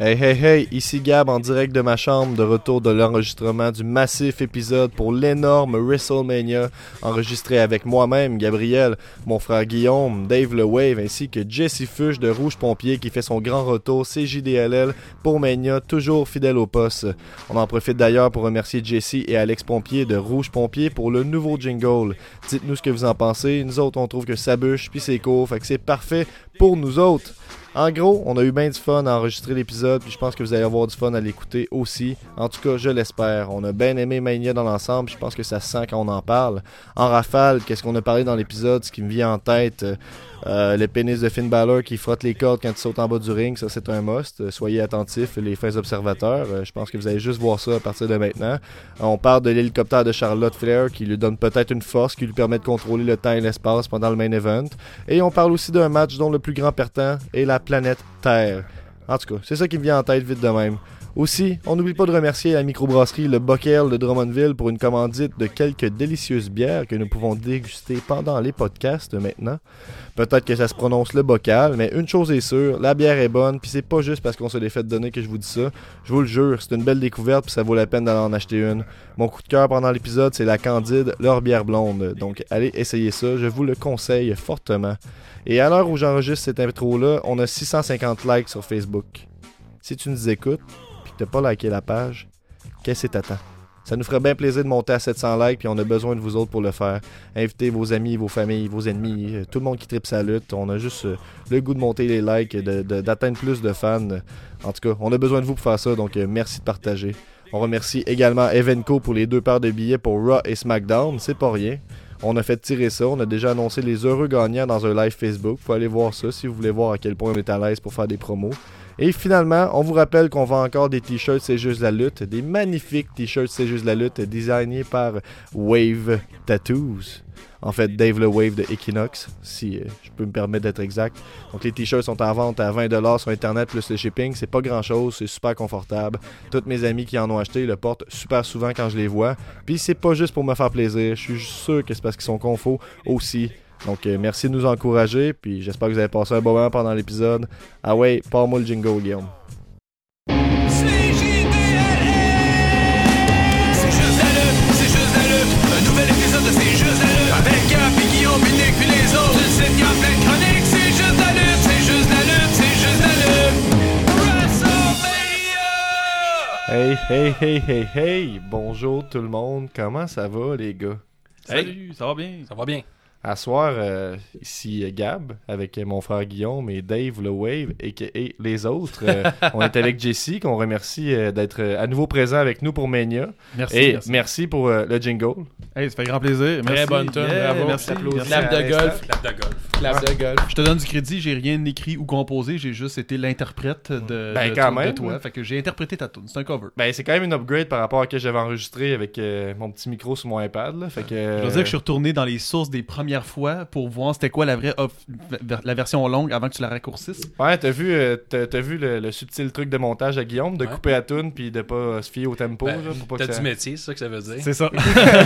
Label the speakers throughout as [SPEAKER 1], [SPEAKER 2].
[SPEAKER 1] Hey hey hey, ici Gab en direct de ma chambre de retour de l'enregistrement du massif épisode pour l'énorme WrestleMania enregistré avec moi-même, Gabriel, mon frère Guillaume, Dave Le Wave ainsi que Jesse Fuchs de Rouge Pompier qui fait son grand retour CJDLL pour Mania, toujours fidèle au poste. On en profite d'ailleurs pour remercier Jesse et Alex Pompier de Rouge Pompier pour le nouveau jingle. Dites-nous ce que vous en pensez, nous autres on trouve que ça bûche puis c'est court, fait que c'est parfait pour nous autres. En gros, on a eu bien du fun à enregistrer l'épisode, puis je pense que vous allez avoir du fun à l'écouter aussi. En tout cas, je l'espère. On a bien aimé Mania dans l'ensemble, puis je pense que ça se sent quand on en parle. En rafale, qu'est-ce qu'on a parlé dans l'épisode, ce qui me vient en tête euh, le pénis de Finn Balor qui frotte les cordes quand il saute en bas du ring, ça c'est un must. Euh, Soyez attentifs, les fins observateurs. Euh, je pense que vous allez juste voir ça à partir de maintenant. Euh, on parle de l'hélicoptère de Charlotte Flair qui lui donne peut-être une force qui lui permet de contrôler le temps et l'espace pendant le main event. Et on parle aussi d'un match dont le plus grand perdant est la planète Terre. En tout cas, c'est ça qui me vient en tête vite de même. Aussi, on n'oublie pas de remercier la microbrasserie Le Bockel de Drummondville pour une commandite de quelques délicieuses bières que nous pouvons déguster pendant les podcasts maintenant. Peut-être que ça se prononce le bocal, mais une chose est sûre, la bière est bonne, puis c'est pas juste parce qu'on se l'est fait donner que je vous dis ça. Je vous le jure, c'est une belle découverte, puis ça vaut la peine d'aller en acheter une. Mon coup de cœur pendant l'épisode, c'est la Candide, leur bière blonde. Donc allez essayer ça, je vous le conseille fortement. Et à l'heure où j'enregistre cette intro-là, on a 650 likes sur Facebook. Si tu nous écoutes, t'as pas liké la page, qu'est-ce que t'attends? Ça nous ferait bien plaisir de monter à 700 likes, puis on a besoin de vous autres pour le faire. Invitez vos amis, vos familles, vos ennemis, euh, tout le monde qui tripe sa lutte. On a juste euh, le goût de monter les likes, de- de- d'atteindre plus de fans. En tout cas, on a besoin de vous pour faire ça, donc euh, merci de partager. On remercie également Evenco pour les deux paires de billets pour Raw et SmackDown, c'est pas rien. On a fait tirer ça, on a déjà annoncé les heureux gagnants dans un live Facebook. Faut aller voir ça si vous voulez voir à quel point on est à l'aise pour faire des promos. Et finalement, on vous rappelle qu'on vend encore des t-shirts C'est juste la lutte, des magnifiques t-shirts C'est juste la lutte designés par Wave Tattoos. En fait, Dave le Wave de Equinox, si euh, je peux me permettre d'être exact. Donc les t-shirts sont en vente à 20$ sur internet plus le shipping, c'est pas grand-chose, c'est super confortable. Toutes mes amis qui en ont acheté le portent super souvent quand je les vois. Puis c'est pas juste pour me faire plaisir, je suis sûr que c'est parce qu'ils sont confos aussi. Donc euh, merci de nous encourager, puis j'espère que vous avez passé un bon moment pendant l'épisode. Ah ouais, pars-moi le jingle, Guillaume.
[SPEAKER 2] C'est juste la lutte, c'est juste la lutte. Un nouvel épisode de C'est juste la lutte. Avec Gab, puis Guillaume, puis Nick, puis les autres. Une sitcom pleine chronique. C'est juste la lutte, c'est juste la lutte, c'est juste la lutte. WrestleMania!
[SPEAKER 1] Hey, hey, hey, hey, hey! Bonjour tout le monde, comment ça va les gars?
[SPEAKER 3] Salut, ça va bien?
[SPEAKER 4] Ça va bien.
[SPEAKER 1] À soir, euh, ici euh, Gab, avec euh, mon frère Guillaume et Dave Le Wave et, les autres. Euh, on est avec Jesse, qu'on remercie euh, d'être euh, à nouveau présent avec nous pour Mania.
[SPEAKER 3] Merci.
[SPEAKER 1] et merci,
[SPEAKER 3] merci.
[SPEAKER 1] pour euh, le jingle.
[SPEAKER 3] Hey, ça fait grand plaisir.
[SPEAKER 4] Très
[SPEAKER 3] Merci.
[SPEAKER 4] bonne tune,
[SPEAKER 3] Yeah,
[SPEAKER 4] bravo.
[SPEAKER 3] Merci.
[SPEAKER 1] Applaudissements.
[SPEAKER 3] Merci.
[SPEAKER 4] Clap de
[SPEAKER 1] à
[SPEAKER 4] golf,
[SPEAKER 1] l'instant.
[SPEAKER 4] clap de golf, clap
[SPEAKER 1] Ah.
[SPEAKER 4] de golf.
[SPEAKER 3] Je te donne du crédit, j'ai rien écrit ou composé, j'ai juste été l'interprète de,
[SPEAKER 1] Ben,
[SPEAKER 3] de-
[SPEAKER 1] quand
[SPEAKER 3] de
[SPEAKER 1] même.
[SPEAKER 3] toi. Fait que j'ai interprété ta tune, c'est un cover.
[SPEAKER 1] Ben, c'est quand même une upgrade par rapport à ce que j'avais enregistré avec euh, mon petit micro sur mon iPad. là. Fait que,
[SPEAKER 3] Je veux dire que je suis retourné dans les sources des premières fois pour voir c'était quoi la vraie off- ver- la version longue avant que tu la raccourcisses.
[SPEAKER 1] Ouais, t'as vu, euh, t'as, t'as vu le, le subtil truc de montage à Guillaume, de
[SPEAKER 4] Ouais.
[SPEAKER 1] couper à tune puis de pas euh, se fier au tempo.
[SPEAKER 4] Ben,
[SPEAKER 1] là, pour pas
[SPEAKER 4] T'as
[SPEAKER 1] que ça-
[SPEAKER 4] du métier, c'est ça que ça veut dire.
[SPEAKER 3] C'est ça.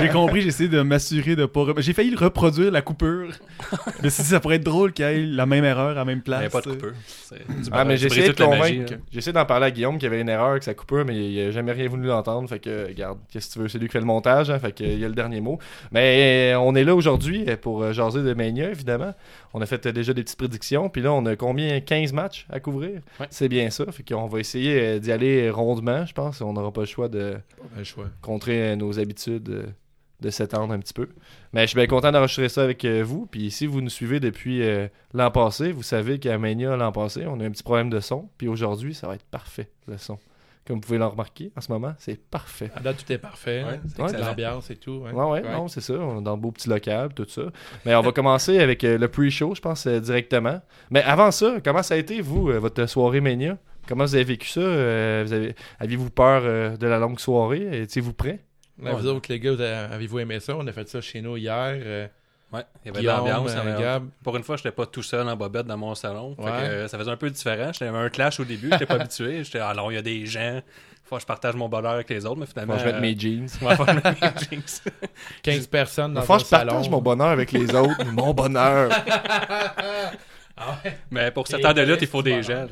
[SPEAKER 3] j'ai compris, j'ai essayé de m'assurer de pas. rep- J'ai failli reproduire la coupure. Mais si ça pourrait être drôle qu'il y ait la même erreur à la même
[SPEAKER 4] Il
[SPEAKER 3] place.
[SPEAKER 4] n'y a pas de coupeur. C'est- tu
[SPEAKER 1] Ah,
[SPEAKER 4] brilles-
[SPEAKER 1] mais
[SPEAKER 4] tu
[SPEAKER 1] j'ai
[SPEAKER 4] brilles
[SPEAKER 1] essayé de
[SPEAKER 4] toute la magie, hein.
[SPEAKER 1] convaincre.
[SPEAKER 4] là.
[SPEAKER 1] J'ai essayé d'en parler à Guillaume qui avait une erreur, que ça coupait, mais il a jamais rien voulu l'entendre. Fait que, regarde, qu'est-ce que tu veux, c'est lui qui fait le montage, hein, fait que, il a le dernier mot. Mais euh, on est là aujourd'hui euh, pour euh, jaser de Mania, évidemment. On a fait euh, déjà des petites prédictions, puis là, on a combien 15 matchs à couvrir
[SPEAKER 4] Ouais.
[SPEAKER 1] C'est bien ça. Fait qu'on va essayer euh, d'y aller rondement, je pense. On n'aura pas le choix de contrer euh, nos habitudes euh, de s'étendre un petit peu. Mais je suis bien content d'enregistrer ça avec euh, vous. Puis si vous nous suivez depuis euh, l'an passé, vous savez qu'à Mania, l'an passé, on a eu un petit problème de son. Puis aujourd'hui, ça va être parfait, le son. Comme vous pouvez le remarquer, en ce moment, c'est parfait.
[SPEAKER 5] À date, tout est parfait.
[SPEAKER 4] Ouais,
[SPEAKER 1] Ouais,
[SPEAKER 5] C'est excellent.
[SPEAKER 1] t'as-
[SPEAKER 5] L'ambiance et tout.
[SPEAKER 1] Ouais, ouais, non, c'est ça. On est dans le beau petit local, tout ça. Mais on va commencer avec euh, le pre-show, je pense, euh, directement. Mais avant ça, comment ça a été, vous, euh, votre soirée Mania? Comment vous avez vécu ça? Euh, vous avez, aviez-vous peur euh, de la longue soirée? Étiez-vous prêt?
[SPEAKER 5] Mais Vous autres, les gars, vous avez- avez-vous aimé ça? On a fait ça chez nous hier. euh,
[SPEAKER 4] Ouais, il y avait de
[SPEAKER 5] Guillaume,
[SPEAKER 4] l'ambiance. hein. il y
[SPEAKER 5] euh,
[SPEAKER 4] avait-
[SPEAKER 5] Gab.
[SPEAKER 4] Pour une fois, j'étais pas tout seul en bobette dans mon salon. Fait que,
[SPEAKER 5] Ouais.
[SPEAKER 4] euh, ça faisait un peu différent. J'étais un clash au début, j'étais pas habitué. J'étais, ah non, il y a des gens. Faut que je partage mon bonheur avec les autres, mais
[SPEAKER 1] Bon,
[SPEAKER 4] finalement.
[SPEAKER 1] je vais mettre
[SPEAKER 4] euh,
[SPEAKER 1] mes jeans.
[SPEAKER 4] ouais, faut que je mette mes jeans.
[SPEAKER 5] 15 personnes dans
[SPEAKER 1] Enfin,
[SPEAKER 5] un
[SPEAKER 1] je partage
[SPEAKER 5] salon.
[SPEAKER 1] mon bonheur avec les autres. mon bonheur.
[SPEAKER 5] Ah ouais?
[SPEAKER 4] Mais pour 7
[SPEAKER 5] Et
[SPEAKER 4] heures de lutte,
[SPEAKER 5] Alex,
[SPEAKER 4] il faut des
[SPEAKER 5] tu m'en
[SPEAKER 4] gens.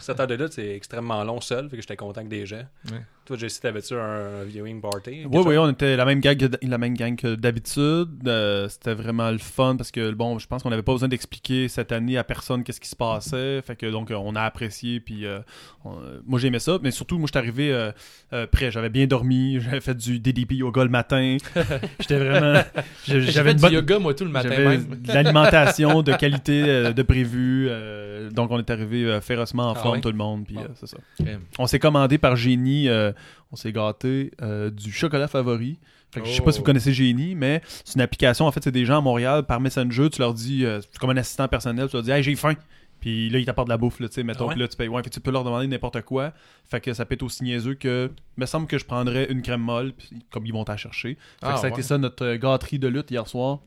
[SPEAKER 4] 7 heures de lutte, c'est extrêmement long seul, fait que j'étais content que des gens.
[SPEAKER 5] Ouais.
[SPEAKER 4] Toi, Jesse, t'avais-tu un viewing party?
[SPEAKER 6] Oui, oui, on était la même gang que, la même gang que d'habitude. Euh, c'était vraiment le fun parce que, bon, je pense qu'on n'avait pas besoin d'expliquer cette année à personne qu'est-ce qui se passait. Fait que, donc, euh, on a apprécié. Puis, euh, on- euh, moi, j'aimais ça. Mais surtout, moi, je suis arrivé euh, euh, prêt. J'avais bien dormi. J'avais fait du DDP yoga le matin. J'étais vraiment. je-
[SPEAKER 5] J'ai fait
[SPEAKER 6] J'avais une
[SPEAKER 5] du
[SPEAKER 6] bonne.
[SPEAKER 5] yoga, moi, tout le matin
[SPEAKER 6] J'avais
[SPEAKER 5] même.
[SPEAKER 6] de l'alimentation de qualité euh, de prévu. euh, donc, on est arrivé euh, férocement en
[SPEAKER 4] Ah
[SPEAKER 6] forme,
[SPEAKER 4] ouais?
[SPEAKER 6] tout le monde. Puis,
[SPEAKER 4] Bon.
[SPEAKER 6] euh, c'est ça.
[SPEAKER 5] Crème.
[SPEAKER 6] On s'est commandé par Génie, euh, on s'est gâté euh, du chocolat favori. Fait que Je sais pas
[SPEAKER 5] Oh.
[SPEAKER 6] si vous connaissez Génie, mais c'est une application. En fait, c'est des gens à Montréal par Messenger. Tu leur dis, euh, c'est comme un assistant personnel, tu leur dis, hey, j'ai faim. Puis là, ils t'apportent de la bouffe, là, tu sais, mettons.
[SPEAKER 4] Ah ouais?
[SPEAKER 6] Puis là, tu payes. Ouais, fait que tu peux leur demander n'importe quoi. Fait que ça peut être aussi niaiseux que. me semble que je prendrais une crème molle, puis comme ils vont t'en chercher. Fait que
[SPEAKER 5] Ah
[SPEAKER 6] ça a été
[SPEAKER 5] ouais.
[SPEAKER 6] ça notre euh, gâterie de lutte hier soir.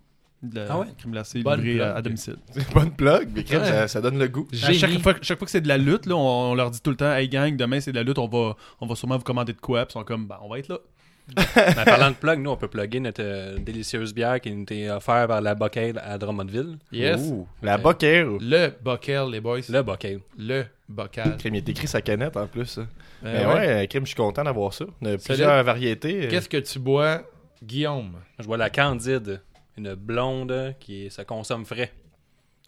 [SPEAKER 6] De la
[SPEAKER 4] Ah ouais?
[SPEAKER 6] crème glacée
[SPEAKER 5] Bonne
[SPEAKER 6] livrée à,
[SPEAKER 5] plug.
[SPEAKER 6] à domicile.
[SPEAKER 1] C'est bonne plug, mais crème,
[SPEAKER 5] Ouais.
[SPEAKER 1] ça, ça donne le goût.
[SPEAKER 6] À
[SPEAKER 5] Génie.
[SPEAKER 6] chaque, fois, chaque fois que c'est de la lutte, là, on, on leur dit tout le temps Hey gang, demain c'est de la lutte, on va, on va sûrement vous commander de quoi. Puis ils sont comme bah, On va être là.
[SPEAKER 4] Ben, parlant de plug, nous, on peut plugger notre euh, délicieuse bière qui nous était offerte par la Bocale à Drummondville.
[SPEAKER 5] Yes.
[SPEAKER 1] Ouh, la boquère.
[SPEAKER 5] Le bocal, les boys. Le,
[SPEAKER 4] Le Bocale.
[SPEAKER 5] bocal.
[SPEAKER 1] Crème, il est écrit sa canette en plus. hein.
[SPEAKER 5] Ben
[SPEAKER 1] Mais
[SPEAKER 5] ouais.
[SPEAKER 1] ouais, euh, crème, je suis content d'avoir ça. Il y en a plusieurs variétés.
[SPEAKER 5] Qu'est-ce que tu bois, Guillaume?
[SPEAKER 4] Je vois la Candide, une blonde qui se consomme frais.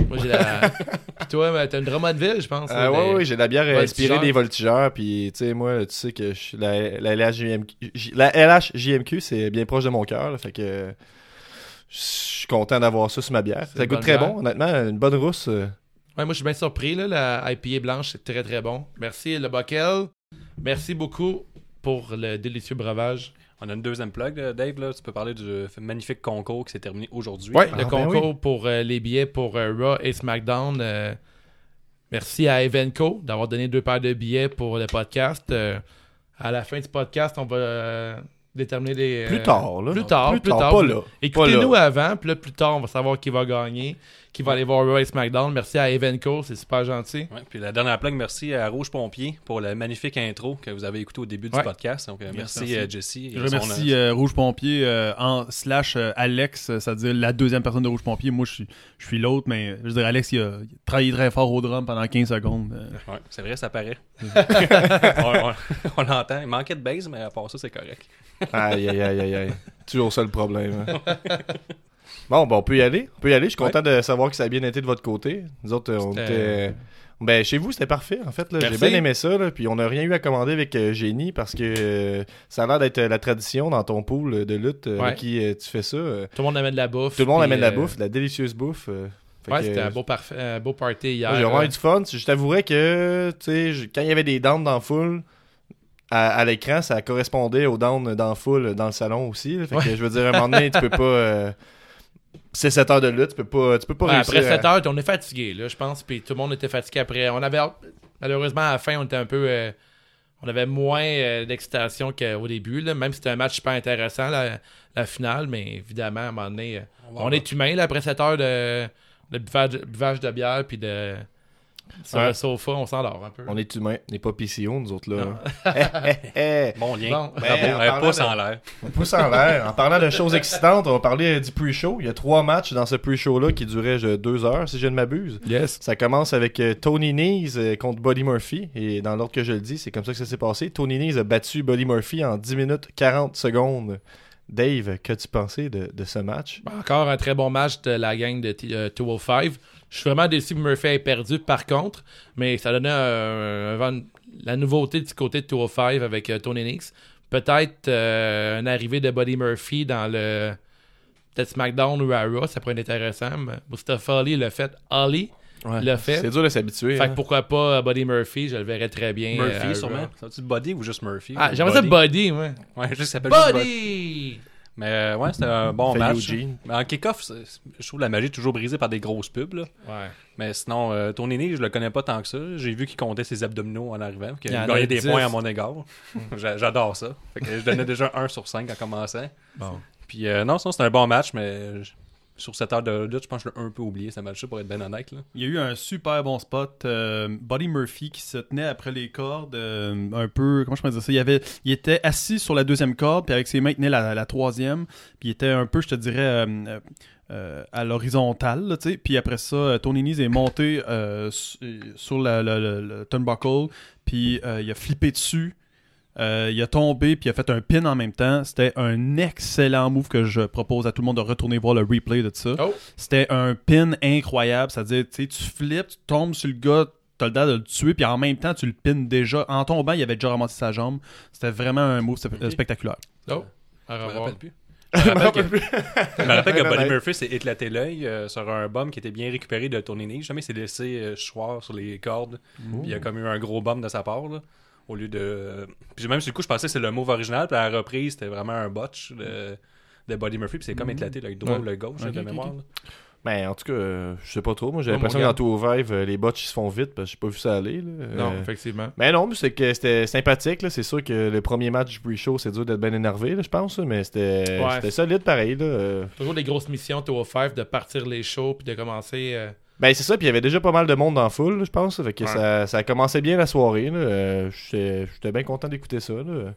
[SPEAKER 5] Moi, j'ai la... Puis toi, ben, t'as une Drummondville, je pense.
[SPEAKER 1] Ah
[SPEAKER 5] là,
[SPEAKER 1] ouais,
[SPEAKER 5] mais-
[SPEAKER 1] ouais, j'ai de la bière
[SPEAKER 5] Voltigeur.
[SPEAKER 1] inspirée des voltigeurs. Puis, tu sais, moi, tu sais que je suis la, la LHJMQ, J- la LHJMQ, c'est bien proche de mon cœur. là, Fait que je suis content d'avoir ça sur ma bière.
[SPEAKER 5] C'est
[SPEAKER 1] Ça
[SPEAKER 5] une
[SPEAKER 1] goûte
[SPEAKER 5] bonne
[SPEAKER 1] très
[SPEAKER 5] bière.
[SPEAKER 1] bon, honnêtement. Une bonne rousse. euh,
[SPEAKER 5] Ouais, moi, je suis bien surpris. Là, la IPA blanche, c'est très, très bon. Merci, le bocal. Merci beaucoup pour le délicieux breuvage.
[SPEAKER 4] On a une deuxième plug, là. Dave, là, tu peux parler du magnifique concours qui s'est terminé aujourd'hui.
[SPEAKER 5] Ouais,
[SPEAKER 1] Ah,
[SPEAKER 5] le
[SPEAKER 1] ben
[SPEAKER 5] concours pour euh, les billets pour euh, Raw et SmackDown. euh, merci à Evenco d'avoir donné deux paires de billets pour le podcast. Euh, à la fin du podcast, on va euh, déterminer les. euh,
[SPEAKER 1] Plus tard, là.
[SPEAKER 5] Plus tard,
[SPEAKER 1] Plus
[SPEAKER 5] plus,
[SPEAKER 1] tard,
[SPEAKER 5] tard.
[SPEAKER 1] pas là.
[SPEAKER 5] Écoutez-nous avant, puis là, plus tard, on va savoir qui va gagner, qui va aller voir Raw et SmackDown. Merci à Evenco, c'est super gentil.
[SPEAKER 4] Ouais, puis la dernière plug, merci à Rouge Pompier pour la magnifique intro que vous avez écoutée au début du
[SPEAKER 5] Ouais.
[SPEAKER 4] podcast. Donc, euh, merci,
[SPEAKER 6] merci.
[SPEAKER 4] euh, Jesse. et son,
[SPEAKER 6] Je remercie
[SPEAKER 4] euh,
[SPEAKER 6] euh, Rouge Pompier euh, en slash euh, Alex, euh, c'est-à-dire la deuxième personne de Rouge Pompier. Moi, je suis, je suis l'autre, mais euh, je dirais Alex, il a, il a travaillé très fort au drum pendant 15 secondes. euh.
[SPEAKER 4] ouais, c'est vrai, ça paraît. on, on- on l'entend. Il manquait de base, mais à part ça, c'est correct.
[SPEAKER 1] Aïe, aïe, aïe, aïe, aïe. Toujours ça le problème. hein. bon, ben, on peut y aller. On peut y aller. Je suis content de savoir que ça a bien été de votre côté. Nous autres, euh, on
[SPEAKER 5] C'était-
[SPEAKER 1] était. Ben, chez vous, c'était parfait, en fait. là. J'ai
[SPEAKER 5] Merci.
[SPEAKER 1] bien aimé ça. là. Puis on n'a rien eu à commander avec euh, Génie parce que euh, ça a l'air d'être euh, la tradition dans ton pool euh, de lutte euh,
[SPEAKER 5] Ouais.
[SPEAKER 1] avec qui euh, tu fais ça. euh.
[SPEAKER 5] Tout le monde amène de la bouffe.
[SPEAKER 1] Tout le monde
[SPEAKER 5] puis,
[SPEAKER 1] amène de la
[SPEAKER 5] euh,
[SPEAKER 1] bouffe, de la délicieuse bouffe. euh. Fait
[SPEAKER 5] Ouais,
[SPEAKER 1] que,
[SPEAKER 5] c'était
[SPEAKER 1] euh,
[SPEAKER 5] un beau, parfait- un beau party hier.
[SPEAKER 1] moi, J'ai vraiment
[SPEAKER 5] là.
[SPEAKER 1] eu du fun. Je t'avouerais que tu sais, je- quand il y avait des downs dans la foule, à, à l'écran, ça correspondait aux downs dans la foule dans le salon aussi. là. Fait que, je veux dire, à un moment donné, tu peux pas. euh, c'est 7 heures de lutte, tu peux pas, tu peux pas
[SPEAKER 5] Ouais,
[SPEAKER 1] réussir.
[SPEAKER 5] après
[SPEAKER 1] à-
[SPEAKER 5] 7 heures, on est fatigué, là, je pense. Puis tout le monde était fatigué après. On avait hâte- malheureusement à la fin, on était un peu. euh, on avait moins euh, d'excitation qu'au début, là, même si c'était un match super intéressant, la, la finale. Mais évidemment, à un moment donné, euh,
[SPEAKER 4] On va
[SPEAKER 5] on
[SPEAKER 4] voir.
[SPEAKER 5] est humain là, après 7 heures de, de buvage, buvage de bière puis de. Sur
[SPEAKER 1] Ouais.
[SPEAKER 5] le sofa, on s'endort un peu.
[SPEAKER 1] On est humains, on n'est pas PCO, nous autres là. Hé, hé, hé.
[SPEAKER 4] Bon lien.
[SPEAKER 5] Bon,
[SPEAKER 4] Bravo.
[SPEAKER 1] ben, en
[SPEAKER 4] Un pouce
[SPEAKER 1] parlant
[SPEAKER 4] en l'air.
[SPEAKER 1] On pousse en l'air. En parlant de choses excitantes, on va parler euh, du pre-show. Il y a trois matchs dans ce pre-show-là qui duraient je- deux heures, si je ne m'abuse.
[SPEAKER 5] Yes.
[SPEAKER 1] Ça commence avec euh, Tony Nese euh, contre Buddy Murphy. Et dans l'ordre que je le dis, c'est comme ça que ça s'est passé. Tony Nese a battu Buddy Murphy en 10 minutes 40 secondes. Dave, qu'as-tu pensé de, de ce match?
[SPEAKER 5] Encore un très bon match de la gang de T- euh, 205. Je suis vraiment déçu que Murphy ait perdu par contre, mais ça donnait euh, un vent- la nouveauté du côté de 205 avec euh, Tony Nix. Peut-être euh, une arrivée de Buddy Murphy dans le peut-être SmackDown ou à Raw, ça pourrait être intéressant. mais Mustafa Ali l'a fait, Ali l'a fait.
[SPEAKER 1] C'est dur de s'habituer.
[SPEAKER 5] Fait
[SPEAKER 1] hein.
[SPEAKER 5] que pourquoi pas euh, Buddy Murphy, je le verrais très bien. euh, à
[SPEAKER 4] Murphy,
[SPEAKER 5] Raw.
[SPEAKER 4] sûrement. Ça va-tu Buddy ou juste Murphy?
[SPEAKER 5] Ah, j'aimerais ça Buddy, moi.
[SPEAKER 4] Ouais, juste, il s'appelle juste Buddy!
[SPEAKER 5] Buddy!
[SPEAKER 4] Mais euh, ouais, c'était un bon
[SPEAKER 1] Fait
[SPEAKER 4] match.
[SPEAKER 1] Eugene.
[SPEAKER 4] Mais en kick-off, c'est- je trouve la magie toujours brisée par des grosses pubs. là.
[SPEAKER 5] Ouais.
[SPEAKER 4] Mais sinon, euh, ton aîné, je le connais pas tant que ça. J'ai vu qu'il comptait ses abdominaux en arrivant. Qu'il
[SPEAKER 5] Il y en
[SPEAKER 4] a
[SPEAKER 5] a Mm.
[SPEAKER 4] gagné des
[SPEAKER 5] 10.
[SPEAKER 4] points à mon égard. J'a- J'adore ça. Fait que je donnais déjà 1 sur 5 en commençant.
[SPEAKER 5] Bon.
[SPEAKER 4] Puis euh, non, sinon, c'était un bon match, mais je- sur cette heure de lutte, je pense que je l'ai un peu oublié ce match-là pour être ben honnête. Là.
[SPEAKER 6] Il y a eu un super bon spot. euh, Buddy Murphy qui se tenait après les cordes, euh, un peu, comment je peux dire ça? Il, avait, il était assis sur la deuxième corde, puis avec ses mains, il tenait la, la troisième. Puis il était un peu, je te dirais, euh, euh, euh, à l'horizontale, là, tu sais. Puis après ça, euh, Tony Nese est monté euh, su- sur la- la- la- le turnbuckle, puis euh, il a flippé dessus. Euh, il a tombé puis il a fait un pin en même temps. C'était un excellent move que je propose à tout le monde de retourner voir le replay de ça.
[SPEAKER 5] Oh.
[SPEAKER 6] C'était un pin incroyable. C'est-à-dire, tu sais, tu flippes, tu tombes sur le gars, t'as le dent de le tuer, puis en même temps, tu le pins déjà. En tombant, il avait déjà ramassé sa jambe. C'était vraiment un move sp- euh, spectaculaire.
[SPEAKER 5] Oh, à
[SPEAKER 4] Je me
[SPEAKER 5] revoir.
[SPEAKER 4] rappelle plus. Je me rappelle que, je me rappelle que
[SPEAKER 1] Ouais, ouais,
[SPEAKER 4] Buddy
[SPEAKER 1] ouais.
[SPEAKER 4] Murphy s'est éclaté l'œil euh, sur un bomb qui était bien récupéré de Tony Nese. Jamais il s'est laissé euh, choir sur les cordes. Puis il y a comme eu un gros bomb de sa part. là, au lieu de. euh, Puis même sur le coup, je pensais que c'est le move original. Puis à la reprise, c'était vraiment un botch de, de Buddy Murphy. Puis c'est comme éclaté l'œil droit
[SPEAKER 6] Ouais.
[SPEAKER 4] ou le gauche
[SPEAKER 6] Ok,
[SPEAKER 4] de
[SPEAKER 6] ok,
[SPEAKER 4] mémoire.
[SPEAKER 6] ok.
[SPEAKER 4] là.
[SPEAKER 1] Ben, en tout cas, euh, je sais pas trop. Moi, j'ai
[SPEAKER 5] Ouais,
[SPEAKER 1] l'impression que
[SPEAKER 5] mon
[SPEAKER 1] dans
[SPEAKER 5] gars.
[SPEAKER 1] tout Vive, euh, les botches ils se font vite parce que j'ai pas vu ça aller. là. Euh,
[SPEAKER 5] Non, effectivement.
[SPEAKER 1] Mais non, mais c'est que c'était sympathique. là. C'est sûr que le premier match du pre-show, c'est dur d'être bien énervé, là, je pense. là, Mais c'était
[SPEAKER 5] Ouais.
[SPEAKER 1] c'était solide pareil. Là. Euh,
[SPEAKER 5] Toujours des grosses missions, Tour 5, de partir les shows puis de commencer. euh,
[SPEAKER 1] Ben, c'est ça. Puis il y avait déjà pas mal de monde en foule, là, je pense. Fait que
[SPEAKER 5] Ouais.
[SPEAKER 1] ça, ça commençait bien la soirée. là. Euh, J'étais j'étais bien content d'écouter ça. là.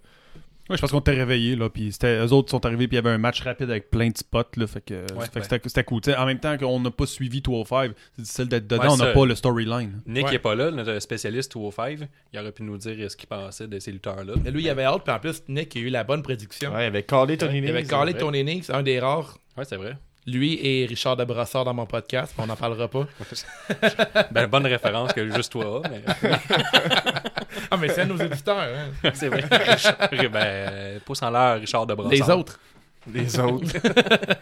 [SPEAKER 6] Ouais, je pense qu'on était réveillés, là. Puis c'était, eux autres sont arrivés, puis il y avait un match rapide avec plein de spots, là. Fait que, fait que
[SPEAKER 4] ouais.
[SPEAKER 6] c'était, c'était cool. Tu sais, en même temps qu'on n'a pas suivi 205, c'est difficile d'être dedans,
[SPEAKER 4] Ouais,
[SPEAKER 6] on n'a
[SPEAKER 4] ça-
[SPEAKER 6] pas le storyline.
[SPEAKER 4] Nick
[SPEAKER 5] Ouais.
[SPEAKER 4] n'est pas là, notre spécialiste 205. Il aurait pu nous dire euh, ce qu'il pensait de ces lutteurs-là.
[SPEAKER 5] Mais lui, il avait hâte, puis en plus, Nick a eu la bonne prédiction.
[SPEAKER 1] Ouais, il avait calé Tony
[SPEAKER 5] il avait
[SPEAKER 1] Nese,
[SPEAKER 5] callé
[SPEAKER 1] c'est
[SPEAKER 5] ton innings, un des rares.
[SPEAKER 4] Ouais, c'est vrai.
[SPEAKER 5] Lui et Richard de Brassard dans mon podcast, puis on n'en parlera pas.
[SPEAKER 4] Ben, bonne référence que juste toi a, mais
[SPEAKER 5] Ah, mais c'est un de nos éditeurs. Hein.
[SPEAKER 4] c'est vrai. Richard- ben, pouce en l'air, Richard de Brassard.
[SPEAKER 5] Les autres.
[SPEAKER 1] vrai. Les autres.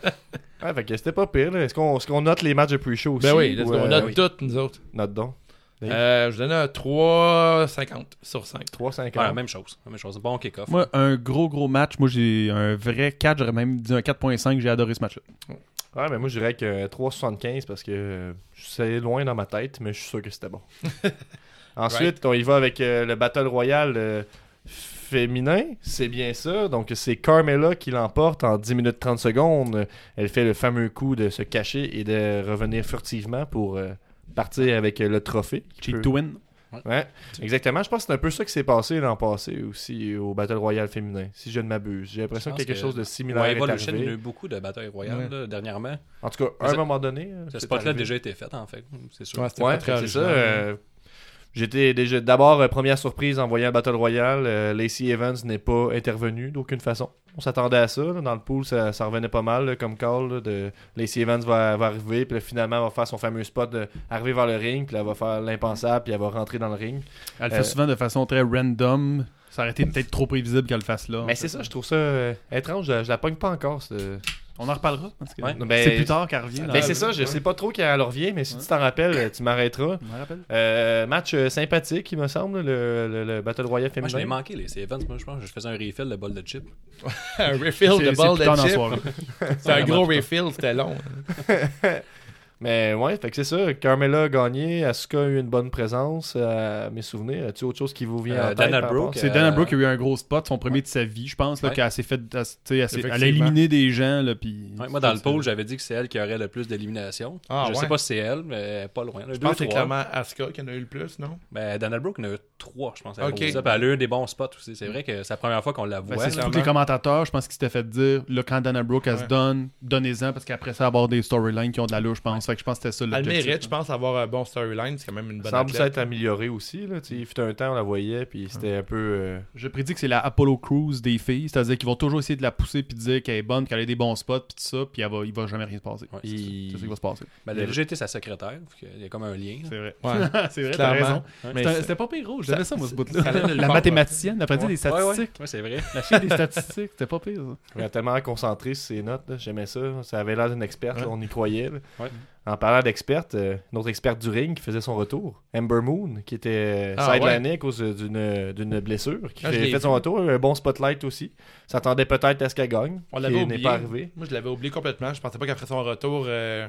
[SPEAKER 1] ouais, fait que c'était pas pire. là. Est-ce qu'on est-ce qu'on note les matchs de pre-show aussi
[SPEAKER 5] Ben oui, let's
[SPEAKER 1] ou,
[SPEAKER 5] go. on
[SPEAKER 1] euh,
[SPEAKER 5] a toutes, nous autres.
[SPEAKER 1] Note donc. Oui.
[SPEAKER 5] Euh, je donne un 3,50 sur 5.
[SPEAKER 1] 3,50.
[SPEAKER 4] Ouais, même chose. Même chose. Bon kick-off.
[SPEAKER 6] Moi, un gros, gros match. Moi, j'ai un vrai 4, j'aurais même dit un 4.5. J'ai adoré ce match-là.
[SPEAKER 1] Ouais, mais moi je dirais que 3,75 parce que euh, c'est loin dans ma tête, mais je suis sûr que c'était bon. Ensuite, on y va avec euh, le Battle Royale euh, féminin, c'est bien ça. Donc c'est Carmella qui l'emporte en 10 minutes 30 secondes. Elle fait le fameux coup de se cacher et de revenir furtivement pour euh, partir avec euh, le trophée. qui
[SPEAKER 6] Cheat
[SPEAKER 1] peut-
[SPEAKER 6] to win.
[SPEAKER 1] Ouais, exactement. Je pense que c'est un peu ça qui s'est passé l'an passé aussi au Battle Royale féminin, si je ne m'abuse. J'ai l'impression
[SPEAKER 4] Je
[SPEAKER 1] que
[SPEAKER 4] pense
[SPEAKER 1] quelque
[SPEAKER 4] que
[SPEAKER 1] chose de similaire
[SPEAKER 4] Ouais,
[SPEAKER 1] est
[SPEAKER 4] Evolution, il y a
[SPEAKER 1] arrivé.
[SPEAKER 4] eu beaucoup de batailles royales là, dernièrement.
[SPEAKER 1] En tout cas, à
[SPEAKER 4] Mais
[SPEAKER 1] un
[SPEAKER 4] ça-
[SPEAKER 1] moment donné. euh,
[SPEAKER 4] Ce
[SPEAKER 1] c'est
[SPEAKER 4] spot-là a
[SPEAKER 1] arrivé.
[SPEAKER 4] déjà été fait, en fait. C'est sûr.
[SPEAKER 5] Ouais, c'était
[SPEAKER 1] Ouais,
[SPEAKER 5] pas très
[SPEAKER 1] fait que c'est ça.
[SPEAKER 5] original.
[SPEAKER 1] euh, J'étais déjà d'abord euh, première surprise en voyant le Battle Royale. euh, Lacey Evans n'est pas intervenue d'aucune façon. On s'attendait à ça. là. Dans le pool, ça, ça revenait pas mal là, comme call. là, de Lacey Evans va, va arriver, puis là, finalement, elle va faire son fameux spot de arriver vers le ring, puis là, elle va faire l'impensable, puis elle va rentrer dans le ring.
[SPEAKER 6] Elle le
[SPEAKER 1] Euh,
[SPEAKER 6] fait souvent de façon très random. Ça aurait été peut-être trop prévisible qu'elle le fasse là.
[SPEAKER 1] Mais c'est ça, je trouve ça euh, étrange. Je, je la pogne pas encore. ce-
[SPEAKER 6] On en reparlera. parce que
[SPEAKER 4] Ouais.
[SPEAKER 1] Ben,
[SPEAKER 6] c'est plus tard qu'elle revient.
[SPEAKER 1] Ben, c'est ça, je sais pas trop quand elle revient, mais si tu t'en rappelles, euh, tu m'arrêteras.
[SPEAKER 6] Je me rappelle.
[SPEAKER 1] Euh, match euh, sympathique, il me semble, le, le- le Battle Royale
[SPEAKER 4] Moi,
[SPEAKER 1] féminin.
[SPEAKER 4] je l'ai manqué, les Evans. Moi, je pense que je faisais un refill de bol de chip.
[SPEAKER 5] un refill
[SPEAKER 6] C'est-
[SPEAKER 5] de
[SPEAKER 6] c'est
[SPEAKER 5] ball
[SPEAKER 6] plus tard dans
[SPEAKER 5] de
[SPEAKER 6] la
[SPEAKER 5] chip.
[SPEAKER 6] soirée.
[SPEAKER 5] C'est un gros refill, c'était long.
[SPEAKER 1] Mais ouais, fait que c'est ça. Carmela a gagné. Asuka a eu une bonne présence. euh, à mes souvenirs, as-tu autre chose qui vous vient
[SPEAKER 4] Euh,
[SPEAKER 1] en tête?
[SPEAKER 4] Dana
[SPEAKER 1] par rapport
[SPEAKER 4] Brooke,
[SPEAKER 1] à ça?
[SPEAKER 6] C'est
[SPEAKER 4] Euh,
[SPEAKER 6] Dana Brooke qui a eu un gros spot, son premier de sa vie, je pense, là,
[SPEAKER 4] Ouais.
[SPEAKER 6] qu'elle s'est fait, elle, s- tu sais, elle s'est- elle a
[SPEAKER 5] Effectivement.
[SPEAKER 6] éliminé des gens, là, puis.
[SPEAKER 4] Ouais, moi, dans le pool, j'avais dit que c'est elle qui aurait le plus d'éliminations.
[SPEAKER 5] Ah,
[SPEAKER 4] je
[SPEAKER 5] ouais.
[SPEAKER 4] sais pas si c'est elle, mais pas loin.
[SPEAKER 5] Je pense que c'est clairement Asuka qui en a eu le plus, non?
[SPEAKER 4] Ben, Dana Brooke en a eu trois, je pense. Elle,
[SPEAKER 5] Ok. Ben,
[SPEAKER 4] okay. ça. Puis elle a eu des bons spots aussi. C'est vrai que c'est la première fois qu'on la voit.
[SPEAKER 5] c'est
[SPEAKER 4] là.
[SPEAKER 5] ça.
[SPEAKER 6] tous les commentateurs, je pense qu'ils s'étaient fait dire, le quand Dana Brooke, elle se
[SPEAKER 5] Ouais.
[SPEAKER 6] donne, donnez-en, parce qu'après ça, elle va avoir des storylines qui ont de l'allure, je pense. Fait que je pense que c'était ça
[SPEAKER 5] Elle
[SPEAKER 6] l'objectif.
[SPEAKER 5] mérite, je pense, avoir un bon storyline. C'est quand même une bonne
[SPEAKER 1] semble
[SPEAKER 5] athlète.
[SPEAKER 1] s'être améliorée aussi. Là. Tu sais, Il fut un temps, on la voyait, puis c'était un peu. euh,
[SPEAKER 6] Je prédis que c'est la Apollo Cruise des filles, c'est-à-dire qu'ils vont toujours essayer de la pousser, puis de dire qu'elle est bonne, qu'elle a des bons spots, puis tout ça, puis elle va, il va jamais rien se passer.
[SPEAKER 4] Ouais, c'est ça.
[SPEAKER 1] il-
[SPEAKER 6] C'est ça qui va se passer.
[SPEAKER 4] Ben, elle a déjà été sa secrétaire. fait que Il y a comme un lien. là.
[SPEAKER 6] C'est vrai.
[SPEAKER 5] Ouais.
[SPEAKER 6] c'est vrai, t'as
[SPEAKER 5] Clairement.
[SPEAKER 6] raison.
[SPEAKER 5] Mais
[SPEAKER 6] C'était-
[SPEAKER 5] c'est-
[SPEAKER 6] C'était pas pire, rouge. J'aimais ça, moi, ce bout-là.
[SPEAKER 5] ça allait nulle
[SPEAKER 6] La
[SPEAKER 5] part,
[SPEAKER 6] mathématicienne, l'après-midi des
[SPEAKER 4] Ouais, ouais.
[SPEAKER 6] statistiques.
[SPEAKER 4] Ouais, c'est vrai.
[SPEAKER 6] La fille des statistiques, c'était pas pire, ça.
[SPEAKER 1] Elle était tellement concentrée sur ses notes. là. J'aimais ça. Ça avait l'air d'une experte. là,
[SPEAKER 5] Ouais.
[SPEAKER 1] On y croyait. là.
[SPEAKER 4] Ouais.
[SPEAKER 1] En parlant d'experte, euh, notre experte du ring qui faisait son retour, Amber Moon, qui était euh,
[SPEAKER 5] Ah,
[SPEAKER 1] sidelinée à cause euh, d'une d'une blessure, qui
[SPEAKER 5] Ah, je
[SPEAKER 1] fait,
[SPEAKER 5] l'ai
[SPEAKER 1] fait
[SPEAKER 5] vu.
[SPEAKER 1] son retour. Un bon spotlight aussi. S'attendait peut-être à ce qu'elle gagne.
[SPEAKER 5] On
[SPEAKER 1] qui
[SPEAKER 5] l'avait
[SPEAKER 1] n'est
[SPEAKER 5] oublié.
[SPEAKER 1] pas arrivé.
[SPEAKER 5] Moi, je l'avais oublié complètement. Je pensais pas qu'elle ferait son retour euh,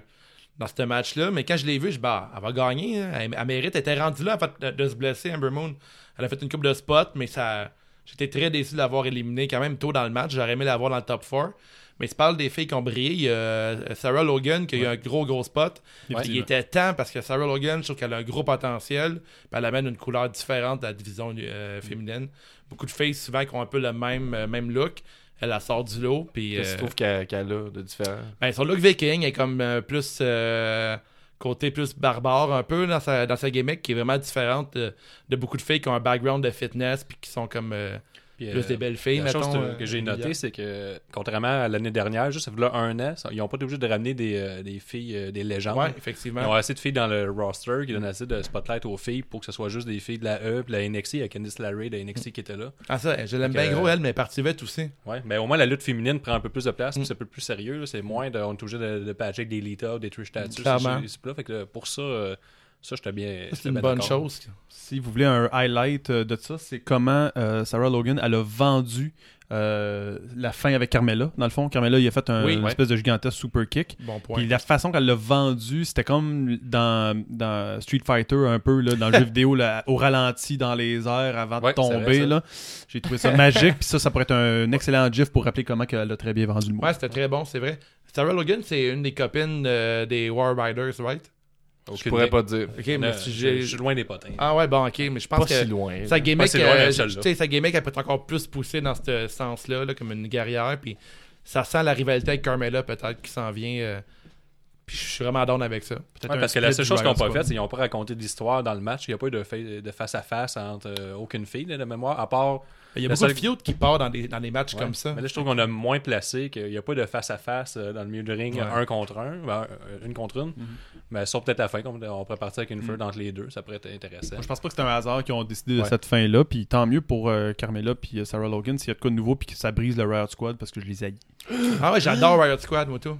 [SPEAKER 5] dans ce match-là. Mais quand je l'ai vu, je dis, bah, elle va gagner. hein. Elle, elle mérite. Elle était rendue là avant de, de se blesser, Amber Moon. Elle a fait une coupe de spots, mais ça. J'étais très déçu de l'avoir éliminée quand même tôt dans le match. J'aurais aimé l'avoir dans le top 4. Mais tu parles des filles qui ont brillé. Il y a euh, Sarah Logan qui a eu un gros, gros spot. Puis Il était temps parce que Sarah Logan, je trouve qu'elle a un gros potentiel. Puis elle amène une couleur différente à la division euh, féminine. Beaucoup de filles souvent qui ont un peu le même, euh, même look. Elle la sort du lot. Puis,
[SPEAKER 1] Qu'est-ce que
[SPEAKER 5] euh,
[SPEAKER 1] tu trouves qu'elle qu'elle a de différent
[SPEAKER 5] ben, son look viking est comme euh, plus euh, côté plus barbare un peu dans sa, dans sa gimmick qui est vraiment différente de, de beaucoup de filles qui ont un background de fitness puis qui sont comme euh,
[SPEAKER 4] Puis,
[SPEAKER 5] plus
[SPEAKER 4] euh,
[SPEAKER 5] des belles filles.
[SPEAKER 4] La
[SPEAKER 5] mettons,
[SPEAKER 4] chose que-
[SPEAKER 5] euh,
[SPEAKER 4] que j'ai
[SPEAKER 5] hier.
[SPEAKER 4] noté, c'est que, contrairement à l'année dernière, juste là un an, ça- ils n'ont pas été obligés de ramener des, euh, des filles, euh, des légendes.
[SPEAKER 5] Ouais, Mm.
[SPEAKER 4] Ils
[SPEAKER 5] effectivement.
[SPEAKER 4] ont assez de filles dans le roster qui donnent assez de spotlight aux filles pour que ce soit juste des filles de la E puis de la NXT. Il y a Candice LeRae de NXT qui était là.
[SPEAKER 5] Ah, ça, je l'aime
[SPEAKER 4] Fait
[SPEAKER 5] bien
[SPEAKER 4] que- euh,
[SPEAKER 5] gros, elle, mais Partivette aussi.
[SPEAKER 4] Ouais, mais au moins la lutte féminine prend un peu plus de place,
[SPEAKER 5] Mm.
[SPEAKER 4] puis c'est un peu plus sérieux. là. C'est moins de, on est obligé de, de patcher avec des Lita ou des Trish Stratus.
[SPEAKER 5] Clairement.
[SPEAKER 4] c'est- c'est plus là. Fait que euh, pour ça, euh, ça j'étais bien.
[SPEAKER 5] C'est
[SPEAKER 4] j'étais
[SPEAKER 5] une
[SPEAKER 4] bien
[SPEAKER 5] bonne
[SPEAKER 4] d'accord.
[SPEAKER 5] chose.
[SPEAKER 6] Si vous voulez un highlight euh, de ça, c'est comment euh, Sarah Logan elle a vendu euh, la fin avec Carmella. Dans le fond, Carmella il a fait un,
[SPEAKER 5] Oui,
[SPEAKER 6] une
[SPEAKER 5] ouais.
[SPEAKER 6] espèce de gigantesque super kick.
[SPEAKER 5] Bon point.
[SPEAKER 6] Puis la façon qu'elle l'a vendu, c'était comme dans, dans Street Fighter un peu là, dans le jeu vidéo là, au ralenti dans les airs avant
[SPEAKER 4] Ouais,
[SPEAKER 6] de
[SPEAKER 4] c'est vrai,
[SPEAKER 6] tomber
[SPEAKER 4] ça.
[SPEAKER 6] là. J'ai trouvé ça magique. Puis ça, ça pourrait être un excellent gif pour rappeler comment elle a très bien vendu le mot.
[SPEAKER 5] Ouais, c'était très bon, c'est vrai. Sarah Logan, c'est une des copines euh, des War Riders, right?
[SPEAKER 1] Je
[SPEAKER 4] Aucune
[SPEAKER 1] pourrais
[SPEAKER 4] idée.
[SPEAKER 1] pas te dire.
[SPEAKER 5] Ok,
[SPEAKER 4] Non,
[SPEAKER 5] mais si j'ai-
[SPEAKER 4] Euh, je je suis loin des potins.
[SPEAKER 5] Ah ouais, bon, ok, mais je pense
[SPEAKER 1] Pas
[SPEAKER 5] que.
[SPEAKER 1] si loin.
[SPEAKER 5] Sa
[SPEAKER 4] Ouais,
[SPEAKER 5] gimmick,
[SPEAKER 4] c'est loin,
[SPEAKER 5] euh,
[SPEAKER 4] même
[SPEAKER 5] tu
[SPEAKER 4] celle-là.
[SPEAKER 5] sais, sa gimmick, elle peut être encore plus poussée dans ce sens-là, là, comme une guerrière. Puis ça sent la rivalité avec Carmella, peut-être, qui s'en vient. euh, puis je suis vraiment down avec ça.
[SPEAKER 6] Peut-être
[SPEAKER 4] Ouais,
[SPEAKER 6] un
[SPEAKER 4] parce que la
[SPEAKER 6] split
[SPEAKER 4] seule
[SPEAKER 6] du
[SPEAKER 4] chose qu'ils n'ont
[SPEAKER 6] Riot
[SPEAKER 4] pas
[SPEAKER 6] Squad.
[SPEAKER 4] faite, c'est qu'ils n'ont pas raconté d'histoire dans le match. Il n'y a pas eu de, fa- de face à face entre euh, aucune fille là, de mémoire, à part.
[SPEAKER 5] Il y a
[SPEAKER 4] La
[SPEAKER 5] beaucoup de
[SPEAKER 4] seule-
[SPEAKER 5] feuds qui partent dans des, dans des matchs
[SPEAKER 4] Ouais.
[SPEAKER 5] comme ça.
[SPEAKER 4] Mais là, je trouve qu'on a moins placé, qu'il n'y a pas de face à face dans le milieu du ring,
[SPEAKER 5] Ouais.
[SPEAKER 4] un contre un, ben, euh, une contre une. Mais sauf peut-être à la fin, comme on pourrait partir avec une feuille entre les deux, ça pourrait être intéressant.
[SPEAKER 6] Moi, je pense pas que c'est un hasard qu'ils ont décidé de
[SPEAKER 4] Ouais.
[SPEAKER 6] cette fin-là. Puis tant mieux pour euh, Carmella puis euh, Sarah Logan s'il y a de quoi de nouveau puis que ça brise le Riot Squad parce que je les haïs.
[SPEAKER 5] Ah ouais, j'adore Riot Squad, moi tout.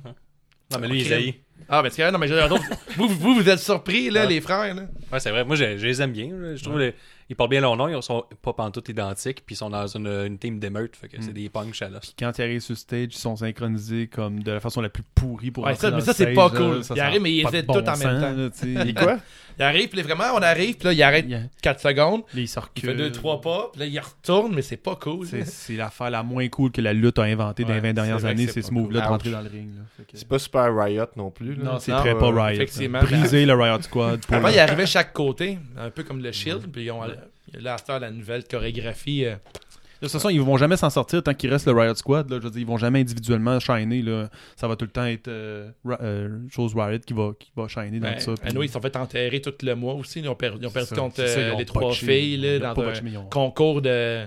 [SPEAKER 4] Non, mais lui,
[SPEAKER 5] Ok.
[SPEAKER 4] il jaillit.
[SPEAKER 5] Ah, mais c'est vrai, non, mais j'adore. vous, vous, vous êtes surpris, là,
[SPEAKER 4] Ouais.
[SPEAKER 5] les frères, là.
[SPEAKER 4] Ouais, c'est vrai. Moi, je, je les aime bien. là. Je trouve les- ils portent bien leur nom, ils sont pas pantoute identiques, puis ils sont dans une, une team d'émeute. Fait que c'est des punks à l'os.
[SPEAKER 6] Puis quand ils arrivent sur stage, ils sont synchronisés comme de la façon la plus pourrie pour
[SPEAKER 5] Ouais,
[SPEAKER 6] entrer
[SPEAKER 5] ça-
[SPEAKER 6] dans
[SPEAKER 5] mais
[SPEAKER 6] le
[SPEAKER 5] ça, c'est
[SPEAKER 6] stage, là.
[SPEAKER 5] pas cool.
[SPEAKER 6] Ça,
[SPEAKER 5] Ils
[SPEAKER 6] ça a
[SPEAKER 5] arrivent, mais ils
[SPEAKER 6] pas de
[SPEAKER 5] hésitent
[SPEAKER 6] bon
[SPEAKER 5] tout en
[SPEAKER 6] sens,
[SPEAKER 5] même temps.
[SPEAKER 6] là, tu sais.
[SPEAKER 1] Il quoi
[SPEAKER 5] Il arrive, puis là, vraiment, on arrive, puis là, il arrête
[SPEAKER 6] Il- il-
[SPEAKER 5] 4 secondes.
[SPEAKER 6] Il sort
[SPEAKER 5] Il fait 2-3 pas, puis là, il retourne, mais c'est pas cool.
[SPEAKER 6] C'est, c'est l'affaire la moins cool que la lutte a inventée dans les
[SPEAKER 5] Ouais,
[SPEAKER 6] 20
[SPEAKER 5] c'est
[SPEAKER 6] dernières
[SPEAKER 5] vrai que
[SPEAKER 6] années,
[SPEAKER 5] c'est
[SPEAKER 6] c'est
[SPEAKER 5] pas
[SPEAKER 6] ce move-là de
[SPEAKER 1] cool.
[SPEAKER 6] rentrer dans le ring. là. Fait que-
[SPEAKER 1] C'est pas super Riot non plus. là.
[SPEAKER 6] Non, euh, c'est
[SPEAKER 5] Non,
[SPEAKER 6] très
[SPEAKER 1] ouais,
[SPEAKER 6] pas
[SPEAKER 1] ouais,
[SPEAKER 6] Riot.
[SPEAKER 5] effectivement.
[SPEAKER 6] là. Briser le Riot Squad pour
[SPEAKER 5] Avant,
[SPEAKER 6] le-
[SPEAKER 5] il arrivait chaque côté, un peu comme le Shield, puis ils ont là, à cette heure, la nouvelle chorégraphie. euh,
[SPEAKER 6] De toute façon, ils vont jamais s'en sortir tant qu'il reste le Riot Squad. Là, je veux dire, ils vont jamais individuellement shiner. Là. Ça va tout le temps être euh, Ra- euh, chose Riot qui va, qui va shiner dans
[SPEAKER 5] ben,
[SPEAKER 6] ça. puis-
[SPEAKER 5] à nous, ils se sont fait enterrer tout le mois aussi. Ils ont, perdu- ils ont
[SPEAKER 6] C'est
[SPEAKER 5] perdu
[SPEAKER 6] ça,
[SPEAKER 5] contre
[SPEAKER 6] c'est ça,
[SPEAKER 5] euh,
[SPEAKER 6] ils ont
[SPEAKER 5] les trois
[SPEAKER 6] botché.
[SPEAKER 5] filles là,
[SPEAKER 6] Ils ont
[SPEAKER 5] dans
[SPEAKER 6] pas
[SPEAKER 5] un
[SPEAKER 6] botché, mais ils ont-
[SPEAKER 5] concours de.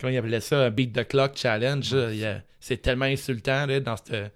[SPEAKER 5] Comment ils appelaient ça Un beat the clock challenge. là. Il y a- C'est tellement insultant là, dans cette.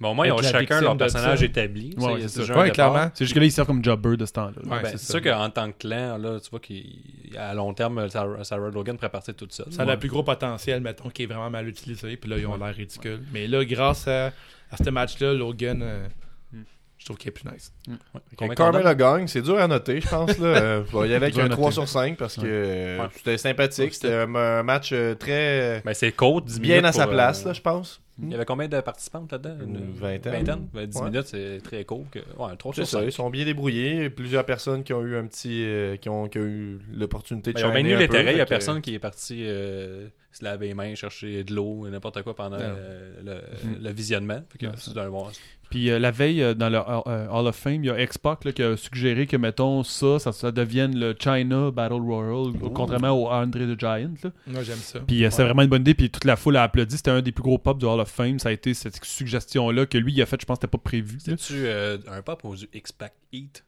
[SPEAKER 4] Mais au moins, ils
[SPEAKER 5] Être
[SPEAKER 4] ont
[SPEAKER 5] la
[SPEAKER 4] chacun
[SPEAKER 5] victime
[SPEAKER 4] leur
[SPEAKER 5] de
[SPEAKER 4] personnage
[SPEAKER 5] ça.
[SPEAKER 4] établi.
[SPEAKER 6] Ouais,
[SPEAKER 4] Tu sais,
[SPEAKER 6] c'est ça.
[SPEAKER 4] déjà un
[SPEAKER 5] Ouais,
[SPEAKER 4] départ.
[SPEAKER 5] clairement.
[SPEAKER 6] C'est juste que là, ils servent comme jobber de ce temps-là.
[SPEAKER 5] Ouais,
[SPEAKER 4] Ben,
[SPEAKER 5] c'est
[SPEAKER 4] c'est
[SPEAKER 5] ça.
[SPEAKER 4] sûr qu'en tant que clan, là, tu vois qu'à long terme, Sarah, Sarah Logan pourrait partir toute seule.
[SPEAKER 5] Ça a le plus gros potentiel, mettons, qui est vraiment mal utilisé. Puis là, ils ont l'air ridicules. Mais là, grâce à, à ce match-là, Logan, euh,
[SPEAKER 6] Hmm.
[SPEAKER 5] je trouve qu'il est plus nice.
[SPEAKER 1] Quand
[SPEAKER 4] Combien qu'on
[SPEAKER 1] Carmella gagne, c'est dur à noter, je pense. Là. Euh, je vais y aller avec
[SPEAKER 6] Dur à
[SPEAKER 1] un
[SPEAKER 6] noter.
[SPEAKER 1] 3 sur 5 parce que euh,
[SPEAKER 4] Ouais.
[SPEAKER 1] c'était sympathique. C'était un, un match euh, très
[SPEAKER 4] Ben, c'est court, 10
[SPEAKER 1] bien
[SPEAKER 4] minutes
[SPEAKER 1] à sa
[SPEAKER 4] pour,
[SPEAKER 1] place,
[SPEAKER 4] euh,
[SPEAKER 1] là, je pense.
[SPEAKER 4] Il y avait combien de participantes là-dedans
[SPEAKER 1] Une vingtaine.
[SPEAKER 4] Ben, 10
[SPEAKER 1] Ouais.
[SPEAKER 4] minutes, c'est très court. Que... Ouais, un 3
[SPEAKER 1] C'est
[SPEAKER 4] sur
[SPEAKER 1] ça,
[SPEAKER 4] 5.
[SPEAKER 1] ils sont bien débrouillés. Plusieurs personnes qui ont eu un petit. euh, qui, ont, qui ont eu l'opportunité de
[SPEAKER 4] Ben, ils ont bien
[SPEAKER 1] shiner
[SPEAKER 4] eu
[SPEAKER 1] un peu,
[SPEAKER 4] l'intérêt. Il n'y
[SPEAKER 1] fait
[SPEAKER 4] a
[SPEAKER 1] que-
[SPEAKER 4] personne qui est parti euh, se laver les mains, chercher de l'eau, n'importe quoi pendant
[SPEAKER 5] Non.
[SPEAKER 4] euh, le,
[SPEAKER 1] Mm.
[SPEAKER 6] Mhm.
[SPEAKER 4] le visionnement. Fait que
[SPEAKER 6] Ouais,
[SPEAKER 4] c'est un bon.
[SPEAKER 6] Puis euh, la veille, euh, dans le Hall- euh, Hall of Fame, il y a X-Pac là, qui a suggéré que, mettons, ça, ça, ça devienne le China Battle Royal, au- contrairement au André the Giant. là.
[SPEAKER 5] Moi, j'aime ça.
[SPEAKER 6] Puis euh, c'est vraiment une bonne idée. Puis toute la foule a applaudi. C'était un des plus gros pops du Hall of Fame. Ça a été cette suggestion-là que lui, il a fait, je pense, c'était pas prévu. là.
[SPEAKER 4] C'était-tu euh, un pop ou du X-Pac Heat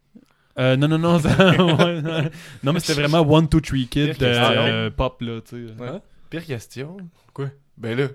[SPEAKER 6] Euh, non, non, non. ça- ouais, non. non, mais c'était vraiment One, Two, Three Kid
[SPEAKER 1] Pire question.
[SPEAKER 6] euh, pop, là, tu sais.
[SPEAKER 4] Hein?
[SPEAKER 1] Pire question.
[SPEAKER 4] Quoi?
[SPEAKER 1] Ben là,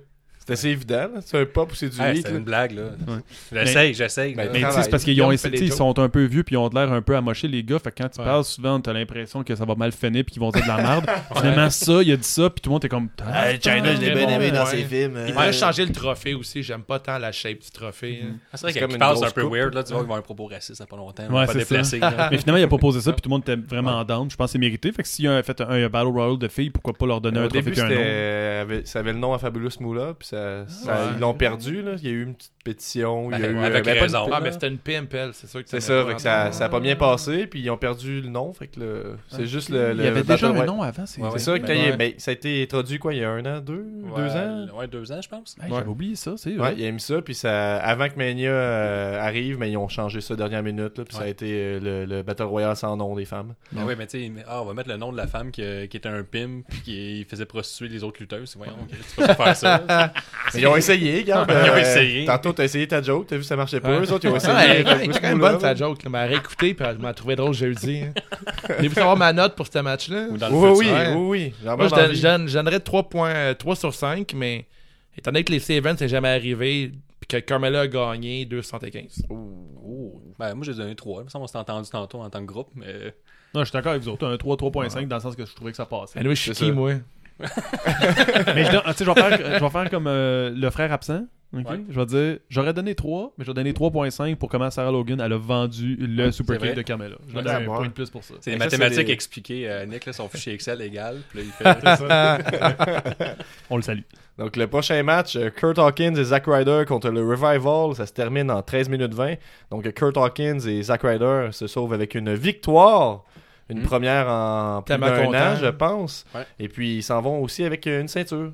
[SPEAKER 1] c'est assez évident. là. C'est un pop ou c'est du
[SPEAKER 4] Hey,
[SPEAKER 1] hit,
[SPEAKER 4] C'est
[SPEAKER 1] là.
[SPEAKER 4] une blague, là.
[SPEAKER 6] Ouais.
[SPEAKER 4] J'essaye, j'essaye.
[SPEAKER 1] Ben,
[SPEAKER 4] là.
[SPEAKER 6] Mais tu sais,
[SPEAKER 1] travail.
[SPEAKER 6] c'est parce qu'ils ont
[SPEAKER 5] Guillaume
[SPEAKER 6] essayé-
[SPEAKER 5] fait des
[SPEAKER 6] ils
[SPEAKER 5] jokes.
[SPEAKER 6] sont un peu vieux puis ils ont de l'air un peu amochés les gars. Fait que quand ils
[SPEAKER 5] Ouais.
[SPEAKER 6] parlent souvent, t'as l'impression que ça va mal finir puis qu'ils vont dire de la merde. Finalement ça, il a dit ça puis tout le monde est comme. Ah,
[SPEAKER 5] China, je l'ai bien aimé dans ses euh.
[SPEAKER 1] films.
[SPEAKER 5] Il pourrait changer le trophée aussi. J'aime pas tant la shape du trophée. hein.
[SPEAKER 4] Ah, c'est
[SPEAKER 1] C'est
[SPEAKER 4] vrai
[SPEAKER 1] comme
[SPEAKER 4] qu'il
[SPEAKER 1] une
[SPEAKER 4] passe
[SPEAKER 1] grosse
[SPEAKER 4] un peu
[SPEAKER 1] coupe.
[SPEAKER 4] weird, là, tu vois, il va avoir un propos raciste à pas longtemps,
[SPEAKER 6] Ouais,
[SPEAKER 4] pas
[SPEAKER 6] c'est
[SPEAKER 4] déplacé. là.
[SPEAKER 6] Mais finalement, il a proposé ça puis tout le monde était vraiment down. Je pense que c'est mérité. Fait que s'il a fait un, un Battle Royale de filles, pourquoi pas leur donner un
[SPEAKER 1] Au
[SPEAKER 6] trophée
[SPEAKER 1] début,
[SPEAKER 6] puis un
[SPEAKER 1] c'était-
[SPEAKER 6] nom
[SPEAKER 1] avait- ça avait le nom à Fabulous Moula, puis ça, ça-
[SPEAKER 5] Ouais.
[SPEAKER 1] ils l'ont perdu. Là. Il y a eu une petite pétition. il y a
[SPEAKER 4] Ben,
[SPEAKER 1] eu,
[SPEAKER 4] avec
[SPEAKER 1] ben, pas
[SPEAKER 4] raison.
[SPEAKER 1] une-
[SPEAKER 5] Ah, mais c'était une pimp, elle, c'est sûr que
[SPEAKER 1] C'est
[SPEAKER 5] m'a
[SPEAKER 1] ça,
[SPEAKER 5] pas Ah.
[SPEAKER 1] fait que ça,
[SPEAKER 5] rendu.
[SPEAKER 1] ça a pas bien passé, puis ils ont perdu le nom, fait que le- c'est juste le...
[SPEAKER 6] Il
[SPEAKER 1] le
[SPEAKER 6] y avait déjà
[SPEAKER 1] Battle
[SPEAKER 6] un
[SPEAKER 1] Roy-
[SPEAKER 6] nom avant. C'est
[SPEAKER 4] Ouais,
[SPEAKER 1] C'est
[SPEAKER 4] ouais.
[SPEAKER 1] ça, que là,
[SPEAKER 5] Ouais.
[SPEAKER 1] il est- ben, ça a été introduit, quoi, il y a un an, deux, deux ans?
[SPEAKER 4] Ouais, deux ans, je pense.
[SPEAKER 6] Hey, J'avais oublié ça, c'est
[SPEAKER 1] Ouais,
[SPEAKER 6] vrai.
[SPEAKER 1] il a mis ça, puis ça, avant que Mania euh, arrive, mais ils ont changé ça dernière minute, là, puis ça a
[SPEAKER 4] Ouais.
[SPEAKER 1] été euh, le, le Battle Royale sans nom des femmes.
[SPEAKER 4] Mais oui, mais tu sais, mais- ah, on va mettre le nom de la femme qui, euh, qui était un pimp puis qui faisait prostituer les autres lutteuses. Voyons, tu peux pas faire ça.
[SPEAKER 1] Mais ils ont essayé, regarde. euh,
[SPEAKER 4] Ils ont essayé.
[SPEAKER 1] Tantôt, t'as essayé ta joke, t'as vu, ça marchait pas. Eux autres, ils ont essayé.
[SPEAKER 5] Ah, elle
[SPEAKER 1] Ils ont
[SPEAKER 5] était
[SPEAKER 1] poussé
[SPEAKER 5] quand même
[SPEAKER 1] ce bout-là,
[SPEAKER 5] bonne sa
[SPEAKER 1] là.
[SPEAKER 5] joke, là, mais elle a réécouté puis elle m'a trouvé drôle jeudi. Hein. J'ai voulu savoir ma note pour ce match-là.
[SPEAKER 4] Ou dans le
[SPEAKER 1] Oui,
[SPEAKER 4] futur.
[SPEAKER 1] oui,
[SPEAKER 5] Ouais.
[SPEAKER 1] oui, oui. J'en
[SPEAKER 5] Moi,
[SPEAKER 1] ai
[SPEAKER 5] je, donne-
[SPEAKER 1] envie.
[SPEAKER 5] je donne- je donnerais 3, points, euh, 3 sur 5, mais étant donné que les C-Events n'est jamais arrivé puis que Carmela a gagné 275.
[SPEAKER 4] Oh. Ben, moi, j'ai donné 3. Il me semble qu'on s'est entendu tantôt en tant que groupe. Mais... euh,
[SPEAKER 6] Non, je suis d'accord avec vous autres. Un 3, 3.5 dans le sens que je trouvais que ça passait.
[SPEAKER 5] Anyway, je suis
[SPEAKER 1] C'est
[SPEAKER 5] qui,
[SPEAKER 1] ça.
[SPEAKER 5] moi?
[SPEAKER 6] Mais je, don- ah, tu sais, je vais faire, je vais faire comme euh, le frère absent. ok?
[SPEAKER 4] Ouais.
[SPEAKER 6] Je vais dire, j'aurais donné 3, mais je vais donner 3.5 pour comment Sarah Logan elle a vendu le Super
[SPEAKER 4] vrai.
[SPEAKER 6] Kick de Carmela. Je vais
[SPEAKER 1] Ouais,
[SPEAKER 6] donner un
[SPEAKER 1] d'abord.
[SPEAKER 6] point de plus pour ça.
[SPEAKER 4] C'est les
[SPEAKER 1] Mais ça,
[SPEAKER 4] mathématiques
[SPEAKER 1] c'est les-
[SPEAKER 4] expliquées. euh, Nick, là, son fichier Excel égal. Puis là, il fait.
[SPEAKER 6] On le salue.
[SPEAKER 1] Donc, le prochain match, euh, Kurt Hawkins et Zack Ryder contre le Revival, ça se termine en 13 minutes 20. Donc, euh, Kurt Hawkins et Zack Ryder se sauvent avec une victoire. Une première en plus
[SPEAKER 5] Hmm. Tellement
[SPEAKER 1] d'un
[SPEAKER 5] content.
[SPEAKER 1] an, je pense.
[SPEAKER 4] Ouais.
[SPEAKER 1] Et puis, ils s'en vont aussi avec euh, une ceinture.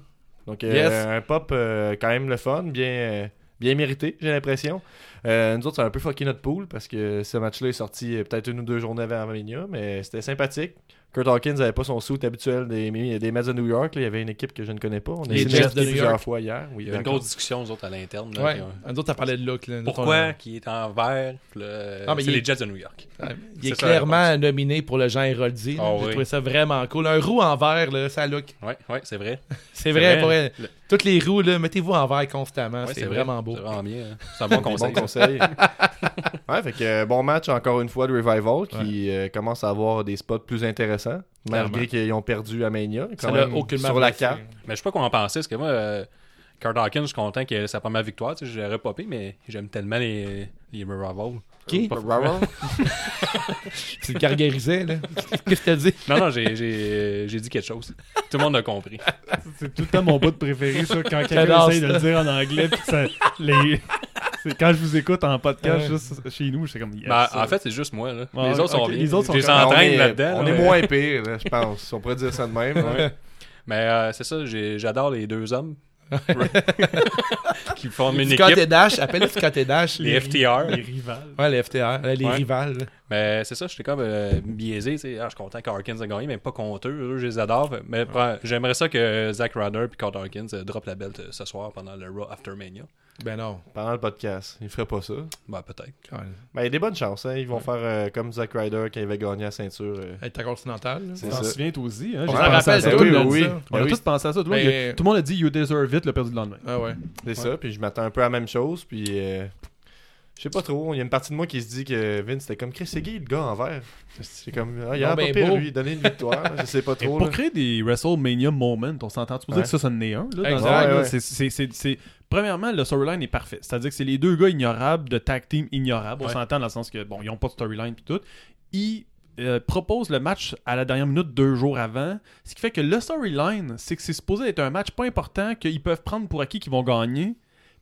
[SPEAKER 1] Donc, euh,
[SPEAKER 5] Yes.
[SPEAKER 1] un pop euh, quand même le fun, bien, euh, bien mérité, j'ai l'impression. Euh, nous autres, ça a un peu fucké notre pool parce que ce match-là est sorti euh, peut-être une ou deux journées avant Mania, mais c'était sympathique. Kurt Hawkins n'avait pas son suit habituel des, des Mets de New York. là. Il y avait une équipe que je ne connais pas. On a
[SPEAKER 5] Les
[SPEAKER 1] essayé
[SPEAKER 5] Jets
[SPEAKER 1] de
[SPEAKER 5] de New
[SPEAKER 1] plusieurs
[SPEAKER 5] York.
[SPEAKER 1] fois hier. Oui, euh,
[SPEAKER 4] Il y a une
[SPEAKER 1] d'accord.
[SPEAKER 4] grosse discussion, nous autres, à l'interne. là,
[SPEAKER 5] Ouais.
[SPEAKER 4] puis on-
[SPEAKER 5] Nous autres, ça parlait de look. Là. Nous autres,
[SPEAKER 4] Pourquoi qui est en vert puis là,
[SPEAKER 5] Ah, mais
[SPEAKER 4] C'est
[SPEAKER 5] il-
[SPEAKER 4] les Jets de New York.
[SPEAKER 5] on- euh, Il est,
[SPEAKER 4] C'est ça,
[SPEAKER 5] clairement nominé pour le Jean Héroldi. là.
[SPEAKER 4] Ah,
[SPEAKER 5] J'ai
[SPEAKER 4] oui.
[SPEAKER 5] trouvé ça vraiment cool. Un roux en vert, là, ça look.
[SPEAKER 4] Ouais, ouais, c'est vrai.
[SPEAKER 5] C'est vrai,
[SPEAKER 4] vrai.
[SPEAKER 5] pour elle.
[SPEAKER 4] Le-
[SPEAKER 5] Toutes les roues, là, mettez-vous en vert constamment.
[SPEAKER 4] Ouais,
[SPEAKER 5] Ah, c'est vraiment beau.
[SPEAKER 4] C'est vraiment bien. hein. C'est un bon
[SPEAKER 1] Des bons
[SPEAKER 4] conseil. ça.
[SPEAKER 1] conseils. ouais, fait que euh, bon match encore une fois de Revival qui euh, commence à avoir des spots plus intéressants malgré qu'ils ont perdu à Mania. Quand
[SPEAKER 5] Ça l'a
[SPEAKER 1] même,
[SPEAKER 5] aucunement
[SPEAKER 1] sur la
[SPEAKER 5] blessé.
[SPEAKER 1] carte.
[SPEAKER 4] Mais je sais pas quoi en penser, parce que moi, euh, Kurt Hawkins, je suis content que sa première victoire, tu sais, j'aurais popé, mais j'aime tellement les, les Euh, Rivals.
[SPEAKER 5] Qui?
[SPEAKER 1] Pas Raro?
[SPEAKER 5] Tu le gargarisais, là. Qu'est-ce que t'as dit?
[SPEAKER 4] Non, non, j'ai- j'ai j'ai dit quelque chose. Tout le monde a compris.
[SPEAKER 7] C'est tout le temps mon bout préféré, ça, quand quelqu'un
[SPEAKER 5] J'adore
[SPEAKER 7] essaye de
[SPEAKER 5] ça.
[SPEAKER 7] le dire en anglais. Puis que ça, les... c'est quand je vous écoute en podcast, juste chez nous, je suis comme. yes,
[SPEAKER 4] Ben,
[SPEAKER 7] ça.
[SPEAKER 4] en fait, c'est juste moi. Là.
[SPEAKER 7] Ouais,
[SPEAKER 4] les autres sont
[SPEAKER 7] ok,
[SPEAKER 4] bien.
[SPEAKER 7] les autres sont
[SPEAKER 4] Je les
[SPEAKER 7] corrects.
[SPEAKER 1] on
[SPEAKER 4] entraîne
[SPEAKER 1] est,
[SPEAKER 4] là-dedans.
[SPEAKER 1] on
[SPEAKER 4] là.
[SPEAKER 1] est moins pire, là, je pense. On pourrait dire ça de même. ouais.
[SPEAKER 4] Mais euh, c'est ça, j'ai- j'adore les deux hommes qui forment une
[SPEAKER 5] Scott
[SPEAKER 4] équipe,
[SPEAKER 5] et Dash, appelle-le Scott et Dash.
[SPEAKER 4] les FTR.
[SPEAKER 7] Les rivales.
[SPEAKER 5] Ouais, les FTR, les
[SPEAKER 4] Ouais.
[SPEAKER 5] rivales. là.
[SPEAKER 4] Mais c'est ça, j'étais comme euh, biaisé. tu sais. Ah, je suis content qu'Harkins a gagné, mais pas contre eux. Eux, je les adore. Mais euh, j'aimerais ça que Zach Ryder et Kurt Harkins euh, drop la belt euh, ce soir pendant le Raw Aftermania.
[SPEAKER 5] Ben non.
[SPEAKER 1] Pendant le podcast, ils feraient pas ça.
[SPEAKER 4] Ben, peut-être.
[SPEAKER 1] Ben, il y a des bonnes chances. hein. Ils vont faire euh, comme Zack Ryder qui avait gagné la ceinture. euh.
[SPEAKER 5] Intercontinental. là. Ah
[SPEAKER 1] C'est
[SPEAKER 6] Tu t'en
[SPEAKER 1] ça.
[SPEAKER 6] souviens toi aussi. Hein?
[SPEAKER 1] On
[SPEAKER 6] J'ai
[SPEAKER 1] s'en
[SPEAKER 6] pensé à
[SPEAKER 1] rappelle,
[SPEAKER 6] ça,
[SPEAKER 1] ben
[SPEAKER 6] tout le
[SPEAKER 1] oui,
[SPEAKER 6] monde.
[SPEAKER 1] oui.
[SPEAKER 6] On
[SPEAKER 1] Ben
[SPEAKER 6] a
[SPEAKER 1] oui.
[SPEAKER 6] tous pensé à ça. Tout le monde,
[SPEAKER 5] Mais-
[SPEAKER 6] Il y a- tout le monde a dit You deserve it, le perdu le lendemain.
[SPEAKER 5] Ah ouais.
[SPEAKER 1] C'est ça, puis je m'attends un peu à la même chose, puis euh, je sais pas trop. Il y a une partie de moi qui se dit que Vince c'était comme Chris c'est qui le gars en vert. C'est comme ah, il a
[SPEAKER 5] Non,
[SPEAKER 1] pas
[SPEAKER 5] ben
[SPEAKER 1] pire
[SPEAKER 5] beau.
[SPEAKER 1] lui, donner une victoire, je sais pas
[SPEAKER 6] Et
[SPEAKER 1] trop.
[SPEAKER 6] pour
[SPEAKER 1] là.
[SPEAKER 6] créer des WrestleMania moments, on s'entend, tu peux
[SPEAKER 1] Ouais.
[SPEAKER 6] dire que ça, ça en est un. Là, dans
[SPEAKER 5] Exact.
[SPEAKER 6] le tag, là,
[SPEAKER 1] Ouais, ouais.
[SPEAKER 6] c'est- c'est- c'est- c'est- Premièrement, le storyline est parfait. C'est-à-dire que c'est les deux gars ignorables de tag team ignorables. On
[SPEAKER 4] Ouais.
[SPEAKER 6] s'entend dans le sens que, bon, ils n'ont pas de storyline et tout. Ils euh, proposent le match à la dernière minute deux jours avant. Ce qui fait que le storyline, c'est que c'est supposé être un match pas important qu'ils peuvent prendre pour acquis qu'ils vont gagner.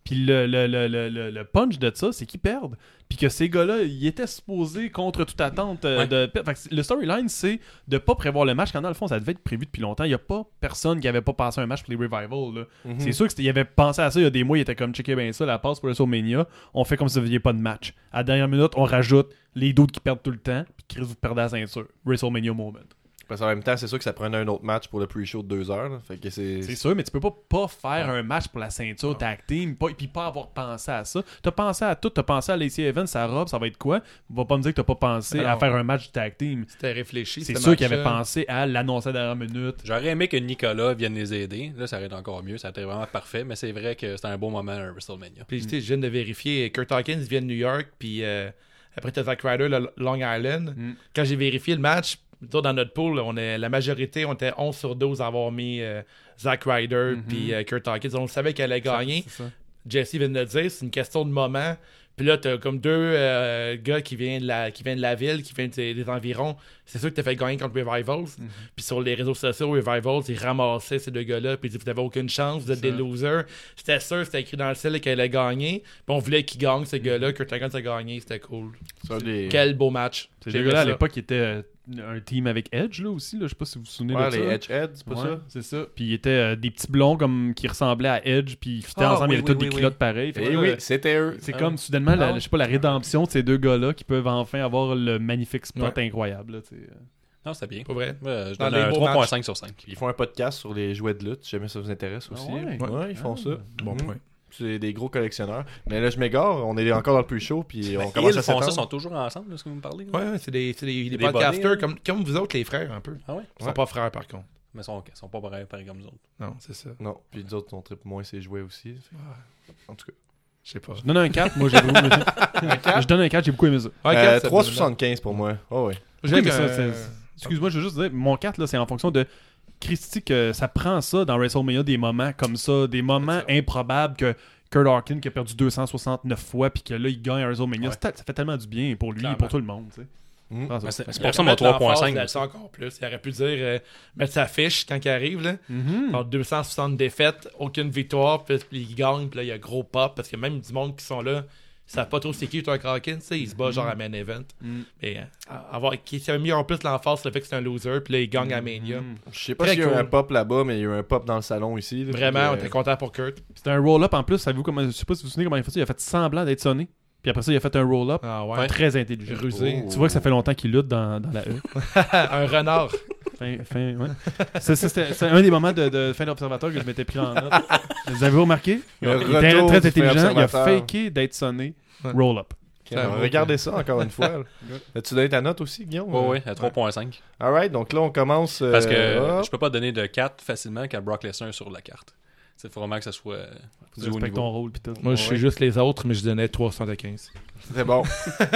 [SPEAKER 6] Puis le, le, le, le, le- le punch de ça, c'est qu'ils perdent. Puis que ces gars-là, ils étaient supposés contre toute attente euh,
[SPEAKER 4] Ouais.
[SPEAKER 6] de perdre. Fait que c'est- le storyline, c'est de pas prévoir le match quand dans le fond, ça devait être prévu depuis longtemps. Il n'y a pas personne qui avait pas passé un match pour les Revival. là.
[SPEAKER 1] Mhm.
[SPEAKER 6] C'est sûr qu'il avait pensé à ça il y a des mois. Il était comme checker bien ça, la passe pour le WrestleMania. On fait comme si vous n'aviez pas de match. À la dernière minute, on rajoute les doutes qui perdent tout le temps. Puis Chris, vous perdez la ceinture. WrestleMania Moment.
[SPEAKER 1] Parce qu'en même temps, c'est sûr que ça prenait un autre match pour le pre-show de deux heures. là. Fait que c'est.
[SPEAKER 6] C'est sûr, mais tu peux pas pas faire un match pour la ceinture tag team, pas, puis pas avoir pensé à ça. T'as pensé à tout, t'as pensé à Lacey Evans, sa robe, ça va être quoi Va pas me dire que t'as pas pensé à
[SPEAKER 5] Non.
[SPEAKER 6] faire un match du tag team.
[SPEAKER 5] C'était réfléchi.
[SPEAKER 6] C'est
[SPEAKER 5] ce
[SPEAKER 6] sûr qu'il
[SPEAKER 5] match-là.
[SPEAKER 6] avait pensé à l'annoncer à la dernière minute.
[SPEAKER 4] J'aurais aimé que Nicolas vienne les aider. Là, ça aurait été encore mieux. Ça aurait été vraiment parfait. Mais c'est vrai que c'était un beau moment à WrestleMania.
[SPEAKER 5] Puis, tu sais, je viens de vérifier. Kurt Hawkins vient de New York, puis euh, après, t'as Zack Ryder, le Long Island. Quand j'ai vérifié le match, nous, dans notre pool, on est, la majorité, on était 11 sur 12 à avoir mis euh, Zack Ryder, puis euh, Kurt Hawkins. On le savait qu'elle allait gagner. Jesse vient de le dire, c'est une question de moment. Puis là, t'as comme deux euh, gars qui viennent, de la, qui viennent de la ville, qui viennent des, des environs. C'est sûr que t'as fait gagner contre Revivals.
[SPEAKER 6] Mhm.
[SPEAKER 5] Puis sur les réseaux sociaux, Revivals, ils ramassaient ces deux gars-là. Puis ils disaient, vous n'avez aucune chance, vous êtes des losers. C'était sûr, c'était écrit dans le ciel qu'elle allait gagner. Puis on voulait qu'ils gagnent, ces
[SPEAKER 6] Mhm.
[SPEAKER 5] gars-là. Kurt Hawkins a gagné, c'était cool.
[SPEAKER 1] c'est un des-
[SPEAKER 5] Quel beau match.
[SPEAKER 6] Ces
[SPEAKER 5] J'ai
[SPEAKER 6] gars-là, à
[SPEAKER 5] aimé ça.
[SPEAKER 6] l'époque, ils étaient euh, un team avec Edge, là aussi. Là, je sais pas si vous vous souvenez
[SPEAKER 1] Ouais,
[SPEAKER 6] de
[SPEAKER 1] les
[SPEAKER 6] ça.
[SPEAKER 1] Edge Heads, c'est pas
[SPEAKER 6] Ouais,
[SPEAKER 1] ça.
[SPEAKER 6] C'est ça. Puis ils étaient euh, des petits blonds comme qui ressemblaient à Edge, puis ils fitaient
[SPEAKER 4] Ah,
[SPEAKER 6] ensemble,
[SPEAKER 4] oui,
[SPEAKER 6] ils avaient
[SPEAKER 4] oui,
[SPEAKER 6] tous
[SPEAKER 4] oui,
[SPEAKER 6] des
[SPEAKER 4] oui.
[SPEAKER 6] culottes pareilles. Fait
[SPEAKER 1] Et
[SPEAKER 6] que là,
[SPEAKER 1] Eh oui, c'était eux.
[SPEAKER 6] C'est
[SPEAKER 1] Ah
[SPEAKER 6] comme soudainement, la, je sais pas, la rédemption de ces deux gars-là qui peuvent enfin avoir le magnifique spot incroyable. là, tu sais.
[SPEAKER 4] Non, c'était bien.
[SPEAKER 5] Pour vrai.
[SPEAKER 4] Euh, je
[SPEAKER 5] Dans
[SPEAKER 4] donne
[SPEAKER 5] les
[SPEAKER 4] un
[SPEAKER 5] beaux
[SPEAKER 4] 3.5 sur 5.
[SPEAKER 1] Ils font un podcast sur les jouets de lutte, si jamais ça vous intéresse aussi.
[SPEAKER 3] ouais?
[SPEAKER 1] Ouais, ils font ça.
[SPEAKER 5] Bon
[SPEAKER 1] Mhm.
[SPEAKER 5] point.
[SPEAKER 1] C'est des gros collectionneurs. Mais là, je m'égare, on est encore dans le pre-show, puis on
[SPEAKER 4] Ben,
[SPEAKER 1] commence
[SPEAKER 4] ils
[SPEAKER 1] à
[SPEAKER 4] font ça,
[SPEAKER 1] s'étendre.
[SPEAKER 4] sont toujours ensemble, de ce que vous me parlez. là?
[SPEAKER 5] Ouais, ouais, c'est des, c'est des,
[SPEAKER 4] des
[SPEAKER 5] des podcasters
[SPEAKER 6] hein.
[SPEAKER 4] bonnets,
[SPEAKER 5] comme, comme vous autres, les frères, un peu.
[SPEAKER 4] Ah ouais?
[SPEAKER 5] Ils sont pas frères, par contre.
[SPEAKER 4] Mais ils sont, ils sont pas pareils, pareils comme nous autres.
[SPEAKER 5] Non, c'est ça.
[SPEAKER 1] Non, puis nous autres, on tripe moins ces jouets aussi. Fait que- En tout cas.
[SPEAKER 5] Je sais pas.
[SPEAKER 6] Je donne un 4, moi j'ai Je donne un 4, j'ai beaucoup aimé ça.
[SPEAKER 1] Euh,
[SPEAKER 5] Ouais, quatre, Ah, ça donne-
[SPEAKER 1] 3,75 pour moi. Oh, ouais.
[SPEAKER 5] J'ai
[SPEAKER 6] Oui, mais
[SPEAKER 5] qu'un-
[SPEAKER 6] ça, c'est- Excuse-moi, je veux juste dire, mon 4, là, c'est en fonction de Christy que ça prend ça dans WrestleMania, des moments comme ça, des moments improbables que Kurt Harkin qui a perdu 269 fois, puis que là, il gagne à WrestleMania.
[SPEAKER 4] Ouais.
[SPEAKER 6] C'est- Ça fait tellement du bien pour lui
[SPEAKER 5] Clairement.
[SPEAKER 6] et pour tout le monde. tu sais.
[SPEAKER 1] Mm.
[SPEAKER 6] Prends ça.
[SPEAKER 4] Mais C'est c'est
[SPEAKER 5] Il aurait
[SPEAKER 4] pour ça mon
[SPEAKER 5] pu mettre l'emphase
[SPEAKER 4] 3.5.
[SPEAKER 5] là-dessus encore plus. Il aurait pu dire euh, mettre sa fiche quand il arrive. Là.
[SPEAKER 6] Mm-hmm.
[SPEAKER 5] Genre 260 défaites, aucune victoire, puis, puis il gagne, puis là il y a gros pop. Parce que même du monde qui sont là, ils savent pas trop c'est qui Turk Hawkins. tu sais, Il se bat genre à main event. Mais euh, avoir, qui s'est mis en plus l'emphase sur le fait que c'est un loser, puis là il gagne à
[SPEAKER 6] Mm-hmm.
[SPEAKER 5] Mania.
[SPEAKER 1] Je sais pas
[SPEAKER 5] Très
[SPEAKER 1] s'il y a eu
[SPEAKER 5] cool.
[SPEAKER 1] un pop là-bas, mais il y a eu un pop dans le salon ici. là.
[SPEAKER 5] Vraiment, on
[SPEAKER 1] Fait
[SPEAKER 5] était
[SPEAKER 1] que, euh,
[SPEAKER 5] content pour Kurt.
[SPEAKER 6] C'était un roll-up en plus. Savez-vous comment, je sais pas si vous vous souvenez comment il a fait ça. Il a fait semblant d'être sonné. Puis après ça, il a fait un roll-up
[SPEAKER 5] Ah ouais.
[SPEAKER 6] très intelligent.
[SPEAKER 5] Rusé.
[SPEAKER 6] Tu vois que ça fait longtemps qu'il lutte dans, dans la E.
[SPEAKER 5] un renard.
[SPEAKER 6] Fin- fin- ouais. C'est- c'est- C'était c'est un des moments de, de fin d'observateur que je m'étais pris en note. Vous avez remarqué?
[SPEAKER 1] Le
[SPEAKER 6] il était
[SPEAKER 1] retour
[SPEAKER 6] très
[SPEAKER 1] du fin
[SPEAKER 6] intelligent, il a
[SPEAKER 1] observateur.
[SPEAKER 6] faké d'être sonné.
[SPEAKER 5] Ouais.
[SPEAKER 6] Roll-up.
[SPEAKER 1] ok, on va Regardez ça encore une fois. tu donné ta note aussi, Guillaume
[SPEAKER 4] Ouais, ouais, à 3.5.
[SPEAKER 1] Alright, donc là, on commence. euh,
[SPEAKER 4] Oh, Parce que
[SPEAKER 1] hop.
[SPEAKER 4] je peux pas donner de 4 facilement quand Brock Lesnar est sur la carte. C'est faut vraiment que ça soit euh,
[SPEAKER 6] Tu
[SPEAKER 4] du haut niveau.
[SPEAKER 6] respectes ton rôle. pis tout.
[SPEAKER 5] Moi je suis juste les autres, mais je donnais 315.
[SPEAKER 1] C'est bon.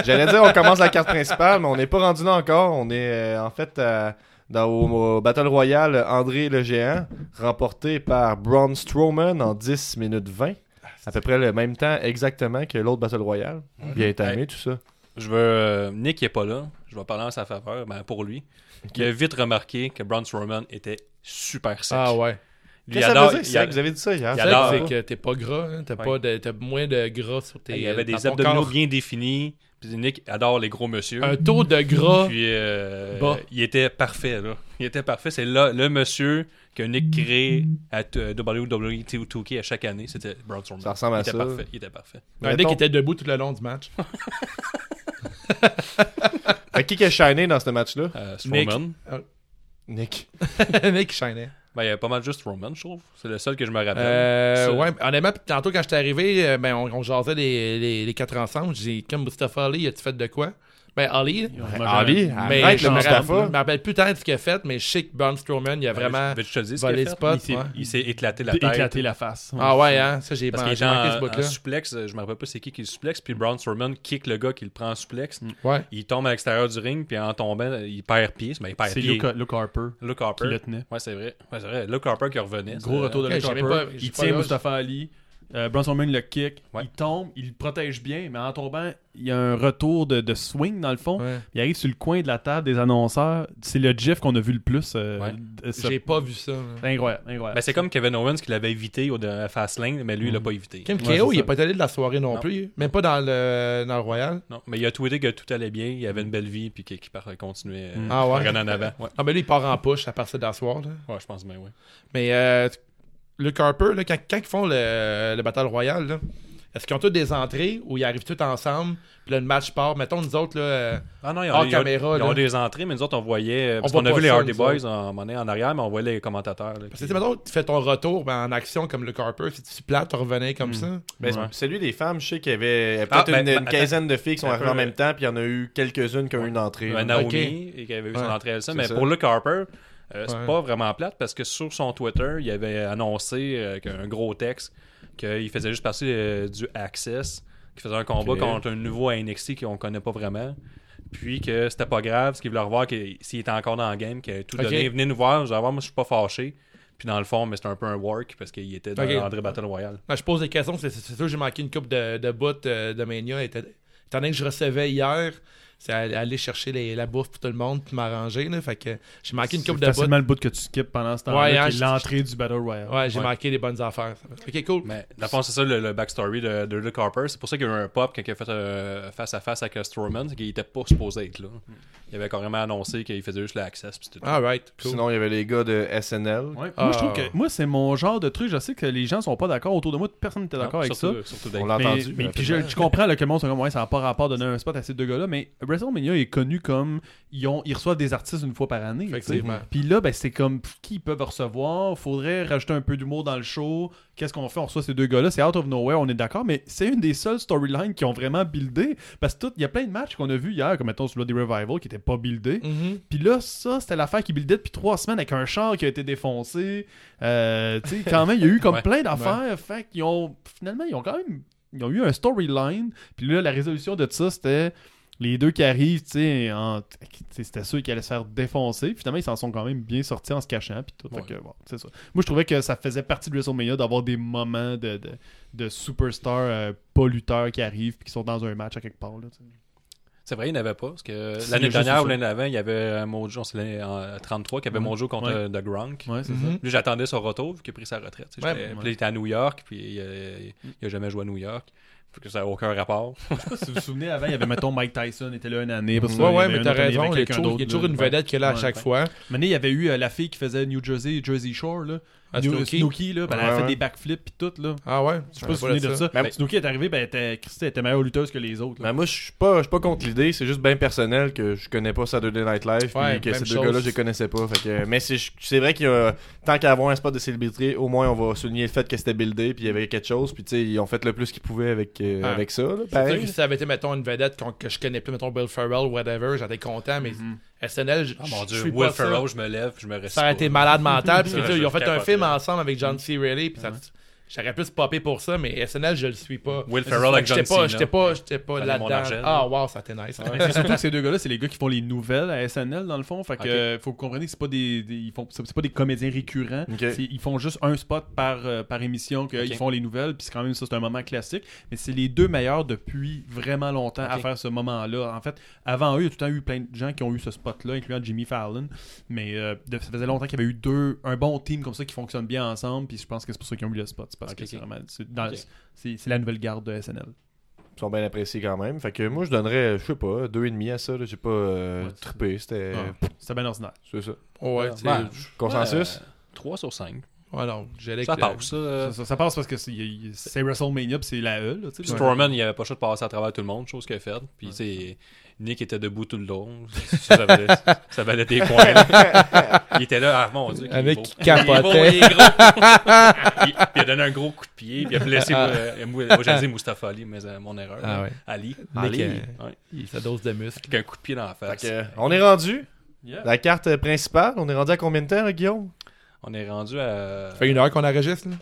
[SPEAKER 1] J'allais dire, on commence la carte principale, mais on n'est pas rendu là encore. On est euh, en fait à- dans, au, au Battle Royale André le Géant, remporté par Braun Strowman en 10 minutes 20.
[SPEAKER 4] Ah,
[SPEAKER 1] À peu près le même temps exactement que l'autre Battle Royale.
[SPEAKER 4] Mhm.
[SPEAKER 1] Bien timé, tout ça.
[SPEAKER 4] Je veux. euh, Nick n'est pas là. Je vais parler en sa faveur, ben, pour lui. Il a vite remarqué que Braun Strowman était super sec.
[SPEAKER 5] Ah ouais.
[SPEAKER 4] Il
[SPEAKER 1] Qu'est-ce que ça
[SPEAKER 4] adore-
[SPEAKER 1] veut dire,
[SPEAKER 4] il
[SPEAKER 1] ça?
[SPEAKER 4] a-
[SPEAKER 1] Vous avez dit ça hier.
[SPEAKER 4] il
[SPEAKER 5] C'est
[SPEAKER 4] adore-
[SPEAKER 5] vrai que c'est que t'es pas gras, hein, t'as
[SPEAKER 4] Ouais.
[SPEAKER 5] pas de- t'as moins de gras sur tes.
[SPEAKER 4] il y
[SPEAKER 1] euh,
[SPEAKER 4] avait
[SPEAKER 5] dans
[SPEAKER 4] des
[SPEAKER 5] ton
[SPEAKER 4] abdominaux
[SPEAKER 5] corps.
[SPEAKER 4] bien définis. Puis Nick adore les gros monsieur.
[SPEAKER 5] Un taux de gras.
[SPEAKER 4] Puis euh,
[SPEAKER 5] Bas.
[SPEAKER 4] il était parfait, là. Il était parfait. C'est là le monsieur que Nick crée à euh, WWE 2K à chaque année. C'était Braun Strowman.
[SPEAKER 1] Ça ressemble à
[SPEAKER 4] il était
[SPEAKER 1] ça.
[SPEAKER 4] Parfait. Il était parfait.
[SPEAKER 5] Un
[SPEAKER 1] Mettons-
[SPEAKER 5] mec qui était debout tout le long du match.
[SPEAKER 1] Fait Qui qui a shiné dans ce match-là
[SPEAKER 4] Euh,
[SPEAKER 5] Nick.
[SPEAKER 4] Strowman.
[SPEAKER 1] Nick.
[SPEAKER 5] un mec qui shinait.
[SPEAKER 4] Ben, il y a pas mal juste Strowman, je trouve. C'est le seul que je me rappelle.
[SPEAKER 5] Euh,
[SPEAKER 4] Ça.
[SPEAKER 5] ouais, mais honnêtement, puis tantôt quand j'étais arrivé, euh, ben, on, on jasait les, les, les quatre ensemble. J'ai dit, comme Mustafa Ali, as-tu fait de quoi? Ben, Ali.
[SPEAKER 6] Ah,
[SPEAKER 1] Ali,
[SPEAKER 5] Ah, Mais
[SPEAKER 1] arrête
[SPEAKER 5] je
[SPEAKER 1] le
[SPEAKER 5] me rappelle- je
[SPEAKER 1] Mustafa.
[SPEAKER 5] me rappelle plus tant de ce qu'il a fait, mais je sais que Braun Strowman, il a
[SPEAKER 4] Ben,
[SPEAKER 5] vraiment
[SPEAKER 4] je- je te le dis, ce qu'il
[SPEAKER 5] volé
[SPEAKER 4] a
[SPEAKER 5] le
[SPEAKER 4] fait.
[SPEAKER 5] spot.
[SPEAKER 6] Il s'est-
[SPEAKER 5] ouais.
[SPEAKER 4] Il s'est éclaté la tête.
[SPEAKER 6] Éclater la face.
[SPEAKER 5] Ah ouais, hein, ça j'ai
[SPEAKER 4] Parce
[SPEAKER 5] ben,
[SPEAKER 4] qu'il est
[SPEAKER 5] j'ai manqué ce
[SPEAKER 4] en, en
[SPEAKER 5] bout-là.
[SPEAKER 4] suplex, euh, je me rappelle pas c'est qui qui le suplex, puis Braun Strowman kick le gars qui le prend en suplex.
[SPEAKER 5] Ouais.
[SPEAKER 4] Il tombe à l'extérieur du ring, puis en tombant, il perd pied. Ben, il perd
[SPEAKER 6] C'est
[SPEAKER 4] pied.
[SPEAKER 6] Luke, Luke Harper
[SPEAKER 4] Luke
[SPEAKER 6] qui
[SPEAKER 4] Harper.
[SPEAKER 6] le tenait.
[SPEAKER 4] Ouais, c'est vrai. Ouais, c'est vrai. Luke Harper qui revenait.
[SPEAKER 6] Gros
[SPEAKER 4] Ça-
[SPEAKER 6] retour de
[SPEAKER 5] Ok,
[SPEAKER 6] Luke
[SPEAKER 5] j'avais
[SPEAKER 6] Harper.
[SPEAKER 5] pas- j'ai
[SPEAKER 6] il
[SPEAKER 5] pas
[SPEAKER 6] tient
[SPEAKER 5] là,
[SPEAKER 6] Mustafa Ali. Euh, Braun Strowman le kick.
[SPEAKER 4] Ouais.
[SPEAKER 6] Il tombe. Il le protège bien. Mais en tombant, il y a un retour de, de swing dans le fond.
[SPEAKER 5] Ouais.
[SPEAKER 6] Il arrive sur le coin de la table des annonceurs. C'est le GIF qu'on a vu le plus. euh,
[SPEAKER 4] Ouais.
[SPEAKER 6] de ce-
[SPEAKER 5] J'ai pas vu ça. là.
[SPEAKER 6] Incroyable, incroyable.
[SPEAKER 4] Ben, c'est comme Kevin Owens qui l'avait évité au de Fastlane, mais lui, il l'a pas évité.
[SPEAKER 5] Kim
[SPEAKER 6] Ouais,
[SPEAKER 5] KO,
[SPEAKER 6] c'est
[SPEAKER 5] il est
[SPEAKER 6] ça.
[SPEAKER 5] pas allé de la soirée non,
[SPEAKER 4] Non.
[SPEAKER 5] plus. Même pas dans le, dans le Royal.
[SPEAKER 4] Non, mais il a tweeté que tout allait bien, il avait une belle vie, puis qu'il qu'il par- continuait euh,
[SPEAKER 5] Ah ouais?
[SPEAKER 4] à regarder en avant. Ouais,
[SPEAKER 5] Ah, ben là, il part en push à partir de la soirée. là.
[SPEAKER 4] Ouais, je pense bien, oui.
[SPEAKER 5] Mais euh, Luke Harper, là, quand, quand ils font le, le Battle Royale, là, est-ce qu'ils ont tous des entrées où ils arrivent tous ensemble, puis là, le match part? Mettons, nous autres, là, euh,
[SPEAKER 4] Ah non, il y
[SPEAKER 5] Hors
[SPEAKER 4] a, il y a-
[SPEAKER 5] caméra,
[SPEAKER 4] il y a
[SPEAKER 5] là.
[SPEAKER 4] des entrées, mais nous autres, on voyait. euh, Parce
[SPEAKER 5] voit
[SPEAKER 4] qu'on a
[SPEAKER 5] pas
[SPEAKER 4] vu les
[SPEAKER 5] ça,
[SPEAKER 4] Hardy
[SPEAKER 5] nous
[SPEAKER 4] Boys
[SPEAKER 5] autres.
[SPEAKER 4] en, en arrière, mais on voyait les commentateurs. là,
[SPEAKER 5] parce
[SPEAKER 4] qui-
[SPEAKER 5] que, tu sais, mettons, tu fais ton retour ben, en action comme Luke Harper, si tu plates, tu revenais comme
[SPEAKER 6] Hmm.
[SPEAKER 5] ça.
[SPEAKER 1] Ben,
[SPEAKER 4] Ouais.
[SPEAKER 1] Celui des femmes, je sais qu'il y avait euh, peut-être
[SPEAKER 4] Ah, ben,
[SPEAKER 1] une,
[SPEAKER 4] ben,
[SPEAKER 1] une
[SPEAKER 4] attends.
[SPEAKER 1] quinzaine de filles qui sont arrivées en
[SPEAKER 4] Attends.
[SPEAKER 1] même temps, puis il y en a eu quelques-unes qui ont eu une entrée.
[SPEAKER 4] Euh,
[SPEAKER 1] là.
[SPEAKER 4] Naomi,
[SPEAKER 5] Ok.
[SPEAKER 4] et qui avait eu son
[SPEAKER 5] Ouais,
[SPEAKER 4] entrée à elle, ça.
[SPEAKER 1] c'est
[SPEAKER 4] Mais
[SPEAKER 1] ça.
[SPEAKER 4] pour Luke Harper, euh, c'est
[SPEAKER 5] Ouais.
[SPEAKER 4] pas vraiment plate parce que sur son Twitter, il avait annoncé euh, qu'un gros texte qu'il faisait juste partie euh, du Access, qu'il faisait un combat
[SPEAKER 1] Ok.
[SPEAKER 4] contre un nouveau à NXT qu'on connaît pas vraiment. Puis que c'était pas grave, ce qu'il voulait revoir, que s'il était encore dans le game, que tout
[SPEAKER 5] Ok.
[SPEAKER 4] donné, venez nous voir, vous allez voir, moi je suis pas fâché. Puis dans le fond, mais c'était un peu un work parce qu'il était dans
[SPEAKER 5] Ok.
[SPEAKER 4] l'André Battle Royale.
[SPEAKER 5] Ben, je pose des questions, c'est, c'est sûr que j'ai manqué une coupe de, de bouts euh, de Mania. Étant étant donné que je recevais hier, c'est aller aller chercher les- la bouffe pour tout le monde, puis m'arranger. Là, fait que j'ai manqué une coupe
[SPEAKER 6] C'est
[SPEAKER 5] de bouts.
[SPEAKER 6] facilement le bout que tu skips pendant ce temps-là,
[SPEAKER 5] Ouais,
[SPEAKER 6] qui
[SPEAKER 5] hein,
[SPEAKER 6] est
[SPEAKER 5] je-
[SPEAKER 6] l'entrée du Battle Royale.
[SPEAKER 5] Ouais, j'ai
[SPEAKER 4] Ouais.
[SPEAKER 5] manqué des bonnes affaires. Ok, cool.
[SPEAKER 4] Mais dans le fond, c'est ça le, le backstory de, de Luke Harper. C'est pour ça qu'il y a eu un pop quand il a fait euh, face à face avec euh, Strowman, c'est qu'il était pas supposé être là. Il avait carrément annoncé qu'il faisait juste l'access. Puis c'était tout.
[SPEAKER 5] Alright,
[SPEAKER 1] Puis
[SPEAKER 5] cool.
[SPEAKER 1] Sinon, il y avait les gars de SNL.
[SPEAKER 6] Ouais, puis
[SPEAKER 5] Ah.
[SPEAKER 6] Moi, je trouve que moi, c'est mon genre de truc. Je sais que les gens sont pas d'accord autour de moi. Personne n'était
[SPEAKER 4] Non,
[SPEAKER 6] d'accord avec ça.
[SPEAKER 4] surtout- surtout
[SPEAKER 1] On
[SPEAKER 4] Dave.
[SPEAKER 1] l'a
[SPEAKER 6] Mais,
[SPEAKER 1] entendu. euh,
[SPEAKER 6] mais
[SPEAKER 1] là,
[SPEAKER 6] puis je, je comprends là, que le monde sont comme, ouais, ça n'a pas rapport de donner un spot à ces deux gars-là, mais WrestleMania est connu comme ils, ont, ils reçoivent des artistes une fois par année. tu sais.
[SPEAKER 5] Effectivement.
[SPEAKER 6] Puis là, ben, c'est comme pff, qui ils peuvent recevoir. Faudrait rajouter un peu d'humour dans le show. Qu'est-ce qu'on fait On reçoit ces deux gars-là. C'est out of nowhere, on est d'accord. Mais c'est une des seules storylines qui ont vraiment buildé. Parce que tout- il y a plein de matchs qu'on a vus hier, comme mettons celui des Revival, qui n'étaient pas buildés.
[SPEAKER 5] Mhm.
[SPEAKER 6] Puis là, ça, c'était l'affaire qui buildait depuis trois semaines avec un char qui a été défoncé. Euh, tu sais, quand même, il y a eu comme
[SPEAKER 4] Ouais.
[SPEAKER 6] plein d'affaires. Fait qu'ils ont. Finalement, ils ont quand même. Ils ont eu un storyline. Puis là, la résolution de ça, c'était. Les deux qui arrivent, tu sais, en- tu sais, c'était ceux qui allaient se faire défoncer. Finalement, ils s'en sont quand même bien sortis en se cachant. Puis tout. Fait
[SPEAKER 4] Ouais.
[SPEAKER 6] que, bon, c'est ça. Moi, je trouvais que ça faisait partie de WrestleMania d'avoir des moments de, de, de superstars euh, pas lutteurs qui arrivent puis qui sont dans un match à quelque part. Là, tu sais.
[SPEAKER 4] C'est vrai, il n'y avait pas. Parce que
[SPEAKER 6] C'est
[SPEAKER 4] l'année
[SPEAKER 6] juste ça.
[SPEAKER 4] dernière ou l'année d'avant, il y avait euh, Mojo, on s'est l'année en euh, 33, qui avait
[SPEAKER 6] Ouais.
[SPEAKER 4] Mojo contre
[SPEAKER 6] Ouais.
[SPEAKER 4] euh, The Gronk.
[SPEAKER 6] Ouais, c'est
[SPEAKER 5] Mhm.
[SPEAKER 6] ça.
[SPEAKER 4] Lui, j'attendais son retour, vu qu'il a pris sa retraite. tu sais,
[SPEAKER 5] Ouais,
[SPEAKER 4] j'étais-
[SPEAKER 6] ouais.
[SPEAKER 4] Puis il était à New York, puis euh, il n'a jamais joué à New York. Fait que ça n'a aucun rapport.
[SPEAKER 6] si vous vous souvenez, avant, il y avait, mettons, Mike Tyson était là une année. parce que
[SPEAKER 5] Ouais,
[SPEAKER 6] il y
[SPEAKER 5] ouais,
[SPEAKER 6] avait
[SPEAKER 5] mais
[SPEAKER 6] une
[SPEAKER 5] t'as
[SPEAKER 6] autre année,
[SPEAKER 5] raison.
[SPEAKER 6] avait
[SPEAKER 5] Il y a
[SPEAKER 6] quelqu'un
[SPEAKER 5] toujours, il y a
[SPEAKER 6] d'autre,
[SPEAKER 5] toujours
[SPEAKER 6] là.
[SPEAKER 5] une vedette qui est là à
[SPEAKER 6] Ouais,
[SPEAKER 5] chaque
[SPEAKER 6] ouais.
[SPEAKER 5] fois.
[SPEAKER 6] Maintenant, il y avait eu euh, la fille qui faisait New Jersey, Jersey Shore, là.
[SPEAKER 5] Ah,
[SPEAKER 6] New-
[SPEAKER 5] Snooki?
[SPEAKER 6] Snooki, là. ben, elle a
[SPEAKER 1] Ouais,
[SPEAKER 6] fait
[SPEAKER 1] ouais.
[SPEAKER 6] des backflips pis tout, là.
[SPEAKER 5] Ah ouais?
[SPEAKER 6] Je sais pas si vous vous souvenez de ça.
[SPEAKER 1] Ben,
[SPEAKER 6] Ben, Snooki est arrivée, ben, elle était, Christy, elle était meilleure lutteuse que les autres, là.
[SPEAKER 1] Ben, moi, je suis pas, je suis pas contre l'idée, c'est juste bien personnel que je connais pas Saturday Night Live puis
[SPEAKER 5] Ouais,
[SPEAKER 1] que
[SPEAKER 5] même
[SPEAKER 1] ces deux
[SPEAKER 5] chose.
[SPEAKER 1] gars-là, je les connaissais pas. Fait que, mais c'est, c'est vrai qu'il y a, tant qu'à avoir un spot de célébrité, au moins on va souligner le fait que c'était buildé puis il y avait quelque chose. Puis tu sais, ils ont fait le plus qu'ils pouvaient avec, euh,
[SPEAKER 5] Ah.
[SPEAKER 1] avec ça. là,
[SPEAKER 5] C'est sûr
[SPEAKER 1] pareil.
[SPEAKER 5] que si ça avait été, mettons, une vedette qu'on- que je connais plus, mettons, Bill Ferrell, whatever, j'étais content, mais
[SPEAKER 6] Mm-hmm. Mhm.
[SPEAKER 5] SNL, je
[SPEAKER 4] Ah mon
[SPEAKER 5] je- je
[SPEAKER 4] dieu,
[SPEAKER 5] suis
[SPEAKER 4] Will
[SPEAKER 5] pas ça.
[SPEAKER 4] Ferrell, je me lève, puis je me reste.
[SPEAKER 5] Ça aurait été malade mental. puis
[SPEAKER 4] Ça,
[SPEAKER 5] tu sais,
[SPEAKER 4] je
[SPEAKER 5] ils ont fait un
[SPEAKER 4] capoterais.
[SPEAKER 5] film ensemble avec John C. Reilly, puis ça- j'aurais plus popé pour ça, mais SNL, je le suis pas.
[SPEAKER 4] Will
[SPEAKER 5] Fait
[SPEAKER 4] Ferrell
[SPEAKER 5] que
[SPEAKER 4] avec John
[SPEAKER 5] J'étais pas,
[SPEAKER 4] Cena.
[SPEAKER 5] j'étais pas, j'étais pas
[SPEAKER 4] Fallait mon
[SPEAKER 5] là-dedans.
[SPEAKER 4] argent.
[SPEAKER 5] Ah, wow, ça a été nice.
[SPEAKER 6] Mais c'est surtout que ces deux gars-là, c'est les gars qui font les nouvelles à SNL dans le fond. Fait que
[SPEAKER 4] Ok.
[SPEAKER 6] euh, faut que vous compreniez que c'est pas des, des- ils font c'est c'est pas des comédiens récurrents.
[SPEAKER 1] Ok.
[SPEAKER 6] C'est- Ils font juste un spot par euh, par émission qu'ils
[SPEAKER 4] Ok.
[SPEAKER 6] font les nouvelles. Puis c'est quand même ça, c'est un moment classique. Mais c'est les deux meilleurs depuis vraiment longtemps à
[SPEAKER 4] Ok.
[SPEAKER 6] faire ce moment-là. En fait, avant eux, il y a tout le temps eu plein de gens qui ont eu ce spot-là, incluant Jimmy Fallon. Mais euh, de- ça faisait longtemps qu'il y avait eu deux un bon team comme ça qui fonctionne bien ensemble. Puis je pense que c'est pour ça qu'ils ont eu le spot. C'est parce
[SPEAKER 4] Ok,
[SPEAKER 6] que
[SPEAKER 4] ok.
[SPEAKER 6] c'est vraiment c'est dans-
[SPEAKER 4] Ok.
[SPEAKER 6] c'est- c'est la nouvelle garde de SNL.
[SPEAKER 1] Ils sont bien appréciés quand même. Fait que moi, je donnerais, je sais pas, deux et demi à ça. là. J'ai pas euh,
[SPEAKER 6] Ouais, c'est-
[SPEAKER 1] trippé. C'était.
[SPEAKER 4] Euh.
[SPEAKER 6] Ah, C'était bien ordinaire.
[SPEAKER 1] C'est ça.
[SPEAKER 5] Ouais,
[SPEAKER 4] Ouais.
[SPEAKER 5] tu sais,
[SPEAKER 4] Ben,
[SPEAKER 5] je-
[SPEAKER 1] Consensus?
[SPEAKER 4] 3 sur 5.
[SPEAKER 5] ouais, non, j'allais
[SPEAKER 4] Ça
[SPEAKER 5] que-
[SPEAKER 4] passe, ça. euh,
[SPEAKER 6] Ça, ça- ça passe parce que c'est il- il- c'est WrestleMania puis c'est la E. Là, tu
[SPEAKER 4] Puis
[SPEAKER 6] sais.
[SPEAKER 4] Strowman, il avait pas le choix de passer à travers tout le monde, chose qu'il a faite. Puis, tu sais, Nick était debout tout le long. Ça, ça valait, ça valait des points. là. il était là, ah mon dieu. qu'il est
[SPEAKER 5] Avec
[SPEAKER 4] beau.
[SPEAKER 5] qui
[SPEAKER 4] Il est beau,
[SPEAKER 5] capotait.
[SPEAKER 4] il est gros. il, il a donné un gros coup de pied, puis il a blessé, euh, Mou- moi, j'ai dit Mustafa Ali, mais euh, mon erreur.
[SPEAKER 5] Ah
[SPEAKER 4] là.
[SPEAKER 5] ouais.
[SPEAKER 4] Ali.
[SPEAKER 5] Nick,
[SPEAKER 4] Ali.
[SPEAKER 5] euh,
[SPEAKER 4] Ouais.
[SPEAKER 5] il- Sa dose de muscle.
[SPEAKER 4] Avec un coup de pied dans la
[SPEAKER 1] Fait
[SPEAKER 4] face.
[SPEAKER 1] que, euh, on est rendu.
[SPEAKER 6] Yeah.
[SPEAKER 1] La carte euh, principale, on est rendu à combien de temps, là, Guillaume
[SPEAKER 4] On est rendu à
[SPEAKER 5] Ça fait une heure qu'on enregistre, là.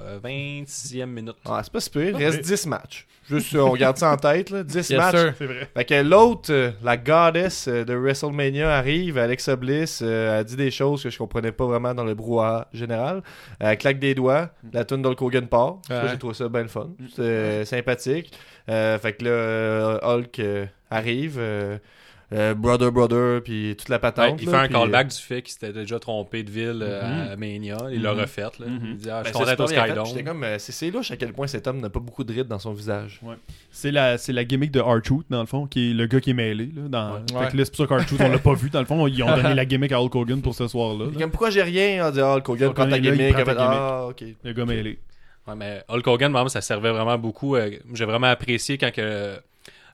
[SPEAKER 4] euh, 26e minute.
[SPEAKER 1] Ah, c'est pas si pire. Il reste 10 matchs. Juste, euh, on garde ça en tête, là. 10
[SPEAKER 5] Yes,
[SPEAKER 1] matchs.
[SPEAKER 5] sir.
[SPEAKER 1] Fait que l'autre, euh, la goddess euh, de WrestleMania arrive, Alexa Bliss, euh, a dit des choses que je comprenais pas vraiment dans le brouhaha général. Elle claque des doigts, la tune d'Hulk Hogan part. Ça,
[SPEAKER 5] Ouais.
[SPEAKER 1] J'ai trouvé ça bien le fun. C'était euh, sympathique. Euh, fait que là, euh, Hulk euh, arrive, euh, euh, Brother Brother, puis toute la
[SPEAKER 4] Ouais,
[SPEAKER 1] patente.
[SPEAKER 4] il
[SPEAKER 1] là,
[SPEAKER 4] fait un
[SPEAKER 1] puis, euh,
[SPEAKER 5] euh,
[SPEAKER 4] callback du fait qu'il s'était déjà trompé de ville euh, à Mania. Il l'a
[SPEAKER 6] Mhm.
[SPEAKER 4] refait. Là. Il dit ah, Je
[SPEAKER 1] Ben,
[SPEAKER 4] suis
[SPEAKER 1] c'est
[SPEAKER 4] content
[SPEAKER 1] super bien
[SPEAKER 4] au
[SPEAKER 1] fait,
[SPEAKER 4] Skydome.
[SPEAKER 1] puis J'étais comme, euh, c'est- c'est louche à quel point cet homme n'a pas beaucoup de rides dans son visage.
[SPEAKER 6] C'est la, c'est la gimmick de R-Truth, dans le fond, qui est le gars qui est mêlé. Là, dans...
[SPEAKER 4] Ouais.
[SPEAKER 6] Fait que là, c'est pour ça qu'R-Truth, on l'a pas vu. Dans le fond, ils ont donné la gimmick à Hulk Hogan pour ce soir-là.
[SPEAKER 1] Il est
[SPEAKER 6] là.
[SPEAKER 1] Comme, pourquoi j'ai rien? On dit, ah, Hulk Hogan,
[SPEAKER 6] Hulk
[SPEAKER 1] prend ta
[SPEAKER 6] Hogan, là, il
[SPEAKER 1] gimmick.
[SPEAKER 6] prend ta
[SPEAKER 1] Elle fait, Ah, ok.
[SPEAKER 6] Le gars mêlé.
[SPEAKER 4] Ouais, mais Hulk Hogan, vraiment, ça servait vraiment beaucoup. Euh, J'ai vraiment apprécié quand que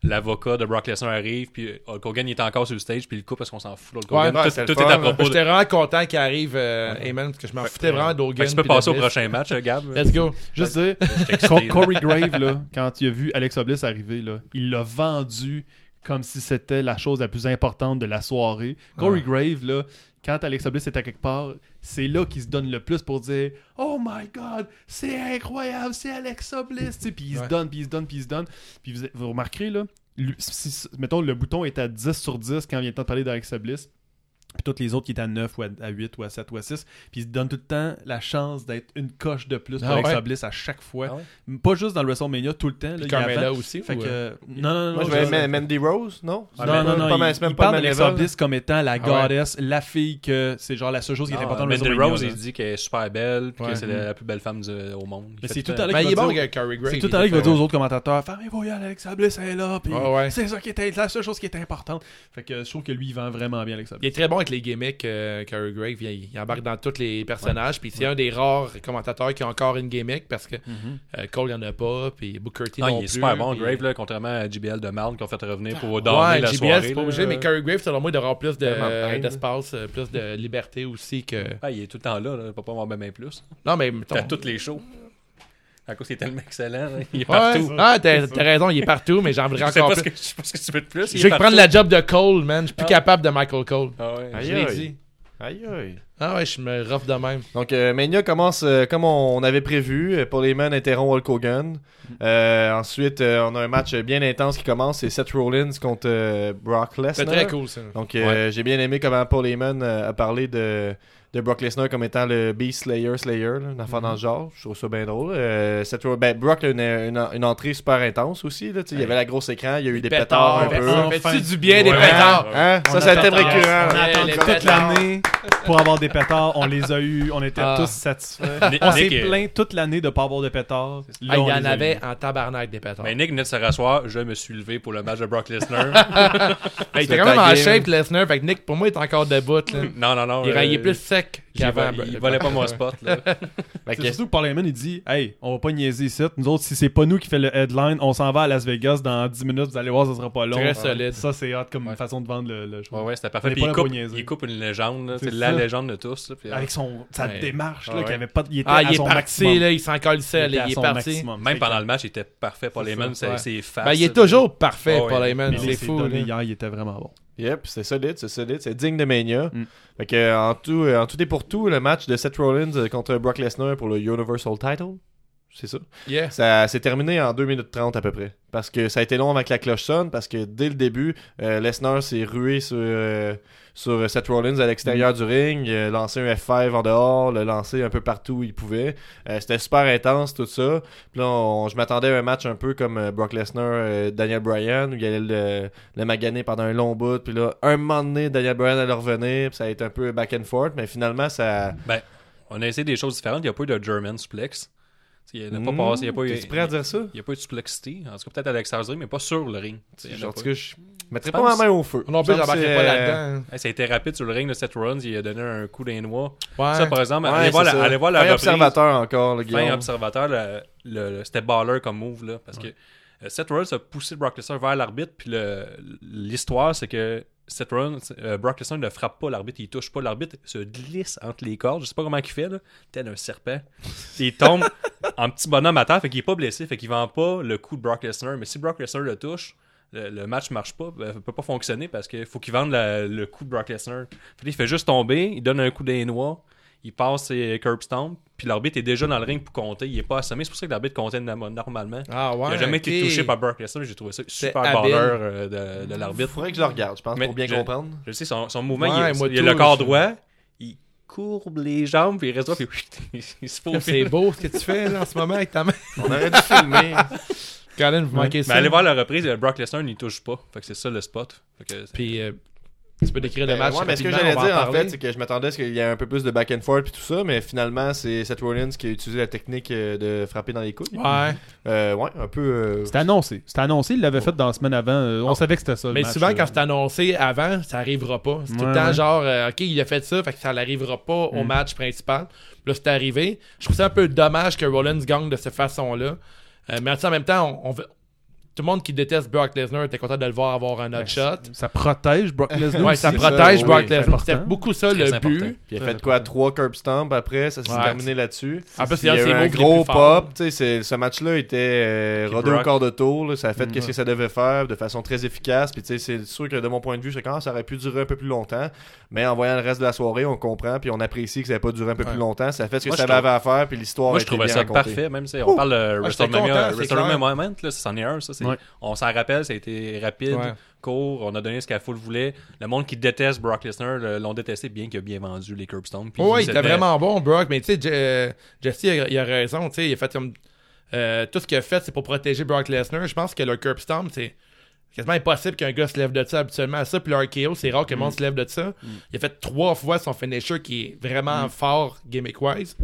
[SPEAKER 4] l'avocat de Brock Lesnar arrive, puis Hulk Hogan il est encore sur le stage, puis il le coupe parce qu'on s'en fout. Hulk
[SPEAKER 5] Ouais,
[SPEAKER 4] Hogan,
[SPEAKER 1] ouais,
[SPEAKER 4] tout,
[SPEAKER 1] c'est
[SPEAKER 4] tout
[SPEAKER 1] le
[SPEAKER 4] est à
[SPEAKER 1] fun,
[SPEAKER 4] propos. De...
[SPEAKER 5] J'étais vraiment content qu'il arrive, euh, Heyman, parce que je m'en foutais vraiment
[SPEAKER 4] Fait
[SPEAKER 5] d'Hogan.
[SPEAKER 4] que tu peux
[SPEAKER 5] puis de
[SPEAKER 4] passer au
[SPEAKER 5] Bliss.
[SPEAKER 4] prochain match, euh, Gab.
[SPEAKER 5] Let's go.
[SPEAKER 6] Juste dire,
[SPEAKER 4] J'étais excité,
[SPEAKER 6] Co-
[SPEAKER 4] là.
[SPEAKER 6] Corey Grave, là, quand il a vu Alexa Bliss arriver, là, il l'a vendu comme si c'était la chose la plus importante de la soirée. Corey Grave, là, quand Alexa Bliss est à quelque part, c'est là qu'il se donne le plus pour dire Oh my god, c'est incroyable, c'est Alexa Bliss. Tu sais, Puis il se
[SPEAKER 5] Ouais.
[SPEAKER 6] donne, puis il se donne, puis il se donne. Puis vous, vous remarquerez, là, lui- si- si- mettons, le bouton est à 10 sur 10 quand il vient le temps de parler d'Alexa Bliss. Puis toutes les autres qui étaient à 9 ou à, à 8 ou à 7 ou à 6. Puis il se donne tout le temps la chance d'être une coche de plus pour
[SPEAKER 5] Ah
[SPEAKER 6] Alexa
[SPEAKER 5] ouais?
[SPEAKER 6] Bliss à chaque fois.
[SPEAKER 4] Ah ouais?
[SPEAKER 6] Pas juste dans le WrestleMania, tout le temps. Là,
[SPEAKER 5] Puis
[SPEAKER 6] il y a
[SPEAKER 5] Carmella
[SPEAKER 6] avant.
[SPEAKER 5] aussi,
[SPEAKER 6] Fait
[SPEAKER 5] ou,
[SPEAKER 6] que,
[SPEAKER 5] euh,
[SPEAKER 6] Non, non, non.
[SPEAKER 1] Moi, je
[SPEAKER 6] non,
[SPEAKER 1] voyais
[SPEAKER 6] je-
[SPEAKER 1] Ma- Mandy Rose, non? C'est
[SPEAKER 6] Ah, non,
[SPEAKER 1] même
[SPEAKER 6] non,
[SPEAKER 1] pas-
[SPEAKER 6] non,
[SPEAKER 1] pas
[SPEAKER 6] il,
[SPEAKER 1] ma- c'est même
[SPEAKER 6] il
[SPEAKER 1] pas
[SPEAKER 6] parle
[SPEAKER 1] ma
[SPEAKER 6] d'Alexa
[SPEAKER 1] level.
[SPEAKER 6] Bliss comme étant la
[SPEAKER 5] ouais.
[SPEAKER 6] goddess, la fille que c'est genre la seule chose qui est
[SPEAKER 4] Ah,
[SPEAKER 6] importante dans
[SPEAKER 4] Mandy
[SPEAKER 6] WrestleMania,
[SPEAKER 4] Rose,
[SPEAKER 6] là.
[SPEAKER 4] il dit qu'elle est super belle, puis
[SPEAKER 5] Ouais.
[SPEAKER 4] que c'est la, la plus belle femme du- au monde.
[SPEAKER 6] Mais
[SPEAKER 4] fait
[SPEAKER 6] c'est tout
[SPEAKER 4] le
[SPEAKER 6] à
[SPEAKER 4] temps.
[SPEAKER 6] l'heure
[SPEAKER 5] Ben,
[SPEAKER 6] qu'il
[SPEAKER 5] il est
[SPEAKER 6] va
[SPEAKER 5] bon,
[SPEAKER 6] dire-
[SPEAKER 5] avec Curry Gray.
[SPEAKER 6] C'est tout à l'heure qu'il va dire
[SPEAKER 5] aux
[SPEAKER 6] aux autres commentateurs Fermez-vous, Alexa Bliss, elle est là. puis
[SPEAKER 5] Ah Ouais, ouais.
[SPEAKER 6] C'est ça qui est la seule chose qui est importante. Fait que je trouve que lui, il vend vraiment bien Alexa
[SPEAKER 5] Il
[SPEAKER 6] Bliss.
[SPEAKER 5] est très bon avec les gimmicks, euh, Corey Graves. Il, il embarque dans tous les personnages. Puis c'est un des rares commentateurs qui a encore une gimmick parce que euh, Cole, il n'y en a pas. Puis Booker T.
[SPEAKER 4] Non,
[SPEAKER 5] non
[SPEAKER 4] il est
[SPEAKER 5] plus,
[SPEAKER 4] super bon,
[SPEAKER 5] puis- Ah,
[SPEAKER 4] Grave, là, contrairement à JBL de Marne qu'on fait revenir pour dormir
[SPEAKER 5] Ouais,
[SPEAKER 4] la
[SPEAKER 5] JBL,
[SPEAKER 4] soirée.
[SPEAKER 5] c'est pas
[SPEAKER 4] là.
[SPEAKER 5] obligé, mais Curry Graves, selon moi, il devrait avoir plus de-
[SPEAKER 1] Tellement de peine.
[SPEAKER 5] d'espace, euh, plus de liberté aussi que.
[SPEAKER 4] Ah, il est tout le temps là, là. pas avoir même plus.
[SPEAKER 5] Non, mais. mettons-
[SPEAKER 4] T'as toutes les shows. À cause, il est tellement excellent. là. Il est
[SPEAKER 5] Ouais,
[SPEAKER 4] partout.
[SPEAKER 5] Ah, t'as t'as raison, il est partout, mais j'en voudrais
[SPEAKER 4] Je sais pas
[SPEAKER 5] encore
[SPEAKER 4] ce
[SPEAKER 5] plus.
[SPEAKER 4] que- je sais pas ce que tu veux de plus. il
[SPEAKER 5] Je
[SPEAKER 4] est
[SPEAKER 5] vais
[SPEAKER 4] partout.
[SPEAKER 5] prendre la job de Cole, man. Je suis plus
[SPEAKER 4] Ah.
[SPEAKER 5] capable de Michael Cole.
[SPEAKER 4] Ah ouais.
[SPEAKER 5] Je
[SPEAKER 1] Aïe,
[SPEAKER 5] l'ai
[SPEAKER 1] aïe.
[SPEAKER 5] dit.
[SPEAKER 1] Aïe aïe.
[SPEAKER 5] Ah ouais, je me rough de même.
[SPEAKER 1] Donc, euh, Mania commence euh, comme on, on avait prévu. Euh, Paul Heyman interrompt Hulk Hogan.
[SPEAKER 6] Mm.
[SPEAKER 1] Euh, ensuite, euh, on a un match euh, bien intense qui commence. C'est Seth Rollins contre euh, Brock
[SPEAKER 5] C'est
[SPEAKER 1] Lesnar.
[SPEAKER 5] très cool, ça.
[SPEAKER 1] Donc, euh, j'ai bien aimé comment Paul Heyman euh, a parlé de, de Brock Lesnar comme étant le Beast Slayer Slayer, là, un enfant dans le
[SPEAKER 6] Mhm.
[SPEAKER 1] genre. Je trouve ça bien drôle. Euh, Seth Roll- ben, Brock a une, une- une entrée super intense aussi. Là, tu sais, il y avait la grosse écran, il y a eu des pétards, un
[SPEAKER 5] fait-
[SPEAKER 1] peu.
[SPEAKER 5] ça
[SPEAKER 6] Enfin.
[SPEAKER 5] Fait-tu du bien des
[SPEAKER 1] Hein?
[SPEAKER 5] pétards?
[SPEAKER 1] Hein?
[SPEAKER 6] On
[SPEAKER 1] Ça, c'est un thème
[SPEAKER 6] attend-
[SPEAKER 1] récurrent.
[SPEAKER 6] On a
[SPEAKER 5] Ouais,
[SPEAKER 6] attendu
[SPEAKER 5] les
[SPEAKER 6] toute
[SPEAKER 5] pétards.
[SPEAKER 6] l'année pour avoir des pétards. On les a eus. On était
[SPEAKER 5] Ah.
[SPEAKER 6] tous satisfaits.
[SPEAKER 4] Nick-
[SPEAKER 6] On s'est
[SPEAKER 4] Nick est-
[SPEAKER 6] plaint toute l'année de pas avoir de pétards. Là,
[SPEAKER 5] Ah, il y
[SPEAKER 6] on
[SPEAKER 5] en
[SPEAKER 6] les a eus.
[SPEAKER 5] avait en tabarnak des pétards.
[SPEAKER 4] Mais Nick venait de se rasseoir. Je me suis levé pour le match de Brock Lesnar.
[SPEAKER 5] Hey, il
[SPEAKER 1] c'est
[SPEAKER 5] était quand même en
[SPEAKER 1] tagué,
[SPEAKER 5] shape, Lesnar. Fait que Nick, pour moi, il est encore debout. Là.
[SPEAKER 4] non, non, non.
[SPEAKER 5] Il,
[SPEAKER 4] euh,
[SPEAKER 5] est- il est plus sec
[SPEAKER 4] il
[SPEAKER 5] qu'avant. ben,
[SPEAKER 4] va- Il volait pas mon spot. là.
[SPEAKER 1] Fait que-
[SPEAKER 6] C'est surtout que Parliament, il dit Hey, on va pas niaiser ici. Nous autres, si c'est pas nous qui fait le headline, on s'en va à Las Vegas dans 10 minutes. Vous allez voir, ça sera pas long.
[SPEAKER 5] Très solide. Ah
[SPEAKER 6] Ça, c'est hot comme façon de vendre le, le show.
[SPEAKER 4] Ouais, ouais, c'était
[SPEAKER 6] On
[SPEAKER 4] parfait.
[SPEAKER 6] est
[SPEAKER 4] Puis
[SPEAKER 6] pas
[SPEAKER 4] il
[SPEAKER 6] là pour
[SPEAKER 4] coupe,
[SPEAKER 6] niaiser.
[SPEAKER 4] il coupe une légende. là.
[SPEAKER 6] C'est
[SPEAKER 4] C'est la
[SPEAKER 6] ça.
[SPEAKER 4] légende de tous. là. Puis, euh,
[SPEAKER 6] Avec son, sa
[SPEAKER 5] Ouais.
[SPEAKER 6] démarche, là,
[SPEAKER 4] Ouais.
[SPEAKER 6] qu'il avait pas, il était
[SPEAKER 5] Ah,
[SPEAKER 6] à
[SPEAKER 5] il est
[SPEAKER 6] son
[SPEAKER 5] parti,
[SPEAKER 6] maximum.
[SPEAKER 5] là. Il s'en colissait, là.
[SPEAKER 6] était à
[SPEAKER 5] Il est
[SPEAKER 6] son hein.
[SPEAKER 5] parti.
[SPEAKER 6] maximum.
[SPEAKER 4] Même
[SPEAKER 6] C'est
[SPEAKER 4] pendant
[SPEAKER 6] que-
[SPEAKER 4] le match, il était parfait pour les mêmes.
[SPEAKER 5] ouais.
[SPEAKER 4] C'est c'est fast.
[SPEAKER 5] Ben, il est toujours parfait,
[SPEAKER 4] Ah ouais.
[SPEAKER 5] Paul Heyman.
[SPEAKER 4] Mais
[SPEAKER 5] C'est
[SPEAKER 6] les
[SPEAKER 5] fou,
[SPEAKER 6] donné
[SPEAKER 5] là.
[SPEAKER 6] hier, il était vraiment bon.
[SPEAKER 1] Yep, c'est solide, c'est solide, c'est digne de Mania.
[SPEAKER 6] Mm.
[SPEAKER 1] Fait que, euh, en, tout, euh, en tout et pour tout, le match de Seth Rollins euh, contre Brock Lesnar pour le Universal Title, c'est ça.
[SPEAKER 5] Yeah.
[SPEAKER 1] Ça s'est terminé en 2 minutes 30 à peu près. Parce que ça a été long avant que la cloche sonne, parce que dès le début, euh, Lesnar s'est rué sur, euh, sur Seth Rollins à
[SPEAKER 4] Mm.
[SPEAKER 1] l'extérieur du ring, il a lancé un F5 en dehors, le lancer un peu partout où il pouvait. Euh, C'était super intense tout ça. Puis là, on- je m'attendais à un match un peu comme euh, Brock Lesnar, euh, Daniel Bryan, où il allait le, le maganer pendant un long bout. Puis là, un moment donné, Daniel Bryan allait revenir, puis ça a été un peu back and forth, mais finalement, ça...
[SPEAKER 4] Ben, on a essayé des choses différentes. Il n'y a pas eu de German suplex. Il n'y a,
[SPEAKER 1] Hmm,
[SPEAKER 4] pas passé. Il n'y a pas eu.
[SPEAKER 1] T'es-tu prêt à dire ça?
[SPEAKER 4] Il n'y a pas eu de suplexité. En tout cas, peut-être à l'extérieur du ring, mais pas sur le ring. Tu sais, il y en a
[SPEAKER 1] Genre,
[SPEAKER 4] pas
[SPEAKER 1] en
[SPEAKER 4] eu.
[SPEAKER 1] tout cas, je mettrais
[SPEAKER 4] Je
[SPEAKER 1] pas ma
[SPEAKER 4] pense-
[SPEAKER 1] main au feu.
[SPEAKER 5] Non plus,
[SPEAKER 1] Je pense que
[SPEAKER 5] j'embarquais
[SPEAKER 1] c'est,
[SPEAKER 5] pas
[SPEAKER 1] euh,
[SPEAKER 5] là-dedans.
[SPEAKER 4] Hey, ça a été rapide sur le ring de Seth Rollins. Il a donné un coup d'un noix.
[SPEAKER 5] Ouais.
[SPEAKER 4] Ça, par exemple,
[SPEAKER 1] Ouais,
[SPEAKER 4] allez, voir
[SPEAKER 1] c'est
[SPEAKER 4] la,
[SPEAKER 1] ça.
[SPEAKER 4] allez voir la
[SPEAKER 1] Fin
[SPEAKER 4] reprise.
[SPEAKER 1] observateur encore, le
[SPEAKER 4] Fin
[SPEAKER 1] Guillaume.
[SPEAKER 4] observateur, le- le- le- c'était baller comme move. Là, parce que euh, Seth Rollins a poussé Brock Lesnar vers l'arbitre. Puis le- l'histoire, c'est que Seth Rollins, euh, Brock Lesnar ne frappe pas l'arbitre. Il touche pas l'arbitre. Il se glisse entre les cordes. Je sais pas comment il fait. Là, tel un serpent. il tombe en petit bonhomme à terre. Fait qu'il est pas blessé. Fait qu'il vend pas le coup de Brock Lesnar. Mais si Brock Lesnar le touche. Le, le match marche pas, ben, peut pas fonctionner parce qu'il faut qu'il vende la- le coup de Brock Lesnar. Fait que il fait juste tomber, il donne un coup des noix, il passe ses curb stomp, puis l'arbitre est déjà dans le ring pour compter. Il est pas assommé. C'est pour ça que l'arbitre comptait na- normalement.
[SPEAKER 5] Ah ouais.
[SPEAKER 4] il a jamais été
[SPEAKER 5] ok.
[SPEAKER 4] touché par Brock Lesnar. J'ai trouvé ça super baller
[SPEAKER 5] habile.
[SPEAKER 4] euh, de, de
[SPEAKER 1] Il
[SPEAKER 4] l'arbitre.
[SPEAKER 1] faudrait que je le regarde, je pense,
[SPEAKER 4] Mais
[SPEAKER 1] pour bien
[SPEAKER 4] je-
[SPEAKER 1] comprendre.
[SPEAKER 4] Je sais, son, son mouvement,
[SPEAKER 5] Ouais,
[SPEAKER 4] il,
[SPEAKER 5] moi,
[SPEAKER 4] il a
[SPEAKER 5] tout,
[SPEAKER 4] le corps
[SPEAKER 5] je-
[SPEAKER 4] droit, il courbe les jambes, puis il reste droit, puis il se
[SPEAKER 5] C'est
[SPEAKER 4] faufile.
[SPEAKER 5] beau ce que tu fais là, en ce moment avec ta main.
[SPEAKER 1] On aurait dû filmer.
[SPEAKER 5] Colin, vous manquez
[SPEAKER 4] Mais
[SPEAKER 5] ça.
[SPEAKER 4] allez voir la reprise, euh, Brock Lesnar n'y touche pas. Fait que c'est ça le spot. Fait que c'est-
[SPEAKER 5] Puis euh, tu peux décrire le
[SPEAKER 1] Euh,
[SPEAKER 5] match.
[SPEAKER 1] ouais, mais ce que
[SPEAKER 5] rapidement,
[SPEAKER 1] j'allais
[SPEAKER 5] on va
[SPEAKER 1] dire, en,
[SPEAKER 5] parler.
[SPEAKER 1] fait, c'est que je m'attendais à ce qu'il y ait un peu plus de back and forth et tout ça, mais finalement, c'est Seth Rollins qui a utilisé la technique euh, de frapper dans les couilles.
[SPEAKER 5] Ouais.
[SPEAKER 1] Euh, ouais, un peu... euh,
[SPEAKER 6] C'était annoncé. C'était annoncé, il l'avait fait dans la semaine avant. Euh, On savait que c'était ça. le
[SPEAKER 5] Oh. Mais
[SPEAKER 6] match,
[SPEAKER 5] Ben,
[SPEAKER 6] euh,
[SPEAKER 5] souvent,
[SPEAKER 6] là.
[SPEAKER 5] quand c'est annoncé avant, ça arrivera pas. C'est tout le
[SPEAKER 6] Ouais, Mm.
[SPEAKER 5] temps
[SPEAKER 6] ouais.
[SPEAKER 5] genre, euh, OK, il a fait ça, fait que ça l'arrivera pas au match principal. Puis Là, c'est arrivé. Je trouve ça un peu dommage que Rollins gagne de cette façon-là. Euh, mais en même temps, on, on veut- tout le monde qui déteste Brock Lesnar était content de le voir avoir un hot shot.
[SPEAKER 6] Ça protège Brock Lesnar.
[SPEAKER 5] Ouais,
[SPEAKER 6] aussi.
[SPEAKER 5] ça
[SPEAKER 1] c'est
[SPEAKER 5] protège
[SPEAKER 1] ça,
[SPEAKER 5] Brock
[SPEAKER 1] oui,
[SPEAKER 5] Lesnar.
[SPEAKER 6] important.
[SPEAKER 5] C'était beaucoup ça le
[SPEAKER 4] Très
[SPEAKER 5] but.
[SPEAKER 4] important.
[SPEAKER 1] Puis il a fait quoi Trois curb stomp après, ça s'est
[SPEAKER 5] Ouais.
[SPEAKER 1] terminé là-dessus.
[SPEAKER 5] En plus,
[SPEAKER 1] Il y a
[SPEAKER 5] un de
[SPEAKER 1] eu
[SPEAKER 5] ses
[SPEAKER 1] un
[SPEAKER 5] moves les
[SPEAKER 1] gros
[SPEAKER 5] plus forts.
[SPEAKER 1] pop. tu sais, c'est- Ce match-là était euh,
[SPEAKER 4] Puis
[SPEAKER 1] rodé au
[SPEAKER 4] Brock.
[SPEAKER 1] corps de tour. là, Ça a fait
[SPEAKER 4] Mm-hmm.
[SPEAKER 1] qu'est-ce que ça devait faire de façon très efficace. Puis tu sais, c'est sûr que de mon point de vue, je sais quand ça aurait pu durer un peu plus longtemps. Mais en voyant le reste de la soirée, on comprend. Puis on apprécie que ça n'avait pas duré un peu plus longtemps. Ça a fait ce que
[SPEAKER 4] Moi,
[SPEAKER 1] ça
[SPEAKER 4] je trouve-
[SPEAKER 1] avait à faire. Puis l'histoire
[SPEAKER 4] Moi,
[SPEAKER 1] a
[SPEAKER 4] je
[SPEAKER 1] été
[SPEAKER 4] trouvais
[SPEAKER 1] bien
[SPEAKER 4] ça
[SPEAKER 1] racontée.
[SPEAKER 4] parfait, même si on parle de
[SPEAKER 5] Ah, j'étais content,
[SPEAKER 4] WrestleMania,
[SPEAKER 5] c'est
[SPEAKER 4] WrestleMania
[SPEAKER 5] clair.
[SPEAKER 4] Moment, là, c'en est un, ça. c'est-
[SPEAKER 6] Ouais.
[SPEAKER 4] On s'en rappelle, ça a été rapide,
[SPEAKER 5] Ouais.
[SPEAKER 4] court, on a donné ce que la foule voulait. Le monde qui déteste Brock Lesnar le- l'ont détesté, bien qu'il a bien vendu les Curbstones. puis
[SPEAKER 5] ouais, il
[SPEAKER 4] c'était-
[SPEAKER 5] était vraiment bon, Brock. Mais tu sais, Je- euh, Jesse, il a, il a raison. Tu sais, il a fait comme. euh, tout ce qu'il a fait, c'est pour protéger Brock Lesnar. Je pense que le curb stomp, c'est quasiment impossible qu'un gars se lève de ça habituellement à ça. Puis le RKO, c'est rare que le
[SPEAKER 4] Mm.
[SPEAKER 5] monde
[SPEAKER 4] Mm.
[SPEAKER 5] se lève de ça. Il a fait trois fois son finisher qui est vraiment fort gimmick-wise.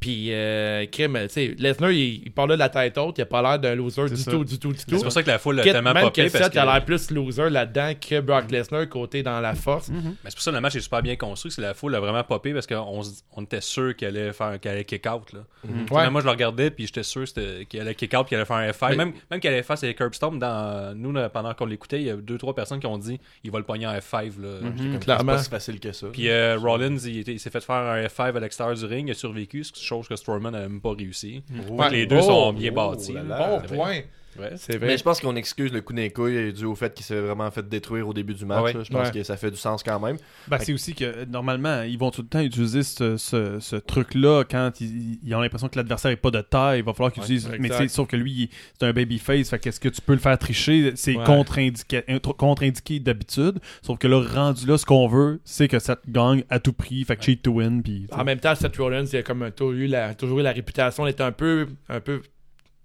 [SPEAKER 5] Puis, euh, crime, tu sais, Lesnar, il, il part là de la tête haute, il a pas l'air d'un loser du
[SPEAKER 6] ça.
[SPEAKER 5] tout, du tout, du tout.
[SPEAKER 4] C'est pour ça que la foule a
[SPEAKER 5] Quitte
[SPEAKER 4] tellement
[SPEAKER 5] même
[SPEAKER 4] popé.
[SPEAKER 5] que
[SPEAKER 4] parce
[SPEAKER 5] Seth
[SPEAKER 4] que-
[SPEAKER 5] a l'air plus loser là-dedans que Brock Lesnar côté dans la force.
[SPEAKER 4] Mais c'est pour ça que le match est super bien construit. C'est la foule a vraiment popé parce qu'on se- on était sûr qu'elle allait faire qu'elle allait kick out. Là. Tu sais,
[SPEAKER 5] Ouais.
[SPEAKER 4] même Moi, je le regardais puis j'étais sûr c'était- qu'elle allait kick out, qu'elle allait faire un F5.
[SPEAKER 5] Mais-
[SPEAKER 4] Même, même qu'elle allait faire ses curb stomp dans Nous, là, pendant qu'on l'écoutait, il y a deux, trois personnes qui ont dit il va le pogner en F5. Là.
[SPEAKER 1] Mm-hmm. Mhm.
[SPEAKER 4] J'étais comme-
[SPEAKER 5] Clairement.
[SPEAKER 1] pas si facile que ça.
[SPEAKER 4] Mm-hmm. Puis euh, Rollins, il, était- il s'est fait faire un F5 à l'extérieur du ring, il a survécu, ce- chose que Strowman n'a même pas réussi.
[SPEAKER 5] Ouais.
[SPEAKER 4] Les deux
[SPEAKER 5] Oh,
[SPEAKER 4] sont bien
[SPEAKER 1] oh
[SPEAKER 4] bâtis.
[SPEAKER 1] là
[SPEAKER 4] là.
[SPEAKER 1] là.
[SPEAKER 5] Bon
[SPEAKER 4] Ouais.
[SPEAKER 5] point.
[SPEAKER 4] Ouais.
[SPEAKER 5] C'est vrai.
[SPEAKER 1] Mais je pense qu'on excuse le coup d'un couille dû au fait qu'il s'est vraiment fait détruire au début du match.
[SPEAKER 4] Ah ouais.
[SPEAKER 1] là. Je pense
[SPEAKER 5] Ouais.
[SPEAKER 1] que ça fait du sens quand même.
[SPEAKER 6] Ben, c'est aussi que euh, normalement, ils vont tout le temps utiliser ce, ce- ce truc-là quand ils, ils ont l'impression que l'adversaire n'est pas de taille. Il va falloir qu'ils utilisent. Mais
[SPEAKER 5] exact.
[SPEAKER 6] tu sais, sauf que lui, il- c'est un babyface. Fait qu'est-ce que tu peux le faire tricher C'est
[SPEAKER 5] Ouais.
[SPEAKER 6] contre-indiqué intro- contre-indiqué d'habitude. Sauf que là, rendu là, ce qu'on veut, c'est que ça te gagne à tout prix. Fait que cheat to win. Puis, tu sais.
[SPEAKER 5] En même temps, Seth Rollins, il a comme toujours eu la, toujours eu la réputation d'être un peu, un peu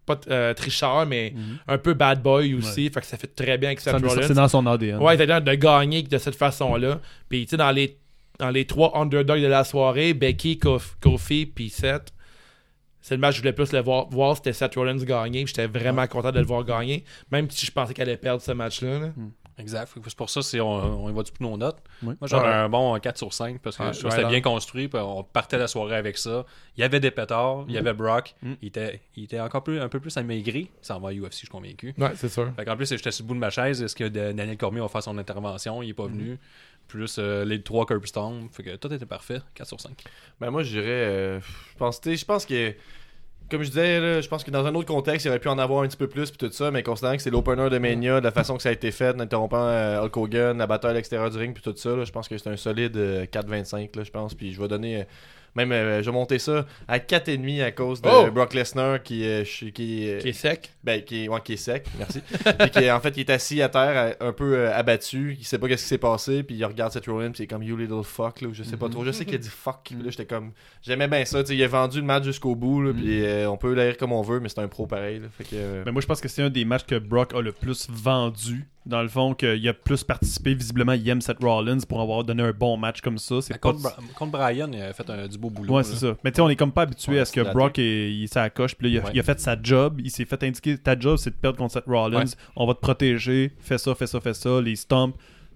[SPEAKER 5] pas euh, tricheur, mais un peu bad boy aussi. Fait que ça fait très bien avec Seth
[SPEAKER 6] Ça nous-
[SPEAKER 5] Rollins.
[SPEAKER 6] c'est dans son ADN.
[SPEAKER 5] Ouais, c'est-à-dire de gagner de cette façon-là. Puis, tu sais, dans les, dans les trois underdogs de la soirée, Becky, Kof- Kofi, puis Seth, c'est le match que je voulais plus le voir, voir c'était Seth Rollins gagner. puis J'étais vraiment content de le voir gagner, même si je pensais qu'elle allait perdre ce match-là. là.
[SPEAKER 4] Exact. Fait que C'est pour ça c'est on, on y va du plus nos notes.
[SPEAKER 6] Oui.
[SPEAKER 4] Moi, j'aurais
[SPEAKER 5] Ouais.
[SPEAKER 4] un bon 4 sur 5 parce que
[SPEAKER 5] Ouais,
[SPEAKER 4] je trouve
[SPEAKER 5] ouais,
[SPEAKER 4] que c'était
[SPEAKER 5] là.
[SPEAKER 4] bien construit. puis on partait la soirée avec ça. Il y avait des pétards, il y avait Brock.
[SPEAKER 5] Mm.
[SPEAKER 4] Il, était, il était encore plus, un peu plus amaigri. Ça en va à UFC, je suis convaincu.
[SPEAKER 5] Ouais, c'est sûr.
[SPEAKER 4] Fait en plus, j'étais sur le bout de ma chaise. Est-ce que Da- Daniel Cormier va faire son intervention Il est
[SPEAKER 5] Mm.
[SPEAKER 4] pas venu. Plus euh, les trois curbstones. Fait que tout était parfait. 4 sur 5.
[SPEAKER 1] Ben moi, je dirais. euh, je pense, tu sais, je pense que. Comme je disais, là, je pense que dans un autre contexte, il aurait pu en avoir un petit peu plus, puis tout ça, mais considérant que c'est l'opener de Mania, de la façon que ça a été fait, en interrompant euh, Hulk Hogan, la bataille à l'extérieur du ring, puis tout ça, là, je pense que c'est un solide euh, 4,25, là, je pense, puis je vais donner. euh, même, euh, je vais monter ça à 4,5 à cause de
[SPEAKER 5] Oh!
[SPEAKER 1] Brock Lesnar qui, euh, ch- qui, euh,
[SPEAKER 5] Qui est sec.
[SPEAKER 1] ben, qui, est, ouais, qui est sec, merci. puis qui est- en fait, il est assis à terre, euh, un peu euh, abattu. Il sait pas qu'est-ce qui s'est passé. Puis il regarde Seth Rollins. Puis il est comme You little fuck. Là, ou je sais pas trop. Je sais qu'il a dit fuck. Puis là, j'étais comme. J'aimais bien ça. tu sais, il a vendu le match jusqu'au bout. là, Puis euh, on peut l'air comme on veut. Mais c'est un pro pareil. là, fait que, euh,
[SPEAKER 6] Mais moi, je pense que c'est un des matchs que Brock a le plus vendu. Dans le fond, qu'il a plus participé. Visiblement, il aime Seth Rollins pour avoir donné un bon match comme ça. C'est
[SPEAKER 4] Mais
[SPEAKER 6] pas
[SPEAKER 4] Ah, Contre, Bra- contre Brian, il a fait un, du beau boulot. là.
[SPEAKER 6] Ouais, c'est ça. Mais tu sais, on est comme pas habitué
[SPEAKER 1] Ouais,
[SPEAKER 6] à ce que
[SPEAKER 1] c'est la
[SPEAKER 6] Brock est, il s'est coche, puis là, il a,
[SPEAKER 4] Ouais.
[SPEAKER 6] il a fait sa job, il s'est fait indiquer ta job, c'est de perdre contre Seth Rollins,
[SPEAKER 4] Ouais.
[SPEAKER 6] on va te protéger, fais ça, fais ça, fais ça, les stomps.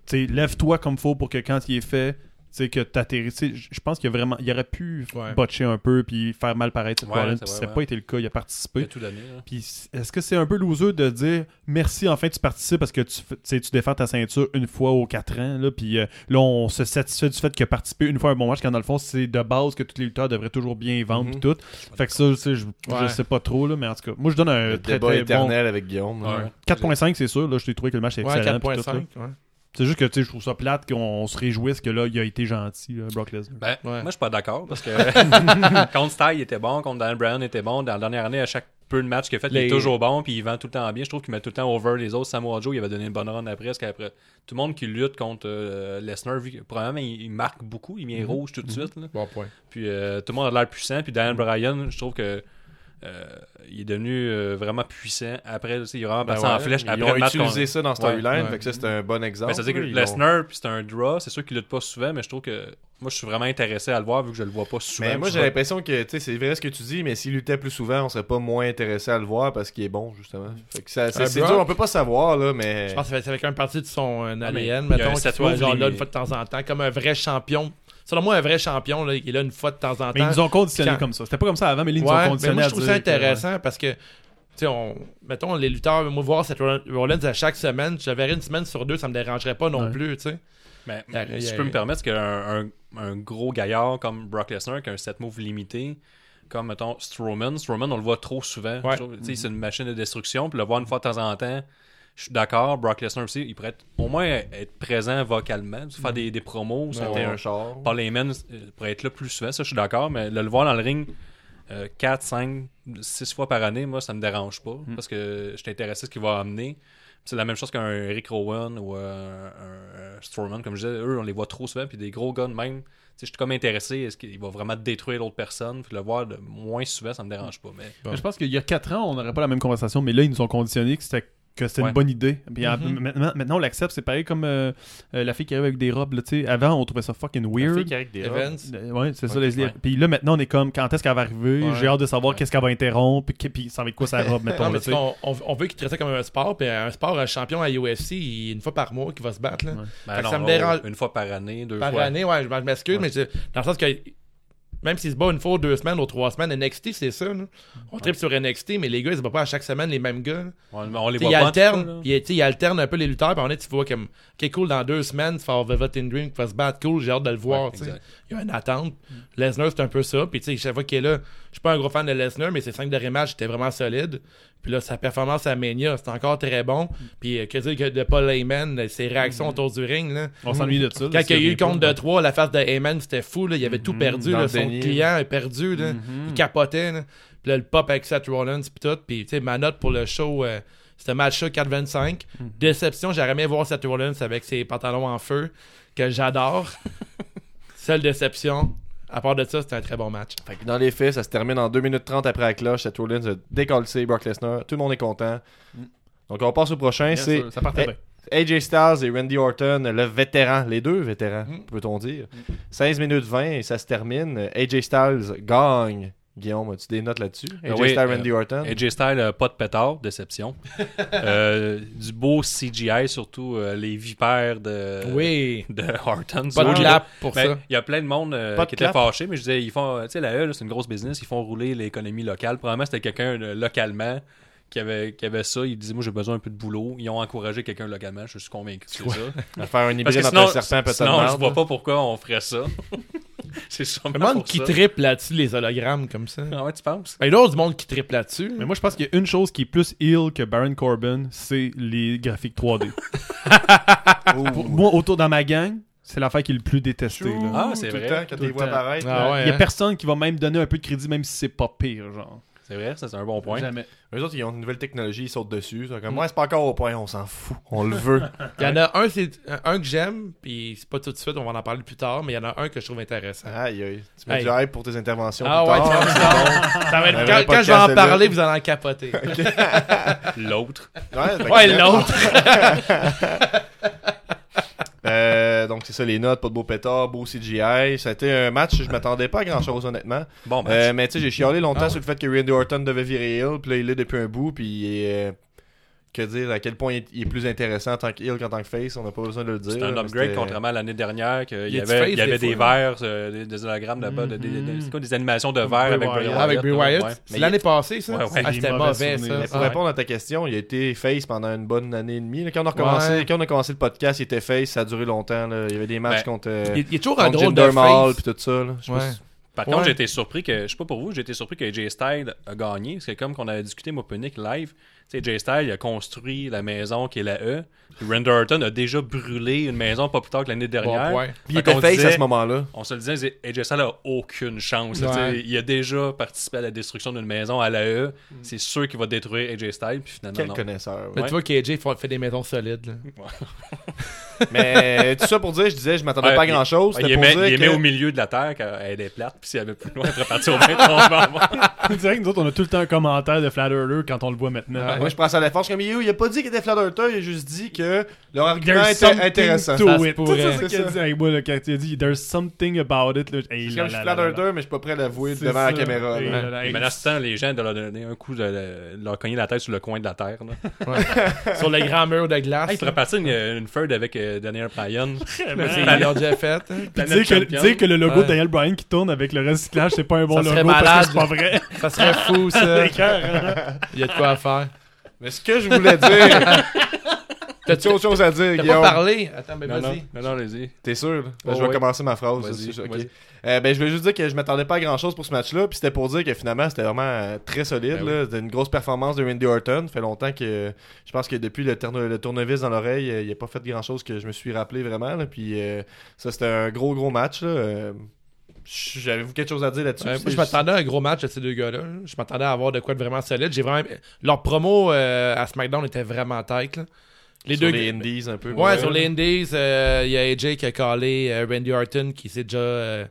[SPEAKER 6] Tu sais, lève-toi comme faut pour que quand il est fait, tu sais, que t'atterris. Tu sais, j- Je pense qu'il a vraiment, il aurait pu
[SPEAKER 5] Ouais.
[SPEAKER 6] botcher un peu, puis faire mal paraître Seth
[SPEAKER 4] Ouais,
[SPEAKER 6] Rollins,
[SPEAKER 4] c'est
[SPEAKER 6] puis
[SPEAKER 4] vrai,
[SPEAKER 6] ça n'a
[SPEAKER 4] ouais.
[SPEAKER 6] pas été le cas, il a participé.
[SPEAKER 4] Il a tout donné. là.
[SPEAKER 6] Puis c- est-ce que c'est un peu loser de dire merci, enfin tu participes parce que tu, fais- tu sais, tu défends ta ceinture une fois aux 4 ans, là, puis euh, là on se satisfait du fait que participer une fois à un bon match, quand dans le fond c'est de base que tous les lutteurs devraient toujours bien vendre,
[SPEAKER 1] Mhm.
[SPEAKER 6] pis tout. Fait que ça, tu sais, je, je
[SPEAKER 5] Ouais.
[SPEAKER 6] sais pas trop, là, mais en tout cas, moi je donne un
[SPEAKER 1] le
[SPEAKER 6] très
[SPEAKER 1] débat
[SPEAKER 6] très bon.
[SPEAKER 1] éternel avec Guillaume. là.
[SPEAKER 4] Ouais.
[SPEAKER 6] 4.5 c'est sûr, là, je t'ai trouvé que le match est
[SPEAKER 5] Ouais,
[SPEAKER 6] excellent. pis tout,
[SPEAKER 5] 4.5.
[SPEAKER 6] là.
[SPEAKER 5] ouais.
[SPEAKER 6] C'est juste que tu sais, je trouve ça plate qu'on on se réjouisse que là il a été gentil, là, Brock Lesnar.
[SPEAKER 4] Ben,
[SPEAKER 5] Ouais.
[SPEAKER 4] moi, je suis pas d'accord parce que contre Style, il était bon, contre Dan Brown, il était bon. Dans la dernière année, à chaque peu de match qu'il a fait, il
[SPEAKER 5] Les-
[SPEAKER 4] est toujours bon, puis il vend tout le temps bien. Je trouve qu'il met tout le temps over les autres. Samoa Joe, il avait donné une bonne run après, parce qu'après, tout le monde qui lutte contre euh, Lesnar, vu que, probablement, il, il marque beaucoup, il met rouge tout de suite. là.
[SPEAKER 5] Bon point.
[SPEAKER 4] Puis euh, tout le monde a de l'air puissant. Puis Dan Bryan, je trouve que euh, il est devenu euh, vraiment puissant après. tu sais, Il est vraiment
[SPEAKER 1] Ben
[SPEAKER 4] passé
[SPEAKER 1] ouais,
[SPEAKER 4] en flèche
[SPEAKER 1] ils
[SPEAKER 4] après
[SPEAKER 1] ont
[SPEAKER 4] le match.
[SPEAKER 1] utilisé
[SPEAKER 4] contre-
[SPEAKER 1] ça dans Storyline.
[SPEAKER 5] Ouais.
[SPEAKER 1] Fait que ça, c'est un bon exemple.
[SPEAKER 4] Ben, c'est-à-dire que
[SPEAKER 1] là, ils ont-
[SPEAKER 4] Lesnar, puis c'est un draw. C'est sûr qu'il lutte pas souvent, mais je trouve que moi, je suis vraiment intéressé à le voir vu que je le vois pas souvent.
[SPEAKER 1] Mais moi,
[SPEAKER 4] Je
[SPEAKER 1] j'ai
[SPEAKER 4] vois-
[SPEAKER 1] l'impression que tu sais, c'est vrai ce que tu dis, mais s'il luttait plus souvent, on serait pas moins intéressé à le voir parce qu'il est bon, justement. Fait que ça- c'est
[SPEAKER 5] Euh,
[SPEAKER 1] c'est
[SPEAKER 5] Brock-
[SPEAKER 1] dur, on peut pas savoir, là, mais.
[SPEAKER 5] Je pense que ça fait- ça fait quand même partie de son euh,
[SPEAKER 4] Ah, mais
[SPEAKER 5] ADN,
[SPEAKER 4] il y a
[SPEAKER 5] mettons,
[SPEAKER 4] un
[SPEAKER 5] qu'il
[SPEAKER 4] set
[SPEAKER 5] soit
[SPEAKER 4] move,
[SPEAKER 5] genre là
[SPEAKER 4] les-
[SPEAKER 5] une fois de temps en temps, comme un vrai champion. Selon moi, un vrai champion, là, il est là une fois de temps en temps.
[SPEAKER 6] Mais ils nous ont conditionné
[SPEAKER 5] Quand-
[SPEAKER 6] comme ça. C'était pas comme ça avant, mais là, ils nous
[SPEAKER 5] Ouais,
[SPEAKER 6] ont
[SPEAKER 5] mais
[SPEAKER 6] conditionné
[SPEAKER 5] moi,
[SPEAKER 6] à
[SPEAKER 5] je trouve
[SPEAKER 6] dire
[SPEAKER 5] ça
[SPEAKER 6] que-
[SPEAKER 5] intéressant parce que, tu sais, on, mettons, les lutteurs, moi, voir cette Roll- Rollins à chaque semaine, je le verrais une semaine sur deux, ça me dérangerait pas non
[SPEAKER 6] Ouais.
[SPEAKER 5] plus, tu sais.
[SPEAKER 4] Mais
[SPEAKER 5] Il y a- il
[SPEAKER 4] si
[SPEAKER 5] y a-
[SPEAKER 4] je peux me permettre, c'est qu'un un, un gros gaillard comme Brock Lesnar, qui a un set move limité, comme mettons Strowman, Strowman, on le voit trop souvent.
[SPEAKER 5] Ouais.
[SPEAKER 4] Je trouve, tu sais, C'est une machine de destruction, puis le voir une fois de temps en temps, je suis d'accord. Brock Lesnar aussi, il pourrait être- au moins être présent vocalement, tu sais,
[SPEAKER 1] Mm.
[SPEAKER 4] faire des, des promos,
[SPEAKER 1] C'était
[SPEAKER 4] sauter un
[SPEAKER 1] un char.
[SPEAKER 4] Paul Heyman euh, pourrait être là plus souvent, ça je suis d'accord, mais le, le voir dans le ring euh, 4, 5, 6 fois par année, moi ça me dérange pas
[SPEAKER 5] Mm.
[SPEAKER 4] parce que je suis intéressé à ce qu'il va amener. C'est la même chose qu'un Eric Rowan ou euh, un, un Strowman, comme je disais, eux on les voit trop souvent, puis des gros guns même. tu sais, Je suis comme intéressé, est-ce qu'il va vraiment détruire l'autre personne? Puis le voir de moins souvent, ça me dérange pas. Mais
[SPEAKER 6] Mais Je pense qu'il y a 4 ans, on n'aurait pas la même conversation, mais là, ils nous ont conditionné que c'était que c'était
[SPEAKER 4] Ouais.
[SPEAKER 6] une bonne idée. Puis en-
[SPEAKER 5] Mhm.
[SPEAKER 6] maintenant, maintenant, on l'accepte. C'est pareil comme euh, euh, la fille qui arrive avec des robes. là, tu sais. Avant, on trouvait ça fucking
[SPEAKER 4] La
[SPEAKER 6] weird.
[SPEAKER 4] fille qui arrive avec des robes.
[SPEAKER 5] Evans.
[SPEAKER 6] Euh, Ouais, c'est ça, Leslie.
[SPEAKER 5] ouais.
[SPEAKER 6] Puis là, maintenant, on est comme, quand est-ce qu'elle va arriver
[SPEAKER 5] Ouais.
[SPEAKER 6] J'ai hâte de savoir
[SPEAKER 5] Ouais.
[SPEAKER 6] qu'est-ce qu'elle va interrompre, puis, que- puis ça va être quoi sa robe, mettons. là,
[SPEAKER 5] Non, mais
[SPEAKER 6] tu sais.
[SPEAKER 5] on, on- on veut qu'il traite ça comme un sport, puis un sport, un champion à UFC, il- une fois par mois, qui va se battre. Là.
[SPEAKER 4] Ben
[SPEAKER 5] Fait que
[SPEAKER 4] non,
[SPEAKER 5] ça me
[SPEAKER 4] oh,
[SPEAKER 5] dérange-
[SPEAKER 4] Une fois par année, deux
[SPEAKER 5] Par
[SPEAKER 4] fois.
[SPEAKER 5] année, ouais, je m'en- je m'excuse, mais c'est- dans le sens que même s'il se bat une fois, ou deux semaines ou trois semaines, NXT, c'est ça. là. On tripe sur NXT, mais les gars, ils se battent pas à chaque semaine les mêmes gars. là.
[SPEAKER 4] On, on les
[SPEAKER 5] T'sais,
[SPEAKER 4] voit
[SPEAKER 5] Ils
[SPEAKER 4] pas. en tout cas, là.
[SPEAKER 5] alternent, ils- t'sais, ils alternent un peu les lutteurs, puis on est, tu vois, comme, ok, cool, dans deux semaines, tu vas avoir Velvet in Dream qui va se battre, cool, j'ai hâte de le voir.
[SPEAKER 4] Ouais,
[SPEAKER 5] t'sais.
[SPEAKER 4] exact.
[SPEAKER 5] il y a une attente. Lesnar, c'est un peu ça. Puis, tu sais, chaque fois qu'il est là, je suis pas un gros fan de Lesnar, mais ses cinq derniers matchs étaient vraiment solides. Puis là, sa performance à Mania, c'est encore très bon. Puis, euh, que dire que de Paul Heyman, euh, ses
[SPEAKER 4] Mm-hmm.
[SPEAKER 5] réactions autour du ring, là.
[SPEAKER 6] On s'ennuie de ça. là,
[SPEAKER 5] Quand
[SPEAKER 6] c'est Mhm.
[SPEAKER 5] il y a eu le
[SPEAKER 6] rien
[SPEAKER 5] compte
[SPEAKER 6] pas.
[SPEAKER 5] de 3, la face de Heyman, c'était fou. Là. Il avait tout perdu.
[SPEAKER 1] Dans
[SPEAKER 5] là.
[SPEAKER 1] le
[SPEAKER 5] Son
[SPEAKER 1] déni.
[SPEAKER 5] client est perdu. Là.
[SPEAKER 6] Mhm.
[SPEAKER 5] Il capotait. là. Puis là, le pop avec Seth Rollins puis tout. Puis tu sais, ma note pour le show, euh, c'était match-là 4-25.
[SPEAKER 6] Mhm.
[SPEAKER 5] Déception, j'aurais aimé voir Seth Rollins avec ses pantalons en feu, que j'adore. Seule déception. À part de ça, c'était un très bon match.
[SPEAKER 1] Fait que dans les faits, ça se termine en 2 minutes 30 après la cloche. Seth Rollins a décalcé Brock Lesnar. Tout le monde est content. Donc on passe au prochain.
[SPEAKER 6] Mm. Bien
[SPEAKER 1] c'est
[SPEAKER 6] sûr, Ça partait
[SPEAKER 1] Eh,
[SPEAKER 6] bien.
[SPEAKER 1] AJ Styles et Randy Orton, le vétéran, les deux vétérans,
[SPEAKER 6] Mm.
[SPEAKER 1] peut-on dire. 16 minutes 20 et ça se termine. AJ Styles gagne. Guillaume, as-tu des notes là-dessus? AJ
[SPEAKER 4] Ah oui,
[SPEAKER 1] Styles,
[SPEAKER 4] euh,
[SPEAKER 1] Randy Orton.
[SPEAKER 4] AJ Styles, euh, pas de pétard, déception. Euh, du beau CGI, surtout euh, les vipères de,
[SPEAKER 5] Euh, oui.
[SPEAKER 4] de Horton.
[SPEAKER 5] Pas de
[SPEAKER 4] surtout.
[SPEAKER 5] clap pour
[SPEAKER 4] Ben,
[SPEAKER 5] ça.
[SPEAKER 4] Il y a plein de monde euh,
[SPEAKER 1] Pas de
[SPEAKER 4] qui était
[SPEAKER 1] clap.
[SPEAKER 4] fâché, mais je disais, ils font, euh, tu sais, la E, là, c'est une grosse business, ils font rouler l'économie locale. Probablement, c'était quelqu'un euh, localement qui avait, qui avait ça. Il disait, moi, j'ai besoin un peu de boulot. Ils ont encouragé quelqu'un localement, je suis convaincu que c'est ça.
[SPEAKER 1] À faire un
[SPEAKER 4] Parce que
[SPEAKER 1] hybride entre
[SPEAKER 4] sinon,
[SPEAKER 1] un serpent et
[SPEAKER 4] sinon, je
[SPEAKER 1] un
[SPEAKER 4] vois pas pourquoi on ferait ça. c'est sûrement
[SPEAKER 5] Le monde
[SPEAKER 4] pour
[SPEAKER 5] qui
[SPEAKER 4] ça.
[SPEAKER 5] triple là-dessus, les hologrammes comme ça. Ben,
[SPEAKER 4] Ah ouais, tu penses?
[SPEAKER 5] Il y a d'autres du monde qui triple là-dessus.
[SPEAKER 6] Mais moi, je pense qu'il y a une chose qui est plus ill que Baron Corbin, c'est les graphiques 3D. Pour- moi, autour dans ma gang, c'est l'affaire qui est le plus détestée. là.
[SPEAKER 4] Ah, c'est vrai.
[SPEAKER 1] quand
[SPEAKER 6] Tout
[SPEAKER 1] tu
[SPEAKER 6] le
[SPEAKER 1] vois
[SPEAKER 6] temps.
[SPEAKER 1] apparaître.
[SPEAKER 5] Ah ouais,
[SPEAKER 6] Il Euh, y a
[SPEAKER 5] hein?
[SPEAKER 6] personne qui va même donner un peu de crédit, même si c'est pas pire, genre.
[SPEAKER 4] C'est vrai, ça, c'est un bon point.
[SPEAKER 6] Jamais.
[SPEAKER 1] Eux autres, ils ont une nouvelle technologie, ils sautent dessus. Ils sont
[SPEAKER 4] Mm.
[SPEAKER 1] comme, ouais, c'est pas encore au point, on s'en fout. On le veut.
[SPEAKER 5] Il y en a un, c'est euh, un que j'aime, puis c'est pas tout de suite, on va en parler plus tard, mais il y en a un que je trouve intéressant.
[SPEAKER 1] Aïe, aïe. Tu mets
[SPEAKER 5] Hey.
[SPEAKER 1] du hype pour tes interventions.
[SPEAKER 5] Ah
[SPEAKER 1] plus
[SPEAKER 5] ouais,
[SPEAKER 1] tard.
[SPEAKER 5] Ça va être-
[SPEAKER 1] Un vrai
[SPEAKER 5] quand, quand je vais
[SPEAKER 1] podcast
[SPEAKER 5] en
[SPEAKER 1] de
[SPEAKER 5] parler,
[SPEAKER 1] lutte.
[SPEAKER 5] vous allez en capoter.
[SPEAKER 4] L'autre.
[SPEAKER 1] Ouais, ben, fait que-
[SPEAKER 5] Ouais, l'autre.
[SPEAKER 1] Euh, donc, c'est ça, les notes, pas de beau pétard, beau CGI. Ça a été un match, je m'attendais pas à grand chose, honnêtement.
[SPEAKER 4] Bon, ben,
[SPEAKER 1] Euh, mais tu sais, j'ai chialé
[SPEAKER 5] Ah
[SPEAKER 1] longtemps sur le fait que Randy Orton devait virer heel, puis là, il est depuis un bout, puis euh, que dire, à quel point il est, il est plus intéressant en tant que heel qu'en tant que face, on n'a pas besoin de le dire.
[SPEAKER 4] C'est un
[SPEAKER 1] mais
[SPEAKER 4] upgrade
[SPEAKER 1] c'était-
[SPEAKER 4] contrairement à l'année dernière qu'il
[SPEAKER 5] Il
[SPEAKER 4] y
[SPEAKER 5] est
[SPEAKER 4] avait,
[SPEAKER 5] face
[SPEAKER 4] il y avait
[SPEAKER 5] des
[SPEAKER 4] des
[SPEAKER 5] fois, hein.
[SPEAKER 4] verres,
[SPEAKER 5] Mm-hmm.
[SPEAKER 4] euh, des, des hologrammes là-bas, de- des- des-
[SPEAKER 6] Mhm.
[SPEAKER 4] c'est quoi, des animations de
[SPEAKER 6] Comme
[SPEAKER 4] verre
[SPEAKER 6] Bray
[SPEAKER 4] avec Bray
[SPEAKER 6] Wyatt.
[SPEAKER 4] Wyatt.
[SPEAKER 5] Avec Bray
[SPEAKER 4] là,
[SPEAKER 5] Wyatt.
[SPEAKER 4] ouais.
[SPEAKER 5] C'est l'année passée, ça?
[SPEAKER 4] Ouais, ouais,
[SPEAKER 5] ah,
[SPEAKER 6] des
[SPEAKER 5] c'était
[SPEAKER 6] mauvais
[SPEAKER 5] mauvais,
[SPEAKER 6] souvenirs.
[SPEAKER 1] Mais
[SPEAKER 5] ça.
[SPEAKER 1] pour
[SPEAKER 5] Ah,
[SPEAKER 1] répondre à ta question, il a été face pendant une bonne année et demie. là. Quand, on a recommencé,
[SPEAKER 5] Ouais.
[SPEAKER 1] quand on a commencé le podcast, il était face, ça a duré longtemps. là. Il y avait des matchs
[SPEAKER 4] Ben,
[SPEAKER 1] contre, euh,
[SPEAKER 5] Il, il est toujours un
[SPEAKER 1] contre
[SPEAKER 5] drôle de
[SPEAKER 1] Jinder Mahal,
[SPEAKER 5] face.
[SPEAKER 1] puis tout ça. là. Je sais pas
[SPEAKER 5] Ouais.
[SPEAKER 1] si-
[SPEAKER 4] Par
[SPEAKER 5] Ouais.
[SPEAKER 4] contre, j'étais surpris que, je sais pas pour vous, j'étais surpris que Jay Styles a gagné. Parce que comme qu'on avait discuté, moi, Punic live, tu sais, Jay Styles il a construit la maison qui est la E. Puis Randy Orton a déjà brûlé une maison pas plus tard que l'année dernière.
[SPEAKER 5] Bon point.
[SPEAKER 1] Puis il
[SPEAKER 4] Fait
[SPEAKER 1] était
[SPEAKER 4] qu'on
[SPEAKER 1] face à
[SPEAKER 4] disait-
[SPEAKER 1] ce moment-là.
[SPEAKER 4] On se le disait, AJ Styles a aucune chance.
[SPEAKER 5] Ouais.
[SPEAKER 4] Tu sais, Il a déjà participé à la destruction d'une maison à la E.
[SPEAKER 5] Mm.
[SPEAKER 4] C'est sûr qu'il va détruire AJ Styles. Puis finalement,
[SPEAKER 1] Quel
[SPEAKER 4] non.
[SPEAKER 1] connaisseur.
[SPEAKER 5] Mais
[SPEAKER 1] ouais.
[SPEAKER 5] tu vois, KJ fait- fait des maisons solides. là.
[SPEAKER 1] Mais euh, tout ça pour dire, je disais, je m'attendais
[SPEAKER 4] Ouais,
[SPEAKER 1] pas à grand chose.
[SPEAKER 4] Ah, il
[SPEAKER 1] C'était pour
[SPEAKER 4] aimait, il
[SPEAKER 1] dire
[SPEAKER 4] aimait
[SPEAKER 1] que...
[SPEAKER 4] au milieu de la terre quand elle est plate, puis s'il y avait plus loin, elle serait partie au 23 novembre.
[SPEAKER 6] On dirait que nous autres, on a tout le temps un commentaire de Flat Earther quand on le voit maintenant.
[SPEAKER 5] Ah,
[SPEAKER 1] Moi, je prends ça à la force comme Yo, il a pas dit qu'il était flatteur, il a juste dit que leur argument
[SPEAKER 6] There's
[SPEAKER 1] était
[SPEAKER 6] something
[SPEAKER 1] intéressant.
[SPEAKER 6] to
[SPEAKER 5] Ça se
[SPEAKER 6] it.
[SPEAKER 5] pourrait.
[SPEAKER 6] Tout ça, c'est
[SPEAKER 1] C'est
[SPEAKER 6] ce qu'il a
[SPEAKER 1] ça.
[SPEAKER 6] dit avec moi, là, quand il a dit There's something about it. là, hey,
[SPEAKER 1] C'est
[SPEAKER 6] là,
[SPEAKER 1] comme je suis
[SPEAKER 6] là, là, là, là.
[SPEAKER 1] flatteur, mais je suis pas prêt à l'avouer
[SPEAKER 6] C'est
[SPEAKER 1] devant la
[SPEAKER 6] ça.
[SPEAKER 1] caméra.
[SPEAKER 6] Hey,
[SPEAKER 1] là.
[SPEAKER 6] là, là,
[SPEAKER 4] Et
[SPEAKER 6] hey,
[SPEAKER 4] maintenant, c'est temps, les gens de leur donner un coup, de, le- de leur cogner la tête sur le coin de la terre. Là.
[SPEAKER 5] Sur les grands murs de
[SPEAKER 4] Ah, il
[SPEAKER 5] glace.
[SPEAKER 4] pourrait partir une, une third avec euh, Daniel Bryan.
[SPEAKER 5] c'est- ils l'ont déjà fait. hein.
[SPEAKER 6] Puis dire que,
[SPEAKER 4] champion.
[SPEAKER 6] dire que le logo
[SPEAKER 5] Ouais.
[SPEAKER 6] de Daniel Bryan qui tourne avec le recyclage, c'est pas un bon
[SPEAKER 5] Ça
[SPEAKER 6] logo
[SPEAKER 5] serait
[SPEAKER 6] parce que c'est pas
[SPEAKER 5] malade.
[SPEAKER 6] vrai.
[SPEAKER 5] Ça serait fou, ça. Il y a de quoi à faire.
[SPEAKER 1] Mais ce que je voulais dire,
[SPEAKER 5] T'as-tu
[SPEAKER 1] tu autre chose à dire,
[SPEAKER 5] t'as pas
[SPEAKER 1] Guillaume.
[SPEAKER 5] parlé? Attends, ben
[SPEAKER 4] Non, non,
[SPEAKER 5] vas-y.
[SPEAKER 4] non, non, allez-y.
[SPEAKER 1] T'es sûr? là?
[SPEAKER 5] Oh,
[SPEAKER 1] je vais
[SPEAKER 5] ouais.
[SPEAKER 1] commencer ma phrase.
[SPEAKER 4] Vas-y,
[SPEAKER 1] c'est sûr, ok.
[SPEAKER 4] vas-y.
[SPEAKER 1] Euh, ben, je voulais juste dire que je m'attendais pas à grand chose pour ce match-là. Puis c'était pour dire que finalement, c'était vraiment euh, très solide.
[SPEAKER 4] Ben
[SPEAKER 1] là. C'était une grosse performance de Randy Orton. fait longtemps que euh, je pense que depuis le, tourne- le tournevis dans l'oreille, euh, il a pas fait grand chose que je me suis rappelé vraiment. là. Puis euh, ça, c'était un gros, gros match. là. Euh, J'avais-vous quelque chose à dire là-dessus?
[SPEAKER 5] Ouais,
[SPEAKER 1] Puis
[SPEAKER 5] moi, Euh, je
[SPEAKER 1] c'est-
[SPEAKER 5] m'attendais à un gros match de ces deux gars-là. hein. Je m'attendais à avoir de quoi de vraiment solide. J'ai vraiment... Leur promo euh, à SmackDown était vraiment tête. là. Les
[SPEAKER 1] sur
[SPEAKER 5] deux
[SPEAKER 1] les indies un peu.
[SPEAKER 5] Ouais, sur les Indies, euh, il y a AJ qui a callé euh, Randy Orton qui s'est déjà euh,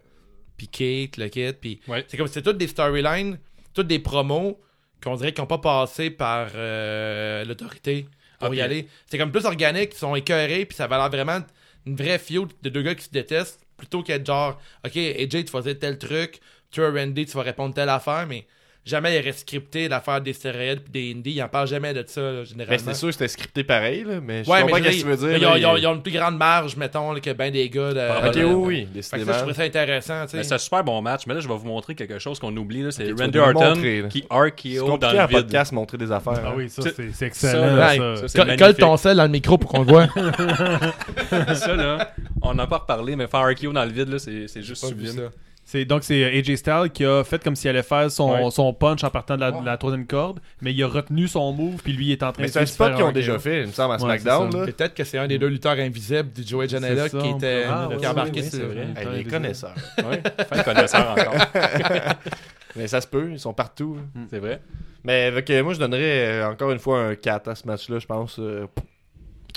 [SPEAKER 5] piqué, tout le kit. Puis
[SPEAKER 4] Ouais.
[SPEAKER 5] c'est comme c'est toutes des storylines, toutes des promos qu'on dirait qu'ils n'ont pas passé par euh, l'autorité. pour
[SPEAKER 4] Ok.
[SPEAKER 5] y aller. C'est comme plus organique, ils sont écœurés, puis ça va l'air vraiment une vraie feud de deux gars qui se détestent, plutôt qu'être genre, OK, AJ, tu faisais tel truc, toi, Randy, tu vas répondre telle affaire, mais jamais il reste scripté l'affaire des stéroïdes puis des indies, ils en parlent jamais de ça, là,
[SPEAKER 1] Ben,
[SPEAKER 5] généralement.
[SPEAKER 1] c'était sûr que c'était scripté pareil, là, mais je
[SPEAKER 5] Ouais,
[SPEAKER 1] comprends
[SPEAKER 5] mais
[SPEAKER 1] ce que
[SPEAKER 5] je
[SPEAKER 1] tu
[SPEAKER 5] veux
[SPEAKER 1] veux dire.
[SPEAKER 5] dire, ils ont,
[SPEAKER 1] là,
[SPEAKER 5] ils ont- ils ont une plus grande marge, mettons, là, que ben des gars. de-
[SPEAKER 1] Ok,
[SPEAKER 5] de-
[SPEAKER 1] oui, oui,
[SPEAKER 5] Fait que ça, je
[SPEAKER 1] décidément.
[SPEAKER 5] trouvais ça intéressant, tu
[SPEAKER 6] Ben,
[SPEAKER 4] Mais
[SPEAKER 5] sais.
[SPEAKER 4] C'est un super bon match, mais là, je vais vous montrer quelque chose qu'on oublie. là, C'est
[SPEAKER 1] Ok, tu
[SPEAKER 4] Randy
[SPEAKER 1] vas nous
[SPEAKER 4] Orton
[SPEAKER 1] montrer, là.
[SPEAKER 4] qui
[SPEAKER 1] C'est
[SPEAKER 4] RKO dans
[SPEAKER 1] compliqué
[SPEAKER 4] le
[SPEAKER 1] en
[SPEAKER 4] vide.
[SPEAKER 1] podcast montrer des affaires.
[SPEAKER 6] Ah
[SPEAKER 1] hein.
[SPEAKER 6] oui, ça,
[SPEAKER 4] C'est-
[SPEAKER 6] c'est c'est
[SPEAKER 4] ça,
[SPEAKER 6] excellent.
[SPEAKER 4] là,
[SPEAKER 6] Ça,
[SPEAKER 5] Ouais.
[SPEAKER 4] Ça, c'est
[SPEAKER 5] Colle colle
[SPEAKER 4] magnifique.
[SPEAKER 5] ton sel dans le micro pour qu'on le voit.
[SPEAKER 4] ça, là, on n'a pas reparlé, mais faire un RKO dans le vide, là, c'est c'est juste sublime.
[SPEAKER 6] C'est- donc, c'est euh, AJ Styles qui a fait comme s'il allait faire son,
[SPEAKER 4] Ouais.
[SPEAKER 6] son punch en partant de la, de la troisième corde, mais il a retenu son move, puis lui, il est en train
[SPEAKER 1] Mais
[SPEAKER 6] de
[SPEAKER 1] c'est un
[SPEAKER 6] se
[SPEAKER 1] spot
[SPEAKER 6] faire
[SPEAKER 1] qu'ils ont
[SPEAKER 6] RKO.
[SPEAKER 1] déjà fait, il me semble, à
[SPEAKER 6] Ouais,
[SPEAKER 1] SmackDown.
[SPEAKER 6] c'est
[SPEAKER 1] Là.
[SPEAKER 5] Peut-être que c'est un des deux lutteurs invisibles du Joey Janela
[SPEAKER 6] C'est ça,
[SPEAKER 5] qui
[SPEAKER 6] on
[SPEAKER 5] était
[SPEAKER 6] peut- Ah,
[SPEAKER 5] qui
[SPEAKER 6] ouais,
[SPEAKER 5] embarqué
[SPEAKER 6] ouais,
[SPEAKER 5] sur-
[SPEAKER 6] c'est vrai.
[SPEAKER 1] Hey, les connaisseurs.
[SPEAKER 4] Ouais, fin connaisseur encore.
[SPEAKER 1] mais ça se peut, ils sont partout. là.
[SPEAKER 4] C'est vrai.
[SPEAKER 1] Mais avec, euh, moi, je donnerais euh, encore une fois un 4 à ce match-là, je pense. euh, pour-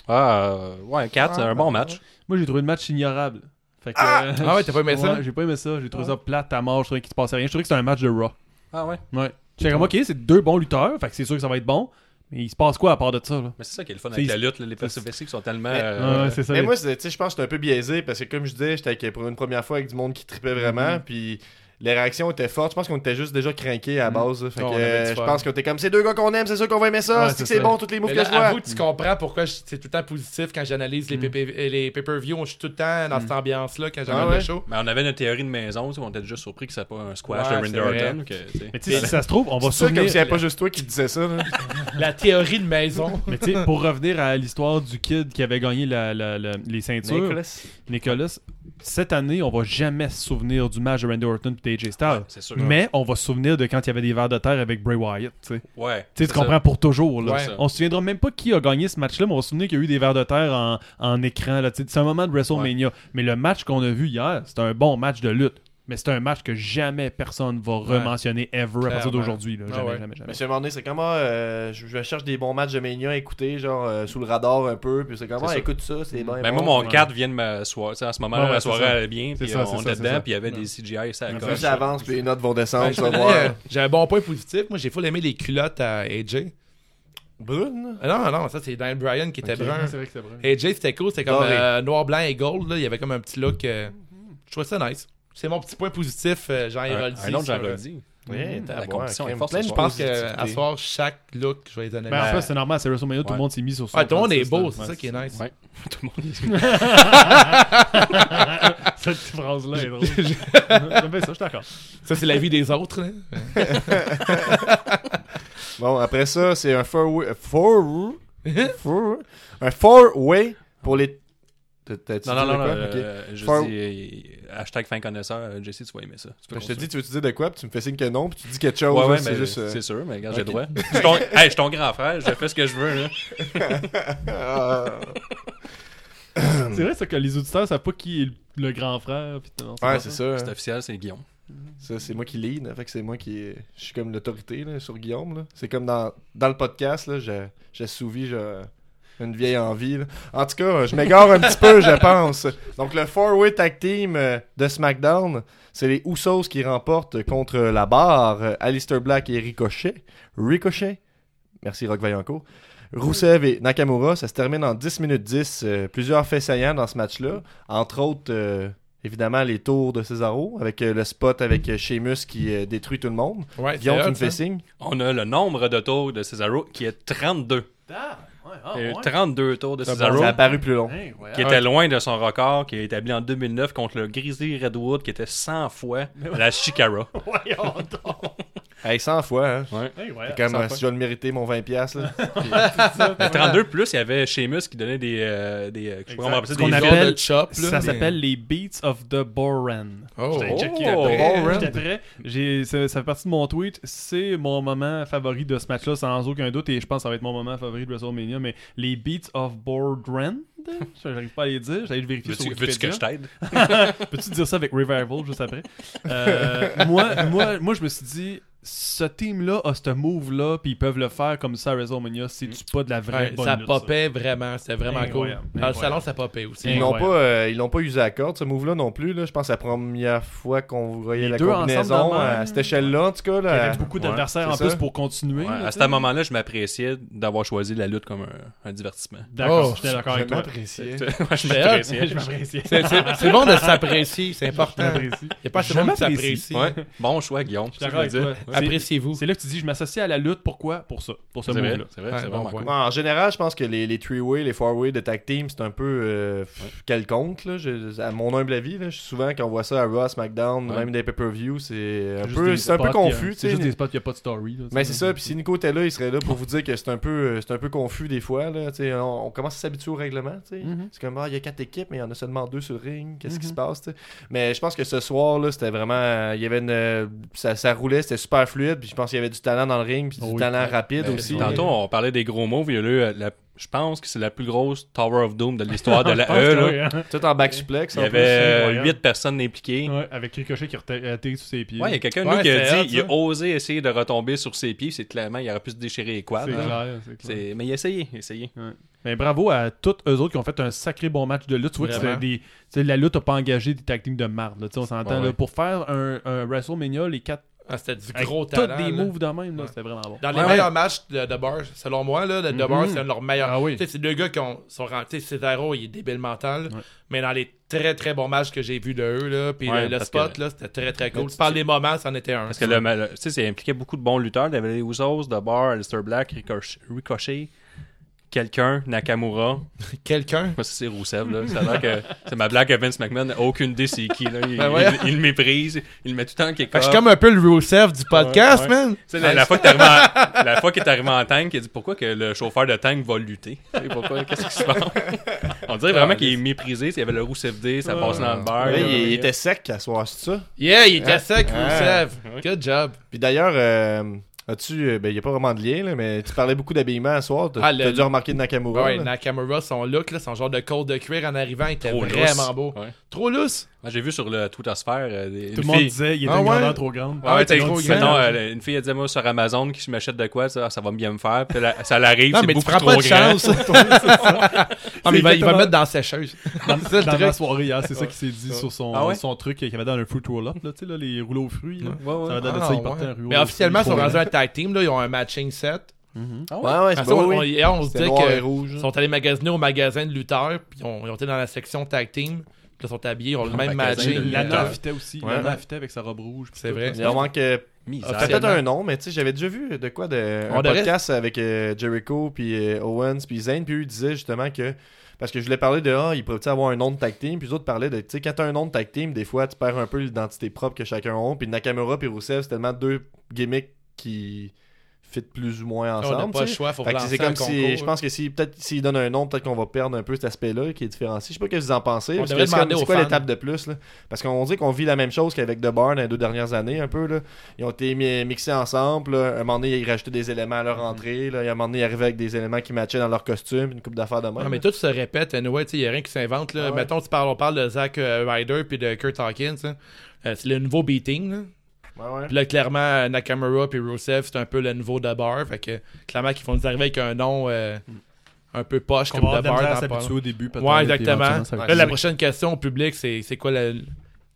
[SPEAKER 4] Ah, euh, ouais, 4, c'est un
[SPEAKER 1] Ah,
[SPEAKER 4] bon match.
[SPEAKER 6] Moi, j'ai trouvé le match ignorable. Fait que, euh,
[SPEAKER 5] Ah ouais, t'as pas aimé ça?
[SPEAKER 6] Ouais, J'ai pas aimé ça. J'ai trouvé ça plate à mort. Je trouvais qu'il se passait rien. Je trouvais que c'était un match de Raw.
[SPEAKER 4] Ah ouais.
[SPEAKER 6] Ouais. J'étais comme, ok, c'est deux bons lutteurs. Fait que c'est sûr que ça va être bon. Mais il se passe quoi à part de ça, là?
[SPEAKER 4] Mais c'est ça qui est le fun avec
[SPEAKER 6] C'est-
[SPEAKER 4] la lutte, là, les perspectives sont tellement.
[SPEAKER 1] Mais-
[SPEAKER 4] euh,
[SPEAKER 6] Ouais, c'est ça.
[SPEAKER 1] Mais
[SPEAKER 6] les-
[SPEAKER 1] moi, c'est- tu sais, je pense que j'étais un peu biaisé parce que, comme je disais, j'étais avec- pour une première fois avec du monde qui tripait vraiment.
[SPEAKER 6] Mm-hmm.
[SPEAKER 1] Puis les réactions étaient fortes. Je pense qu'on était juste déjà craqués à la
[SPEAKER 6] Mm-hmm.
[SPEAKER 1] base. là. Fait
[SPEAKER 5] Ouais,
[SPEAKER 1] que,
[SPEAKER 5] on avait du
[SPEAKER 1] euh, je
[SPEAKER 5] fun.
[SPEAKER 1] pense qu'on était comme, c'est deux gars qu'on aime, c'est sûr qu'on va aimer ça.
[SPEAKER 6] Ouais,
[SPEAKER 1] c'est que
[SPEAKER 6] c'est
[SPEAKER 1] c'est
[SPEAKER 6] ça.
[SPEAKER 1] bon, toutes les moves
[SPEAKER 5] Mais
[SPEAKER 1] que
[SPEAKER 5] là,
[SPEAKER 1] je vois.
[SPEAKER 5] avoue, tu comprends pourquoi je- c'est tout le temps positif quand j'analyse les, PP euh, les pay-per-view. Je suis tout le temps dans cette ambiance-là quand j'analyse
[SPEAKER 1] ouais?
[SPEAKER 5] le show.
[SPEAKER 4] Mais Ben, on avait notre théorie de maison, tu sais, on était juste surpris que ça pas un squash
[SPEAKER 5] Ouais,
[SPEAKER 4] de
[SPEAKER 5] c'est
[SPEAKER 4] Randy
[SPEAKER 5] vrai.
[SPEAKER 4] Orton. que, tu sais.
[SPEAKER 6] Mais tu sais, si ça se trouve, on va
[SPEAKER 1] C'est sûr, comme
[SPEAKER 6] souvenir.
[SPEAKER 1] s'il n'y avait pas juste toi qui disais ça. là.
[SPEAKER 5] La théorie de maison.
[SPEAKER 6] Mais tu sais, pour revenir à l'histoire du kid qui avait gagné la- la- la- les ceintures, Nicolas.
[SPEAKER 1] Nicholas.
[SPEAKER 6] cette année, on va jamais se souvenir du match de Randy Orton et AJ Styles.
[SPEAKER 4] Ah, c'est sûr.
[SPEAKER 6] Mais on va se souvenir de quand il y avait des vers de terre avec Bray Wyatt. Tu sais.
[SPEAKER 4] Ouais.
[SPEAKER 6] Tu sais,
[SPEAKER 4] c'est
[SPEAKER 6] tu comprends pour toujours. Là.
[SPEAKER 5] Ouais.
[SPEAKER 6] On se souviendra même pas qui a gagné ce match-là, mais on va se souvenir qu'il y a eu des vers de terre en, en écran. là. Tu sais, C'est un moment de WrestleMania. Mais le match qu'on a vu hier, c'est un bon match de lutte. Mais c'est un match que jamais personne va rementionner ever à partir
[SPEAKER 5] Clairement.
[SPEAKER 6] d'aujourd'hui. là.
[SPEAKER 5] Ah
[SPEAKER 6] Jamais,
[SPEAKER 5] ouais.
[SPEAKER 6] jamais, jamais.
[SPEAKER 1] Mais c'est un moment donné, c'est comment euh, je, je cherche des bons matchs de Mania à écouter, genre euh, sous le radar un peu, puis c'est comment
[SPEAKER 4] C'est ça.
[SPEAKER 1] écoute ça, c'est bon.
[SPEAKER 4] Mais Ben, moi, mon 4 vient de ma soirée. Tu sais, En ce moment,
[SPEAKER 6] Ouais,
[SPEAKER 4] là
[SPEAKER 6] ouais,
[SPEAKER 4] ma
[SPEAKER 6] c'est
[SPEAKER 4] soirée
[SPEAKER 6] ça.
[SPEAKER 4] allait bien,
[SPEAKER 6] C'est
[SPEAKER 4] puis
[SPEAKER 6] ça,
[SPEAKER 4] euh,
[SPEAKER 6] c'est
[SPEAKER 4] on
[SPEAKER 6] ça,
[SPEAKER 4] était
[SPEAKER 6] c'est
[SPEAKER 4] dedans,
[SPEAKER 6] ça.
[SPEAKER 4] puis il y avait des CGI, ça
[SPEAKER 1] Plus
[SPEAKER 4] accroche.
[SPEAKER 1] j'avance, puis les notes vont descendre,
[SPEAKER 4] Ben,
[SPEAKER 1] tu vas
[SPEAKER 5] J'avais
[SPEAKER 4] euh,
[SPEAKER 1] voir.
[SPEAKER 5] un bon point positif. Moi, j'ai full aimé les culottes à AJ.
[SPEAKER 1] Brune
[SPEAKER 5] Ah non, non, ça c'est Dan Bryan qui était brun.
[SPEAKER 6] vrai que c'est vrai.
[SPEAKER 5] AJ, c'était cool. C'était comme
[SPEAKER 1] Doré.
[SPEAKER 5] euh, noir, blanc et gold. Là. Il y avait comme un petit look. euh, Je trouvais ça nice. C'est mon petit point positif, euh, Jean
[SPEAKER 4] Un,
[SPEAKER 5] Héroldi.
[SPEAKER 4] un autre,
[SPEAKER 5] sur,
[SPEAKER 4] j'en
[SPEAKER 5] euh,
[SPEAKER 4] redis.
[SPEAKER 1] Oui,
[SPEAKER 4] la compétition est forte
[SPEAKER 1] plein
[SPEAKER 4] ce
[SPEAKER 1] de
[SPEAKER 5] Je pense
[SPEAKER 1] positivité.
[SPEAKER 5] qu'à soir, chaque look, je vais les donner.
[SPEAKER 6] Mais Ben, en fait, c'est normal, c'est WrestleMania, tout
[SPEAKER 4] Ouais.
[SPEAKER 6] le monde s'est mis sur son.
[SPEAKER 5] Ah, tout le monde est
[SPEAKER 6] 36, là.
[SPEAKER 5] beau, c'est ça qui est nice.
[SPEAKER 4] Ouais. Tout le monde est-
[SPEAKER 6] Cette petite phrase-là est drôle. J'aime bien ça, je suis d'accord.
[SPEAKER 5] Ça, c'est la vie des autres. là.
[SPEAKER 1] Bon, après ça, c'est un four-way. Four, four, un four-way pour les. T'as- t'as-tu
[SPEAKER 4] Non, non,
[SPEAKER 1] dit de
[SPEAKER 4] non, non.
[SPEAKER 1] quoi? Ok.
[SPEAKER 4] euh, Je
[SPEAKER 1] Far-
[SPEAKER 4] dis euh, hashtag fin connaisseur, euh, Jesse, tu vas aimer ça. Tu peux
[SPEAKER 1] Ben, Je te
[SPEAKER 4] continuer.
[SPEAKER 1] dis, tu veux-tu dire de quoi? Puis tu me fais signe que non, puis tu dis quelque chose.
[SPEAKER 4] Ouais,
[SPEAKER 1] là,
[SPEAKER 4] ouais,
[SPEAKER 1] c'est
[SPEAKER 4] mais
[SPEAKER 1] juste. euh,
[SPEAKER 4] c'est sûr, mais regarde, j'ai le droit. Je suis ton- hey, je suis ton grand frère, je fais ce que je veux. Là.
[SPEAKER 1] ah,
[SPEAKER 6] C'est vrai, c'est que les auditeurs savent pas qui est le- le grand frère. puis non,
[SPEAKER 1] ouais,
[SPEAKER 6] pas
[SPEAKER 1] c'est ça. hein.
[SPEAKER 4] C'est officiel, c'est Guillaume.
[SPEAKER 1] Ça, c'est moi qui lead. Fait que c'est moi qui. Je suis comme l'autorité là, sur Guillaume. là. C'est comme dans, dans le podcast, là, j'ai- j'assouvis j'ai une vieille envie. là. En tout cas, je m'égare un petit peu, je pense. Donc, le four-way tag team euh, de SmackDown, c'est les Usos qui remportent contre la barre euh, Alistair Black et Ricochet. Ricochet. Merci, Rock Vaillancourt. Roussev et Nakamura, ça se termine en 10 minutes 10. euh, plusieurs faits saillants dans ce match-là. Entre autres, euh, évidemment, les tours de Cesaro, avec euh, le spot avec euh, Sheamus qui euh, détruit tout le monde.
[SPEAKER 5] Ouais,
[SPEAKER 1] Guillaume,
[SPEAKER 5] c'est
[SPEAKER 1] tu me
[SPEAKER 5] hot, hein.
[SPEAKER 1] fais
[SPEAKER 5] ça.
[SPEAKER 1] signe.
[SPEAKER 6] hein.
[SPEAKER 4] On a le nombre de tours de Cesaro qui est 32.
[SPEAKER 6] Ah,
[SPEAKER 4] Il
[SPEAKER 6] Euh,
[SPEAKER 4] y a eu 32 tours de Cesaro.
[SPEAKER 1] Ça a paru plus long.
[SPEAKER 4] qui était loin de son record qui est établi en 2009 contre le Grizzly Redwood qui était 100 fois à la Shikara.
[SPEAKER 1] Hey, 100 fois, hein.
[SPEAKER 6] Hey, ouais.
[SPEAKER 1] C'est comme euh, si je vais le mériter, mon 20$. Là.
[SPEAKER 4] Mais 32 plus, il y avait Sheamus qui donnait des. euh, des euh, je sais pas comment on appelle ça,
[SPEAKER 6] Exact. Ce qu'on
[SPEAKER 4] des
[SPEAKER 5] Genre
[SPEAKER 6] appelle-
[SPEAKER 5] de chop, là,
[SPEAKER 6] Ça
[SPEAKER 5] mais-
[SPEAKER 6] s'appelle les Beats of the Boran.
[SPEAKER 5] Oh.
[SPEAKER 6] J'ai checké
[SPEAKER 4] Oh,
[SPEAKER 6] après.
[SPEAKER 1] Boran.
[SPEAKER 6] J'étais prêt. J'ai- Ça, ça fait partie de mon tweet. C'est mon moment favori de ce match-là, sans aucun doute. Et je pense que ça va être mon moment favori de WrestleMania. Mais les Beats of Boran, j'arrive pas à les dire. J'allais le vérifier sur
[SPEAKER 4] Veux-tu veux-tu
[SPEAKER 6] Wikipédia.
[SPEAKER 4] que je t'aide
[SPEAKER 6] Peux-tu dire ça avec Revival juste après? Euh, moi, moi, moi, je me suis dit, ce team-là a ce move-là, puis ils peuvent le faire comme ça à WrestleMania, c'est-tu pas de la vraie
[SPEAKER 5] Ouais,
[SPEAKER 6] bonne
[SPEAKER 5] Ben, ça
[SPEAKER 6] lutte,
[SPEAKER 5] popait vraiment, c'était vraiment
[SPEAKER 6] Incroyable,
[SPEAKER 5] cool. Dans le
[SPEAKER 6] incroyable.
[SPEAKER 5] salon, ça popait aussi.
[SPEAKER 1] Ils n'ont
[SPEAKER 6] Incroyable.
[SPEAKER 1] pas, euh, ils l'ont pas usé à corde, ce move-là non plus. Là. Je pense que c'est la première fois qu'on voyait
[SPEAKER 6] Les
[SPEAKER 1] la
[SPEAKER 6] deux ensemble
[SPEAKER 1] combinaison euh,
[SPEAKER 6] dans le
[SPEAKER 1] à
[SPEAKER 6] même.
[SPEAKER 1] cette échelle-là, en tout cas.
[SPEAKER 6] Il y
[SPEAKER 1] Là, euh,
[SPEAKER 6] avait beaucoup
[SPEAKER 1] Ouais,
[SPEAKER 6] d'adversaires en
[SPEAKER 1] c'est ça.
[SPEAKER 6] plus pour continuer.
[SPEAKER 4] Ouais,
[SPEAKER 6] là,
[SPEAKER 4] à
[SPEAKER 6] tu
[SPEAKER 4] ce
[SPEAKER 6] sais.
[SPEAKER 4] moment-là, je m'appréciais d'avoir choisi la lutte comme un, un divertissement.
[SPEAKER 6] D'accord,
[SPEAKER 5] Oh,
[SPEAKER 6] j'étais d'accord
[SPEAKER 1] Je
[SPEAKER 6] avec toi.
[SPEAKER 1] m'appréciais.
[SPEAKER 4] Ouais, je
[SPEAKER 5] C'est hot.
[SPEAKER 4] m'appréciais.
[SPEAKER 6] Je m'apprécie.
[SPEAKER 5] C'est- C'est c'est bon de s'apprécier, c'est important. Il
[SPEAKER 6] J'apprécie.
[SPEAKER 5] n'y a pas assez
[SPEAKER 6] Je
[SPEAKER 5] de monde qui
[SPEAKER 6] m'apprécie.
[SPEAKER 5] s'apprécie.
[SPEAKER 4] Ouais. Bon choix, Guillaume.
[SPEAKER 6] Je suis d'accord avec toi. C'est-
[SPEAKER 5] Appréciez-vous.
[SPEAKER 6] C'est là que tu dis, je m'associe à la lutte, pourquoi Pour ça, pour ce
[SPEAKER 4] C'est vrai,
[SPEAKER 6] move-là.
[SPEAKER 4] c'est vrai,
[SPEAKER 5] Ouais,
[SPEAKER 4] c'est
[SPEAKER 5] bon
[SPEAKER 4] vraiment
[SPEAKER 5] point.
[SPEAKER 4] cool.
[SPEAKER 1] en général, je pense que les, les three-way, les four-way de tag team, c'est un peu euh, pff, quelconque. Là. Je- à mon humble avis, là, je- souvent quand on voit ça à Raw, SmackDown,
[SPEAKER 4] Ouais.
[SPEAKER 1] même des pay-per-view, c'est un
[SPEAKER 6] Juste
[SPEAKER 1] peu,
[SPEAKER 6] des
[SPEAKER 1] c'est un peu
[SPEAKER 6] spots, il y a-
[SPEAKER 1] confus. tu
[SPEAKER 6] C'est
[SPEAKER 1] sais.
[SPEAKER 6] juste des spots, il n'y a pas de story. là, tu
[SPEAKER 1] Mais
[SPEAKER 6] sais.
[SPEAKER 1] c'est ça, puis si Nico était là, il serait là pour vous dire que c'est un peu, euh, c'est un peu confus des fois. Là, Tu sais, on, on commence à s'habituer au règlement. tu sais.
[SPEAKER 6] Mhm.
[SPEAKER 1] C'est comme, ah, il y a quatre équipes, mais il y en a seulement deux sur le ring. Qu'est-ce qui se passe? tu sais? Mais je pense que ce soir, là, c'était vraiment. Il y avait une. euh, Ça, ça roulait, c'était super fluide. Puis je pense qu'il y avait du talent dans le ring, puis du
[SPEAKER 6] Oui.
[SPEAKER 1] talent rapide aussi.
[SPEAKER 4] Ben, Tantôt, on parlait des gros mots. Il y a eu, euh, la- je pense que c'est la plus grosse Tower of Doom de l'histoire de la
[SPEAKER 6] Ah,
[SPEAKER 4] E.
[SPEAKER 6] c'est
[SPEAKER 4] là.
[SPEAKER 6] vrai, hein.
[SPEAKER 1] Tout en back suplex.
[SPEAKER 4] Il y
[SPEAKER 1] en
[SPEAKER 4] avait euh,
[SPEAKER 6] incroyable.
[SPEAKER 4] huit personnes impliquées.
[SPEAKER 6] Ouais, Avec Ricochet qui reta- atterrit sous ses pieds.
[SPEAKER 4] Ouais, il y a quelqu'un de
[SPEAKER 5] Ouais,
[SPEAKER 4] nous qui
[SPEAKER 5] c'était
[SPEAKER 4] a
[SPEAKER 5] hot,
[SPEAKER 4] dit il a
[SPEAKER 5] ça.
[SPEAKER 4] osé essayer de retomber sur ses pieds. C'est clairement, il aurait pu se déchirer les quads.
[SPEAKER 6] C'est
[SPEAKER 4] hein.
[SPEAKER 6] clair, c'est clair.
[SPEAKER 4] C'est- Mais il a essayé, il a essayé.
[SPEAKER 6] Mais bravo à toutes eux autres qui ont fait un sacré bon match de lutte. Tu vois que
[SPEAKER 5] Vraiment.
[SPEAKER 6] c'est des- tu sais, la lutte n'a pas engagé des tactiques de marde. là. Tu sais, On s'entend.
[SPEAKER 4] Ouais,
[SPEAKER 6] là,
[SPEAKER 4] ouais.
[SPEAKER 6] Pour faire un, un WrestleMania, les quatre.
[SPEAKER 5] Ah, C'était du
[SPEAKER 6] avec
[SPEAKER 5] gros
[SPEAKER 6] tous
[SPEAKER 5] talent.
[SPEAKER 6] des
[SPEAKER 5] là.
[SPEAKER 6] moves de même, là, c'était vraiment bon.
[SPEAKER 5] Dans les
[SPEAKER 4] Ouais,
[SPEAKER 5] meilleurs matchs de, de Bar, selon moi, là, le
[SPEAKER 4] Mm-hmm.
[SPEAKER 5] de Bar, c'est un de leurs meilleurs.
[SPEAKER 6] Ah oui.
[SPEAKER 5] Tu sais, c'est deux gars qui ont, sont rentrés. Cesaro, il est débile mental.
[SPEAKER 6] Ouais.
[SPEAKER 5] Mais dans les très très bons matchs que j'ai vus de eux, là, puis
[SPEAKER 4] Ouais,
[SPEAKER 5] le, le
[SPEAKER 4] parce
[SPEAKER 5] spot,
[SPEAKER 4] que-
[SPEAKER 5] là, c'était très très cool.
[SPEAKER 4] tu-
[SPEAKER 5] Par les moments, c'en était un.
[SPEAKER 4] Parce que le, le- tu sais, ça impliquait beaucoup de bons lutteurs. Il y avait les Usos, The Bar, Alistair Black, Ricoch- Ricochet, quelqu'un, Nakamura.
[SPEAKER 5] Quelqu'un.
[SPEAKER 4] Moi, c'est Rousseff, là. Ça a l'air que c'est ma blague à Vince McMahon. Aucune idée c'est qui, là. Il,
[SPEAKER 5] Ben ouais.
[SPEAKER 4] il- il le méprise. Il le met tout le temps quelque
[SPEAKER 5] Fait que
[SPEAKER 4] part.
[SPEAKER 5] je suis comme un peu le Rusev du podcast, man.
[SPEAKER 4] Tu sais, la, la fois qu'il est arrivé en- la fois qu'il est arrivé en tank, il a dit pourquoi que le chauffeur de tank va lutter. Tu sais, pourquoi- Qu'est-ce qui se passe? On dirait vraiment qu'il est méprisé. Il y avait le Rousseff D, ça passait dans le bar.
[SPEAKER 1] Ouais,
[SPEAKER 4] là.
[SPEAKER 1] il, il était sec à soir, c'est ça?
[SPEAKER 5] Yeah, il était sec,
[SPEAKER 1] Ah.
[SPEAKER 5] Rusev. Good job.
[SPEAKER 1] Puis d'ailleurs, euh, as-tu. euh, Ben, il n'y a pas vraiment de lien, là, mais tu parlais beaucoup d'habillement à soir. T'as
[SPEAKER 5] Ah, le-
[SPEAKER 1] t'as dû remarquer de Nakamura.
[SPEAKER 5] Ouais,
[SPEAKER 1] là.
[SPEAKER 5] Nakamura, son look, là, son genre de col de cuir en arrivant, était
[SPEAKER 4] Trop
[SPEAKER 5] vraiment
[SPEAKER 4] lousse.
[SPEAKER 5] beau.
[SPEAKER 4] Ouais.
[SPEAKER 5] Trop lousse.
[SPEAKER 4] Moi, Ah, J'ai vu sur le Twitter Sphere euh, des-
[SPEAKER 6] Tout
[SPEAKER 4] une
[SPEAKER 6] le monde
[SPEAKER 4] fille-
[SPEAKER 6] disait, il était
[SPEAKER 5] Ah
[SPEAKER 6] une
[SPEAKER 5] ouais.
[SPEAKER 6] grandeur trop grande.
[SPEAKER 4] Ah ouais, t'as
[SPEAKER 5] trop
[SPEAKER 4] écouté.
[SPEAKER 5] grand.
[SPEAKER 4] Non, elle- une fille a dit, moi, sur Amazon, qui je m'achète de quoi, ça, ça va bien me faire. Puis là, ça l'arrive,
[SPEAKER 5] Non,
[SPEAKER 4] c'est
[SPEAKER 5] mais tu
[SPEAKER 4] beaucoup
[SPEAKER 5] prends
[SPEAKER 4] trop
[SPEAKER 5] pas de
[SPEAKER 4] grand.
[SPEAKER 5] chance.
[SPEAKER 1] Ah,
[SPEAKER 5] Non, mais il va, il va
[SPEAKER 6] exactement-
[SPEAKER 5] mettre dans la sécheuse.
[SPEAKER 6] Dans,
[SPEAKER 5] C'est ça, le
[SPEAKER 6] dans
[SPEAKER 5] truc.
[SPEAKER 6] la soirée hier, c'est ça qui s'est dit sur son,
[SPEAKER 4] Ah ouais?
[SPEAKER 6] son truc qu'il y avait dans le fruit roll-up, là, tu sais, là, les rouleaux aux fruits. Là.
[SPEAKER 4] Ouais, ouais.
[SPEAKER 6] Ça va donner
[SPEAKER 5] Ah,
[SPEAKER 6] ça, il
[SPEAKER 5] ouais.
[SPEAKER 6] partait un rouleau.
[SPEAKER 5] Mais officiellement, ils sont rendus
[SPEAKER 6] un
[SPEAKER 5] un tag team, là, ils ont un matching set.
[SPEAKER 1] Ouais, ouais,
[SPEAKER 5] Parce
[SPEAKER 1] c'est
[SPEAKER 5] qu'on-
[SPEAKER 1] Ah, bon.
[SPEAKER 5] on,
[SPEAKER 1] oui.
[SPEAKER 5] hier, on se
[SPEAKER 1] C'était
[SPEAKER 5] disait
[SPEAKER 1] noir et
[SPEAKER 5] que
[SPEAKER 1] rouge.
[SPEAKER 5] ils sont allés magasiner au magasin de lutteurs, puis ils ont, ils ont été dans la section tag team, puis ils sont habillés, ils ont le même
[SPEAKER 4] magasin
[SPEAKER 5] matching.
[SPEAKER 4] de
[SPEAKER 6] La
[SPEAKER 4] lutteurs.
[SPEAKER 6] Nana fitait aussi.
[SPEAKER 1] Ouais.
[SPEAKER 6] La Nana fitait avec sa robe rouge.
[SPEAKER 5] euh, C'est vrai.
[SPEAKER 1] Il leur manque euh,
[SPEAKER 4] Misère.
[SPEAKER 1] C'est peut-être un nom, mais tu sais, j'avais déjà vu de quoi de
[SPEAKER 5] On
[SPEAKER 1] un
[SPEAKER 5] devrait-
[SPEAKER 1] podcast avec euh, Jericho puis euh, Owens puis Zayn puis eux ils disaient justement que parce que je voulais parler de ah ils pourraient tu sais, avoir un nom de tag team puis les autres parlaient de tu sais quand t'as un nom de tag team des fois tu perds un peu l'identité propre que chacun a puis Nakamura puis Rusev c'est tellement deux gimmicks qui fit plus ou moins
[SPEAKER 5] On n'a
[SPEAKER 1] ensemble
[SPEAKER 5] pas le
[SPEAKER 1] tu sais.
[SPEAKER 5] choix, faut
[SPEAKER 1] Fait que
[SPEAKER 5] relancer
[SPEAKER 1] c'est
[SPEAKER 5] un
[SPEAKER 1] comme si
[SPEAKER 5] concours.
[SPEAKER 1] je pense que si peut-être s'ils donnent un nom peut-être qu'on va perdre un peu cet aspect là qui est différencié je sais pas ce que vous en pensez
[SPEAKER 5] On
[SPEAKER 1] parce que
[SPEAKER 5] devrait
[SPEAKER 1] c'est comme-
[SPEAKER 5] demander
[SPEAKER 1] c'est
[SPEAKER 5] aux
[SPEAKER 1] quoi
[SPEAKER 5] fans.
[SPEAKER 1] l'étape de plus là parce qu'on dit qu'on vit la même chose qu'avec The Barn les deux dernières années un peu là ils ont été mi- mixés ensemble. là. À un moment donné, ils rajoutaient des éléments à leur
[SPEAKER 5] Mm-hmm.
[SPEAKER 1] entrée. Là. Et À un moment donné, ils arrivaient avec des éléments qui matchaient dans leur costume, une coupe d'affaires de même.
[SPEAKER 5] Non, Ah, mais tout se répète, anyway, tu sais, il n'y a rien qui s'invente. là.
[SPEAKER 1] Ah ouais.
[SPEAKER 5] Mettons, tu parles, on parle de Zack euh, Ryder puis de Kurt Hawkins. hein. Euh, c'est le nouveau beating. Là.
[SPEAKER 1] Ouais, ouais.
[SPEAKER 5] Puis là, clairement, euh, Nakamura puis Rusev, c'est un peu le nouveau de bar. Fait que, clairement, qu'ils vont nous arriver avec un nom euh, un peu poche
[SPEAKER 6] Qu'on
[SPEAKER 5] comme
[SPEAKER 6] va avoir
[SPEAKER 5] de
[SPEAKER 6] de la misère à
[SPEAKER 5] bar.
[SPEAKER 6] s'habituer au début, peut-être.
[SPEAKER 5] Ouais,
[SPEAKER 6] et puis
[SPEAKER 5] exactement.
[SPEAKER 6] éventuellement, hein, ça va
[SPEAKER 5] Là,
[SPEAKER 6] être-
[SPEAKER 5] la prochaine question au public, c'est c'est quoi la-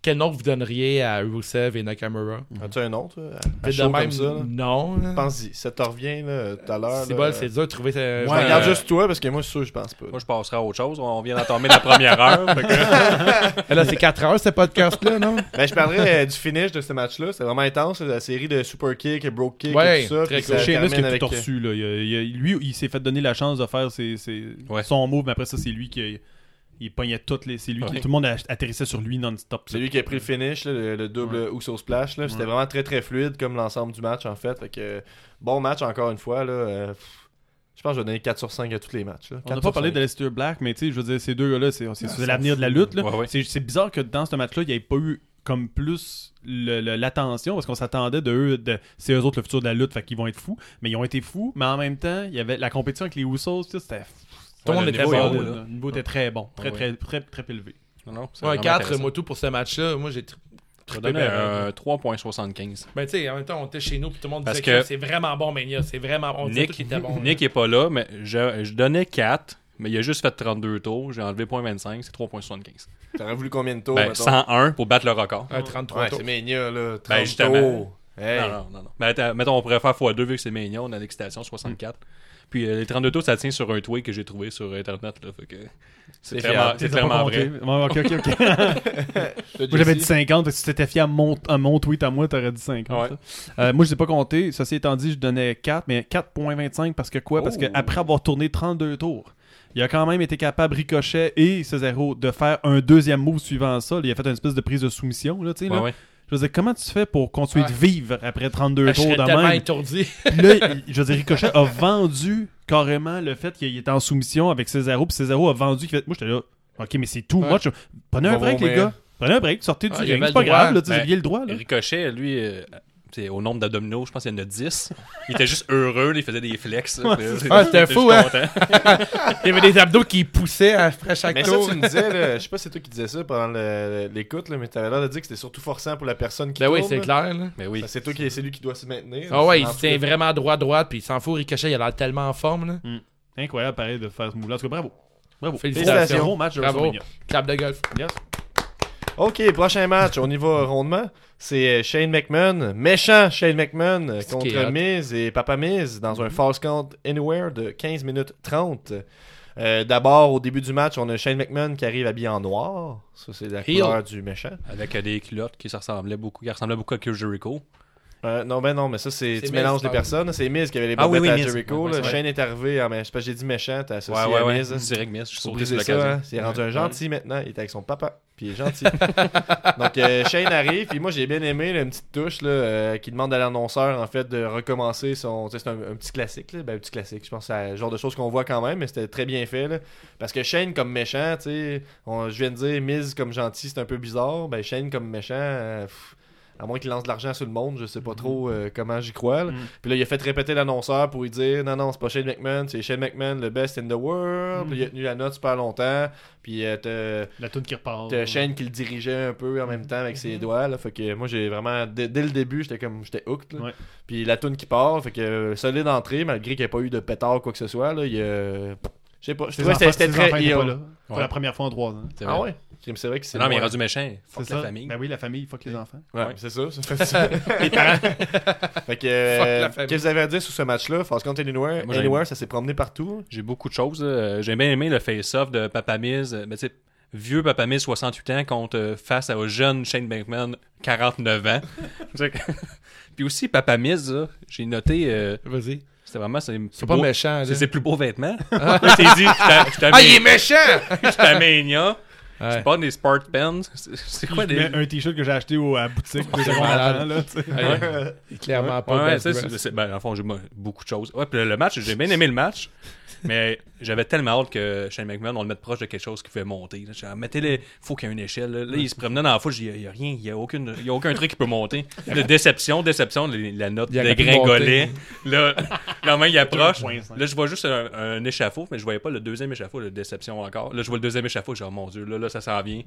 [SPEAKER 5] Quel nom vous donneriez à Rusev et Nakamura?
[SPEAKER 1] As-tu un nom, toi
[SPEAKER 5] Vite
[SPEAKER 1] Un
[SPEAKER 5] de
[SPEAKER 1] show
[SPEAKER 5] même,
[SPEAKER 1] comme ça. là?
[SPEAKER 5] non. là.
[SPEAKER 1] Pense-y. Ça te revient là, tout à l'heure.
[SPEAKER 5] C'est
[SPEAKER 1] là.
[SPEAKER 5] bon, c'est dur de trouver. euh,
[SPEAKER 1] Je
[SPEAKER 5] genre,
[SPEAKER 1] regarde
[SPEAKER 5] euh,
[SPEAKER 1] juste toi parce que moi, je suis sûr, je pense pas.
[SPEAKER 4] Moi, je passerai à autre chose. On vient d'entamer la première heure. fait que-
[SPEAKER 5] euh, Là, c'est 4 heures, ce podcast-là, non?
[SPEAKER 1] Ben, je parlerai euh, du finish de ce match-là. C'est vraiment intense. La série de super kick et broke kick
[SPEAKER 5] Ouais,
[SPEAKER 1] et tout ça.
[SPEAKER 5] très
[SPEAKER 1] Puis
[SPEAKER 5] cool.
[SPEAKER 1] ça
[SPEAKER 6] Sheamus qui
[SPEAKER 1] termine
[SPEAKER 6] a
[SPEAKER 1] avec...
[SPEAKER 6] tout reçu. Là. Il a- il a- lui, il s'est fait donner la chance de faire ses- ses-
[SPEAKER 4] Ouais.
[SPEAKER 6] son move, mais après ça, c'est lui qui a- il pognait toutes les. C'est lui qui-
[SPEAKER 4] Ouais.
[SPEAKER 6] Tout le monde a- atterrissait sur lui non-stop.
[SPEAKER 1] C'est lui euh, qui a pris le finish, là, le, le double Uso Splash. là. C'était vraiment très très fluide comme l'ensemble du match en fait. Fait que, bon match encore une fois. Là, Euh, pff, je pense que je vais donner 4 sur 5 à tous les matchs. là.
[SPEAKER 6] On n'a
[SPEAKER 1] 4
[SPEAKER 6] pas
[SPEAKER 1] sur
[SPEAKER 6] parlé
[SPEAKER 1] 5.
[SPEAKER 6] d'Aleister Black, mais tu sais, je veux dire, ces deux gars-là, c'est
[SPEAKER 5] Ah,
[SPEAKER 6] c'est- c'est l'avenir de la lutte. là.
[SPEAKER 4] Ouais, ouais.
[SPEAKER 6] C'est c'est bizarre que dans ce match-là, il n'y ait pas eu comme plus le- le- l'attention parce qu'on s'attendait de eux de c'est eux autres le futur de la lutte fait qu'ils vont être fous mais ils ont été fous mais en même temps il y avait la compétition avec les Usos tu sais, c'était
[SPEAKER 5] Tout le monde
[SPEAKER 4] le
[SPEAKER 5] était
[SPEAKER 4] niveau est
[SPEAKER 5] bon.
[SPEAKER 4] haut,
[SPEAKER 5] là.
[SPEAKER 4] là.
[SPEAKER 6] le niveau était très bon très très très très, élevé
[SPEAKER 4] Non, non, c'est
[SPEAKER 5] Ouais,
[SPEAKER 4] vraiment
[SPEAKER 5] 4,
[SPEAKER 4] intéressant.
[SPEAKER 5] moi tout pour ce match-là. Moi, j'ai tr-
[SPEAKER 4] Je vais donner un 3.75.
[SPEAKER 5] Mais tu sais, en même temps, on était chez nous, puis tout le monde
[SPEAKER 4] Parce
[SPEAKER 5] disait
[SPEAKER 4] que-
[SPEAKER 5] que c'est vraiment bon, Mania. C'est vraiment bon. On disait tout
[SPEAKER 4] Nick,
[SPEAKER 5] qu'il était bon.
[SPEAKER 4] Nick est pas là, mais je, je donnais 4, mais il a juste fait 32 tours. J'ai enlevé 0.25, c'est 3.75.
[SPEAKER 1] T'aurais voulu combien de tours
[SPEAKER 4] Ben,
[SPEAKER 1] Oh, mettons?
[SPEAKER 4] 101 pour battre le record.
[SPEAKER 5] Un 33
[SPEAKER 1] Ouais,
[SPEAKER 5] tours.
[SPEAKER 1] c'est Mania, là. 30
[SPEAKER 4] Ben, justement.
[SPEAKER 1] tours. Hey.
[SPEAKER 4] Non, non, non. non. Ben, attends, mettons, on pourrait faire x2 vu que c'est mignon, on a l'excitation 64. Puis euh, les 32 tours, ça tient sur un tweet que j'ai trouvé sur Internet. Là, fait que c'est
[SPEAKER 1] fiable.
[SPEAKER 4] clairement, c'est
[SPEAKER 6] T'as pas
[SPEAKER 4] clairement
[SPEAKER 6] compté.
[SPEAKER 4] vrai.
[SPEAKER 6] Bon, ok, ok, ok. Moi, j'avais dit 50, parce que si t'étais fier à mon, à mon tweet à moi, t'aurais dit 50.
[SPEAKER 4] Ouais.
[SPEAKER 6] Euh, moi, je n'ai pas compté. Ceci étant dit, je donnais 4, mais 4.25 parce que quoi? Parce
[SPEAKER 4] Oh.
[SPEAKER 6] qu'après avoir tourné 32 tours, il a quand même été capable, Ricochet et Cesaro, de faire un deuxième move suivant ça. Il a fait une espèce de prise de soumission. Là, tu sais,
[SPEAKER 4] Ouais,
[SPEAKER 6] là.
[SPEAKER 4] ouais.
[SPEAKER 6] Je veux dire, comment tu fais pour continuer
[SPEAKER 5] Ouais.
[SPEAKER 6] de vivre après 32
[SPEAKER 4] Ben,
[SPEAKER 5] Je
[SPEAKER 6] tours
[SPEAKER 5] serais
[SPEAKER 6] de
[SPEAKER 5] tellement
[SPEAKER 6] même?
[SPEAKER 5] étourdi.
[SPEAKER 6] Puis là, il- je veux dire, Ricochet a vendu carrément le fait qu'il était en soumission avec Cesaro, puis Cesaro a vendu qu'il fait. Moi, j'étais là, ok, mais c'est tout.
[SPEAKER 5] Ouais.
[SPEAKER 6] Moi, je- prenez un
[SPEAKER 1] Va
[SPEAKER 6] break,
[SPEAKER 1] vomir.
[SPEAKER 6] les gars. Prenez un break, sortez du
[SPEAKER 5] Ah, il
[SPEAKER 6] ring.
[SPEAKER 5] avait
[SPEAKER 6] C'est pas
[SPEAKER 5] le droit.
[SPEAKER 6] grave, là, tu sais,
[SPEAKER 4] Ben,
[SPEAKER 6] vous aviez le droit, là.
[SPEAKER 4] Ricochet, lui, euh, c'est au nombre d'abdominaux, je pense qu'il y en a 10. Il était juste heureux, là, il faisait des flex. là.
[SPEAKER 5] Ah, c'était
[SPEAKER 4] juste
[SPEAKER 5] fou, hein?
[SPEAKER 4] content.
[SPEAKER 5] Il y avait des abdos qui poussaient après chaque
[SPEAKER 1] Mais ça,
[SPEAKER 5] tour.
[SPEAKER 1] tu me disais, là, je sais pas si c'est toi qui disais ça pendant le- l'écoute, là, mais t'avais l'air de dire que c'était surtout forçant pour la personne qui
[SPEAKER 5] Ben oui,
[SPEAKER 1] tourne,
[SPEAKER 5] c'est
[SPEAKER 1] là.
[SPEAKER 5] clair, là.
[SPEAKER 4] Mais oui.
[SPEAKER 1] Ben, C'est toi qui c'est lui qui doit se maintenir.
[SPEAKER 5] Ah ouais, il
[SPEAKER 1] En
[SPEAKER 5] se
[SPEAKER 1] tout
[SPEAKER 5] tient
[SPEAKER 1] cas,
[SPEAKER 5] vraiment droit droit puis il s'en fout, Ricochet, il a l'air tellement en forme, là.
[SPEAKER 6] Incroyable, pareil, de faire ce move-là. En tout cas, bravo. Bravo.
[SPEAKER 5] Félicitations.
[SPEAKER 6] C'est un gros match de
[SPEAKER 5] Bravo.
[SPEAKER 6] WrestleMania.
[SPEAKER 5] Clap de golf.
[SPEAKER 6] Yes.
[SPEAKER 1] Ok, prochain match, on y va rondement. C'est euh, Shane McMahon, méchant Shane McMahon, euh,
[SPEAKER 5] C'est qui est
[SPEAKER 1] contre
[SPEAKER 5] hot.
[SPEAKER 1] Miz et Papa Miz dans
[SPEAKER 4] Mhm.
[SPEAKER 1] un false count anywhere de 15 minutes 30. Euh, D'abord, au début du match, on a Shane McMahon qui arrive habillé en noir. Ça, c'est la
[SPEAKER 5] Heel.
[SPEAKER 1] couleur du méchant.
[SPEAKER 4] Avec euh, des culottes qui se ressemblaient beaucoup, qui ressemblaient beaucoup à Kill Jericho.
[SPEAKER 1] Euh, non, ben non, mais ça, c'est
[SPEAKER 5] C'est
[SPEAKER 1] tu
[SPEAKER 5] Miz,
[SPEAKER 1] mélanges les
[SPEAKER 5] pardon.
[SPEAKER 1] personnes. C'est Miz qui avait les
[SPEAKER 4] Ah
[SPEAKER 1] bobettes
[SPEAKER 4] oui, oui,
[SPEAKER 1] à
[SPEAKER 4] Miz.
[SPEAKER 1] Jericho.
[SPEAKER 4] Ouais,
[SPEAKER 1] là.
[SPEAKER 4] ouais, ouais.
[SPEAKER 1] Shane est arrivé. en- mais c'est parce que j'ai dit méchant, t'as associé
[SPEAKER 4] Ouais, ouais,
[SPEAKER 1] à
[SPEAKER 4] ouais.
[SPEAKER 1] Miz.
[SPEAKER 4] Direct miss, je suis sauté
[SPEAKER 1] Oubliez
[SPEAKER 4] sur
[SPEAKER 1] hein. ça,
[SPEAKER 4] l'occasion.
[SPEAKER 1] hein. C'est rendu un gentil maintenant. Il est avec son papa. Puis il est gentil. Donc, euh, Shane arrive. Puis moi, j'ai bien aimé là, une petite touche là, euh, qui demande à l'annonceur, en fait, de recommencer son. tu sais, C'est un, un petit classique. Là. Ben, un petit classique. Je pense que c'est le genre de choses qu'on voit quand même. Mais c'était très bien fait. là. Parce que Shane comme méchant, tu sais, on- je viens de dire Miz comme gentil, c'est un peu bizarre. Ben, Shane comme méchant. euh, pff, à moins qu'il lance de l'argent sur le monde, je sais pas trop euh, comment j'y crois. là. Puis là, il a fait répéter l'annonceur pour lui dire Non, non, c'est pas Shane McMahon, c'est Shane McMahon, le best in the world. Puis il
[SPEAKER 6] Mm.
[SPEAKER 1] a tenu la note super longtemps. Puis euh, t'as-
[SPEAKER 6] La toune qui repart.
[SPEAKER 1] t'as Shane qui le dirigeait un peu en même temps avec
[SPEAKER 6] Mm-hmm.
[SPEAKER 1] ses doigts. Là, fait que moi, j'ai vraiment. Dès, dès le début, j'étais comme. J'étais hooked. là.
[SPEAKER 6] Ouais.
[SPEAKER 1] Puis la toune qui part, fait que euh, solide entrée, malgré qu'il n'y ait pas eu de pétard ou quoi que ce soit. Là, il y a. Je sais pas, je
[SPEAKER 6] Ses
[SPEAKER 1] trouvais que c'était-
[SPEAKER 6] enfants-
[SPEAKER 1] c'était
[SPEAKER 6] ses
[SPEAKER 1] très
[SPEAKER 6] enfants étaient
[SPEAKER 1] heel.
[SPEAKER 6] pas là. Pour
[SPEAKER 4] Ouais.
[SPEAKER 6] la première fois en trois ans.
[SPEAKER 4] C'est
[SPEAKER 1] Ah
[SPEAKER 4] vrai.
[SPEAKER 1] ouais C'est vrai que c'est.
[SPEAKER 4] Non, mais il est
[SPEAKER 1] moins-
[SPEAKER 4] rendu méchant.
[SPEAKER 6] C'est
[SPEAKER 4] Fuck la
[SPEAKER 6] ça.
[SPEAKER 4] famille.
[SPEAKER 6] Ben oui, la famille, fuck les enfants.
[SPEAKER 1] Ouais,
[SPEAKER 4] Ouais.
[SPEAKER 1] c'est ça, ça fait ça. fait que, euh,
[SPEAKER 5] Fuck la
[SPEAKER 1] qu'est-ce
[SPEAKER 5] famille.
[SPEAKER 1] que vous avez à dire sur ce match-là? Fast Count Anywhere,
[SPEAKER 4] Moi, j'aime.
[SPEAKER 1] Anywhere, ça s'est promené partout.
[SPEAKER 4] J'ai beaucoup de choses. là. Euh, J'ai bien aimé le face-off de Papa Miz. euh, Mais tu sais, vieux Papa Miz, 68 ans, contre euh, face au jeune Shane Bankman, 49 ans. C'est que- Puis aussi, Papa Miz, là, j'ai noté, euh,
[SPEAKER 5] Vas-y.
[SPEAKER 4] c'était vraiment ses,
[SPEAKER 5] C'est pas méchant,
[SPEAKER 4] c'est
[SPEAKER 5] là.
[SPEAKER 4] ses plus beaux vêtements. Là, je t'ai dit,
[SPEAKER 5] Ah, il est
[SPEAKER 4] je
[SPEAKER 5] méchant!
[SPEAKER 4] t'amène.
[SPEAKER 5] Ouais.
[SPEAKER 4] Je porte des Sport Pens. C'est- C'est quoi
[SPEAKER 6] Je
[SPEAKER 4] des.
[SPEAKER 6] mets un t-shirt que j'ai acheté au- à la boutique deux secondes
[SPEAKER 5] malade.
[SPEAKER 6] avant, là, tu sais.
[SPEAKER 5] Ouais. Il est clairement
[SPEAKER 4] Ouais,
[SPEAKER 5] pas
[SPEAKER 4] ouais,
[SPEAKER 5] best
[SPEAKER 4] tu sais, c'est-
[SPEAKER 5] dressed.
[SPEAKER 4] c'est- ben, en fond, j'ai mo- beaucoup de choses. Ouais, puis le- le match, j'ai bien aimé le match, mais j'avais tellement hâte que Shane McMahon, on le mette proche de quelque chose qui pouvait monter. là. J'ai dit, mettez-le, faut qu'il y ait une échelle. Là, Là, il se promenait dans la foule, j'ai dit, il n'y a rien, il n'y a, aucune- il y a aucun truc qui peut monter. De déception, déception, les- la note
[SPEAKER 5] Il aurait pu
[SPEAKER 4] dégringolait. Là, quand même, il approche.
[SPEAKER 6] 2.5.
[SPEAKER 4] Là, je vois juste un, un échafaud, mais je voyais pas le deuxième échafaud, la déception encore. Là, je vois le deuxième échafaud, j'ai dit, oh mon Dieu, là, là ça s'en vient.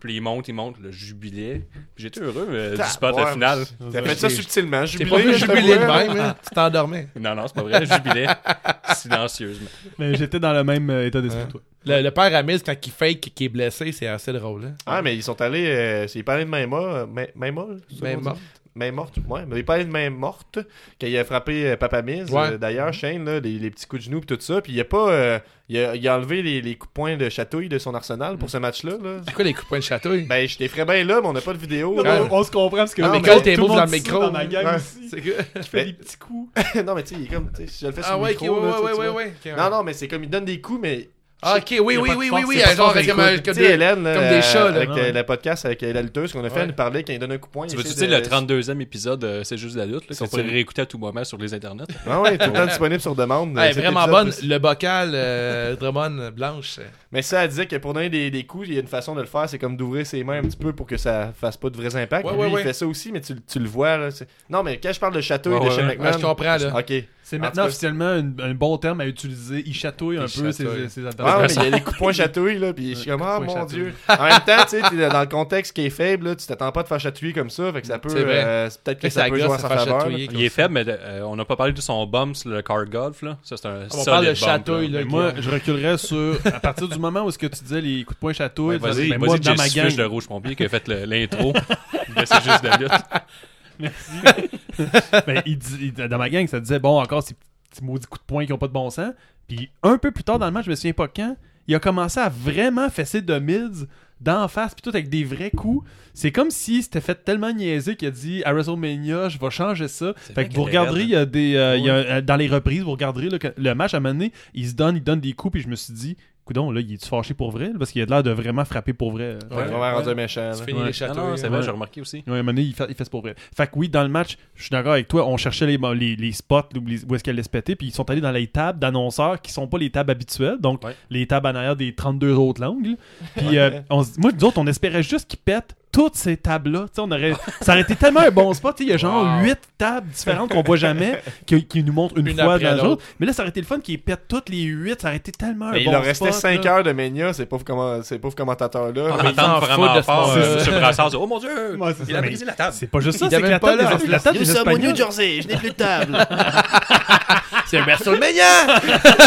[SPEAKER 4] Puis il monte, il monte, le jubilé. Puis j'étais heureux euh, du spot
[SPEAKER 1] Ouais,
[SPEAKER 4] au final.
[SPEAKER 1] T'as fait ça subtilement,
[SPEAKER 5] T'es pas
[SPEAKER 1] jubilé.
[SPEAKER 5] vu
[SPEAKER 1] je te
[SPEAKER 5] jubiler de
[SPEAKER 1] vois.
[SPEAKER 5] même, hein. Tu t'endormais.
[SPEAKER 4] Non, non, c'est pas vrai, le jubilé. Silencieusement.
[SPEAKER 6] Mais j'étais dans le même euh, état d'esprit que toi.
[SPEAKER 5] Le, le père Amis, quand il fake qu'il est blessé, c'est assez drôle. Hein?
[SPEAKER 1] Ah, mais ils sont allés. euh, c'est- ils parlaient de main morte. Main morte c'est ça
[SPEAKER 5] Main
[SPEAKER 1] qu'on dit?
[SPEAKER 5] morte.
[SPEAKER 1] Main morte, ouais. Mais ils parlaient de main morte quand il a frappé euh, Papa Miz.
[SPEAKER 5] Ouais.
[SPEAKER 1] euh, D'ailleurs, Shane, là, les, les petits coups de genoux et tout ça. Puis il a pas. euh, il, a, il a enlevé les, les coups de poing de chatouille de son arsenal pour ce match-là. là.
[SPEAKER 5] C'est quoi les coups de poing de chatouille?
[SPEAKER 1] Ben, je t'ai ferais bien là, mais on n'a pas de vidéo.
[SPEAKER 5] Ouais.
[SPEAKER 6] On on se comprend parce que
[SPEAKER 5] Ah,
[SPEAKER 6] là,
[SPEAKER 5] mais Cole,
[SPEAKER 6] tout le
[SPEAKER 5] t'es
[SPEAKER 6] monde
[SPEAKER 5] mauve dans le
[SPEAKER 6] dit ça
[SPEAKER 5] micro.
[SPEAKER 6] Dans ma gang
[SPEAKER 1] Ouais.
[SPEAKER 6] aussi.
[SPEAKER 5] C'est que...
[SPEAKER 6] Je fais
[SPEAKER 1] Mais-
[SPEAKER 6] des petits coups.
[SPEAKER 1] non, mais tu sais, il est comme. tu sais, Si je le fais sur
[SPEAKER 5] Ah
[SPEAKER 1] le
[SPEAKER 5] ouais,
[SPEAKER 1] micro,
[SPEAKER 5] ok, ouais,
[SPEAKER 1] là, tu sais,
[SPEAKER 5] ouais,
[SPEAKER 1] tu
[SPEAKER 5] ouais,
[SPEAKER 1] vois.
[SPEAKER 5] ouais, ok, ouais.
[SPEAKER 1] Non, non, mais c'est comme il donne des coups, mais.
[SPEAKER 5] Ah, ok, oui, oui,
[SPEAKER 6] pas
[SPEAKER 5] oui,
[SPEAKER 6] de
[SPEAKER 5] oui,
[SPEAKER 6] force,
[SPEAKER 5] oui,
[SPEAKER 6] c'est pas
[SPEAKER 5] genre
[SPEAKER 6] fort
[SPEAKER 5] avec
[SPEAKER 6] des
[SPEAKER 5] comme, un-
[SPEAKER 6] coups.
[SPEAKER 5] comme
[SPEAKER 1] Tu sais,
[SPEAKER 5] des-
[SPEAKER 1] Hélène, là,
[SPEAKER 5] comme des chats, là.
[SPEAKER 1] avec
[SPEAKER 6] Ouais.
[SPEAKER 1] euh, le podcast avec euh, la lutteuse qu'on a fait,
[SPEAKER 5] Ouais.
[SPEAKER 1] elle nous parlait quand il donne un coup de poing.
[SPEAKER 4] Tu
[SPEAKER 1] il
[SPEAKER 4] veux-tu
[SPEAKER 1] essaie
[SPEAKER 4] dire
[SPEAKER 1] de-
[SPEAKER 4] le 32e épisode, euh, c'est juste de la lutte, là,
[SPEAKER 1] C'est
[SPEAKER 4] qu'on pourrait
[SPEAKER 1] ça.
[SPEAKER 4] réécouter à tout moment sur les internets?
[SPEAKER 1] Ah ouais, tout le temps disponible sur demande.
[SPEAKER 5] Ah, elle est
[SPEAKER 1] Cet
[SPEAKER 5] vraiment
[SPEAKER 1] épisode
[SPEAKER 5] bonne.
[SPEAKER 1] aussi.
[SPEAKER 5] Le bocal euh, Drummond blanche. euh.
[SPEAKER 1] Mais ça, elle disait que pour donner des, des coups, il y a une façon de le faire, c'est comme d'ouvrir ses mains un petit peu pour que ça fasse pas de vrais impacts.
[SPEAKER 5] Ouais,
[SPEAKER 1] Puis
[SPEAKER 5] ouais,
[SPEAKER 1] lui,
[SPEAKER 5] ouais.
[SPEAKER 1] il fait ça aussi, mais tu, tu le vois. Là, c'est- non, mais quand je parle de château
[SPEAKER 4] Ouais,
[SPEAKER 1] et de
[SPEAKER 4] ouais,
[SPEAKER 1] chez
[SPEAKER 4] ouais.
[SPEAKER 5] Ah,
[SPEAKER 1] McMahon.
[SPEAKER 5] je comprends, là.
[SPEAKER 1] Ok.
[SPEAKER 6] C'est
[SPEAKER 1] En
[SPEAKER 6] maintenant
[SPEAKER 1] tout cas,
[SPEAKER 6] officiellement une- un bon terme à utiliser. Il chatouille un
[SPEAKER 4] Il
[SPEAKER 6] peu
[SPEAKER 4] chatouille.
[SPEAKER 6] ses, ses
[SPEAKER 1] Ah, mais
[SPEAKER 6] adversaires.
[SPEAKER 1] il y a les coups de poing chatouilles, là, puis je suis comme, ah,
[SPEAKER 6] coups de
[SPEAKER 1] mon
[SPEAKER 6] poing chatouilles.
[SPEAKER 1] Dieu. En même temps, tu sais, t'es dans le contexte qui est faible, là, tu t'attends pas de faire chatouiller comme ça, fait que ça peut,
[SPEAKER 5] C'est vrai.
[SPEAKER 1] euh, c'est peut-être que
[SPEAKER 5] Fait que
[SPEAKER 1] ça
[SPEAKER 5] ça
[SPEAKER 1] peut
[SPEAKER 5] gosse
[SPEAKER 1] jouer
[SPEAKER 5] de
[SPEAKER 1] en
[SPEAKER 5] se
[SPEAKER 1] sa
[SPEAKER 5] faire
[SPEAKER 1] faveur.
[SPEAKER 5] chatouiller.
[SPEAKER 4] Il est faible, mais euh, on n'a pas parlé de son bump sur le car golf. Là. Ça, c'est un
[SPEAKER 5] On parle
[SPEAKER 4] solide
[SPEAKER 5] de
[SPEAKER 4] bump,
[SPEAKER 5] chatouille,
[SPEAKER 4] là.
[SPEAKER 5] là.
[SPEAKER 6] Moi, je reculerais sur. À partir du moment où est-ce que tu disais les coups de poing chatouille,
[SPEAKER 4] Ouais, Vas-y,
[SPEAKER 6] ben,
[SPEAKER 4] vas-y,
[SPEAKER 6] moi, dans ma
[SPEAKER 4] Jesse
[SPEAKER 6] gang,
[SPEAKER 4] Fish de Rouge Pompier qui a fait le- l'intro. Mais c'est juste de la lutte.
[SPEAKER 6] ben, il dis- il- dans ma gang, ça disait bon, encore ces petits maudits coups de poing qui ont pas de bon sens. Puis un peu plus tard dans le match, je me souviens pas quand, il a commencé à vraiment fesser de mids d'en face, puis tout avec des vrais coups. C'est comme si c'était fait tellement niaiser qu'il a dit à WrestleMania, je vais changer ça.
[SPEAKER 4] vrai
[SPEAKER 6] Fait que vous
[SPEAKER 4] qu'il était
[SPEAKER 6] regarderez,
[SPEAKER 4] raide.
[SPEAKER 6] il y a des, euh, il y a, euh, dans les reprises, vous regarderez là, que- le match à un moment donné, il se donne, il donne des coups, puis je me suis dit, coudon, là, il est fâché pour vrai, parce qu'il a l'air de vraiment frapper pour vrai. euh.
[SPEAKER 1] Fait que
[SPEAKER 5] Ouais.
[SPEAKER 1] vraiment rendu méchant, là.
[SPEAKER 5] Tu finis
[SPEAKER 6] Ouais.
[SPEAKER 5] les
[SPEAKER 4] Ah
[SPEAKER 5] chatouilles.
[SPEAKER 4] non, c'est
[SPEAKER 5] hein.
[SPEAKER 4] vrai,
[SPEAKER 6] Ouais.
[SPEAKER 4] j'ai remarqué aussi.
[SPEAKER 6] Ouais, à un moment donné, il fait, il fait ce pour vrai. Fait que oui, dans le match, je suis d'accord avec toi, on cherchait les, les, les spots où, les- où est-ce qu'elle allait se péter, puis ils sont allés dans les tables d'annonceurs qui sont pas les tables habituelles, donc
[SPEAKER 4] Ouais.
[SPEAKER 6] les tables en arrière des 32 autres langues. Puis euh, on se- moi, nous autres, on espérait juste qu'ils pètent toutes ces tables-là. Tu sais, On aurait, ça aurait été tellement un bon spot. tu sais, Il y a genre
[SPEAKER 5] Wow.
[SPEAKER 6] 8 tables différentes qu'on voit jamais, qui, qui nous montrent une,
[SPEAKER 5] Une
[SPEAKER 6] fois
[SPEAKER 5] après
[SPEAKER 6] dans le jour.
[SPEAKER 5] l'autre.
[SPEAKER 6] Mais là, ça aurait été le fun qu'ils pètent toutes les 8. Ça aurait été tellement
[SPEAKER 1] Mais
[SPEAKER 6] un
[SPEAKER 1] il
[SPEAKER 6] bon
[SPEAKER 1] leur restait
[SPEAKER 6] spot,
[SPEAKER 1] 5
[SPEAKER 6] là.
[SPEAKER 1] heures de Mania, ces pauvres, comment- ces pauvres commentateurs-là.
[SPEAKER 5] Ah,
[SPEAKER 4] On
[SPEAKER 5] s'en
[SPEAKER 4] entend
[SPEAKER 5] fout
[SPEAKER 4] vraiment
[SPEAKER 5] de ce
[SPEAKER 4] fort
[SPEAKER 5] moment-là.
[SPEAKER 4] euh, ce brassard. Oh mon Dieu!
[SPEAKER 6] Ouais, c'est
[SPEAKER 4] Il
[SPEAKER 6] ça,
[SPEAKER 4] a
[SPEAKER 6] mais
[SPEAKER 4] brisé la table.
[SPEAKER 6] C'est pas juste ça,
[SPEAKER 5] Il
[SPEAKER 6] c'est que
[SPEAKER 5] était
[SPEAKER 6] la
[SPEAKER 5] même
[SPEAKER 6] table,
[SPEAKER 5] pas là,
[SPEAKER 6] des- la table des Espagnols-
[SPEAKER 1] Jersey, je n'ai plus de table.
[SPEAKER 5] C'est un berceau de mec.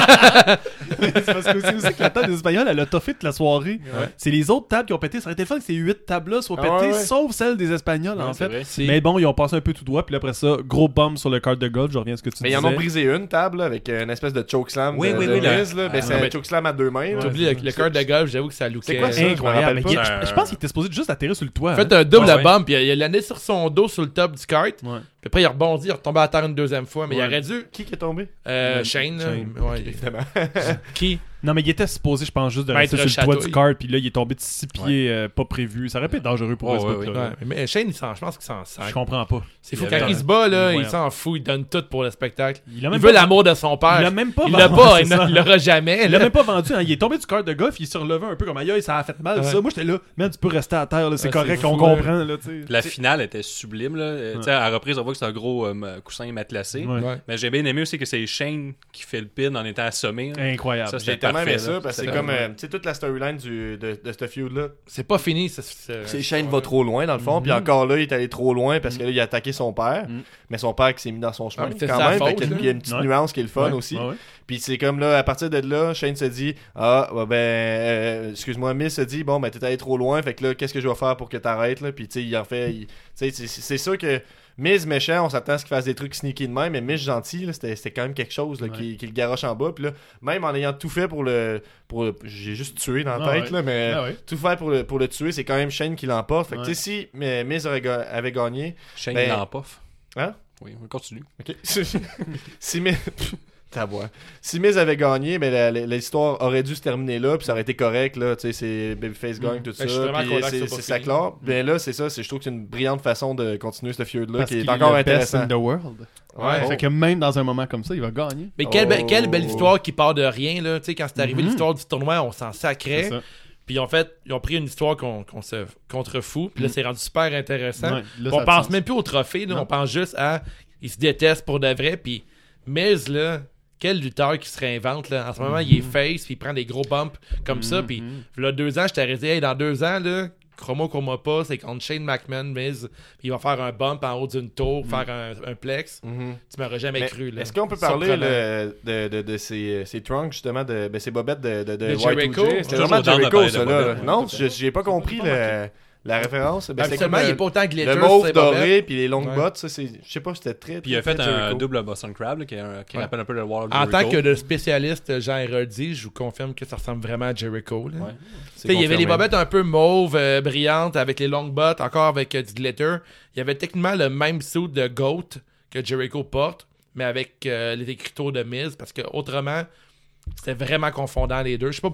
[SPEAKER 6] C'est parce que c'est aussi que la table des Espagnols, elle a toffé toute la soirée. C'est les autres tables qui ont pété. Ça aurait été le fun que ces huit tables-là soient
[SPEAKER 1] Ah
[SPEAKER 6] pétées,
[SPEAKER 1] ouais, ouais.
[SPEAKER 6] sauf celle des Espagnols, en
[SPEAKER 4] Ouais, c'est
[SPEAKER 6] fait.
[SPEAKER 4] vrai.
[SPEAKER 5] C'est-
[SPEAKER 6] Mais bon, ils ont passé un peu tout droit, puis là, après ça, gros bomb sur le card de golf, je reviens à ce que tu
[SPEAKER 1] Mais ils
[SPEAKER 6] disais.
[SPEAKER 1] en ont brisé une table là, avec une espèce de chokeslam.
[SPEAKER 4] Oui,
[SPEAKER 1] de,
[SPEAKER 4] oui,
[SPEAKER 1] de
[SPEAKER 4] oui, la-
[SPEAKER 1] Miz, là. Ben, c'est
[SPEAKER 5] Ah,
[SPEAKER 1] un
[SPEAKER 5] mais-
[SPEAKER 1] chokeslam à deux mains. là.
[SPEAKER 5] J'oublie le, le cœur de golf, j'avoue que ça lookait.
[SPEAKER 1] C'est quoi ça? Je m'en
[SPEAKER 6] Incroyable.
[SPEAKER 1] rappelle
[SPEAKER 6] Mais il-
[SPEAKER 1] pas.
[SPEAKER 6] je, je pense qu'il était supposé juste atterrir sur le toit.
[SPEAKER 5] En
[SPEAKER 6] hein.
[SPEAKER 5] fait, un double
[SPEAKER 4] Ah ouais.
[SPEAKER 5] bump, puis il a l'année sur son dos sur le top du kart.
[SPEAKER 6] Ouais.
[SPEAKER 5] Puis après, il rebondit, il retombe à terre une deuxième fois. Mais
[SPEAKER 6] Ouais.
[SPEAKER 5] il aurait dû.
[SPEAKER 1] Qui qui est tombé
[SPEAKER 5] Euh, Shane, là,
[SPEAKER 6] Shane.
[SPEAKER 5] ouais,
[SPEAKER 1] Évidemment.
[SPEAKER 5] Qui
[SPEAKER 6] Non, mais il était supposé, je pense, juste de
[SPEAKER 5] Maître
[SPEAKER 6] rester sur le toit
[SPEAKER 5] Chatouille.
[SPEAKER 6] du cart, puis là, il est tombé de six pieds, euh, pas prévu. Ça aurait pu être dangereux pour
[SPEAKER 4] Oh,
[SPEAKER 6] eux, ce
[SPEAKER 4] ouais,
[SPEAKER 6] bout-là.
[SPEAKER 5] Ouais, Mais Shane, il s'en- je pense qu'il s'en sert.
[SPEAKER 6] Je comprends pas.
[SPEAKER 5] C'est fou.
[SPEAKER 4] Il
[SPEAKER 5] Quand
[SPEAKER 4] avait-
[SPEAKER 5] il se bat, là, il
[SPEAKER 6] Incroyable.
[SPEAKER 5] s'en fout. Il donne tout pour le spectacle.
[SPEAKER 6] Il a
[SPEAKER 5] Il
[SPEAKER 6] même
[SPEAKER 5] veut
[SPEAKER 6] pas-
[SPEAKER 5] l'amour de son père.
[SPEAKER 6] Il l'a même pas
[SPEAKER 5] Il l'a
[SPEAKER 6] vendu,
[SPEAKER 5] pas,
[SPEAKER 6] c'est
[SPEAKER 5] il
[SPEAKER 6] ça.
[SPEAKER 5] ne- il l'aura jamais.
[SPEAKER 6] Il l'a
[SPEAKER 5] là.
[SPEAKER 6] même pas vendu, hein. il est tombé du cœur de golf, il se relevait un peu comme aïe, ça a fait mal.
[SPEAKER 5] Ouais.
[SPEAKER 6] Ça. Moi j'étais là, man, tu peux rester à terre, là, c'est hein.
[SPEAKER 5] Ouais,
[SPEAKER 6] correct,
[SPEAKER 5] c'est
[SPEAKER 6] on
[SPEAKER 5] fou,
[SPEAKER 6] comprend. Là, tu sais.
[SPEAKER 4] La finale était sublime. Là. Euh, tu sais, À la reprise, on voit que c'est un gros euh, coussin matelassé.
[SPEAKER 6] Ouais.
[SPEAKER 5] Ouais.
[SPEAKER 4] Mais j'ai bien aimé aussi que c'est Shane qui fait le pin en étant assommé. hein. là.
[SPEAKER 6] Incroyable.
[SPEAKER 4] Ça,
[SPEAKER 1] J'ai
[SPEAKER 4] c'était
[SPEAKER 1] tellement
[SPEAKER 4] parfait.
[SPEAKER 1] aimé
[SPEAKER 4] là.
[SPEAKER 1] ça parce que c'est
[SPEAKER 5] C'était-
[SPEAKER 1] comme, euh, tu sais, toute la storyline du- de de ce feud-là. Mhm.
[SPEAKER 5] C'est pas fini. c'est- euh, c'est-
[SPEAKER 1] C'est Shane va trop loin dans le fond, puis encore là, il est allé trop loin parce que là, il a attaqué son père, mais son père qui s'est mis dans son chemin
[SPEAKER 5] Ah, mais c'est
[SPEAKER 1] quand
[SPEAKER 5] sa
[SPEAKER 1] même.
[SPEAKER 5] faute,
[SPEAKER 1] fait qu'il y a une-
[SPEAKER 5] là.
[SPEAKER 1] il y a une petite
[SPEAKER 6] Ouais.
[SPEAKER 1] nuance qui est le fun
[SPEAKER 6] Ouais,
[SPEAKER 1] aussi.
[SPEAKER 6] ouais, ouais.
[SPEAKER 1] Puis c'est comme là, à partir de là, Shane se dit Ah, bah, ben, euh, excuse-moi, Miss se dit Bon, ben, t'es allé trop loin, fait que là, qu'est-ce que je vais faire pour que t'arrêtes, là Puis tu sais, il en fait. il- Tu sais, c'est- c'est c'est sûr que Miss méchant, on s'attend à ce qu'il fasse des trucs sneaky de même, mais Miss gentil, là, c'était c'était quand même quelque chose, là, qui, qui le garoche en bas. Puis là, même en ayant tout fait pour le. pour le- J'ai juste tué dans la
[SPEAKER 6] Ah
[SPEAKER 1] tête,
[SPEAKER 6] ouais.
[SPEAKER 1] là, mais
[SPEAKER 6] Ah ouais.
[SPEAKER 1] tout faire pour le, pour le tuer, c'est quand même Shane qui l'emporte. Fait que
[SPEAKER 6] Ouais.
[SPEAKER 1] tu sais, si mais Miz aurait ga- avait gagné.
[SPEAKER 4] Shane
[SPEAKER 1] Ben-
[SPEAKER 4] dans pof.
[SPEAKER 1] Hein?
[SPEAKER 4] Oui, on continue.
[SPEAKER 1] ok. si Miz. Ta voix. Si Miz avait gagné, mais la- la- l'histoire aurait dû se terminer là, puis ça aurait été correct, là. Tu sais, c'est Babyface gagne, tout
[SPEAKER 5] Mm. Ben, Je
[SPEAKER 1] ça.
[SPEAKER 5] suis vraiment
[SPEAKER 1] puis
[SPEAKER 5] content que
[SPEAKER 1] c'est
[SPEAKER 5] ça soit
[SPEAKER 1] c'est
[SPEAKER 5] pas
[SPEAKER 1] ça
[SPEAKER 5] fini.
[SPEAKER 1] clair.
[SPEAKER 5] Mm.
[SPEAKER 1] Mais là, c'est ça. c'est- Je trouve que c'est une brillante façon de continuer ce feud-là
[SPEAKER 6] Parce
[SPEAKER 1] qui est
[SPEAKER 6] qu'il
[SPEAKER 1] encore
[SPEAKER 6] le best
[SPEAKER 1] intéressant.
[SPEAKER 6] in the world. Oh.
[SPEAKER 1] Ouais.
[SPEAKER 6] Fait que même dans un moment comme ça, il va gagner.
[SPEAKER 5] Mais quelle, be-
[SPEAKER 1] Oh.
[SPEAKER 5] quelle belle histoire qui part de rien, là. Tu sais, quand c'est arrivé
[SPEAKER 6] Mhm.
[SPEAKER 5] l'histoire du tournoi, on s'en sacrait.
[SPEAKER 6] C'est ça.
[SPEAKER 5] Puis en fait, ils ont pris une histoire qu'on qu'on se contrefout. Puis là, c'est rendu super intéressant.
[SPEAKER 6] Mm. Ouais, là, ça
[SPEAKER 5] on
[SPEAKER 6] a
[SPEAKER 5] pense
[SPEAKER 6] du sens.
[SPEAKER 5] même plus au trophée, là. On pense juste à. Ils se détestent pour de vrai. Puis Miz, là. Quel lutteur qui se réinvente, là. En ce moment,
[SPEAKER 1] Mhm.
[SPEAKER 5] il est face, puis il prend des gros bumps comme ça. Puis, là, deux ans, je t'aurais dit, hey, dans deux ans, là, Chromo Chroma pas, c'est contre Shane McMahon, Miz. Puis il va faire un bump en haut d'une tour, faire un, un plex.
[SPEAKER 1] Mhm.
[SPEAKER 5] Tu m'aurais jamais
[SPEAKER 1] Mais
[SPEAKER 5] cru, là.
[SPEAKER 1] Est-ce qu'on peut parler ben,
[SPEAKER 5] Surprenant.
[SPEAKER 1] le- de, de, de ces, ces trunks, justement, de ben, ces bobettes de, de, de
[SPEAKER 5] De
[SPEAKER 1] Y2J?
[SPEAKER 5] Jericho?
[SPEAKER 1] C'était
[SPEAKER 4] Toujours
[SPEAKER 1] vraiment
[SPEAKER 4] down de
[SPEAKER 1] Jericho,
[SPEAKER 4] parler de
[SPEAKER 1] ça, là.
[SPEAKER 4] bobettes, ouais,
[SPEAKER 1] Non,
[SPEAKER 4] tout à
[SPEAKER 1] je- j'ai pas compris le- la référence. Ben, c'est
[SPEAKER 5] Absolument,
[SPEAKER 1] comme,
[SPEAKER 5] il
[SPEAKER 1] euh,
[SPEAKER 5] est pas autant glitter.
[SPEAKER 1] Le mauve
[SPEAKER 5] c'est pas vrai.
[SPEAKER 1] doré, puis les longues
[SPEAKER 5] Ouais.
[SPEAKER 1] bottes, ça, c'est... Je sais pas, c'était très...
[SPEAKER 4] Puis il a
[SPEAKER 1] très,
[SPEAKER 4] fait
[SPEAKER 1] très
[SPEAKER 4] un
[SPEAKER 1] Jericho.
[SPEAKER 4] double Boston Crab là, qui, est un- qui
[SPEAKER 5] Ouais.
[SPEAKER 4] rappelle un peu le World
[SPEAKER 5] En tant que le spécialiste euh, Jean Héroldi, je vous confirme que ça ressemble vraiment à Jericho. là.
[SPEAKER 4] Ouais.
[SPEAKER 5] Tu sais, Il y avait les bobettes un peu mauves, euh, brillantes, avec les longues bottes, encore avec euh, du glitter. Il y avait techniquement le même suit de Goat que Jericho porte, mais avec euh, les écriteaux de Miz, parce que autrement, c'était vraiment confondant les deux. Je sais pas,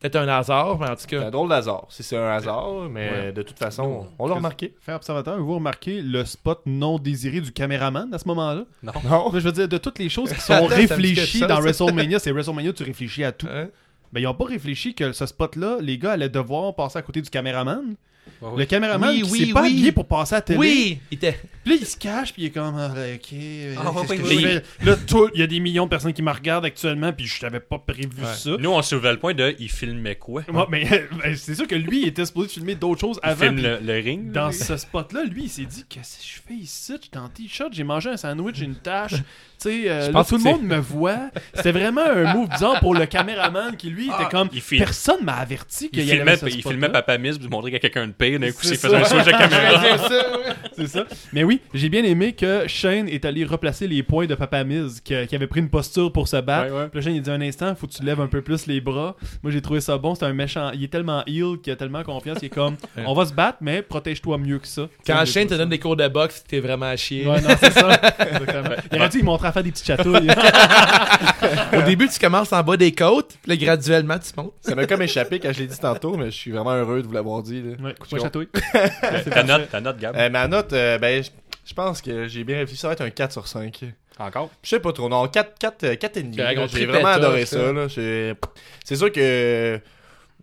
[SPEAKER 5] peut-être un hasard, mais en tout
[SPEAKER 1] C'est
[SPEAKER 5] cas,
[SPEAKER 1] un drôle d'hasard, si c'est un hasard, mais de toute façon, on l'a remarqué.
[SPEAKER 6] Fait observateur, vous remarquez le spot non désiré du caméraman à ce moment-là
[SPEAKER 4] Non.
[SPEAKER 6] Non. Je veux dire, de toutes les choses qui sont
[SPEAKER 5] Attends, ça me dit
[SPEAKER 6] réfléchies
[SPEAKER 5] quelque
[SPEAKER 6] dans
[SPEAKER 5] chose.
[SPEAKER 6] WrestleMania, c'est WrestleMania, tu réfléchis à tout.
[SPEAKER 5] hein,
[SPEAKER 6] Ben, ils ont pas réfléchi que ce spot-là, les gars allaient devoir passer à côté du caméraman.
[SPEAKER 4] Ouais,
[SPEAKER 6] Le
[SPEAKER 4] ouais.
[SPEAKER 6] caméraman,
[SPEAKER 5] Oui,
[SPEAKER 6] il
[SPEAKER 5] oui,
[SPEAKER 6] s'est pas
[SPEAKER 5] oui.
[SPEAKER 6] habillé pour passer à la télé.
[SPEAKER 5] Oui! Il était...
[SPEAKER 6] Puis là, il se cache, puis il est comme, Ah, ok,
[SPEAKER 4] Ah,
[SPEAKER 6] qu'est-ce
[SPEAKER 4] oui,
[SPEAKER 6] que
[SPEAKER 4] oui,
[SPEAKER 6] je
[SPEAKER 4] oui.
[SPEAKER 6] fais? Là, tout, il y a des millions de personnes qui me regardent actuellement, puis je t'avais pas prévu
[SPEAKER 5] Ouais.
[SPEAKER 6] ça.
[SPEAKER 4] Nous, on soulevait le point de il filmait quoi
[SPEAKER 6] Ouais, mais ben, c'est sûr que lui, il était supposé filmer d'autres choses
[SPEAKER 4] Il
[SPEAKER 6] avant.
[SPEAKER 4] filme
[SPEAKER 6] puis
[SPEAKER 4] le, le ring.
[SPEAKER 6] Dans
[SPEAKER 4] là.
[SPEAKER 6] ce spot-là, lui, il s'est dit Qu'est-ce que je fais ici Je suis en t-shirt, j'ai mangé un sandwich, j'ai une tâche. Tu sais, euh,
[SPEAKER 5] Je
[SPEAKER 6] là,
[SPEAKER 5] pense
[SPEAKER 6] tout le
[SPEAKER 5] que
[SPEAKER 6] monde me voit. C'était vraiment un move bizarre pour le caméraman qui, lui,
[SPEAKER 4] Ah,
[SPEAKER 6] était comme
[SPEAKER 4] il filme.
[SPEAKER 6] Personne m'a averti qu'il
[SPEAKER 4] Il
[SPEAKER 6] y
[SPEAKER 4] filmait,
[SPEAKER 6] avait ce
[SPEAKER 4] il
[SPEAKER 6] spot-là.
[SPEAKER 4] filmait Papa Miss pour montrer qu'il y a quelqu'un de pire. D'un coup,
[SPEAKER 6] C'est
[SPEAKER 4] il faisait un
[SPEAKER 6] ça.
[SPEAKER 4] switch de
[SPEAKER 1] Hein?
[SPEAKER 4] caméra.
[SPEAKER 6] C'est ça. Mais oui, j'ai bien aimé que Shane est allé replacer les points de Papa Miz, que- qui avait pris une posture pour se battre.
[SPEAKER 4] Ouais, ouais.
[SPEAKER 6] Puis là, Shane, il dit un instant, faut que tu lèves un peu plus les bras. Moi, j'ai trouvé ça bon. C'est un méchant. Il est tellement heal, qu'il a tellement confiance. Il est comme, on va se battre, mais protège-toi mieux que ça.
[SPEAKER 5] Quand
[SPEAKER 6] Ça, j'ai
[SPEAKER 5] Shane te
[SPEAKER 6] trouvé
[SPEAKER 5] donne des cours de boxe, t'es vraiment à chier.
[SPEAKER 6] ça. Ouais, non, c'est ça. Exactement. Il aurait dû, il montre à faire des petites chatouilles.
[SPEAKER 5] Au début, tu commences en bas des côtes, puis là, graduellement, tu montes.
[SPEAKER 1] Ça m'a comme échappé quand je l'ai dit tantôt, mais je suis vraiment heureux de vous l'avoir dit. là.
[SPEAKER 6] ouais, couche-moi chatouille.
[SPEAKER 4] Ta note, ta note, Gab.
[SPEAKER 1] Euh, ma note, euh, ben, je- je pense que j'ai bien réfléchi. Ça va être un 4 sur 5.
[SPEAKER 4] Encore
[SPEAKER 1] Je sais pas trop. Non, 4, 4, 4 et demi.
[SPEAKER 5] Correct,
[SPEAKER 1] là.
[SPEAKER 5] on
[SPEAKER 1] J'ai
[SPEAKER 5] tripait
[SPEAKER 1] vraiment
[SPEAKER 5] ça,
[SPEAKER 1] adoré
[SPEAKER 5] ça.
[SPEAKER 1] ça. là. J'ai- C'est sûr que tu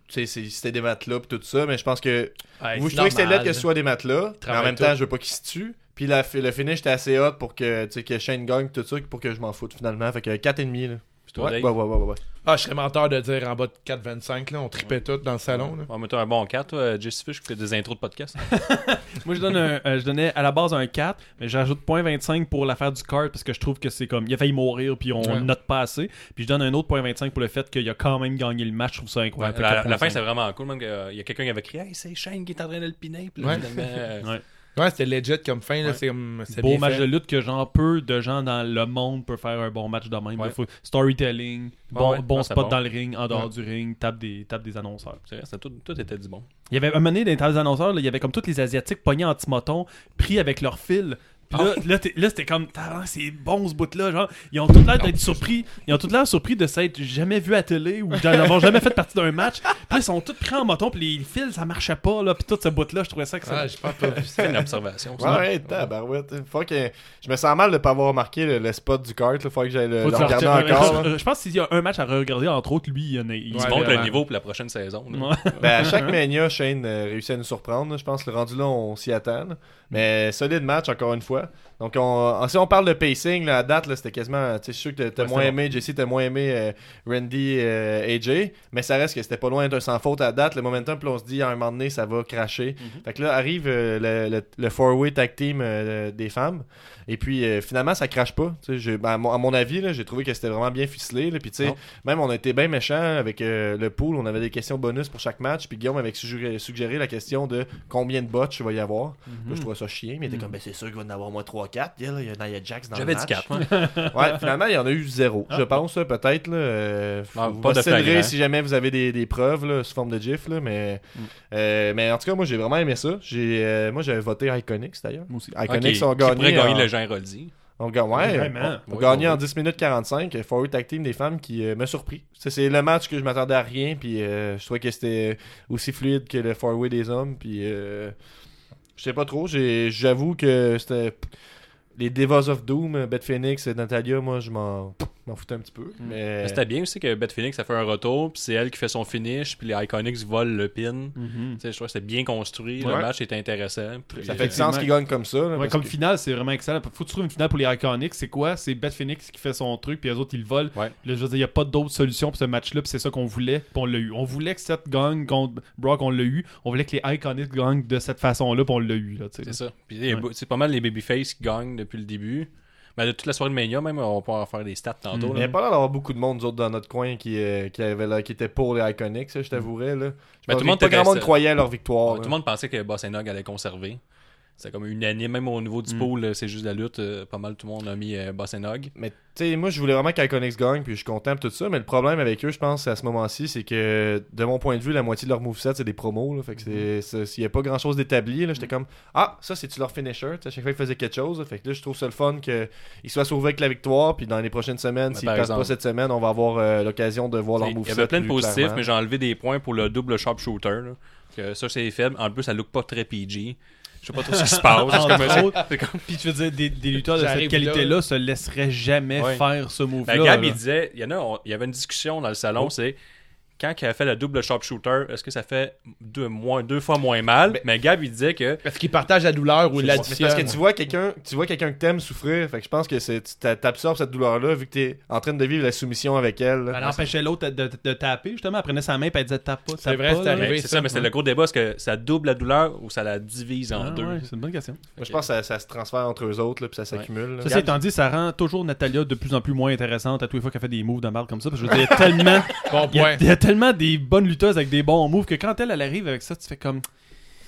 [SPEAKER 1] sais, c'est- c'était des matelas pis tout ça, mais je pense que vous, je trouvais que c'était laid que ce soit des matelas, mais en
[SPEAKER 5] Travaille
[SPEAKER 1] même
[SPEAKER 5] tout.
[SPEAKER 1] temps, je veux pas qu'ils se tuent. Puis la, fi- le finish était assez hot pour que, tu sais, que Shane gagne tout ça, pour que je m'en foute finalement. Fait que 4,5 là.
[SPEAKER 4] toi,
[SPEAKER 1] ouais, ouais,
[SPEAKER 4] Dave?
[SPEAKER 1] ouais, ouais, ouais.
[SPEAKER 5] Ah, je serais menteur de dire en bas de 4,25, là, on tripait tout dans le salon, là.
[SPEAKER 4] On va mettre un bon 4, toi, Jesse Fish, pour des intros de podcast.
[SPEAKER 6] Moi, je, donne un- euh, je donnais à la base un 4, mais j'ajoute 0.25 pour l'affaire du cart parce que je trouve que c'est comme. Il a failli mourir, puis on
[SPEAKER 5] Ouais.
[SPEAKER 6] note pas assez. Puis je donne un autre 0.25 pour le fait qu'il a quand même gagné le match. Je trouve ça
[SPEAKER 4] Ouais,
[SPEAKER 6] incroyable.
[SPEAKER 4] puis la, la fin,
[SPEAKER 6] 4.5.
[SPEAKER 4] c'est vraiment cool. Même que, euh, il y a quelqu'un qui avait crié Hey, c'est Shane qui est en train d'alpiner. Puis là,
[SPEAKER 5] Ouais.
[SPEAKER 4] finalement, euh,
[SPEAKER 6] Ouais.
[SPEAKER 5] Ouais, c'était legit comme fin, là,
[SPEAKER 6] Ouais.
[SPEAKER 5] c'est comme... c'est
[SPEAKER 6] beau
[SPEAKER 5] bien
[SPEAKER 6] match
[SPEAKER 5] fait.
[SPEAKER 6] de lutte que genre peu de gens dans le monde peuvent faire un bon match de même.
[SPEAKER 4] Ouais.
[SPEAKER 6] Faut- Storytelling, bon,
[SPEAKER 4] ouais,
[SPEAKER 6] bon
[SPEAKER 4] non, c'est
[SPEAKER 6] spot
[SPEAKER 4] bon.
[SPEAKER 6] dans le ring, en dehors
[SPEAKER 5] Ouais.
[SPEAKER 6] du ring, tape des, tape des annonceurs.
[SPEAKER 4] c'est vrai, c'est tout, tout était du bon.
[SPEAKER 6] Il y avait un moment donné dans les annonceurs, là, il y avait comme tous les Asiatiques pognés en timoton, pris avec leur fil. Puis là, là, t'es- là, c'était comme, Tabarnak, c'est bon ce bout-là. Genre, ils ont tout l'air d'être surpris. Ils ont tout l'air surpris de s'être jamais vus à télé ou d'en avoir jamais fait partie d'un match. Puis là, ils sont tous pris en moton, puis les fils, ça marchait pas. Là, puis tout ce bout-là, je trouvais ça que ça.
[SPEAKER 5] Ah, j'ai pas pas vu ça.
[SPEAKER 4] C'est une observation.
[SPEAKER 1] Ouais, ouais, tabarouette. Faut que... Je me sens mal de pas avoir marqué le, le spot du kart. Là. Faut que j'aille le,
[SPEAKER 6] Faut
[SPEAKER 1] le
[SPEAKER 6] que tu
[SPEAKER 1] regarder
[SPEAKER 6] leur-
[SPEAKER 1] encore. hein. là.
[SPEAKER 6] Je pense qu'il y a un match à regarder, entre autres, lui, il y en a- il
[SPEAKER 5] Ouais,
[SPEAKER 4] Tu montres le
[SPEAKER 5] vraiment.
[SPEAKER 4] niveau pour la prochaine saison. là.
[SPEAKER 6] Ouais.
[SPEAKER 1] Ben, à chaque mania, Shane euh, réussit à nous surprendre. là. Je pense que le rendu là, on s'y attend. là. Mais solide match, encore une fois. Donc, on, ah, si on parle de pacing, là, à date, là, c'était quasiment. Tu sais, je suis sûr que t'as- t'as
[SPEAKER 4] Ouais,
[SPEAKER 1] moins
[SPEAKER 4] c'était
[SPEAKER 1] aimé Jesse, t'as moins aimé euh, Randy euh, AJ. Mais ça reste que c'était pas loin d'un sans faute à date. Le momentum, puis on se dit, à un moment donné, ça va cracher. Fait que là, arrive euh, le, le, le four-way tag team euh, des femmes. Et puis, euh, finalement, ça crache pas. Tu sais, j'ai- ben, à, mon, à mon avis, là, j'ai trouvé que c'était vraiment bien ficelé. là. Puis, tu sais,
[SPEAKER 4] Non.
[SPEAKER 1] même on a été bien méchant avec euh, le pool. On avait des questions bonus pour chaque match. Puis Guillaume avait suggéré, suggéré la question de combien de botches il va y avoir.
[SPEAKER 4] Mhm.
[SPEAKER 1] Là, je trouvais ça chiant. Mais il était comme, ben, c'est sûr qu'il va en avoir au moins 3-4. Il y a là, il y a Nia Jax dans le
[SPEAKER 4] J'avais
[SPEAKER 1] match.
[SPEAKER 4] dit 4.
[SPEAKER 1] Ouais, finalement, il y en a eu zéro. Je pense, là, peut-être. là, euh,
[SPEAKER 4] Ah,
[SPEAKER 1] vous
[SPEAKER 4] pas de
[SPEAKER 1] m'obstinerez
[SPEAKER 4] flagrant. Mm.
[SPEAKER 1] si jamais vous avez des, des preuves là, sous forme de GIF. Là, mais, euh, mais en tout cas, moi, j'ai vraiment aimé ça. J'ai, euh, moi, j'avais voté Iconics d'ailleurs.
[SPEAKER 6] Moi aussi.
[SPEAKER 1] Iconics ont gagné.
[SPEAKER 4] pourrait gagner
[SPEAKER 6] hein.
[SPEAKER 1] en-
[SPEAKER 4] le Jean Roldi.
[SPEAKER 6] Euh.
[SPEAKER 1] on gagne, ouais,
[SPEAKER 6] Vraiment.
[SPEAKER 1] on, on
[SPEAKER 4] Oui,
[SPEAKER 1] gagnait
[SPEAKER 4] oui.
[SPEAKER 1] en 10 minutes 45. Forward Tag Team des femmes qui euh, m'a surpris. Ça, C'est le match que je m'attendais à rien. Puis euh, je trouvais que c'était aussi fluide que le Forward des hommes. Puis euh, je sais pas trop. j'ai- J'avoue que c'était les Devas of Doom, euh, Beth Phoenix, Natalia. Moi, je m'en m'en foutais un petit peu. Mais
[SPEAKER 4] C'était bien aussi que Beth Phoenix a fait un retour, puis c'est elle qui fait son finish, puis les Iconics volent le pin. Tu sais, Je trouve que c'était bien construit,
[SPEAKER 1] Ouais.
[SPEAKER 4] le match était intéressant. puis-
[SPEAKER 1] ça fait du sens qu'ils gagnent comme ça. là,
[SPEAKER 6] Ouais,
[SPEAKER 1] parce
[SPEAKER 6] comme
[SPEAKER 1] que-
[SPEAKER 6] finale, c'est vraiment excellent. Faut trouver une finale pour les Iconics. C'est quoi C'est Beth Phoenix qui fait son truc, puis les autres, ils le volent.
[SPEAKER 4] Ouais.
[SPEAKER 6] Là, je veux dire, il n'y a pas d'autre solution pour ce match-là, puis c'est ça qu'on voulait, puis on l'a eu. On voulait que Seth gagne contre Brock, on l'a eu. On voulait que les Iconics gagnent de cette façon-là, puis on l'a eu. Là, tu sais.
[SPEAKER 4] C'est ça. Puis les-
[SPEAKER 6] Ouais.
[SPEAKER 4] c'est pas mal les babyface qui gagnent depuis le début. Mais de toute la soirée de Mania, même, on pourra en faire des stats tantôt.
[SPEAKER 6] Mm.
[SPEAKER 1] Il
[SPEAKER 4] là.
[SPEAKER 1] n'y a pas l'air d'avoir beaucoup de monde, nous autres, dans notre coin qui, euh, qui, avait, là, qui était pour les Iconics, là, je t'avouerais. Là. Je
[SPEAKER 4] Ben,
[SPEAKER 1] pense
[SPEAKER 4] tout le
[SPEAKER 1] que
[SPEAKER 4] monde
[SPEAKER 1] pas grand
[SPEAKER 4] était-
[SPEAKER 1] monde croyait à leur victoire.
[SPEAKER 4] Tout
[SPEAKER 1] là.
[SPEAKER 4] le monde pensait que Boss Nog allait conserver. C'est comme unanime, même au niveau du
[SPEAKER 6] Mm.
[SPEAKER 4] pool, euh, c'est juste la lutte. euh, Pas mal tout le monde a mis euh, Boss Nog.
[SPEAKER 1] Mais tu sais, moi je voulais vraiment qu'Iconix gagne, puis je suis content pis tout ça, mais le problème avec eux, je pense, à ce moment-ci, c'est que de mon point de vue, la moitié de leur moveset, c'est des promos. Là, fait que c'est-
[SPEAKER 4] Mhm.
[SPEAKER 1] c'est- s'il n'y a pas grand chose d'établi, là, j'étais comme Ah, ça c'est-tu leur finisher? Tu sais, à chaque fois qu'ils faisaient quelque chose. là. fait que là, je trouve ça le fun qu'ils soient sauvés avec la victoire, puis dans les prochaines semaines,
[SPEAKER 4] Ben,
[SPEAKER 1] s'ils
[SPEAKER 4] par
[SPEAKER 1] passent pas
[SPEAKER 4] exemple.
[SPEAKER 1] cette semaine, on va avoir euh, l'occasion de voir leur
[SPEAKER 4] Il
[SPEAKER 1] moveset.
[SPEAKER 4] y avait plein de
[SPEAKER 1] plus
[SPEAKER 4] positifs,
[SPEAKER 1] clairement.
[SPEAKER 4] mais j'ai enlevé des points pour le double sharpshooter. là. Que ça, c'est faible. En plus, ça look pas très PG. Je sais pas trop ce qui se passe. Ah, C'est comme-
[SPEAKER 6] Ah, Entre autres,
[SPEAKER 4] c'est comme-
[SPEAKER 6] Puis tu veux dire, des, des lutteurs de cette
[SPEAKER 5] J'arrive
[SPEAKER 6] qualité-là
[SPEAKER 5] là.
[SPEAKER 6] se laisseraient jamais
[SPEAKER 4] Ouais.
[SPEAKER 6] faire ce
[SPEAKER 4] Ben,
[SPEAKER 6] move-là.
[SPEAKER 4] Gab,
[SPEAKER 6] là. Oh.
[SPEAKER 4] il disait, il y en a, on- il y avait une discussion dans le salon, c'est quand elle fait la double sharpshooter, est-ce que ça fait deux, moins, deux fois moins mal? mais Gab, il disait que
[SPEAKER 5] Parce qu'il partage la douleur ou
[SPEAKER 1] Mais c'est
[SPEAKER 5] l'addition.
[SPEAKER 1] parce que tu vois quelqu'un, tu vois quelqu'un que t'aimes souffrir. Fait que je pense que c'est, tu t'a- t'absorbes cette douleur-là vu que t'es en train de vivre la soumission avec elle. là.
[SPEAKER 6] Elle empêchait Ben, l'autre de, de- de taper, justement. Elle prenait sa main et elle disait tape pas.
[SPEAKER 5] C'est vrai, c'est
[SPEAKER 4] Mais
[SPEAKER 5] arrivé.
[SPEAKER 4] c'est ça, mais c'est le gros débat. Est-ce que ça double la douleur ou ça la divise en deux?
[SPEAKER 6] Ah, c'est une bonne question.
[SPEAKER 1] Moi, je pense que ça, ça se transfère entre eux autres là, puis ça s'accumule. là.
[SPEAKER 6] Ceci étant dit, ça rend toujours Natalia de plus en plus moins intéressante à tous les fois qu'elle fait des moves de marde comme ça. Parce que je veux dire, il y a tellement,
[SPEAKER 5] Bon
[SPEAKER 6] il y a-
[SPEAKER 5] point.
[SPEAKER 6] il y a tellement des bonnes lutteuses avec des bons moves que quand elle, elle arrive avec ça, tu fais comme.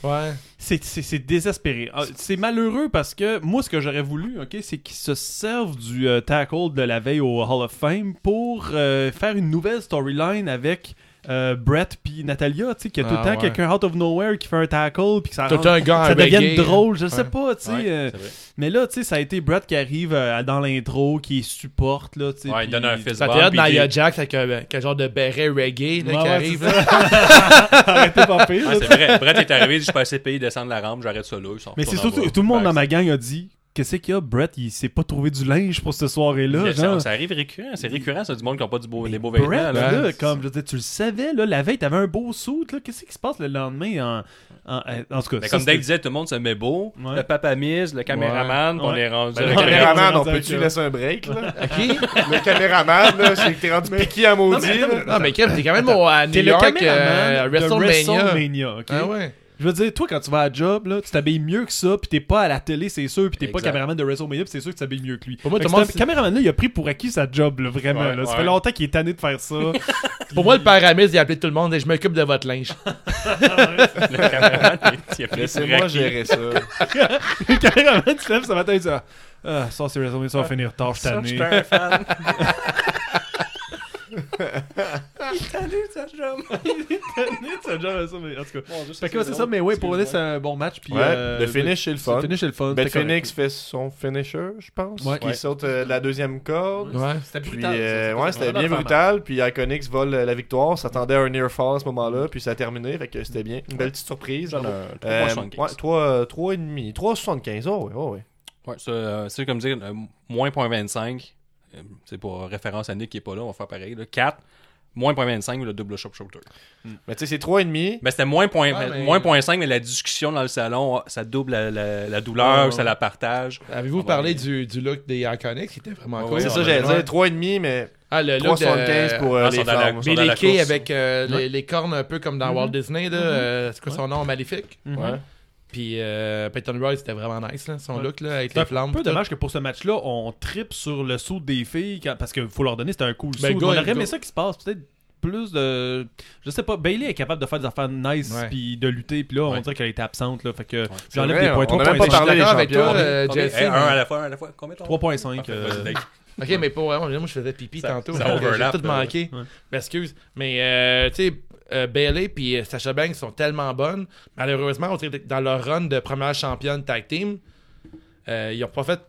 [SPEAKER 5] Ouais.
[SPEAKER 6] C'est- C'est c'est désespéré. Ah, C'est malheureux parce que moi, ce que j'aurais voulu, ok, c'est qu'ils se servent du euh, tackle de la veille au Hall of Fame pour euh, faire une nouvelle storyline avec euh, Brett puis Natalia, tu sais, qu'il y a tout
[SPEAKER 5] Ah,
[SPEAKER 6] le temps
[SPEAKER 5] ouais.
[SPEAKER 6] quelqu'un out of nowhere qui fait un tackle puis que ça,
[SPEAKER 5] Tout
[SPEAKER 6] rend-
[SPEAKER 5] un gars
[SPEAKER 6] ça
[SPEAKER 5] un
[SPEAKER 6] devienne
[SPEAKER 5] reggae.
[SPEAKER 6] drôle, je sais
[SPEAKER 5] Ouais.
[SPEAKER 6] pas, tu sais.
[SPEAKER 5] Ouais,
[SPEAKER 6] euh,
[SPEAKER 4] c'est vrai.
[SPEAKER 6] mais là, tu sais, ça a été Brett qui arrive euh, dans l'intro, qui supporte, là, tu sais.
[SPEAKER 4] Ouais, il
[SPEAKER 6] puis-
[SPEAKER 4] donne un fist
[SPEAKER 5] Ça
[SPEAKER 4] bump,
[SPEAKER 5] t'est hâte
[SPEAKER 4] puis
[SPEAKER 5] Nia
[SPEAKER 4] il-
[SPEAKER 5] Jax avec un, quel genre de béret reggae
[SPEAKER 6] Ouais,
[SPEAKER 5] là, qui
[SPEAKER 6] ouais,
[SPEAKER 5] arrive.
[SPEAKER 6] c'est
[SPEAKER 5] là.
[SPEAKER 6] Arrêtez pas pire, là,
[SPEAKER 4] Ah, c'est vrai. Brett est arrivé, il dit, je suis pas assez payé, descendre la rampe, j'arrête ça là. il s'en
[SPEAKER 6] Mais c'est
[SPEAKER 4] retourne en
[SPEAKER 6] surtout,
[SPEAKER 4] bas.
[SPEAKER 6] tout le monde
[SPEAKER 4] Fait
[SPEAKER 6] dans
[SPEAKER 4] que
[SPEAKER 6] ma gang a dit Qu'est-ce qu'il y a, Brett Il s'est pas trouvé du linge pour cette soirée-là.
[SPEAKER 4] ça-
[SPEAKER 6] genre.
[SPEAKER 4] Ça arrive récurrent. C'est récurrent, ça, du monde qui n'a pas du beau, des beaux vêtements.
[SPEAKER 6] Brett,
[SPEAKER 4] là.
[SPEAKER 6] là, comme je veux dire, tu le savais, là, la veille, t'avais un beau saut. Qu'est-ce qui se passe le lendemain en. En, en- en tout cas,
[SPEAKER 4] Mais
[SPEAKER 6] ça,
[SPEAKER 4] Ben, comme
[SPEAKER 6] c'est-
[SPEAKER 4] Dave disait, tout le monde se met beau.
[SPEAKER 6] Ouais.
[SPEAKER 4] Le papa mise, le caméraman, puis on
[SPEAKER 6] Ouais.
[SPEAKER 4] est rendu
[SPEAKER 6] Ben,
[SPEAKER 4] avec
[SPEAKER 6] on est
[SPEAKER 4] un-
[SPEAKER 6] rendu-
[SPEAKER 1] Caméraman, on
[SPEAKER 6] rendu
[SPEAKER 1] peut-tu
[SPEAKER 6] avec,
[SPEAKER 1] laisser un break là?
[SPEAKER 5] OK?
[SPEAKER 1] Le caméraman, là, c'est que t'es rendu piqué à
[SPEAKER 6] Non,
[SPEAKER 1] maudit.
[SPEAKER 6] mais attends,
[SPEAKER 1] là.
[SPEAKER 5] Non, mais Kev, t'es quand même au, à New
[SPEAKER 6] T'es le
[SPEAKER 5] York
[SPEAKER 6] caméraman
[SPEAKER 5] euh, à
[SPEAKER 6] de
[SPEAKER 5] WrestleMania.
[SPEAKER 6] WrestleMania, ok?
[SPEAKER 5] Ah ouais.
[SPEAKER 6] Je veux dire, toi, quand tu vas à job, là, tu t'habilles mieux que ça, puis t'es pas à la télé, c'est sûr, puis t'es pas
[SPEAKER 4] Exact.
[SPEAKER 6] caméraman de WrestleMania, puis c'est sûr que tu t'habilles mieux que lui.
[SPEAKER 5] Pour moi,
[SPEAKER 6] Fait
[SPEAKER 5] tout
[SPEAKER 6] que
[SPEAKER 5] le monde-
[SPEAKER 6] ce caméraman-là, il a pris pour acquis sa job, là, vraiment.
[SPEAKER 4] Ouais,
[SPEAKER 6] là. Ça
[SPEAKER 4] ouais.
[SPEAKER 6] fait longtemps qu'il est tanné de faire ça.
[SPEAKER 5] Pour moi, le paramis, il a appelé tout le monde et je m'occupe de votre linge.
[SPEAKER 4] Le caméraman, il- il a pris
[SPEAKER 1] Laissez-moi
[SPEAKER 4] le rack.
[SPEAKER 1] gérer ça.
[SPEAKER 6] Le caméraman, tu te lèves ce matin, il dit Ah, Ah, ça, c'est WrestleMania, ça va finir tard, je suis
[SPEAKER 4] Ça, je suis
[SPEAKER 6] tanné.
[SPEAKER 4] un fan.
[SPEAKER 6] C'est déjà WrestleMania, en tout cas. Fait
[SPEAKER 4] Fait
[SPEAKER 6] que ouais, c'est ça, mais ouais, pour le c'est un bon match. Puis,
[SPEAKER 1] Ouais,
[SPEAKER 6] euh,
[SPEAKER 1] le finish, c'est le fun.
[SPEAKER 6] Le finish est le fun.
[SPEAKER 1] Ben
[SPEAKER 6] c'était correct.
[SPEAKER 1] Phoenix fait son finisher, je pense.
[SPEAKER 6] Ouais.
[SPEAKER 1] Il saute euh, de la deuxième corde.
[SPEAKER 5] Ouais.
[SPEAKER 6] C'était
[SPEAKER 1] Puis,
[SPEAKER 6] brutal, ça,
[SPEAKER 1] euh,
[SPEAKER 6] c'était
[SPEAKER 1] ouais, c'était
[SPEAKER 6] vraiment
[SPEAKER 1] bien
[SPEAKER 6] pas mal.
[SPEAKER 1] brutal. Puis Iconics vole euh, la victoire. On s'attendait à un near fall à ce moment-là. Puis ça a terminé. Fait que c'était bien. Une belle petite surprise.
[SPEAKER 4] Bravo.
[SPEAKER 1] Euh,
[SPEAKER 4] Trois
[SPEAKER 1] euh,
[SPEAKER 4] soixante-quinze.
[SPEAKER 1] ouais, trois, euh, trois et demi. 3,75. Oh, ouais, oh, ouais.
[SPEAKER 4] Ouais, ça, euh, c'est comme dire euh, moins 0.25. euh, C'est pour référence à Nick qui est pas là, on va faire pareil. Là. 4, moins 0.25 ou le double sharpshooter.
[SPEAKER 1] Mais tu sais, c'est 3,5.
[SPEAKER 4] Mais c'était moins, point,
[SPEAKER 5] Ah, mais-
[SPEAKER 4] moins 0.5, mais la discussion dans le salon, ah, ça double la, la- la douleur,
[SPEAKER 6] Ah,
[SPEAKER 4] ça la partage.
[SPEAKER 5] Avez-vous
[SPEAKER 4] On va
[SPEAKER 5] parlé
[SPEAKER 4] aller.
[SPEAKER 5] du, du look des Iconics? C'était vraiment
[SPEAKER 4] Ouais,
[SPEAKER 5] cool.
[SPEAKER 4] ouais,
[SPEAKER 1] C'est
[SPEAKER 4] on
[SPEAKER 1] ça,
[SPEAKER 4] va
[SPEAKER 1] j'allais
[SPEAKER 5] Ouais.
[SPEAKER 1] dire. 3,5, mais
[SPEAKER 5] Ah, le look
[SPEAKER 1] 3,75
[SPEAKER 5] de,
[SPEAKER 1] pour euh,
[SPEAKER 4] Ah,
[SPEAKER 1] les
[SPEAKER 4] sont dans la-
[SPEAKER 1] flammes.
[SPEAKER 4] sont dans
[SPEAKER 5] Billy
[SPEAKER 4] la
[SPEAKER 5] Kay
[SPEAKER 4] course.
[SPEAKER 5] avec euh, les, les cornes un peu comme dans Walt Disney. là, euh, c'est quoi son nom? Maléfique.
[SPEAKER 6] Mhm.
[SPEAKER 1] Ouais.
[SPEAKER 5] Puis euh, Peyton Royce, c'était vraiment nice, là, son
[SPEAKER 6] Ouais.
[SPEAKER 5] look là, avec
[SPEAKER 6] C'est
[SPEAKER 5] les
[SPEAKER 6] un
[SPEAKER 5] flammes.
[SPEAKER 6] peu
[SPEAKER 5] pis tout.
[SPEAKER 6] dommage que pour ce match-là, on tripe sur le saut des filles quand- parce qu'il faut leur donner, c'était un cool
[SPEAKER 5] Ben,
[SPEAKER 6] saut.
[SPEAKER 5] gars,
[SPEAKER 6] on aurait
[SPEAKER 5] gars.
[SPEAKER 6] aimé ça qui se passe. Peut-être plus de. Je sais pas, Bailey est capable de faire des affaires nice
[SPEAKER 5] Ouais.
[SPEAKER 6] puis de lutter. Puis là, on
[SPEAKER 5] Ouais.
[SPEAKER 6] dirait qu'elle était absente. Là, fait que
[SPEAKER 1] C'est
[SPEAKER 6] j'enlève
[SPEAKER 1] vrai,
[SPEAKER 6] des points.
[SPEAKER 1] on a même pas
[SPEAKER 6] 3.5.
[SPEAKER 1] parlé des
[SPEAKER 5] d'accord avec
[SPEAKER 1] champions.
[SPEAKER 5] toi, euh,
[SPEAKER 4] Combien-
[SPEAKER 5] Jesse.
[SPEAKER 4] Eh, un à
[SPEAKER 5] mais-
[SPEAKER 4] la fois, un à la fois. Combien de temps?
[SPEAKER 6] 3.5. euh,
[SPEAKER 4] Vas-y, Dave.
[SPEAKER 5] Ok, mais pour euh, moi, je faisais pipi
[SPEAKER 4] Ça-
[SPEAKER 5] tantôt.
[SPEAKER 4] ça
[SPEAKER 5] donc, euh,
[SPEAKER 4] overlap,
[SPEAKER 5] J'ai tout
[SPEAKER 4] euh,
[SPEAKER 5] manqué.
[SPEAKER 6] ouais.
[SPEAKER 5] M'excuse. Mais, euh, tu sais, euh, Bailey et Sasha Banks sont tellement bonnes. Malheureusement, on dirait que dans leur run de première championne tag team, euh, ils n'ont pas fait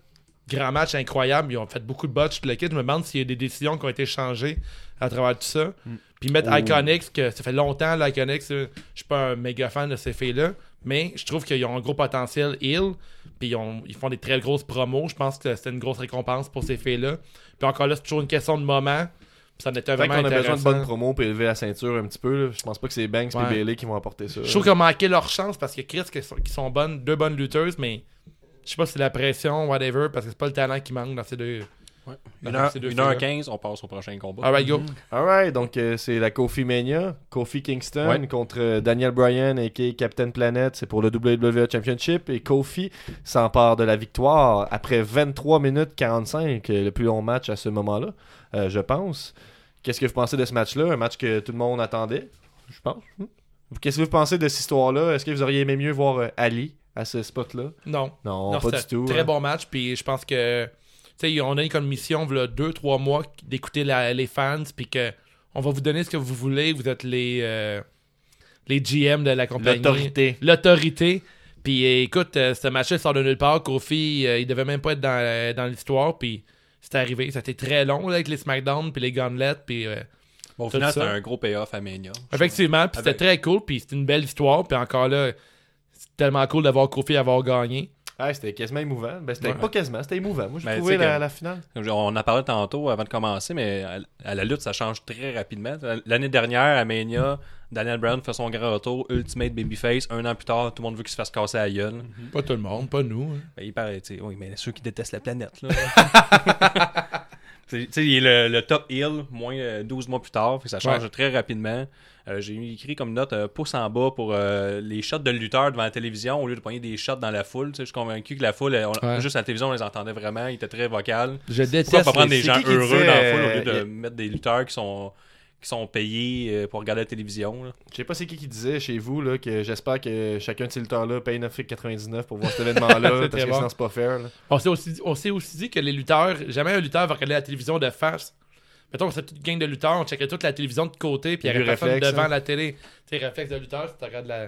[SPEAKER 5] grand match incroyable. Ils ont fait beaucoup de botches. tout Le kit. Je me demande s'il y a des décisions qui ont été changées à travers tout ça. Puis
[SPEAKER 1] Oh.
[SPEAKER 5] mettre Iconics, que ça fait longtemps, l'Iconics, euh, je suis pas un méga fan de ces filles-là, mais je trouve qu'ils ont un gros potentiel, ils, puis ils, ont- ils font des très grosses promos. Je pense que c'est une grosse récompense pour ces filles-là. Puis encore là, c'est toujours une question de moment. Puis ça en était
[SPEAKER 1] Fait
[SPEAKER 5] vraiment
[SPEAKER 1] qu'on a besoin de
[SPEAKER 5] intéressant.
[SPEAKER 1] bonnes promos pour élever la ceinture un petit peu. là. Je pense pas que c'est Banks
[SPEAKER 5] Ouais.
[SPEAKER 1] et Bailey qui vont apporter ça.
[SPEAKER 5] Je trouve qu'ils ont manqué leur chance parce que Chris, qui sont, qu'ils sont bonnes, deux bonnes lutteuses, mais je sais pas si c'est la pression, whatever, parce que c'est pas le talent qui manque dans ces deux. Dans ces deux Ah
[SPEAKER 4] 1h15,
[SPEAKER 5] filles-là.
[SPEAKER 4] on passe au prochain combat.
[SPEAKER 5] Alright, go.
[SPEAKER 1] Alright, donc euh, c'est la Kofi Mania. Kofi Kingston
[SPEAKER 4] Ouais.
[SPEAKER 1] contre euh, Daniel Bryan et Captain Planet. C'est pour le WWE Championship. Et Kofi s'empare de la victoire après 23 minutes 45, euh, le plus long match à ce moment-là, euh, je pense. Qu'est-ce que vous pensez de ce match-là Un match que tout le monde attendait, je pense. Hmm? Qu'est-ce que vous pensez de cette histoire-là Est-ce que vous auriez aimé mieux voir euh, Ali à ce spot-là
[SPEAKER 5] Non.
[SPEAKER 1] Non,
[SPEAKER 5] Non,
[SPEAKER 1] pas
[SPEAKER 5] c'était
[SPEAKER 1] du tout.
[SPEAKER 5] un Très
[SPEAKER 1] hein.
[SPEAKER 5] bon match, puis je pense que tu sais, on a eu comme mission voilà, deux trois mois d'écouter la- les fans, puis que on va vous donner ce que vous voulez. Vous êtes les euh, les GM de la compagnie,
[SPEAKER 1] L'autorité.
[SPEAKER 5] l'autorité. Puis euh, écoute, euh, ce match-là sort de nulle part. Kofi, euh, il devait même pas être dans, euh, dans l'histoire, puis c'est arrivé. Ça a été très long là, avec les SmackDown puis les Gauntlets, puis euh,
[SPEAKER 4] Bon, au
[SPEAKER 5] Tout
[SPEAKER 4] final,
[SPEAKER 5] ça.
[SPEAKER 4] c'était un gros payoff à Mania.
[SPEAKER 5] Effectivement, puis c'était
[SPEAKER 4] Avec-
[SPEAKER 5] très cool, puis c'était une belle victoire, puis encore là, c'est tellement cool d'avoir Kofi avoir gagné.
[SPEAKER 1] Ah, c'était quasiment émouvant. Ben, c'était
[SPEAKER 5] Ouais.
[SPEAKER 1] pas quasiment, c'était émouvant. Moi, j'ai
[SPEAKER 4] Ben,
[SPEAKER 1] trouvé
[SPEAKER 4] tu sais
[SPEAKER 1] la,
[SPEAKER 4] que-
[SPEAKER 1] la finale.
[SPEAKER 4] Comme je- On en parlait tantôt avant de commencer, mais à- à la lutte, ça change très rapidement. L'année dernière, à Mania, Daniel Brown fait son grand retour, Ultimate Babyface. Un an plus tard, tout le monde veut qu'il se fasse casser la gueule.
[SPEAKER 5] Pas tout le monde, pas nous. hein.
[SPEAKER 4] Ben, il paraît, tu sais, oui, mais ceux qui détestent la planète, là. Tu sais, tu sais, il est le, le top hill, moins euh, 12 mois plus tard, fait que ça change
[SPEAKER 5] Ouais.
[SPEAKER 4] très rapidement. Euh, J'ai écrit comme note euh, pouce en bas pour euh, les shots de lutteurs devant la télévision au lieu de poigner des shots dans la foule. Tu sais, Je suis convaincu que la foule, euh, on-
[SPEAKER 5] Ouais.
[SPEAKER 4] juste à la télévision, on les entendait vraiment, ils étaient très vocales.
[SPEAKER 5] Je
[SPEAKER 4] Pourquoi
[SPEAKER 5] déteste.
[SPEAKER 4] pas prendre
[SPEAKER 5] les-
[SPEAKER 4] des
[SPEAKER 1] c'est
[SPEAKER 4] gens
[SPEAKER 1] qui qui
[SPEAKER 4] heureux
[SPEAKER 1] disait,
[SPEAKER 4] dans la foule au lieu de
[SPEAKER 1] euh, y a-
[SPEAKER 4] mettre des lutteurs qui sont, qui sont payés euh, pour regarder la télévision? là?
[SPEAKER 1] Je sais pas c'est qui qui disait chez vous là, que j'espère que chacun de ces lutteurs-là paye 9,99 pour voir cet événement-là, parce
[SPEAKER 5] C'était
[SPEAKER 1] que
[SPEAKER 5] bon.
[SPEAKER 1] sinon c'est pas fair. là.
[SPEAKER 5] On s'est aussi, on s'est aussi dit que les lutteurs, jamais un lutteur va regarder la télévision de face. Mettons, cette petite gang de lutteurs, on checkerait toute la télévision de côté, puis il y
[SPEAKER 1] Du
[SPEAKER 5] aurait personne
[SPEAKER 1] réflexe,
[SPEAKER 5] devant
[SPEAKER 1] hein.
[SPEAKER 5] la télé. Tu sais, réflexe de lutteur, si tu regardes la.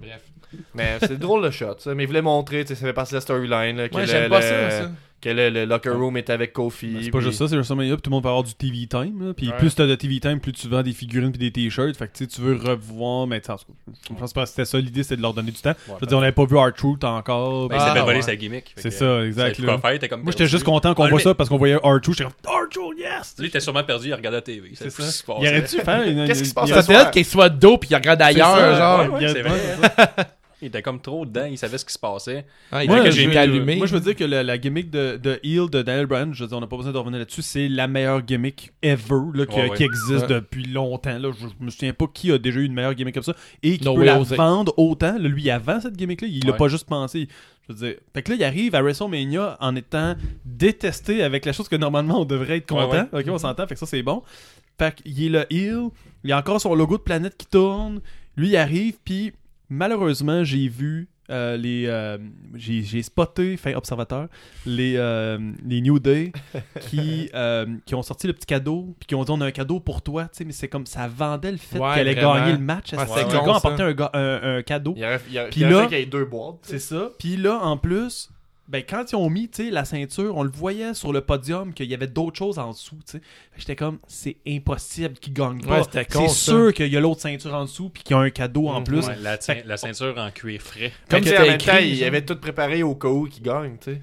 [SPEAKER 5] Bref.
[SPEAKER 1] Mais c'est drôle le shot, ça. Mais il voulait montrer, tu sais, ça fait partie de la storyline. là, que
[SPEAKER 5] Moi,
[SPEAKER 1] le-
[SPEAKER 5] j'aime pas
[SPEAKER 1] le-
[SPEAKER 5] ça, ça.
[SPEAKER 1] Que le, le locker room est avec Kofi.
[SPEAKER 6] Ben, C'est pas
[SPEAKER 1] puis-
[SPEAKER 6] juste ça, c'est WrestleMania, puis tout le monde peut avoir du TV Time. là, Puis
[SPEAKER 5] Ouais.
[SPEAKER 6] plus t'as de TV Time, plus tu vends des figurines puis des t-shirts. Fait que tu sais, tu veux revoir, mais tu sais, en tout cas, je pense pas que c'était ça l'idée, c'était de leur donner du temps. je veux dire, on n'avait pas vu R-Truth encore.
[SPEAKER 4] Ben,
[SPEAKER 5] Ah,
[SPEAKER 4] il s'est fait voler
[SPEAKER 5] ouais.
[SPEAKER 4] sa gimmick.
[SPEAKER 6] C'est ça, exact, là.
[SPEAKER 4] exactement.
[SPEAKER 6] Moi, j'étais juste content qu'on
[SPEAKER 4] Ah,
[SPEAKER 6] voit
[SPEAKER 4] mais-
[SPEAKER 6] ça parce qu'on voyait R-Truth. J'étais comme R-Truth, yes!
[SPEAKER 4] Lui, il était sûrement perdu, il regardait la TV. C'est ça. qui se
[SPEAKER 6] Il
[SPEAKER 4] passait.
[SPEAKER 6] aurait dû faire une.
[SPEAKER 1] Qu'est-ce qui se passe
[SPEAKER 6] il-
[SPEAKER 1] ce
[SPEAKER 5] Ça
[SPEAKER 1] soir?
[SPEAKER 5] peut-être qu'il soit dos, puis il regarde ailleurs,
[SPEAKER 6] ça,
[SPEAKER 5] genre.
[SPEAKER 6] ouais.
[SPEAKER 4] Ouais, c'est
[SPEAKER 6] il-
[SPEAKER 4] vrai. Il était comme trop dedans, il savait ce qui se passait.
[SPEAKER 5] Ah, il
[SPEAKER 6] Moi,
[SPEAKER 5] fait que
[SPEAKER 6] je
[SPEAKER 5] j'ai
[SPEAKER 6] veux-
[SPEAKER 5] été allumé.
[SPEAKER 6] moi, je veux dire que la, la gimmick de, de Heel de Daniel Bryan, je veux dire, on n'a pas besoin de revenir là-dessus, c'est la meilleure gimmick ever là, qui,
[SPEAKER 4] Ouais, ouais.
[SPEAKER 6] qui existe
[SPEAKER 5] Ouais.
[SPEAKER 6] depuis longtemps. Là. Je, je me souviens pas qui a déjà eu une meilleure gimmick comme ça et qui
[SPEAKER 5] No
[SPEAKER 6] peut
[SPEAKER 5] Way
[SPEAKER 6] la
[SPEAKER 5] Jose.
[SPEAKER 6] vendre autant. Là, lui, avant cette gimmick-là, il l'a
[SPEAKER 4] Ouais.
[SPEAKER 6] pas juste pensé. Je veux dire, fait que là, il arrive à WrestleMania en étant détesté avec la chose que normalement on devrait être content.
[SPEAKER 4] Ouais,
[SPEAKER 6] Ok, on s'entend, fait que ça, c'est bon. Fait qu'il est le heel, il y a encore son logo de planète qui tourne. Lui, il arrive, puis malheureusement, j'ai vu euh, les. euh, j'ai j'ai spoté, fin observateur, les, euh, les New Day qui, euh, qui ont sorti le petit cadeau, puis qui ont dit on a un cadeau pour toi, tu sais, mais c'est comme ça vendait le fait
[SPEAKER 5] Ouais,
[SPEAKER 6] qu'elle ait
[SPEAKER 5] vraiment.
[SPEAKER 6] gagné le match.
[SPEAKER 5] Ouais,
[SPEAKER 6] C'était
[SPEAKER 5] c'est
[SPEAKER 6] un
[SPEAKER 5] con,
[SPEAKER 6] gars
[SPEAKER 5] ça.
[SPEAKER 6] apportait un, ga- un- un cadeau.
[SPEAKER 1] Il aurait, il aurait,
[SPEAKER 6] Puis
[SPEAKER 1] il aurait
[SPEAKER 6] là-
[SPEAKER 1] fait qu'il y ait deux boîtes. tu sais.
[SPEAKER 6] C'est ça. Puis là, en plus, ben, quand ils ont mis tu sais, la ceinture, on le voyait sur le podium qu'il y avait d'autres choses en dessous. tu sais. Fait que J'étais comme, c'est impossible qu'ils gagnent pas.
[SPEAKER 5] Ouais, c'était con,
[SPEAKER 6] c'est
[SPEAKER 5] ça. Mhm,
[SPEAKER 6] sûr qu'il y a l'autre ceinture en dessous puis qu'il y a un cadeau en plus.
[SPEAKER 4] Ouais, la, ceint- la ceinture en cuir frais.
[SPEAKER 1] Comme
[SPEAKER 5] Fait
[SPEAKER 1] si
[SPEAKER 5] que
[SPEAKER 1] en
[SPEAKER 5] t'as
[SPEAKER 1] même temps,
[SPEAKER 5] écrit,
[SPEAKER 1] il
[SPEAKER 5] genre.
[SPEAKER 1] avait tout préparé au cas où qu'il gagne, tu sais.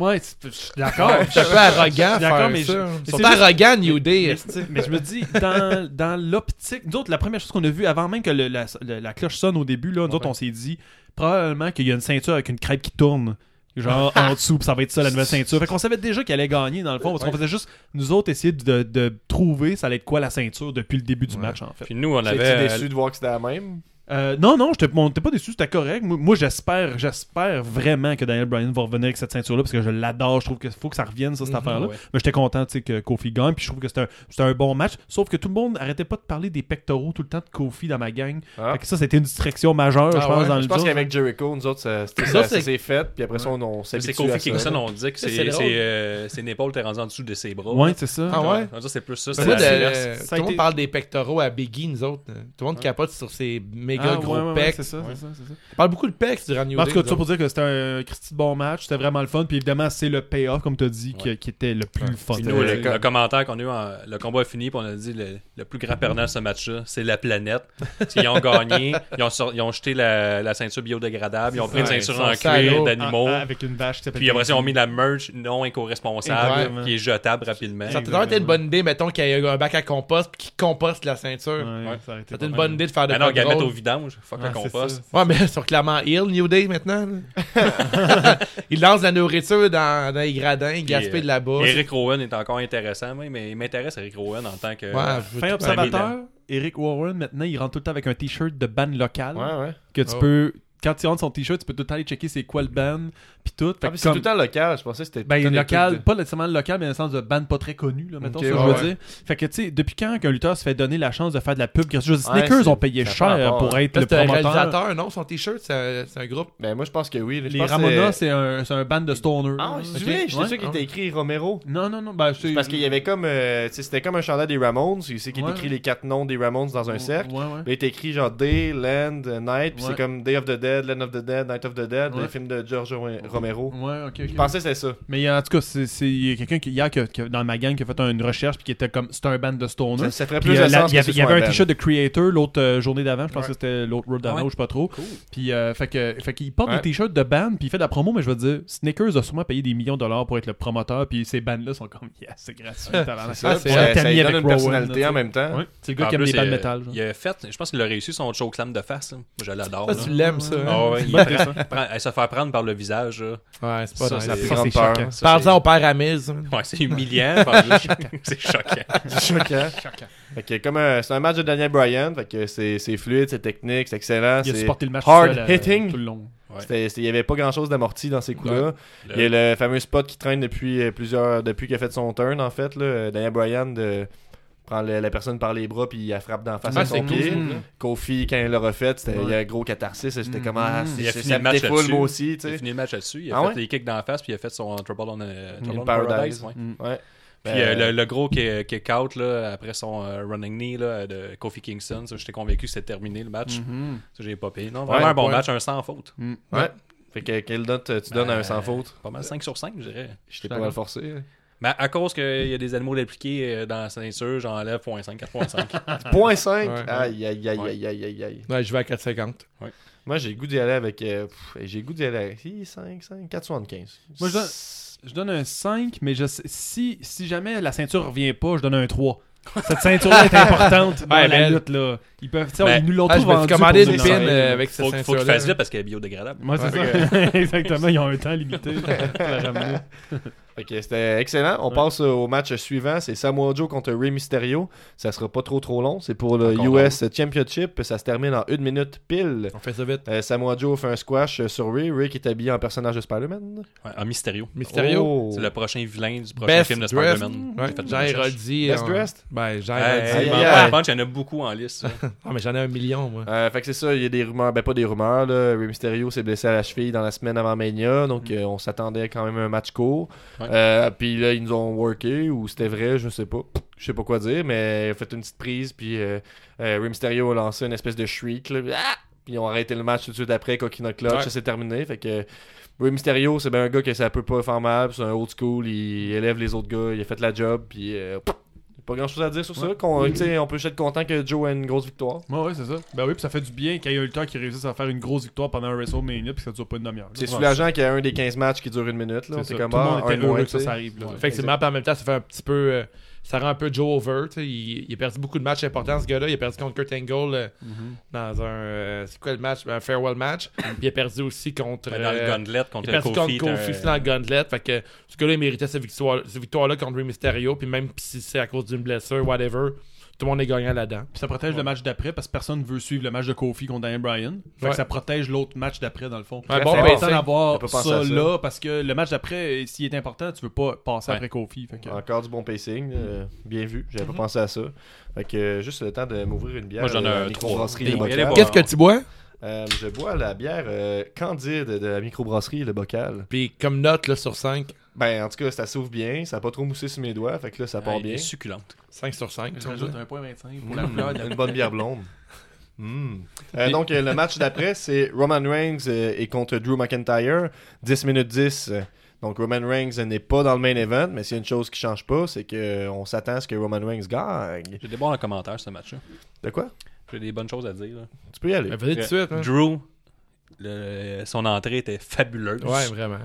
[SPEAKER 6] Ouais, c'est- je suis d'accord.
[SPEAKER 5] Ouais, je suis un peu arrogant,
[SPEAKER 6] D'accord,
[SPEAKER 5] faire
[SPEAKER 6] mais je-
[SPEAKER 5] ça.
[SPEAKER 6] mais
[SPEAKER 5] Ils sont
[SPEAKER 6] c'est juste-
[SPEAKER 5] arrogants, New Day.
[SPEAKER 6] Mais, mais je me dis, dans, dans l'optique, nous autres, la première chose qu'on a vue avant même que le- la, le- la cloche sonne au début, là, nous autres, on s'est dit probablement qu'il y a une ceinture avec une crêpe qui tourne. Genre en dessous, puis ça va être ça la nouvelle ceinture. Fait qu'on savait déjà qu'elle allait gagner dans le fond, parce qu'on faisait juste, nous autres, essayer de, de trouver ça allait être quoi la ceinture depuis le début du match en fait.
[SPEAKER 4] Puis nous, on euh,
[SPEAKER 1] J'étais
[SPEAKER 4] avait.
[SPEAKER 1] déçu de voir que c'était la même.
[SPEAKER 6] Euh, non, non, j'étais bon, t'es pas déçu, c'était correct. Moi, moi, j'espère j'espère vraiment que Daniel Bryan va revenir avec cette ceinture-là parce que je l'adore. Je trouve qu'il faut que ça revienne,
[SPEAKER 5] Mhm,
[SPEAKER 6] ça, cette affaire-là.
[SPEAKER 4] ouais.
[SPEAKER 6] Mais j'étais content tu sais, que Kofi gagne. Puis je trouve que c'était un, c'était un bon match. Sauf que tout le monde arrêtait pas de parler des pectoraux tout le temps de Kofi dans ma gang.
[SPEAKER 1] Ah.
[SPEAKER 6] Fait que ça, c'était une distraction majeure,
[SPEAKER 5] Ah
[SPEAKER 6] je pense,
[SPEAKER 5] ouais,
[SPEAKER 6] dans
[SPEAKER 1] Je
[SPEAKER 6] le
[SPEAKER 1] pense
[SPEAKER 6] jour.
[SPEAKER 1] qu'avec Jericho, nous autres, ça, c'était-
[SPEAKER 5] Ça,
[SPEAKER 1] ça,
[SPEAKER 5] c'est-
[SPEAKER 1] ça s'est fait, puis après ça, on, on s'habitue
[SPEAKER 4] C'est
[SPEAKER 1] à
[SPEAKER 4] Kofi
[SPEAKER 1] ça.
[SPEAKER 4] Kingston, on dit que
[SPEAKER 5] Ça,
[SPEAKER 4] c'est
[SPEAKER 5] c'est drôle.
[SPEAKER 4] c'est, euh, ses épaules étaient rendues en dessous de ses bras.
[SPEAKER 6] Ouais, c'est ça.
[SPEAKER 5] Ah ouais?
[SPEAKER 4] On dit que c'est plus ça.
[SPEAKER 5] Tu
[SPEAKER 4] C'est
[SPEAKER 5] vois,
[SPEAKER 4] la
[SPEAKER 5] de-
[SPEAKER 4] l'inverse.
[SPEAKER 5] euh, tout le monde parle des pectoraux à Biggie, nous autres. Tout le monde capote sur ses méga
[SPEAKER 6] Ah,
[SPEAKER 5] gros
[SPEAKER 6] ouais, ouais, ouais,
[SPEAKER 5] pecs.
[SPEAKER 6] c'est ça, c'est ça, c'est ça.
[SPEAKER 5] On parle beaucoup de pecs durant New
[SPEAKER 6] En
[SPEAKER 5] Day.
[SPEAKER 6] tout cas, tout
[SPEAKER 5] nous
[SPEAKER 6] ça
[SPEAKER 5] autres.
[SPEAKER 6] pour dire que c'était un Christy de bon match, c'était vraiment le fun. Puis évidemment, c'est le payoff, comme tu as dit, qui, qui était le plus fun.
[SPEAKER 4] Puis nous, le,
[SPEAKER 1] Euh,
[SPEAKER 4] le
[SPEAKER 1] comme-
[SPEAKER 4] commentaire qu'on a eu, en- le combat est fini, puis on a dit le, le plus grand perdant de ce match-là, c'est la planète. Parce qu'ils ont gagné, ils ont, sor- ils ont jeté la, la ceinture biodégradable, ils ont pris une
[SPEAKER 5] Ouais,
[SPEAKER 4] ceinture
[SPEAKER 5] ils
[SPEAKER 4] en
[SPEAKER 5] sont
[SPEAKER 4] cuir
[SPEAKER 5] salauds.
[SPEAKER 4] d'animaux,
[SPEAKER 6] Ah, ah, avec une vache qui s'appelle
[SPEAKER 4] puis après ça, ils ont
[SPEAKER 6] Biggie.
[SPEAKER 4] mis de la merch non éco-responsable,
[SPEAKER 6] Exactement.
[SPEAKER 4] qui est jetable rapidement.
[SPEAKER 5] Ça a toujours été une bonne idée, mettons, qu'il y ait un bac à compost puis qu'il composte la ceinture.
[SPEAKER 6] Ouais,
[SPEAKER 4] Ouais.
[SPEAKER 6] ça aurait été
[SPEAKER 5] C'était une
[SPEAKER 6] pas
[SPEAKER 5] bonne
[SPEAKER 6] mal.
[SPEAKER 5] idée de faire de
[SPEAKER 4] Maintenant, on
[SPEAKER 5] quoi
[SPEAKER 4] gagne
[SPEAKER 5] de
[SPEAKER 4] Ben au
[SPEAKER 5] drôle.
[SPEAKER 4] vidange, fuck
[SPEAKER 6] Ah,
[SPEAKER 4] le
[SPEAKER 6] c'est
[SPEAKER 4] compost.
[SPEAKER 6] ça.
[SPEAKER 5] Ouais, mais ils sont clairement ill, New Day, maintenant. là. ils lancent la nourriture dans, dans les gradins, ils gaspillent de la bouffe.
[SPEAKER 4] Eric Rowan est encore intéressant, mais- mais il m'intéresse Eric Rowan en tant que.
[SPEAKER 5] Ouais, je veux
[SPEAKER 6] Fin
[SPEAKER 5] tout-
[SPEAKER 6] observateur, Eric Warren, maintenant, il rentre tout le temps avec un t-shirt de ban local.
[SPEAKER 1] Ouais, ouais.
[SPEAKER 6] Que tu
[SPEAKER 5] Oh.
[SPEAKER 6] peux. Quand tu rentres son t-shirt, tu peux tout le temps aller checker c'est quoi le ban, puis tout. Fait
[SPEAKER 1] Ah,
[SPEAKER 6] que
[SPEAKER 1] puis c'est
[SPEAKER 6] comme-
[SPEAKER 1] tout le temps local, je pensais que c'était.
[SPEAKER 6] ben,
[SPEAKER 1] tout le temps des
[SPEAKER 6] local,
[SPEAKER 1] trucs
[SPEAKER 6] pas nécessairement le local, mais dans le sens de ban pas très connu, là, mettons,
[SPEAKER 1] Ok,
[SPEAKER 6] ça, je
[SPEAKER 5] ouais,
[SPEAKER 6] veux
[SPEAKER 5] ouais.
[SPEAKER 6] dire. Fait que, tu sais, depuis quand qu'un lutteur se fait donner la chance de faire de la pub gratuite Je veux dire,
[SPEAKER 1] Ouais,
[SPEAKER 6] Sneakers
[SPEAKER 1] c'est-
[SPEAKER 6] ont payé
[SPEAKER 1] ça a
[SPEAKER 6] cher
[SPEAKER 1] pas rapport,
[SPEAKER 6] pour
[SPEAKER 1] hein.
[SPEAKER 6] être
[SPEAKER 5] Là,
[SPEAKER 6] le
[SPEAKER 5] c'est un
[SPEAKER 6] promoteur.
[SPEAKER 5] réalisateur, non, son t-shirt, c'est un, c'est un groupe.
[SPEAKER 1] de- Ben, moi, je pense que oui. là, je
[SPEAKER 6] Les
[SPEAKER 1] pense que
[SPEAKER 6] Ramonas,
[SPEAKER 1] c'est-
[SPEAKER 6] c'est un, c'est un band de stoner.
[SPEAKER 1] Ah,
[SPEAKER 6] là.
[SPEAKER 1] je
[SPEAKER 6] Ok.
[SPEAKER 1] suis
[SPEAKER 6] Ouais.
[SPEAKER 1] sûr qu'il était écrit Romero.
[SPEAKER 6] Non, non, non. Ben, c'est
[SPEAKER 1] Parce qu'il y avait comme. euh, tu sais, c'était comme un chandail des Ramones. Il sait qu'il
[SPEAKER 6] Ouais.
[SPEAKER 1] écrit les quatre noms des Ramones dans un cercle.
[SPEAKER 6] Ouais, ouais.
[SPEAKER 1] Là, il est écrit genre Day, Land, euh, Night, puis
[SPEAKER 6] Ouais.
[SPEAKER 1] c'est comme Day of the Dead, Dead, Land of the Dead, Night of the Dead,
[SPEAKER 6] Ouais.
[SPEAKER 1] les films de George Romero.
[SPEAKER 6] Ouais, ok.
[SPEAKER 1] Je pensais que c'était ça.
[SPEAKER 6] Mais en tout cas, c'est- c'est- il y a quelqu'un qui- hier qui a- qui a- dans ma gang qui a fait une recherche puis qui était comme c'était un band de stoner.
[SPEAKER 1] Ça, ça ferait
[SPEAKER 6] Puis,
[SPEAKER 1] plus
[SPEAKER 6] euh,
[SPEAKER 1] de
[SPEAKER 6] la-
[SPEAKER 1] sens.
[SPEAKER 6] il y
[SPEAKER 1] que
[SPEAKER 6] avait,
[SPEAKER 1] ce
[SPEAKER 6] il y avait
[SPEAKER 1] soit
[SPEAKER 6] un
[SPEAKER 1] band.
[SPEAKER 6] t-shirt de Creator l'autre euh, journée d'avant, je pense
[SPEAKER 4] Ouais.
[SPEAKER 6] que c'était l'autre Road Down
[SPEAKER 4] Ah ouais?
[SPEAKER 6] je sais pas trop.
[SPEAKER 4] Cool.
[SPEAKER 6] Puis euh, fait que fait qu'il porte
[SPEAKER 1] Ouais.
[SPEAKER 6] des t-shirts de band puis il fait de la promo mais je veux dire Sneakers a sûrement payé des millions de dollars pour être le promoteur puis ces bands là sont comme yes, c'est gratuit. tabarnak.
[SPEAKER 1] Ah,
[SPEAKER 6] c'est
[SPEAKER 1] ça,
[SPEAKER 6] vrai,
[SPEAKER 1] ça
[SPEAKER 6] t'as
[SPEAKER 1] lui
[SPEAKER 6] mis
[SPEAKER 1] donne
[SPEAKER 6] avec
[SPEAKER 1] une
[SPEAKER 6] Rowan,
[SPEAKER 1] personnalité hein.
[SPEAKER 6] là,
[SPEAKER 1] en euh, même temps.
[SPEAKER 6] Ouais. C'est le
[SPEAKER 4] En
[SPEAKER 6] gars qui aime
[SPEAKER 4] plus,
[SPEAKER 6] les bands
[SPEAKER 4] il-
[SPEAKER 6] de métal. genre.
[SPEAKER 4] Il a fait, je pense qu'il a réussi son choclam de face. là. Moi, Je l'adore.
[SPEAKER 5] Ah,
[SPEAKER 4] là.
[SPEAKER 5] tu l'aimes, ça. hein?
[SPEAKER 4] Ah ouais, il
[SPEAKER 6] Bonne raison.
[SPEAKER 4] prend- à se faire prendre par le visage. là.
[SPEAKER 5] Ouais, c'est pas
[SPEAKER 4] Ça,
[SPEAKER 5] nice.
[SPEAKER 4] ça
[SPEAKER 1] La plus
[SPEAKER 6] Ça, c'est
[SPEAKER 1] grande peur.
[SPEAKER 6] choquant.
[SPEAKER 4] Ça,
[SPEAKER 5] Parle-en au père hein. Amiz.
[SPEAKER 4] c'est- Ouais, c'est humiliant. par là. c'est choquant.
[SPEAKER 1] C'est choquant. Fait que comme un- c'est un match de Daniel Bryan, fait que c'est c'est fluide, c'est technique, c'est excellent,
[SPEAKER 6] Il a
[SPEAKER 1] c'est
[SPEAKER 6] supporté le match
[SPEAKER 1] hard
[SPEAKER 6] seul, euh,
[SPEAKER 1] hitting.
[SPEAKER 6] tout le long.
[SPEAKER 1] C'était- c'était- Il n'y avait pas grand chose d'amorti dans ces coups-là.
[SPEAKER 4] Le-
[SPEAKER 1] Il y a le fameux spot qui traîne depuis euh, plusieurs. depuis qu'il a fait son turn, en fait. Là. Euh, Daniel Bryan de- prend le- la personne par les bras puis il la frappe d'en face
[SPEAKER 5] Ah,
[SPEAKER 1] à son
[SPEAKER 5] c'est cool,
[SPEAKER 1] pied.
[SPEAKER 5] ça.
[SPEAKER 1] Kofi, quand il l'a refait, c'était- il y a un gros catharsis. et J'étais comme, ah, c'est-
[SPEAKER 4] Mm-hmm. Il a
[SPEAKER 1] c'est-
[SPEAKER 4] fini
[SPEAKER 1] ça
[SPEAKER 4] le
[SPEAKER 1] me
[SPEAKER 4] match
[SPEAKER 1] défoule,
[SPEAKER 4] là-dessus.
[SPEAKER 1] moi aussi. tu
[SPEAKER 4] Il a
[SPEAKER 1] sais.
[SPEAKER 4] fini le match là-dessus. Il a
[SPEAKER 1] Ah
[SPEAKER 4] fait
[SPEAKER 1] ouais?
[SPEAKER 4] des kicks dans la face, puis il a fait son Trouble on, euh, Trouble
[SPEAKER 1] In
[SPEAKER 4] on
[SPEAKER 1] Paradise.
[SPEAKER 4] Paradise. ouais.
[SPEAKER 1] Ouais.
[SPEAKER 4] Puis
[SPEAKER 1] Ben,
[SPEAKER 4] euh, le, le gros kick- kick-out là, après son euh, running knee là, de Kofi Kingston, ça, j'étais convaincu que c'était terminé le match.
[SPEAKER 1] Mm-hmm.
[SPEAKER 4] Ça, j'ai pas payé. Non, vraiment
[SPEAKER 1] Mhm. Ouais,
[SPEAKER 4] un bon
[SPEAKER 1] ouais.
[SPEAKER 4] match, un sans faute.
[SPEAKER 6] Mm-hmm.
[SPEAKER 1] ouais. Fait que quelle note euh, tu donnes à un sans faute
[SPEAKER 4] Pas mal 5 sur 5, Ben, je dirais.
[SPEAKER 1] Je t'ai pas mal forcé. hein.
[SPEAKER 4] Mais à cause qu'il y a des animaux impliqués euh, dans la ceinture, j'enlève 0.5, 4.5.
[SPEAKER 1] Point 5
[SPEAKER 5] Ouais.
[SPEAKER 1] Aïe, aïe, aïe,
[SPEAKER 4] Ouais.
[SPEAKER 1] aïe, aïe, aïe, aïe.
[SPEAKER 5] Ouais, je vais à 4,50.
[SPEAKER 1] Moi, j'ai le goût d'y aller avec. euh, pff, j'ai le goût d'y aller avec. si, 5, 5, 4,75.
[SPEAKER 6] Moi, je donne- Je donne un 5, mais je sais- si, si jamais la ceinture revient pas, je donne un 3. Cette ceinture-là est importante dans
[SPEAKER 5] Ouais,
[SPEAKER 6] la
[SPEAKER 5] mais-
[SPEAKER 6] lutte, là. Ils peuvent, tu sais,
[SPEAKER 4] Mais-
[SPEAKER 6] ils nous l'ont
[SPEAKER 5] Ah,
[SPEAKER 6] tout
[SPEAKER 5] je me suis
[SPEAKER 6] vendu
[SPEAKER 5] commandé
[SPEAKER 6] pour
[SPEAKER 5] une
[SPEAKER 6] nous
[SPEAKER 5] pin
[SPEAKER 6] sortir.
[SPEAKER 5] euh, avec cette
[SPEAKER 4] faut, faut que je
[SPEAKER 5] ceinture-là.
[SPEAKER 4] fasse vite parce qu'elle est biodégradable.
[SPEAKER 6] Moi, c'est ça. Exactement, ils ont un temps limité. clairement.
[SPEAKER 1] Ok, c'était excellent. On passe euh, au match suivant. C'est Samoa Joe contre Rey Mysterio. Ça sera pas trop trop long. C'est pour le
[SPEAKER 4] Encore
[SPEAKER 1] US Championship. Ça se termine en une minute pile.
[SPEAKER 5] On fait ça vite.
[SPEAKER 1] Euh, Samoa Joe fait un squash euh, sur Ray. Ray qui est habillé en personnage de Spider-Man.
[SPEAKER 4] Ouais, un mystérieux.
[SPEAKER 5] Mysterio.
[SPEAKER 1] Oh.
[SPEAKER 4] C'est le prochain vilain du prochain
[SPEAKER 5] Best
[SPEAKER 4] film de
[SPEAKER 5] dressed.
[SPEAKER 4] Spider-Man.
[SPEAKER 5] Ouais,
[SPEAKER 4] J'ai fait une
[SPEAKER 5] Jean
[SPEAKER 4] recherche.
[SPEAKER 5] Héroldi.
[SPEAKER 1] Best
[SPEAKER 5] euh,
[SPEAKER 1] dressed?
[SPEAKER 5] Ben, Jean
[SPEAKER 4] Hey,
[SPEAKER 5] Héroldi.
[SPEAKER 1] Aïe,
[SPEAKER 4] m'en
[SPEAKER 1] aïe,
[SPEAKER 4] parle
[SPEAKER 1] aïe.
[SPEAKER 4] punch, il y en a beaucoup en liste. ça.
[SPEAKER 5] Ah, mais j'en ai un million, moi.
[SPEAKER 1] Euh, fait que c'est ça, il y a des rumeurs, ben pas des rumeurs, là. Rey Mysterio s'est blessé à la cheville dans la semaine avant Mania, donc euh, on s'attendait quand même à un match court.
[SPEAKER 4] Ouais.
[SPEAKER 1] Euh, puis là, ils nous ont worké, ou c'était vrai, je sais pas. Je sais pas quoi dire, mais ils ont fait une petite prise, puis euh, euh, Rey Mysterio a lancé une espèce de shriek, là. Ah! Puis ils ont arrêté le match tout de suite après, Coquina Clutch,
[SPEAKER 5] Ouais.
[SPEAKER 1] ça s'est terminé. Fait que Rey Mysterio, c'est bien un gars que ça peut pas faire mal, c'est un old school, il élève les autres gars, il a fait la job, puis euh, pff, pas grand chose à dire sur ça. Qu'on, tu sais, on peut juste être content que Joe ait une grosse victoire.
[SPEAKER 6] Ouais, ouais, c'est ça. Ben oui, puis ça fait du bien qu'il y ait eu le temps qu'ils réussissent à faire une grosse victoire pendant un WrestleMania, puis que ça dure pas une demi-heure.
[SPEAKER 1] C'est
[SPEAKER 6] Ouais,
[SPEAKER 1] soulageant qu'il y a un des 15 matchs qui dure une minute. Là.
[SPEAKER 6] c'est
[SPEAKER 1] On
[SPEAKER 6] ça.
[SPEAKER 1] était comme,
[SPEAKER 6] Tout le
[SPEAKER 1] ah,
[SPEAKER 6] monde était
[SPEAKER 1] un moins,
[SPEAKER 6] heureux que ça,
[SPEAKER 1] tu sais.
[SPEAKER 6] ça arrive. là.
[SPEAKER 4] Ah,
[SPEAKER 5] Effectivement, puis en même temps, ça fait un petit peu. euh, ça rend un peu Joe over. tu sais. Il, il a perdu beaucoup de matchs importants, ce gars-là. Il a perdu contre Kurt Angle euh,
[SPEAKER 4] Mm-hmm.
[SPEAKER 5] dans un. euh, c'est quoi le match Un farewell match. puis il a perdu aussi contre.
[SPEAKER 4] Ben, Dans le
[SPEAKER 5] euh,
[SPEAKER 4] gauntlet
[SPEAKER 5] il
[SPEAKER 4] contre
[SPEAKER 5] a
[SPEAKER 4] le
[SPEAKER 5] perdu
[SPEAKER 4] Kofi.
[SPEAKER 5] contre
[SPEAKER 4] t'as un-
[SPEAKER 5] Kofi c'est dans le gauntlet. Fait que ce gars-là, il méritait cette victoire- cette victoire-là contre Rey Mysterio. Puis même si c'est à cause d'une blessure, whatever, tout le monde est gagnant là-dedans.
[SPEAKER 6] Puis ça protège le match d'après parce que personne veut suivre le match de Kofi contre Daniel Bryan. Fait
[SPEAKER 5] Ouais.
[SPEAKER 6] que ça protège l'autre match d'après dans le fond.
[SPEAKER 5] Un
[SPEAKER 1] Très
[SPEAKER 5] bon
[SPEAKER 1] fort.
[SPEAKER 6] important
[SPEAKER 5] pacing.
[SPEAKER 1] J'ai
[SPEAKER 6] d'avoir
[SPEAKER 1] pas
[SPEAKER 6] ça,
[SPEAKER 1] pensé à ça.
[SPEAKER 6] là parce que le match d'après, euh, s'il est important, tu veux pas passer
[SPEAKER 4] Ouais.
[SPEAKER 6] après Kofi. Fait que-
[SPEAKER 1] Encore du bon pacing.
[SPEAKER 6] Mhm.
[SPEAKER 1] euh, bien vu. J'avais pas pensé à ça. Fait que euh, juste le temps de m'ouvrir une bière.
[SPEAKER 4] Moi, j'en ai
[SPEAKER 1] euh,
[SPEAKER 4] un trois.
[SPEAKER 1] microbrasserie,
[SPEAKER 4] Et
[SPEAKER 1] le
[SPEAKER 4] allez
[SPEAKER 1] bocal.
[SPEAKER 4] voir.
[SPEAKER 5] Qu'est-ce que tu bois
[SPEAKER 1] Euh, je bois la bière euh, candide de la microbrasserie, le bocal.
[SPEAKER 5] Puis comme note là, sur 5,
[SPEAKER 1] Ben, en tout cas, ça s'ouvre bien. Ça a pas trop moussé sur mes doigts. Fait que là, ça part
[SPEAKER 4] Elle
[SPEAKER 1] bien.
[SPEAKER 4] est succulente.
[SPEAKER 5] 5 sur 5.
[SPEAKER 6] Je rajoute 1.25 pour la couleur de la
[SPEAKER 1] Une bonne bière blonde. Mm. Euh, donc, euh, le match d'après, c'est Roman Reigns euh, et contre Drew McIntyre. 10 minutes 10. euh, Donc, Roman Reigns euh, n'est pas dans le main event, mais s'il y a une chose qui change pas, c'est qu'on s'attend à ce que Roman Reigns gagne.
[SPEAKER 4] J'ai des bons commentaires ce match-là.
[SPEAKER 1] De quoi
[SPEAKER 4] J'ai des bonnes choses à dire. là.
[SPEAKER 1] Tu peux y aller.
[SPEAKER 5] Mais venez tout de
[SPEAKER 4] Ouais.
[SPEAKER 5] suite. hein.
[SPEAKER 4] Drew, le- son entrée était fabuleuse.
[SPEAKER 5] Ouais, vraiment.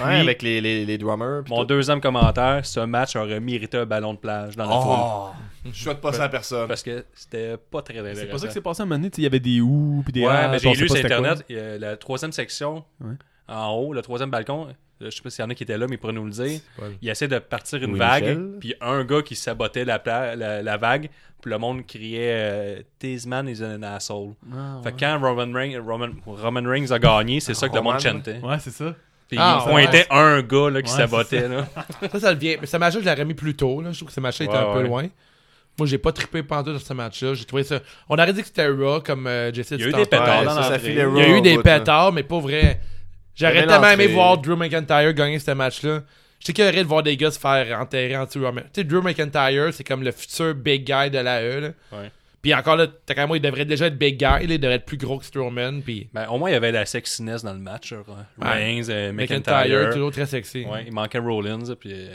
[SPEAKER 1] Ouais, avec les, les, les drummers. pis
[SPEAKER 4] Mon
[SPEAKER 1] tout.
[SPEAKER 4] deuxième commentaire, ce match aurait mérité un ballon de plage dans la foule.
[SPEAKER 1] Oh Je souhaite pas ça à personne.
[SPEAKER 4] Parce que c'était pas très intéressant.
[SPEAKER 6] C'est pas ça que c'est passé à un moment donné, tu sais, il y avait des ou puis des
[SPEAKER 4] Ouais,
[SPEAKER 6] ah,
[SPEAKER 4] mais j'ai
[SPEAKER 6] on sait
[SPEAKER 4] lu
[SPEAKER 6] pas
[SPEAKER 4] sur
[SPEAKER 6] c'était quoi.
[SPEAKER 4] Internet, il y a la troisième section,
[SPEAKER 6] Ouais.
[SPEAKER 4] en haut, le troisième balcon, euh, je sais pas s'il y en a qui étaient là, mais ils pourraient nous le dire.
[SPEAKER 5] Voilà.
[SPEAKER 4] Il essaie de partir une
[SPEAKER 1] Louis Michel.
[SPEAKER 4] vague, puis un gars qui sabotait la, pla- la, la vague, puis le monde criait euh, Tisman is an asshole. fait que quand Roman Reigns, Roman, Roman Reigns a gagné, c'est ça que le
[SPEAKER 1] Roman.
[SPEAKER 4] monde chantait.
[SPEAKER 6] Ouais, c'est ça.
[SPEAKER 4] Puis
[SPEAKER 5] Ah,
[SPEAKER 4] il pointait
[SPEAKER 5] ouais.
[SPEAKER 4] un gars là, qui
[SPEAKER 6] Ouais,
[SPEAKER 4] sabotait. Là.
[SPEAKER 5] Ça, ça le vient. Mais ce match-là, je l'aurais mis plus tôt. Là. Je trouve que ce match-là était
[SPEAKER 4] Ouais,
[SPEAKER 5] un peu
[SPEAKER 4] ouais.
[SPEAKER 5] loin. Moi, j'ai pas trippé pendant sur ce match-là. J'ai trouvé ça. On aurait dit que c'était Raw, comme euh, Jesse
[SPEAKER 4] Il y a
[SPEAKER 5] dit
[SPEAKER 4] eu des
[SPEAKER 5] tantôt.
[SPEAKER 4] pétards dans
[SPEAKER 1] ça, ça
[SPEAKER 4] l'entrée.
[SPEAKER 1] filait
[SPEAKER 5] Il y a
[SPEAKER 1] raw
[SPEAKER 5] eu
[SPEAKER 1] au
[SPEAKER 5] des
[SPEAKER 1] bout, là.
[SPEAKER 5] pétards, mais pas vrai. J'aurais
[SPEAKER 1] J'aimais
[SPEAKER 5] tellement aimé
[SPEAKER 1] l'entrée.
[SPEAKER 5] voir Drew McIntyre gagner ce match-là. Je sais qu'il y aurait de voir des gars se faire enterrer en dessous. de Roman. Tu sais, Drew McIntyre, c'est comme le futur big guy de la E. là.
[SPEAKER 4] Ouais.
[SPEAKER 5] Puis encore là, Takamura, il devrait déjà être big guy, là, il devrait être plus gros que Strowman. Puis
[SPEAKER 4] Ben, au moins, il y avait la sexiness dans le match. genre, hein.
[SPEAKER 5] Ouais.
[SPEAKER 4] Reigns, euh,
[SPEAKER 5] McIntyre,
[SPEAKER 4] McIntyre.
[SPEAKER 5] toujours très sexy.
[SPEAKER 4] Ouais, il manquait Rollins, puis euh,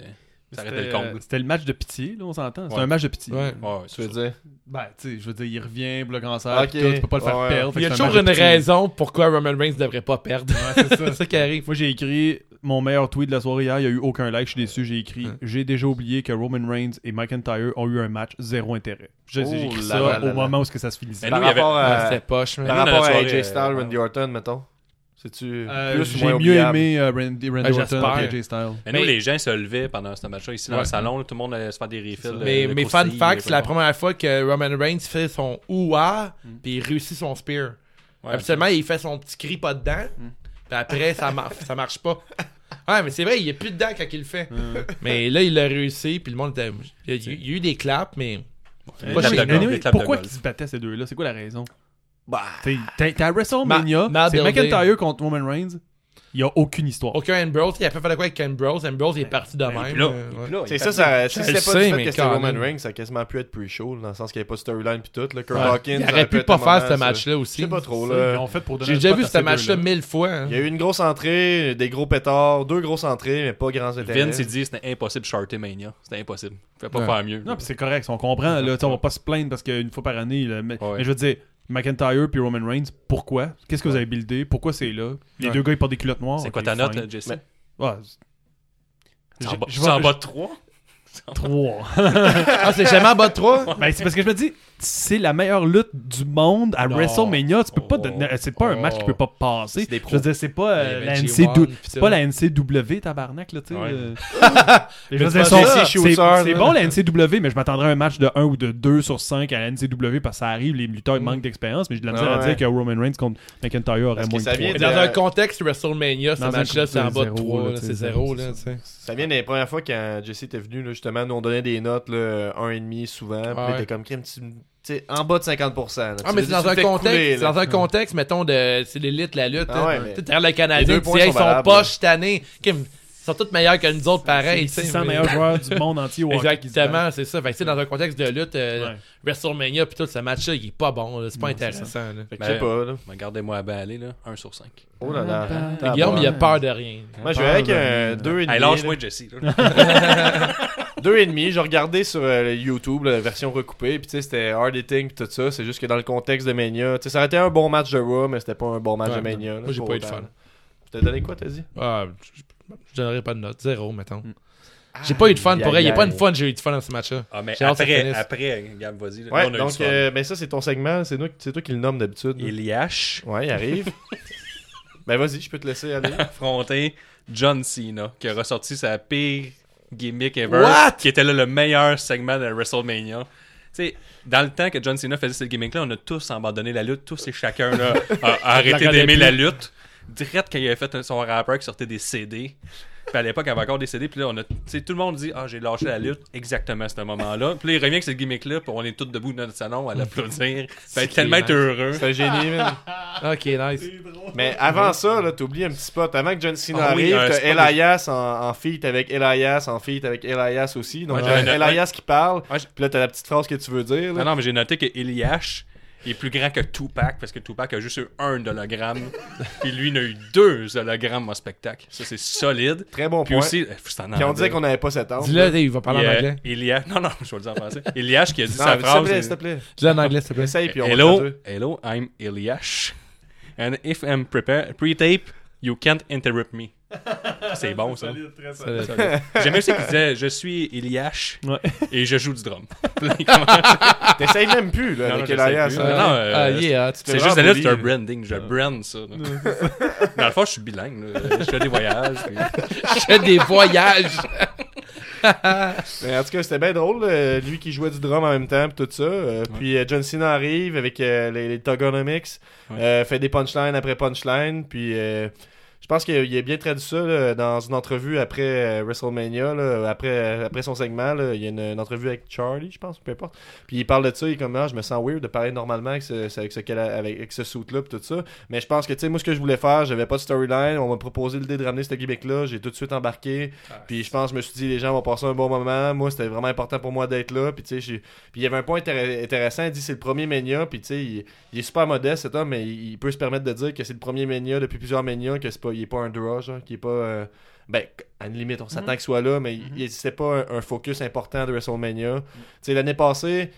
[SPEAKER 4] ça arrêtait le
[SPEAKER 6] C'était, euh,
[SPEAKER 4] comble.
[SPEAKER 6] C'était le match de pitié, là, on s'entend. C'est
[SPEAKER 4] Ouais.
[SPEAKER 6] un match de pitié.
[SPEAKER 5] Ouais.
[SPEAKER 4] Ouais, ouais,
[SPEAKER 1] Tu
[SPEAKER 4] c'est
[SPEAKER 1] veux
[SPEAKER 4] ça.
[SPEAKER 1] dire
[SPEAKER 6] Ben, tu sais, je veux dire, il revient, pour le cancer,
[SPEAKER 1] Ok.
[SPEAKER 6] pis tout, tu peux pas le faire
[SPEAKER 1] Ouais.
[SPEAKER 6] perdre. fait
[SPEAKER 5] Il y a
[SPEAKER 6] que c'est un
[SPEAKER 5] toujours une
[SPEAKER 6] match de pitié.
[SPEAKER 5] raison pourquoi Roman Reigns ne devrait pas perdre. c'est ça qui arrive.
[SPEAKER 6] Moi, j'ai écrit mon meilleur tweet de la soirée hier. Il n'y a eu aucun like. Je suis déçu. J'ai écrit J'ai déjà oublié que Roman Reigns et McIntyre ont eu un match zéro intérêt. J'ai j'ai
[SPEAKER 1] Oh
[SPEAKER 6] écrit
[SPEAKER 1] là
[SPEAKER 6] ça
[SPEAKER 1] là
[SPEAKER 6] au
[SPEAKER 1] là
[SPEAKER 6] moment où est-ce que ça se finissait.
[SPEAKER 4] Ben,
[SPEAKER 1] Par
[SPEAKER 4] nous, il y avait-
[SPEAKER 1] rapport
[SPEAKER 5] Ah,
[SPEAKER 1] à,
[SPEAKER 5] c'était poche, man.
[SPEAKER 1] par
[SPEAKER 4] nous, dans la
[SPEAKER 1] rapport à
[SPEAKER 4] soirée,
[SPEAKER 1] AJ Styles,
[SPEAKER 4] euh,
[SPEAKER 1] Randy Orton, mettons C'est-tu
[SPEAKER 6] Euh,
[SPEAKER 1] plus ou
[SPEAKER 6] j'ai
[SPEAKER 1] moins
[SPEAKER 6] mieux
[SPEAKER 1] oubliable?
[SPEAKER 6] aimé euh, Randy, Randy
[SPEAKER 5] Ouais,
[SPEAKER 6] Orton
[SPEAKER 5] j'espère.
[SPEAKER 6] que AJ Styles.
[SPEAKER 4] Mais nous,
[SPEAKER 5] Mais-
[SPEAKER 4] les gens se levaient pendant ce match-là. Ici, dans
[SPEAKER 5] Ouais.
[SPEAKER 4] le salon, là, tout le monde allait se faire des refills.
[SPEAKER 5] Mais,
[SPEAKER 4] euh, de
[SPEAKER 5] mais fun
[SPEAKER 4] croustilles,
[SPEAKER 5] fact,
[SPEAKER 4] des
[SPEAKER 5] c'est la
[SPEAKER 4] bonbons.
[SPEAKER 5] première fois que Roman Reigns fait son ouah, puis il réussit son spear.
[SPEAKER 4] Ouais.
[SPEAKER 5] Habituellement, il fait son petit cri pas dedans, puis après, ça, mar- ça marche pas. Ouais, mais c'est vrai, il est plus dedans quand il le fait. Mais là, il a réussi, puis le monde était. Il y a, il y a eu des claps, mais.
[SPEAKER 4] Les
[SPEAKER 5] Moi,
[SPEAKER 4] claps
[SPEAKER 5] j'ai-
[SPEAKER 4] de golf,
[SPEAKER 6] Anyway,
[SPEAKER 4] les claps de
[SPEAKER 6] pourquoi
[SPEAKER 4] golf.
[SPEAKER 6] ils se battaient ces deux-là C'est quoi la raison
[SPEAKER 1] Bah,
[SPEAKER 6] T'sais, T'as t'as WrestleMania,
[SPEAKER 5] Ma- ma
[SPEAKER 6] c'est
[SPEAKER 5] building.
[SPEAKER 6] McIntyre contre Roman Reigns. Il n'y a aucune histoire.
[SPEAKER 5] Aucun Ambrose, il a fait faire de quoi avec Ambrose. Ambrose, il est parti de même.
[SPEAKER 4] là,
[SPEAKER 5] euh, ouais.
[SPEAKER 4] Là, Oh, il
[SPEAKER 1] C'est
[SPEAKER 4] est
[SPEAKER 1] ça, ça, si
[SPEAKER 5] Je
[SPEAKER 1] c'était
[SPEAKER 5] le
[SPEAKER 1] pas
[SPEAKER 5] sais,
[SPEAKER 1] du fait
[SPEAKER 5] mais
[SPEAKER 1] que c'était
[SPEAKER 5] Colin.
[SPEAKER 1] Roman Reigns, ça a quasiment pu être pre-show, dans le sens qu'il n'y avait pas de storyline puis tout. Là, Kurt
[SPEAKER 5] Ouais.
[SPEAKER 1] Hawkins
[SPEAKER 5] il
[SPEAKER 1] aurait
[SPEAKER 5] aurait
[SPEAKER 1] pu
[SPEAKER 5] pu
[SPEAKER 1] être
[SPEAKER 5] pas
[SPEAKER 1] un
[SPEAKER 5] faire
[SPEAKER 1] moment,
[SPEAKER 5] ce
[SPEAKER 1] ça.
[SPEAKER 5] matchlet
[SPEAKER 1] Je
[SPEAKER 5] aussi.
[SPEAKER 1] sais pas trop,
[SPEAKER 6] Ils
[SPEAKER 1] là.
[SPEAKER 6] ont fait pour donner
[SPEAKER 5] J'ai
[SPEAKER 6] un
[SPEAKER 5] déjà
[SPEAKER 6] spot
[SPEAKER 5] vu
[SPEAKER 6] à
[SPEAKER 5] ce
[SPEAKER 6] ces
[SPEAKER 5] match-là
[SPEAKER 6] deux-là.
[SPEAKER 5] mille fois. hein.
[SPEAKER 1] Il y a eu une grosse entrée, des gros pétards, deux grosses entrées, mais pas grands intérêts.
[SPEAKER 4] Vince, il dit c'était impossible de charter Mania. C'était impossible. Il pouvait pas
[SPEAKER 5] Ouais.
[SPEAKER 4] faire mieux.
[SPEAKER 6] Non, puis c'est correct, on comprend. Là, t'sais, on va pas se plaindre parce qu'une fois par année, là, mais,
[SPEAKER 4] Ouais.
[SPEAKER 6] mais je veux dire, McIntyre puis Roman Reigns, pourquoi Qu'est-ce que vous avez buildé Pourquoi c'est là Les deux gars, ils portent des culottes noires.
[SPEAKER 4] c'est quoi
[SPEAKER 6] ok,
[SPEAKER 4] ta note,
[SPEAKER 6] fine. Ah,
[SPEAKER 4] là, Jesse
[SPEAKER 1] Mais-
[SPEAKER 6] Ouais,
[SPEAKER 4] T'es
[SPEAKER 6] J'ai-
[SPEAKER 4] en bas-
[SPEAKER 6] je
[SPEAKER 4] t'es en
[SPEAKER 6] vais-
[SPEAKER 4] bas de 3
[SPEAKER 6] 3.
[SPEAKER 5] Ah, c'est jamais en bas de 3
[SPEAKER 6] ben, c'est parce que je me dis, c'est la meilleure lutte du monde à
[SPEAKER 4] Non.
[SPEAKER 6] WrestleMania. Tu peux pas
[SPEAKER 4] Oh.
[SPEAKER 6] donner- C'est pas un match qui peut pas passer.
[SPEAKER 4] C'est des
[SPEAKER 6] Je veux
[SPEAKER 4] pros.
[SPEAKER 6] dire, c'est pas euh,
[SPEAKER 5] Les
[SPEAKER 6] la
[SPEAKER 5] Benji
[SPEAKER 6] NCW
[SPEAKER 5] Warren,
[SPEAKER 6] C'est
[SPEAKER 5] pis
[SPEAKER 6] pas
[SPEAKER 5] ça.
[SPEAKER 6] la NCW, tabarnak, là, tu sais.
[SPEAKER 4] Ouais.
[SPEAKER 6] euh. Je
[SPEAKER 1] Mais
[SPEAKER 6] veux
[SPEAKER 1] c'est
[SPEAKER 6] dire,
[SPEAKER 1] pas
[SPEAKER 6] sont-
[SPEAKER 1] Jesse
[SPEAKER 6] c'est-
[SPEAKER 1] Shooter,
[SPEAKER 6] c'est- c'est
[SPEAKER 1] là.
[SPEAKER 6] bon la NCW, mais je m'attendrais à un match de 1 ou de 2 sur 5 à la NCW parce que ça arrive, les lutteurs ils manquent d'expérience, mais j'ai de la misère
[SPEAKER 1] Ah
[SPEAKER 6] à
[SPEAKER 1] ouais.
[SPEAKER 6] dire que Roman Reigns contre McIntyre aurait
[SPEAKER 1] Parce que
[SPEAKER 6] moins de
[SPEAKER 1] ça vient
[SPEAKER 5] Mais
[SPEAKER 6] trois.
[SPEAKER 5] dans
[SPEAKER 1] Euh,
[SPEAKER 5] un contexte WrestleMania, ce
[SPEAKER 6] dans un
[SPEAKER 5] match-là, c'est en bas de
[SPEAKER 6] contexte
[SPEAKER 5] 3.
[SPEAKER 6] zéro,
[SPEAKER 5] là,
[SPEAKER 6] là,
[SPEAKER 5] C'est
[SPEAKER 6] t'sais, c'est
[SPEAKER 5] 0.
[SPEAKER 6] ça.
[SPEAKER 5] Là, t'sais.
[SPEAKER 1] Ça vient des premières fois quand Jesse était venu, là, justement, nous on donnait des notes, là, 1,5 souvent, puis
[SPEAKER 5] Ah
[SPEAKER 1] là,
[SPEAKER 5] ouais.
[SPEAKER 1] t'es comme crime, tu tu sais, en bas de 50%. là.
[SPEAKER 5] Ah,
[SPEAKER 1] Tu
[SPEAKER 5] mais
[SPEAKER 1] le-
[SPEAKER 5] c'est dans
[SPEAKER 1] tu
[SPEAKER 5] un
[SPEAKER 1] te fais
[SPEAKER 5] contexte,
[SPEAKER 1] couler,
[SPEAKER 5] c'est
[SPEAKER 1] là.
[SPEAKER 5] dans un contexte, mettons, de, c'est l'élite, la lutte.
[SPEAKER 1] Ah ouais, mais-
[SPEAKER 5] Tu le Canadien,
[SPEAKER 1] Les
[SPEAKER 5] tu
[SPEAKER 1] deux
[SPEAKER 5] dis, hey,
[SPEAKER 1] points sont
[SPEAKER 5] ils sont
[SPEAKER 1] valables,
[SPEAKER 5] pas
[SPEAKER 1] là.
[SPEAKER 5] cette année. Ils sont tous meilleurs que nous autres, pareil.
[SPEAKER 6] Les
[SPEAKER 5] tu sais,
[SPEAKER 6] 600
[SPEAKER 5] mais-
[SPEAKER 6] meilleurs joueurs du monde entier au hockey qui se battent.
[SPEAKER 5] Exactement, c'est ça. Fait que, tu sais, dans un contexte de lutte, euh,
[SPEAKER 6] Ouais.
[SPEAKER 5] WrestleMania, pis tout, ce match-là, il est pas bon. là, C'est pas intéressant. là.
[SPEAKER 1] Fait que Je sais pas, là.
[SPEAKER 4] Regardez-moi Ben, à aller là. 1 sur 5.
[SPEAKER 1] Oh là là.
[SPEAKER 5] Mais Guillaume, il a Ah, peur de rien.
[SPEAKER 1] Moi, je vais avec un
[SPEAKER 4] Hey,
[SPEAKER 1] 2,5. là.
[SPEAKER 4] lâche-moi, Jesse. là.
[SPEAKER 1] Deux et demi, j'ai regardé sur euh, YouTube la version recoupée, puis tu sais c'était hard eating pis tout ça, c'est juste que dans le contexte de Mania, tu sais ça aurait été un bon match de Raw mais c'était pas un bon match
[SPEAKER 5] Ouais,
[SPEAKER 1] de Mania. là,
[SPEAKER 5] moi, j'ai
[SPEAKER 1] pour
[SPEAKER 5] pas eu de
[SPEAKER 1] autant.
[SPEAKER 5] fun.
[SPEAKER 1] T'as donné quoi t'as dit
[SPEAKER 5] Ah, je je donnerais pas de note. Zéro, mettons.
[SPEAKER 1] Mm.
[SPEAKER 5] J'ai pas eu de fun pour elle. Il y a pas de fun, j'ai eu du fun dans ce match-là.
[SPEAKER 4] Ah, mais
[SPEAKER 5] J'ai hâte que ça
[SPEAKER 4] après,
[SPEAKER 5] finisse.
[SPEAKER 4] après, Gab, vas-y. là.
[SPEAKER 1] Ouais,
[SPEAKER 4] Là, on a eu
[SPEAKER 1] donc
[SPEAKER 4] du fun.
[SPEAKER 1] euh, ben ça c'est ton segment, c'est nous c'est toi qui le nomme d'habitude.
[SPEAKER 5] Mm.
[SPEAKER 1] là.
[SPEAKER 4] Eliash
[SPEAKER 1] Ouais, il arrive. ben vas-y, je peux te laisser aller.
[SPEAKER 4] a affronté John Cena, qui a ressorti sa pire gimmick ever,
[SPEAKER 5] What?
[SPEAKER 4] qui était là le meilleur segment de WrestleMania. Tu sais, dans le temps que John Cena faisait cette gimmick-là, on a tous abandonné la lutte, tous et chacun là, a, a arrêté
[SPEAKER 5] regardais
[SPEAKER 4] d'aimer
[SPEAKER 5] plus.
[SPEAKER 4] la lutte. Direct quand il avait fait son rappeur qui sortait des CD. Puis à l'époque, il avait encore des CD. Puis là, on a, tu sais, tout le monde dit Ah, j'ai lâché la lutte exactement à ce moment-là. Puis là, il revient avec cette gimmick-là. Puis on est tous debout dans notre salon à l'applaudir. Fait
[SPEAKER 5] C'est
[SPEAKER 4] tellement
[SPEAKER 5] nice.
[SPEAKER 4] être heureux.
[SPEAKER 1] C'est un génie, man.
[SPEAKER 5] Ok, nice.
[SPEAKER 1] Mais avant ça, là, t'oublies un petit spot. Avant que John Cena
[SPEAKER 4] Ah oui,
[SPEAKER 1] arrive,
[SPEAKER 4] un
[SPEAKER 1] t'as
[SPEAKER 4] spot de-
[SPEAKER 1] Elias en, en feat avec Elias, en feat avec Elias aussi. Donc
[SPEAKER 4] Ouais,
[SPEAKER 1] t'as
[SPEAKER 4] j'avais-
[SPEAKER 1] Elias qui parle,
[SPEAKER 4] Ouais, je- Ah
[SPEAKER 1] puis là t'as la petite phrase que tu veux dire. là.
[SPEAKER 4] Non, non, mais j'ai noté que Eliash est plus grand que Tupac parce que Tupac a juste eu un hologramme. puis lui, il a eu deux hologrammes en spectacle. Ça, c'est solide.
[SPEAKER 1] Très bon
[SPEAKER 4] Puis
[SPEAKER 1] point.
[SPEAKER 4] aussi, euh, c'est en
[SPEAKER 1] Puis on
[SPEAKER 4] anglais.
[SPEAKER 1] disait qu'on n'avait pas cette arme.
[SPEAKER 5] Dis-le, il va
[SPEAKER 4] Il
[SPEAKER 5] parler
[SPEAKER 4] y
[SPEAKER 5] en
[SPEAKER 4] a
[SPEAKER 5] anglais.
[SPEAKER 4] Eliash- Non, non, je vais le dire en français. Eliash qui a
[SPEAKER 1] Non,
[SPEAKER 4] dit sa
[SPEAKER 1] mais s'il te
[SPEAKER 4] phrase.
[SPEAKER 1] plaît,
[SPEAKER 4] c'est-
[SPEAKER 1] s'il te plaît.
[SPEAKER 5] Dis-le en anglais, s'il te plaît.
[SPEAKER 1] Essaye, puis on va
[SPEAKER 4] Hello,
[SPEAKER 1] traduire.
[SPEAKER 4] hello, I'm Eliash. And if I'm prepare- pre-tape, you can't interrupt me. C'est bon, ça.
[SPEAKER 5] Euh,
[SPEAKER 4] J'aime bien aussi qu'il disait Je suis Eliash
[SPEAKER 6] Ouais.
[SPEAKER 4] et je joue du drum. Puis là, il commence-
[SPEAKER 1] T'essayes même plus, là,
[SPEAKER 4] Non,
[SPEAKER 1] avec
[SPEAKER 4] non, j'essaie
[SPEAKER 1] Elias.
[SPEAKER 4] plus.
[SPEAKER 1] là.
[SPEAKER 4] Euh, non, euh,
[SPEAKER 5] Ah, yeah, tu te
[SPEAKER 4] C'est
[SPEAKER 1] vraiment
[SPEAKER 4] juste là,
[SPEAKER 1] poli,
[SPEAKER 4] c'est un
[SPEAKER 1] là.
[SPEAKER 4] branding. Je brand ça. là. Dans le fond, je suis bilingue. là. Je fais des voyages. puis-
[SPEAKER 5] fais des voyages.
[SPEAKER 1] Mais en tout cas, c'était bien drôle, euh, lui qui jouait du drum en même temps, puis tout ça. Euh, Puis euh, John Cena arrive avec euh, les, les Togonomics,
[SPEAKER 4] Ouais.
[SPEAKER 1] euh, fait des punchlines après punchlines, puis... euh, je pense qu'il a- il a bien traduit ça là, dans une entrevue après euh, WrestleMania, là, après, après son segment. là. il y a une, une entrevue avec Charlie, je pense, peu importe. Puis il parle de ça, il est comme ah, je me sens weird de parler normalement avec ce, ce- avec ce, qu'elle a- avec, avec ce suit-là, puis tout ça. Mais je pense que, tu sais, moi, ce que je voulais faire, j'avais pas de storyline. On m'a proposé l'idée de ramener ce Québec-là. J'ai tout de suite embarqué.
[SPEAKER 4] Ah,
[SPEAKER 1] puis je pense, je me suis dit, les gens vont passer un bon moment. Moi, c'était vraiment important pour moi d'être là. Puis, tu sais, j'ai- puis il y avait un point intér- intéressant. Il dit, c'est le premier Mania. Puis, tu sais, il, il est super modeste, cet homme, mais il, il peut se permettre de dire que c'est le premier Mania depuis plusieurs Mania, que c'est pas, il est pas un draw, genre, qu'il est pas. euh, ben, à une limite, on s'attend qu'il soit là, mais il- il- c'était pas un, un focus important de WrestleMania. Tu sais, l'année passée,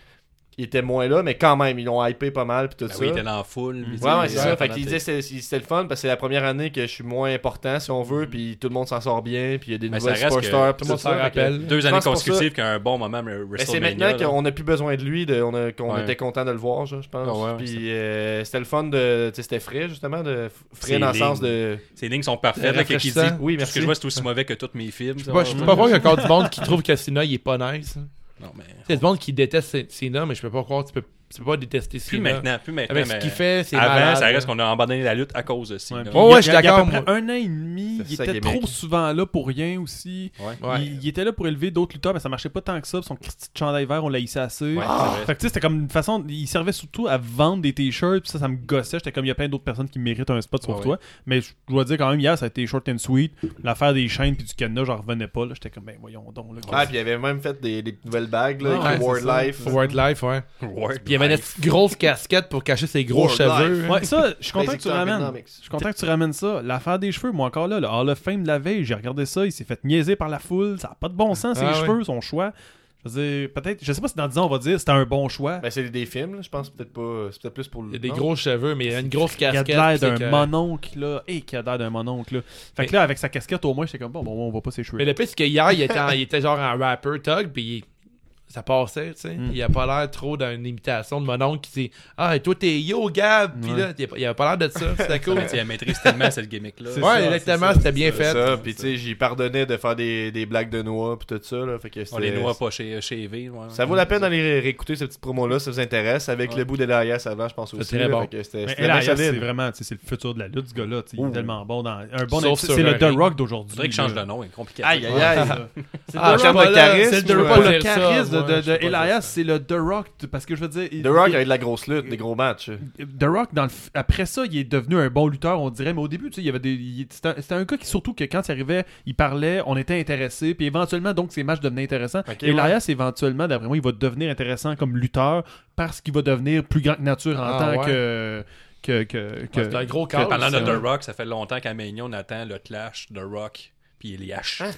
[SPEAKER 1] il était moins là, mais quand même, ils l'ont hypé pas mal. Puis tout
[SPEAKER 4] Ben
[SPEAKER 1] ça.
[SPEAKER 4] oui, il était dans la foule. puis
[SPEAKER 1] Ouais,
[SPEAKER 4] tu
[SPEAKER 1] ouais,
[SPEAKER 4] sais,
[SPEAKER 1] c'est ça. Fait
[SPEAKER 5] pendant
[SPEAKER 1] qu'il
[SPEAKER 5] tes-
[SPEAKER 1] disait c'est- c'est- c'était le fun parce que c'est la première année que je suis moins important, si on veut, puis tout le monde s'en sort bien, puis il y a des
[SPEAKER 4] Ben,
[SPEAKER 1] nouvelles
[SPEAKER 4] ça reste
[SPEAKER 1] superstars.
[SPEAKER 4] que
[SPEAKER 1] puis
[SPEAKER 5] Tout le monde
[SPEAKER 1] ça,
[SPEAKER 5] s'en
[SPEAKER 1] fait que-
[SPEAKER 5] rappelle.
[SPEAKER 4] Deux années
[SPEAKER 1] pense pour ça-
[SPEAKER 4] consécutives qu'un bon moment mais
[SPEAKER 1] Mais c'est
[SPEAKER 4] WrestleMania.
[SPEAKER 1] maintenant
[SPEAKER 4] là.
[SPEAKER 1] qu'on a plus besoin de lui, de- on a- qu'on
[SPEAKER 4] Ouais.
[SPEAKER 1] était content de le voir, genre, je pense.
[SPEAKER 4] Ah ouais, ouais,
[SPEAKER 1] puis euh, c'était le fun de. tu sais, C'était frais, justement, de frais
[SPEAKER 4] C'est
[SPEAKER 1] dans le
[SPEAKER 4] ligne.
[SPEAKER 1] sens de.
[SPEAKER 4] Ces lignes sont parfaites. Là, qui dit,
[SPEAKER 5] Rafraîchissant.
[SPEAKER 1] Oui,
[SPEAKER 4] oui, mais ce
[SPEAKER 1] merci.
[SPEAKER 4] que je vois, c'est aussi mauvais que tous mes films.
[SPEAKER 5] Je peux pas- je peux pas croire qu'il y a encore du monde qui trouve que Cena, il est pas nice.
[SPEAKER 4] Non, mais
[SPEAKER 5] Il y a du monde qui déteste Cena, mais je peux pas croire, tu peux, tu peux pas détester
[SPEAKER 4] plus
[SPEAKER 5] Cena.
[SPEAKER 4] maintenant, plus maintenant.
[SPEAKER 5] Avec
[SPEAKER 4] mais
[SPEAKER 5] ce qu'il fait, c'est
[SPEAKER 4] Avant,
[SPEAKER 5] malade.
[SPEAKER 4] ça reste qu'on a abandonné la lutte à cause de ça.
[SPEAKER 6] Ouais,
[SPEAKER 4] là.
[SPEAKER 6] puis
[SPEAKER 5] Ouais,
[SPEAKER 6] il y a-
[SPEAKER 5] ouais, je suis
[SPEAKER 6] il y a à
[SPEAKER 5] d'accord,
[SPEAKER 6] peu près
[SPEAKER 5] moi.
[SPEAKER 6] Un an et demi,
[SPEAKER 1] C'est
[SPEAKER 6] il
[SPEAKER 1] ça,
[SPEAKER 6] était
[SPEAKER 1] gimmick.
[SPEAKER 6] trop souvent là pour rien aussi.
[SPEAKER 4] Ouais.
[SPEAKER 5] Ouais.
[SPEAKER 6] Il, il était là pour élever d'autres lutteurs, mais ça marchait pas tant que ça. puis Son Christy de chandail vert, on l'a hissé assez.
[SPEAKER 4] Ouais,
[SPEAKER 1] Ah,
[SPEAKER 4] c'est vrai.
[SPEAKER 6] Fait que tu sais, c'était comme une façon. Il servait surtout à vendre des t-shirts, puis ça, ça me gossait. J'étais comme, il y a plein d'autres personnes qui méritent un spot, sauf
[SPEAKER 4] Ouais,
[SPEAKER 6] toi. Mais je dois dire quand même, hier, ça a été short and sweet. L'affaire des chaînes puis du cadenas, j'en revenais pas. là. J'étais comme, ben voyons donc. Là,
[SPEAKER 1] Ah, puis il avait même fait des, des nouvelles bagues, là,
[SPEAKER 5] Ouais,
[SPEAKER 1] avec
[SPEAKER 5] c'est
[SPEAKER 1] World
[SPEAKER 6] ça.
[SPEAKER 1] Life.
[SPEAKER 5] Forward Life, ouais.
[SPEAKER 4] Ouais.
[SPEAKER 5] Puis il y avait une grosse casquette pour cacher ses gros
[SPEAKER 1] World
[SPEAKER 5] cheveux.
[SPEAKER 1] Life.
[SPEAKER 5] hein.
[SPEAKER 6] Ouais, ça, je suis content
[SPEAKER 1] Basic
[SPEAKER 6] que tu le ramènes.
[SPEAKER 1] Economics.
[SPEAKER 6] Je suis content que tu ramènes ça. L'affaire des cheveux, moi encore là, le Hall of Fame de la veille, j'ai regardé ça, il s'est fait niaiser par la foule, ça n'a pas de bon sens, ses
[SPEAKER 5] Ah ouais.
[SPEAKER 6] cheveux, son choix. Je veux dire, peut-être, je sais pas si dans 10 ans on va dire c'était un bon choix.
[SPEAKER 1] Ben, c'est des films, là, je pense, peut-être pas. C'est peut-être plus pour le.
[SPEAKER 5] Il y a des
[SPEAKER 1] non?
[SPEAKER 5] gros cheveux, mais il y a une grosse
[SPEAKER 6] il a
[SPEAKER 5] casquette.
[SPEAKER 6] de l'air
[SPEAKER 5] puis c'est
[SPEAKER 6] d'un
[SPEAKER 5] que-
[SPEAKER 6] mononcle, là. Et qui a de l'air d'un mononcle, là. Fait que là, avec sa casquette, au moins, j'étais comme, bon, bon, on voit pas ses cheveux.
[SPEAKER 5] Mais le pire, c'est que hier, il était, en- il était genre en rapper tug, puis il- ça passait, tu sais. Il a pas l'air trop d'une imitation de mon oncle qui dit Ah, et toi, t'es yo, Gab. Puis là, il a- il avait pas l'air de ça. C'était cool.
[SPEAKER 4] Mais tu sais, elle maîtrise tellement cette gimmick-là.
[SPEAKER 5] ouais, exactement, c'était bien fait.
[SPEAKER 1] Ça, puis tu sais, j'y pardonnais de faire des, des blagues de noix, puis tout ça, là. Fait que
[SPEAKER 4] On les
[SPEAKER 1] c'était-
[SPEAKER 4] noie pas chez, chez EV. ouais.
[SPEAKER 1] Ça vaut la peine d'aller ré- réécouter cette petite promo-là, ça vous intéresse, avec le bout de l'Arias avant, je pense aussi.
[SPEAKER 5] très
[SPEAKER 1] là,
[SPEAKER 5] bon.
[SPEAKER 1] fait que C'était
[SPEAKER 6] Mais
[SPEAKER 1] c'était bien
[SPEAKER 6] Elias, c'est
[SPEAKER 1] solide.
[SPEAKER 6] vraiment, tu sais, c'est le futur de la lutte, ce gars-là. tu sais, Il
[SPEAKER 1] Ouh.
[SPEAKER 6] est tellement bon dans. Un bon
[SPEAKER 5] Sauf
[SPEAKER 6] c'est
[SPEAKER 5] sur
[SPEAKER 6] c'est
[SPEAKER 5] un
[SPEAKER 6] le The
[SPEAKER 5] ring.
[SPEAKER 6] Rock d'aujourd'hui.
[SPEAKER 4] Faudrait qu'il change
[SPEAKER 6] là.
[SPEAKER 4] de nom, il est compliqué.
[SPEAKER 1] Aïe, aïe, aïe.
[SPEAKER 5] Ah,
[SPEAKER 1] en termes de charisme,
[SPEAKER 5] c'est
[SPEAKER 1] je
[SPEAKER 5] le
[SPEAKER 1] veux
[SPEAKER 5] pas
[SPEAKER 1] pas
[SPEAKER 6] Le
[SPEAKER 5] dire ça,
[SPEAKER 6] charisme
[SPEAKER 5] moi.
[SPEAKER 6] de, de,
[SPEAKER 1] je sais pas
[SPEAKER 6] Elias,
[SPEAKER 1] dire ça.
[SPEAKER 6] c'est le The Rock. tu- Parce que je veux dire. il-
[SPEAKER 1] The Rock
[SPEAKER 6] il-
[SPEAKER 1] avec de la grosse lutte, des gros matchs.
[SPEAKER 6] The Rock, dans le f- après ça, il est devenu un bon lutteur, on dirait, mais au début, tu sais, il y avait des. il- C'était un- c'était un gars qui, surtout, que quand il arrivait, il parlait, on était intéressé, puis éventuellement, donc, ses matchs devenaient intéressants.
[SPEAKER 1] Ok,
[SPEAKER 6] et Larias, éventuellement, d'après moi, il va devenir intéressant comme lutteur parce qu'il va devenir plus grand que nature en
[SPEAKER 5] Ah,
[SPEAKER 6] tant
[SPEAKER 5] ouais.
[SPEAKER 6] que. que, que, que-
[SPEAKER 5] Oh, C'est un gros
[SPEAKER 4] Puis
[SPEAKER 5] cadre.
[SPEAKER 4] Parlant de
[SPEAKER 5] ça.
[SPEAKER 4] The Rock, ça fait longtemps qu'à Maignan, on attend le clash de Rock puis Eliash.
[SPEAKER 1] Ah.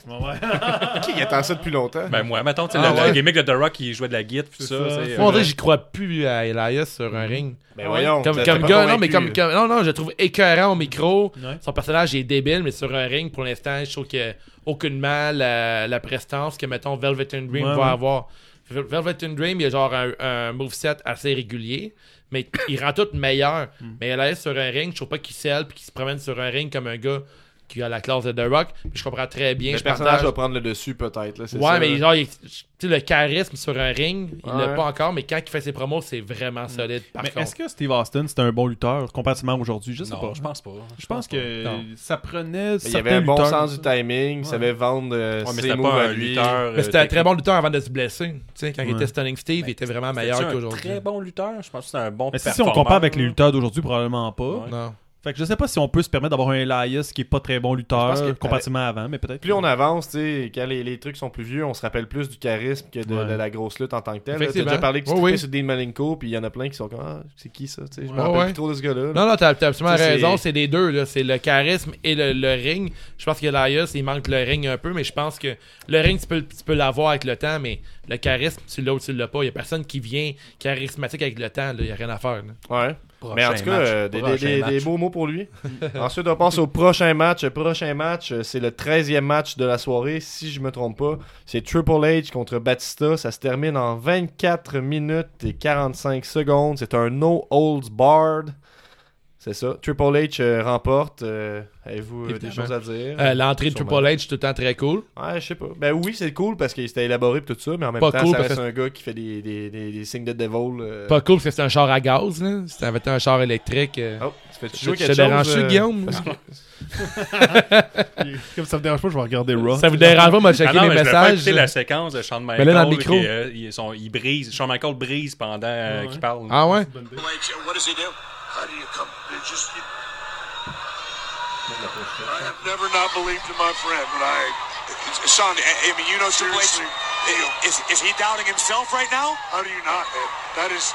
[SPEAKER 1] Qui attend ça depuis longtemps?
[SPEAKER 4] Ben moi, mettons, tu sais,
[SPEAKER 5] Ah
[SPEAKER 4] le,
[SPEAKER 5] ouais.
[SPEAKER 4] le gimmick de The Rock, il jouait de la guitare, tout ça.
[SPEAKER 6] ça.
[SPEAKER 4] tu sais,
[SPEAKER 5] Moi, on dirait
[SPEAKER 4] euh,
[SPEAKER 5] que j'y crois plus à Elias sur un ring.
[SPEAKER 1] Ben voyons.
[SPEAKER 5] Comme,
[SPEAKER 1] t'as- t'as
[SPEAKER 5] comme
[SPEAKER 1] pas
[SPEAKER 5] gars, non, mais comme,
[SPEAKER 1] convaincu.
[SPEAKER 5] comme- Non, non, je le trouve écœurant au micro.
[SPEAKER 6] Ouais.
[SPEAKER 5] Son personnage est débile, mais sur un ring, pour l'instant, je trouve que aucunement la, la prestance que, mettons, Velvet and Dream
[SPEAKER 6] Ouais,
[SPEAKER 5] va
[SPEAKER 6] ouais.
[SPEAKER 5] avoir. Vel- Velvet and Dream, il y a genre un, un moveset assez régulier, mais il rend tout meilleur.
[SPEAKER 6] Mm.
[SPEAKER 5] Mais elle est sur un ring, je trouve pas qu'il selle puis qu'il se promène sur un ring comme un gars qui a la classe de The Rock. Puis je comprends très bien.
[SPEAKER 1] Le
[SPEAKER 5] je
[SPEAKER 1] personnage
[SPEAKER 5] partage-
[SPEAKER 1] va prendre le dessus, peut-être. là, c'est
[SPEAKER 5] Ouais,
[SPEAKER 1] ça,
[SPEAKER 5] mais
[SPEAKER 1] là.
[SPEAKER 5] genre, il- tu sais, le charisme sur un ring, il
[SPEAKER 1] Ouais.
[SPEAKER 5] l'a pas encore, mais quand il fait ses promos, c'est vraiment solide. Par
[SPEAKER 6] Mais
[SPEAKER 5] contre.
[SPEAKER 6] est-ce que Steve Austin, c'était un bon lutteur comparativement à aujourd'hui Je sais
[SPEAKER 4] euh, Non,
[SPEAKER 6] pas.
[SPEAKER 4] je pense pas.
[SPEAKER 6] Je pense que
[SPEAKER 5] Non.
[SPEAKER 6] ça prenait.
[SPEAKER 1] Mais Il
[SPEAKER 6] certains
[SPEAKER 1] avait un bon
[SPEAKER 6] lutteurs.
[SPEAKER 1] sens du timing, il savait vendre euh,
[SPEAKER 4] Ouais, mais
[SPEAKER 1] ses
[SPEAKER 4] c'était
[SPEAKER 1] moves
[SPEAKER 4] pas
[SPEAKER 1] à
[SPEAKER 4] un
[SPEAKER 1] lui.
[SPEAKER 4] lutteur.
[SPEAKER 5] Mais c'était
[SPEAKER 4] euh,
[SPEAKER 5] un très bon lutteur avant de se blesser. Tu sais, quand il
[SPEAKER 6] Ouais.
[SPEAKER 5] était Stunning Steve, il était vraiment
[SPEAKER 4] technique. Ben,
[SPEAKER 5] meilleur
[SPEAKER 4] C'était-tu un
[SPEAKER 5] qu'aujourd'hui.
[SPEAKER 4] très bon lutteur. Je pense que c'est un bon
[SPEAKER 6] Mais si, si on
[SPEAKER 4] performeur,
[SPEAKER 6] compare avec les
[SPEAKER 4] là.
[SPEAKER 6] lutteurs d'aujourd'hui, probablement pas.
[SPEAKER 4] Ouais.
[SPEAKER 5] Non.
[SPEAKER 6] Fait que je sais pas si on peut se permettre d'avoir un Elias qui est pas très bon lutteur
[SPEAKER 1] Je pense que-
[SPEAKER 6] comparativement à avant, mais peut-être.
[SPEAKER 1] Plus on avance, tu sais, quand les, les trucs sont plus vieux, on se rappelle plus du charisme que de,
[SPEAKER 6] Ouais.
[SPEAKER 1] de la grosse lutte en tant que telle. là. T'as
[SPEAKER 5] Effectivement.
[SPEAKER 1] déjà parlé que tu
[SPEAKER 5] Oui,
[SPEAKER 1] trippais
[SPEAKER 5] oui.
[SPEAKER 1] sur Dean Malenko, puis il y en a plein qui sont comme Ah, c'est qui ça? Tu sais, je me
[SPEAKER 5] Ouais,
[SPEAKER 1] rappelle
[SPEAKER 5] ouais.
[SPEAKER 1] plus trop de ce gars-là. là.
[SPEAKER 5] Non, non, t'as t'as absolument
[SPEAKER 1] Ça, c'est-
[SPEAKER 5] raison. C'est les deux. là. C'est le charisme et le, le ring. Je pense que Elias, il manque le ring un peu, mais je pense que le ring, tu peux, tu peux l'avoir avec le temps, mais le charisme, tu l'as ou tu l'as pas. Il y a personne qui vient charismatique avec le temps. là. Il y a rien à faire. là.
[SPEAKER 1] Ouais.
[SPEAKER 4] Prochain
[SPEAKER 1] Mais en tout cas,
[SPEAKER 4] match.
[SPEAKER 1] euh, des, des-
[SPEAKER 4] Prochain
[SPEAKER 1] des-
[SPEAKER 4] match.
[SPEAKER 1] des beaux mots pour lui. Ensuite, on passe au prochain match. Le prochain match, euh, c'est le 13e match de la soirée, si je me trompe pas. C'est Triple H contre Batista. Ça se termine en 24 minutes et 45 secondes. C'est un no holds barred. C'est ça. Triple H euh, remporte. Euh, Avez-vous euh, des
[SPEAKER 5] Évidemment.
[SPEAKER 1] choses à dire
[SPEAKER 5] Euh, L'entrée de
[SPEAKER 1] Sûrement.
[SPEAKER 5] Triple H, tout le temps très cool.
[SPEAKER 1] Ouais, je sais pas. Ben oui, c'est cool parce qu'il s'était élaboré pis tout ça, mais en même
[SPEAKER 5] Pas
[SPEAKER 1] temps,
[SPEAKER 5] cool
[SPEAKER 1] ça
[SPEAKER 5] parce
[SPEAKER 1] reste un gars qui fait des, des, des, des signes de devil. euh.
[SPEAKER 5] Pas cool parce que c'est un char à gaz, là. C'était avec un char électrique. euh.
[SPEAKER 4] Ah
[SPEAKER 1] Oh, ça fait
[SPEAKER 5] Je
[SPEAKER 1] toujours
[SPEAKER 5] te
[SPEAKER 1] quelque chose.
[SPEAKER 5] dérange-tu,
[SPEAKER 1] euh,
[SPEAKER 5] Guillaume?
[SPEAKER 6] Comme ça me dérange pas, je vais regarder Raw.
[SPEAKER 5] Ça vous dérange pas, moi, de
[SPEAKER 4] Ah
[SPEAKER 5] checker
[SPEAKER 4] non,
[SPEAKER 5] les
[SPEAKER 4] mais je voulais pas
[SPEAKER 5] messages?
[SPEAKER 4] écouter la séquence de Shawn Michaels.
[SPEAKER 5] Mais là, dans le
[SPEAKER 4] qui,
[SPEAKER 5] micro.
[SPEAKER 4] euh, ils sont, ils brisent. Shawn Michaels brise pendant euh, qu'il parle.
[SPEAKER 5] Ah ouais?
[SPEAKER 2] What does he do? How do you come? It just. You... I have never not believed in my friend, but I. Sean, I, I mean, you know, seriously. Is, is he doubting himself right now? How do you not, man? That is.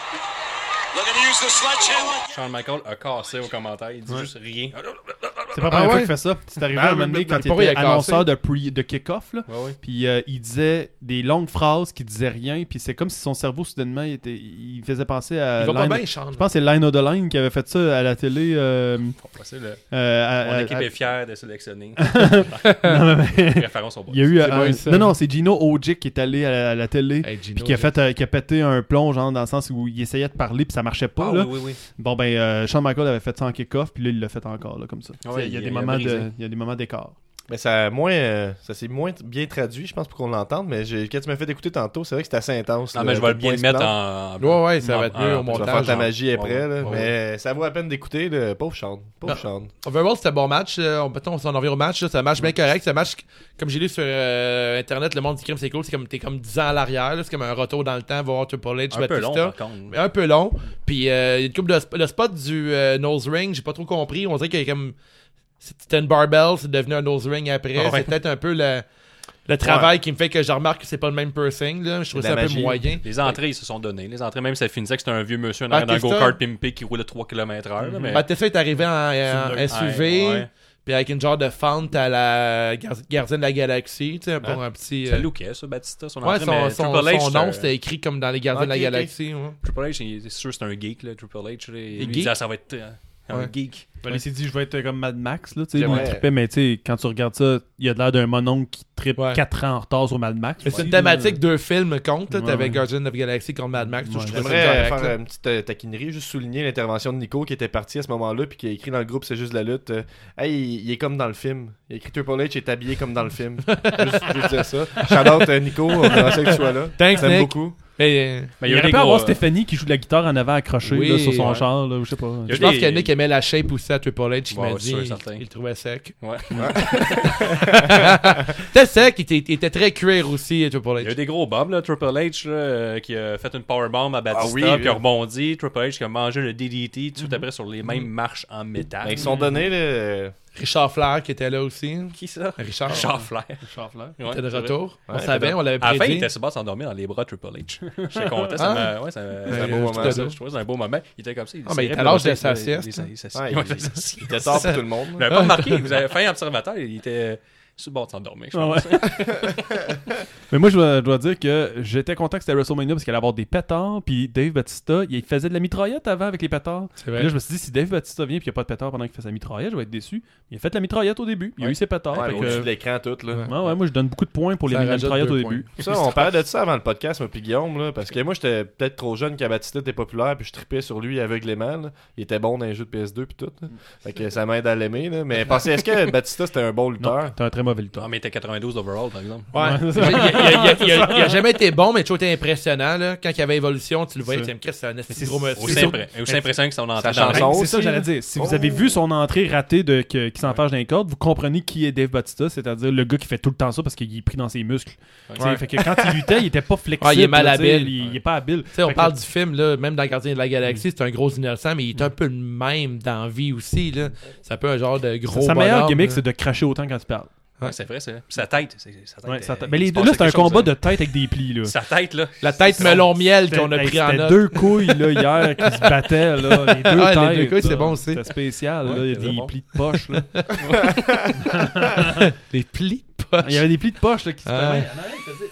[SPEAKER 2] Looking to use the sledgehammer.
[SPEAKER 4] Shawn Michaels a cassé au commentaire. Il dit juste rien.
[SPEAKER 6] C'est pas la première
[SPEAKER 5] Ah
[SPEAKER 6] fois
[SPEAKER 5] ouais?
[SPEAKER 6] qu'il fait ça. C'est arrivé
[SPEAKER 5] Ben,
[SPEAKER 6] à un
[SPEAKER 5] ben,
[SPEAKER 6] moment donné
[SPEAKER 5] ben,
[SPEAKER 6] quand
[SPEAKER 5] ben,
[SPEAKER 6] il
[SPEAKER 5] pourquoi il
[SPEAKER 6] était
[SPEAKER 5] a cassé?
[SPEAKER 6] annonceur de, pre- de kick-off. là.
[SPEAKER 4] Ouais, ouais.
[SPEAKER 6] Puis euh, il disait des longues phrases qui disaient rien. Puis c'est comme si son cerveau, soudainement, il, était, il faisait penser à.
[SPEAKER 5] Il va pas
[SPEAKER 6] Line-
[SPEAKER 5] bien, Sean.
[SPEAKER 6] Je pense que c'est Line O'Doline qui avait fait ça à la télé. euh,
[SPEAKER 4] Faut passer le-
[SPEAKER 6] euh, à-
[SPEAKER 4] Mon
[SPEAKER 6] à-
[SPEAKER 4] équipe
[SPEAKER 6] à-
[SPEAKER 4] est fière de sélectionner.
[SPEAKER 6] Non, mais-
[SPEAKER 4] Les références sont bonnes.
[SPEAKER 6] Il y a eu
[SPEAKER 5] C'est
[SPEAKER 6] un-
[SPEAKER 5] moi, ça.
[SPEAKER 6] Non, non, c'est Gino Ogic qui est allé à la, à la télé.
[SPEAKER 5] Hey, Gino,
[SPEAKER 6] Puis qui a,
[SPEAKER 5] j'ai-
[SPEAKER 6] fait, euh, qui a pété un plomb, genre, dans le sens où il essayait de parler, puis ça marchait pas.
[SPEAKER 4] Ah,
[SPEAKER 6] là.
[SPEAKER 4] oui, oui,
[SPEAKER 6] Bon, ben, euh, Shawn Michael avait fait ça en kick-off, puis là, il l'a fait encore, là, comme ça.
[SPEAKER 5] Ah
[SPEAKER 4] Ouais,
[SPEAKER 6] Tu sais, il, y a
[SPEAKER 4] il-
[SPEAKER 6] des
[SPEAKER 4] il a
[SPEAKER 6] moments
[SPEAKER 4] brisé.
[SPEAKER 6] de- il y a des moments d'écart.
[SPEAKER 1] Mais ça, a moins, euh, ça s'est moins t- bien traduit, je pense, pour qu'on l'entende. Mais j'ai- quand tu m'as fait écouter tantôt, c'est vrai que c'était assez intense.
[SPEAKER 4] Non,
[SPEAKER 1] là,
[SPEAKER 4] Ah, mais je
[SPEAKER 1] à
[SPEAKER 4] vais
[SPEAKER 1] quel
[SPEAKER 4] bien
[SPEAKER 1] point
[SPEAKER 4] le
[SPEAKER 1] il se
[SPEAKER 4] mettre
[SPEAKER 1] plante.
[SPEAKER 4] en.
[SPEAKER 5] Ouais, ouais, ça va être
[SPEAKER 4] en-
[SPEAKER 5] mieux
[SPEAKER 4] en-
[SPEAKER 5] au
[SPEAKER 4] hein.
[SPEAKER 1] Tu vas
[SPEAKER 5] montage.
[SPEAKER 1] faire ta
[SPEAKER 5] genre.
[SPEAKER 1] magie est
[SPEAKER 4] Ouais,
[SPEAKER 1] prêt, là,
[SPEAKER 4] ouais, ouais.
[SPEAKER 1] mais ça vaut la peine d'écouter, le pauvre Sean. Pauvre
[SPEAKER 5] Non.
[SPEAKER 1] Sean.
[SPEAKER 5] Overall, c'était un bon match. Euh, on, mettons, si on en revient au match, là, c'est un match bien correct. C'est un match, comme j'ai lu sur euh, Internet, le monde du crime, c'est cool. C'est comme, t'es comme 10 ans à l'arrière. là. C'est comme un retour dans le temps, voir Triple H,
[SPEAKER 4] Un peu long,
[SPEAKER 5] Batista.
[SPEAKER 4] par contre.
[SPEAKER 5] Mais un peu long. Puis, euh, il y a une couple de sp- le spot du euh, nose ring, j'ai pas trop compris. On dirait qu'il y a comme. C'était une barbell, c'est devenu un nose ring après.
[SPEAKER 4] Ah ouais.
[SPEAKER 5] C'est peut-être un peu le, le travail qui me fait que je remarque que c'est pas le même piercing. Là. Je trouve
[SPEAKER 1] de
[SPEAKER 5] ça un
[SPEAKER 1] la
[SPEAKER 5] peu
[SPEAKER 1] magie.
[SPEAKER 5] moyen.
[SPEAKER 4] Les entrées, ils se sont données. Les entrées, même, ça finissait que c'était un vieux monsieur en
[SPEAKER 5] Ah,
[SPEAKER 4] arrière d'un
[SPEAKER 5] qu'est-ce que
[SPEAKER 4] go-kart
[SPEAKER 5] ça?
[SPEAKER 4] pimpé qui roulait 3 km/h. Mais...
[SPEAKER 5] Batista est arrivé en, en
[SPEAKER 4] Ouais,
[SPEAKER 5] SUV,
[SPEAKER 4] ouais.
[SPEAKER 5] puis avec une genre de fente à la gar- gardienne de la galaxie, tu sais, pour
[SPEAKER 4] Ah.
[SPEAKER 5] un petit.
[SPEAKER 4] Ça
[SPEAKER 5] euh,
[SPEAKER 4] looké, ça, Batista, son
[SPEAKER 5] Ouais,
[SPEAKER 4] entrée. mais
[SPEAKER 5] son, son,
[SPEAKER 4] Triple H,
[SPEAKER 5] son
[SPEAKER 4] c'est un-
[SPEAKER 5] nom, c'était écrit comme dans les gardiens
[SPEAKER 1] Ok,
[SPEAKER 5] de la
[SPEAKER 1] ok.
[SPEAKER 5] galaxie. ouais.
[SPEAKER 4] Triple H, il- c'est sûr, c'est un geek, là. Triple H, là, il
[SPEAKER 5] Et
[SPEAKER 4] lui
[SPEAKER 5] geek?
[SPEAKER 4] disait, ça va être euh,
[SPEAKER 5] Ouais.
[SPEAKER 4] un geek.
[SPEAKER 6] Ben, Il s'est dit, je vais être comme Mad Max, là, tu sais,
[SPEAKER 5] Ouais.
[SPEAKER 6] il trippait, mais tu sais, quand tu regardes ça, il y a de l'air d'un mononcle qui trippe
[SPEAKER 5] Ouais.
[SPEAKER 6] 4 ans en retard sur Mad Max.
[SPEAKER 5] Mais
[SPEAKER 6] aussi,
[SPEAKER 5] C'est une
[SPEAKER 6] là.
[SPEAKER 5] thématique,
[SPEAKER 4] euh,
[SPEAKER 5] deux films contre, là,
[SPEAKER 6] Ouais,
[SPEAKER 5] t'avais
[SPEAKER 6] ouais.
[SPEAKER 5] Guardian of the Galaxy contre Mad Max,
[SPEAKER 6] Ouais.
[SPEAKER 5] je trouvais ça
[SPEAKER 1] J'aimerais
[SPEAKER 5] correct,
[SPEAKER 1] faire
[SPEAKER 5] là.
[SPEAKER 1] une petite euh, taquinerie, juste souligner l'intervention de Nico qui était parti à ce moment-là puis qui a écrit dans le groupe C'est juste la lutte. euh, hey, il, il est comme dans le film. Il a écrit Triple H est habillé comme dans le film. juste, juste dire ça. Shout-out euh, Nico, on est rassé que tu sois là.
[SPEAKER 5] Thanks,
[SPEAKER 1] T'aimes
[SPEAKER 5] Nick.
[SPEAKER 1] beaucoup.
[SPEAKER 5] Mais, euh,
[SPEAKER 4] Mais
[SPEAKER 6] Il
[SPEAKER 4] y a eu
[SPEAKER 6] aurait
[SPEAKER 4] des
[SPEAKER 6] pu
[SPEAKER 4] gros,
[SPEAKER 6] avoir
[SPEAKER 4] euh,
[SPEAKER 6] Stéphanie qui joue de la guitare en avant accrochée
[SPEAKER 5] Oui,
[SPEAKER 6] là, sur son
[SPEAKER 5] ouais.
[SPEAKER 6] char, là, ou je sais pas.
[SPEAKER 4] Il y a
[SPEAKER 5] Je pense
[SPEAKER 4] des-
[SPEAKER 5] que Nick aimait la shape aussi à Triple H, il
[SPEAKER 4] Ouais,
[SPEAKER 5] m'a
[SPEAKER 4] ouais,
[SPEAKER 5] dit,
[SPEAKER 4] sûr,
[SPEAKER 5] il-
[SPEAKER 4] certain.
[SPEAKER 5] il le trouvait sec.
[SPEAKER 4] Ouais.
[SPEAKER 5] C'était sec, il était, il était très cuir aussi, Triple
[SPEAKER 4] Il y a eu
[SPEAKER 5] H.
[SPEAKER 4] des gros bobs, là. Triple H, là, euh, qui a fait une powerbomb à Batista,
[SPEAKER 1] Ah oui,
[SPEAKER 4] puis
[SPEAKER 1] oui.
[SPEAKER 4] a rebondi. Triple H qui a mangé le DDT tout de suite après sur les mêmes marches en métal.
[SPEAKER 1] Ben, ils sont donnés, là, euh,
[SPEAKER 5] Richard Flair qui était là aussi.
[SPEAKER 4] Qui, ça?
[SPEAKER 5] Richard,
[SPEAKER 4] Charles Flair. Ouais,
[SPEAKER 5] était
[SPEAKER 4] c'est
[SPEAKER 5] de
[SPEAKER 4] vrai.
[SPEAKER 5] retour. on
[SPEAKER 1] Ouais,
[SPEAKER 5] savait, on l'avait
[SPEAKER 4] À la fin, il
[SPEAKER 5] prédit.
[SPEAKER 4] était sur bord s'endormir dans les bras de Triple H. J'étais content, ça
[SPEAKER 5] Ah.
[SPEAKER 4] m'a- ouais, ça m'a-
[SPEAKER 1] C'est
[SPEAKER 5] Euh,
[SPEAKER 1] un beau
[SPEAKER 5] je
[SPEAKER 1] moment,
[SPEAKER 5] te
[SPEAKER 1] ça.
[SPEAKER 5] donne.
[SPEAKER 4] Je trouvais ça un beau moment. Il était comme ça.
[SPEAKER 5] Ah, mais il était
[SPEAKER 4] serrait
[SPEAKER 5] à l'âge
[SPEAKER 4] puis
[SPEAKER 5] de sa
[SPEAKER 4] il- il-
[SPEAKER 5] sieste,
[SPEAKER 4] il-
[SPEAKER 5] hein.
[SPEAKER 4] il- il- il-
[SPEAKER 1] Ouais, il-
[SPEAKER 4] il- il- il- il-
[SPEAKER 1] Il était tard pour tout le monde. là.
[SPEAKER 4] Vous n'avez pas remarqué, vous avez fait un observateur, il était euh, sur le bord de s'endormir, je pense.
[SPEAKER 6] Mais moi, je dois, je dois dire que j'étais content que c'était WrestleMania parce qu'il allait avoir des pétards. Puis Dave Batista, il faisait de la mitraillette avant avec les pétards.
[SPEAKER 5] C'est
[SPEAKER 6] Puis là, je me suis dit, si Dave Batista vient et qu'il n'y a pas de pétards pendant qu'il fait sa mitraillette, je vais être déçu. Il a fait de la mitraillette au début. Il a
[SPEAKER 4] Ben, Ouais.
[SPEAKER 6] eu ses pétards.
[SPEAKER 1] Ouais, mais
[SPEAKER 6] fait que-
[SPEAKER 1] au-dessus de l'écran, tout. Là.
[SPEAKER 5] Ouais.
[SPEAKER 6] Ouais, ouais, moi, je donne beaucoup de points pour les
[SPEAKER 5] Ça rajoute
[SPEAKER 6] mitraillettes au
[SPEAKER 5] deux
[SPEAKER 6] début.
[SPEAKER 1] Ça, on parlait de ça avant le podcast, moi puis Guillaume, là, parce que moi j'étais peut-être trop jeune quand Batista était populaire, puis je tripais sur lui aveuglément. là. Il était bon dans les jeux de PS2 puis tout. là. Fait que ça m'aide à l'aimer. là. Mais pensez, est-ce que Batista c'était un bon
[SPEAKER 6] Non,
[SPEAKER 1] lutteur
[SPEAKER 6] t'es un très mauvais lutteur.
[SPEAKER 4] Non, Ah, mais il était 92 overall, par exemple.
[SPEAKER 5] Ouais. il, il- il- il- il- il- il a jamais été bon, mais il a toujours été impressionnant. Là. Quand il y avait évolution, tu le voyais,
[SPEAKER 6] C'est-
[SPEAKER 5] tu disais, Christ, c'est un esti
[SPEAKER 6] c'est-
[SPEAKER 5] gros monsieur.
[SPEAKER 4] Aussi, impre- aussi impressionnant que son entrée dans
[SPEAKER 1] chanson.
[SPEAKER 4] le
[SPEAKER 6] Hey,
[SPEAKER 4] ring.
[SPEAKER 6] c'est ça que
[SPEAKER 1] aussi,
[SPEAKER 6] j'allais
[SPEAKER 1] là.
[SPEAKER 6] dire. Si
[SPEAKER 1] Oh.
[SPEAKER 6] vous avez vu son entrée ratée de, que- qui s'enferge dans les cordes, vous comprenez qui est Dave Batista, c'est-à-dire le gars qui fait tout le temps ça parce qu'il est pris dans ses muscles. Tu sais, Fait que quand il luttait, il était pas flexible.
[SPEAKER 5] Ouais, il est mal
[SPEAKER 6] là, tu sais,
[SPEAKER 5] habile.
[SPEAKER 6] Il, il est pas habile.
[SPEAKER 5] Tu sais, on
[SPEAKER 6] Fait que-
[SPEAKER 5] parle du film, là, même dans Gardien de la Galaxie, c'est un gros innocent, mais il
[SPEAKER 4] Mm.
[SPEAKER 5] est un peu le même dans la vie aussi. Là. C'est un peu un genre de gros.
[SPEAKER 6] Sa meilleure
[SPEAKER 5] bonhomme,
[SPEAKER 6] gimmick,
[SPEAKER 5] là.
[SPEAKER 6] c'est de cracher autant quand tu parles.
[SPEAKER 4] Ouais, c'est vrai, c'est vrai. Puis Sa tête. c'est- sa tête,
[SPEAKER 6] Ouais, ça
[SPEAKER 4] euh,
[SPEAKER 6] t'a- mais
[SPEAKER 4] il
[SPEAKER 6] les
[SPEAKER 4] se
[SPEAKER 6] deux, là,
[SPEAKER 4] passait
[SPEAKER 6] c'est un
[SPEAKER 4] quelque chose,
[SPEAKER 6] combat de
[SPEAKER 4] hein.
[SPEAKER 6] tête avec des plis. Là.
[SPEAKER 4] Sa tête, là.
[SPEAKER 5] La tête melon-miel qu'on a
[SPEAKER 6] Hey,
[SPEAKER 5] pris en
[SPEAKER 6] C'était
[SPEAKER 5] note.
[SPEAKER 6] deux couilles là, hier qui se battaient. Là. Les deux
[SPEAKER 5] Ah,
[SPEAKER 6] têtes.
[SPEAKER 5] les deux couilles, c'est
[SPEAKER 6] là.
[SPEAKER 5] bon aussi.
[SPEAKER 6] C'était spécial. là.
[SPEAKER 4] Ouais,
[SPEAKER 6] Il y a
[SPEAKER 4] c'est
[SPEAKER 6] des
[SPEAKER 4] bon.
[SPEAKER 6] plis de poche. là.
[SPEAKER 5] Les plis de poche.
[SPEAKER 6] Il y avait des plis de poche là, qui se
[SPEAKER 5] Ah.
[SPEAKER 6] tenaient.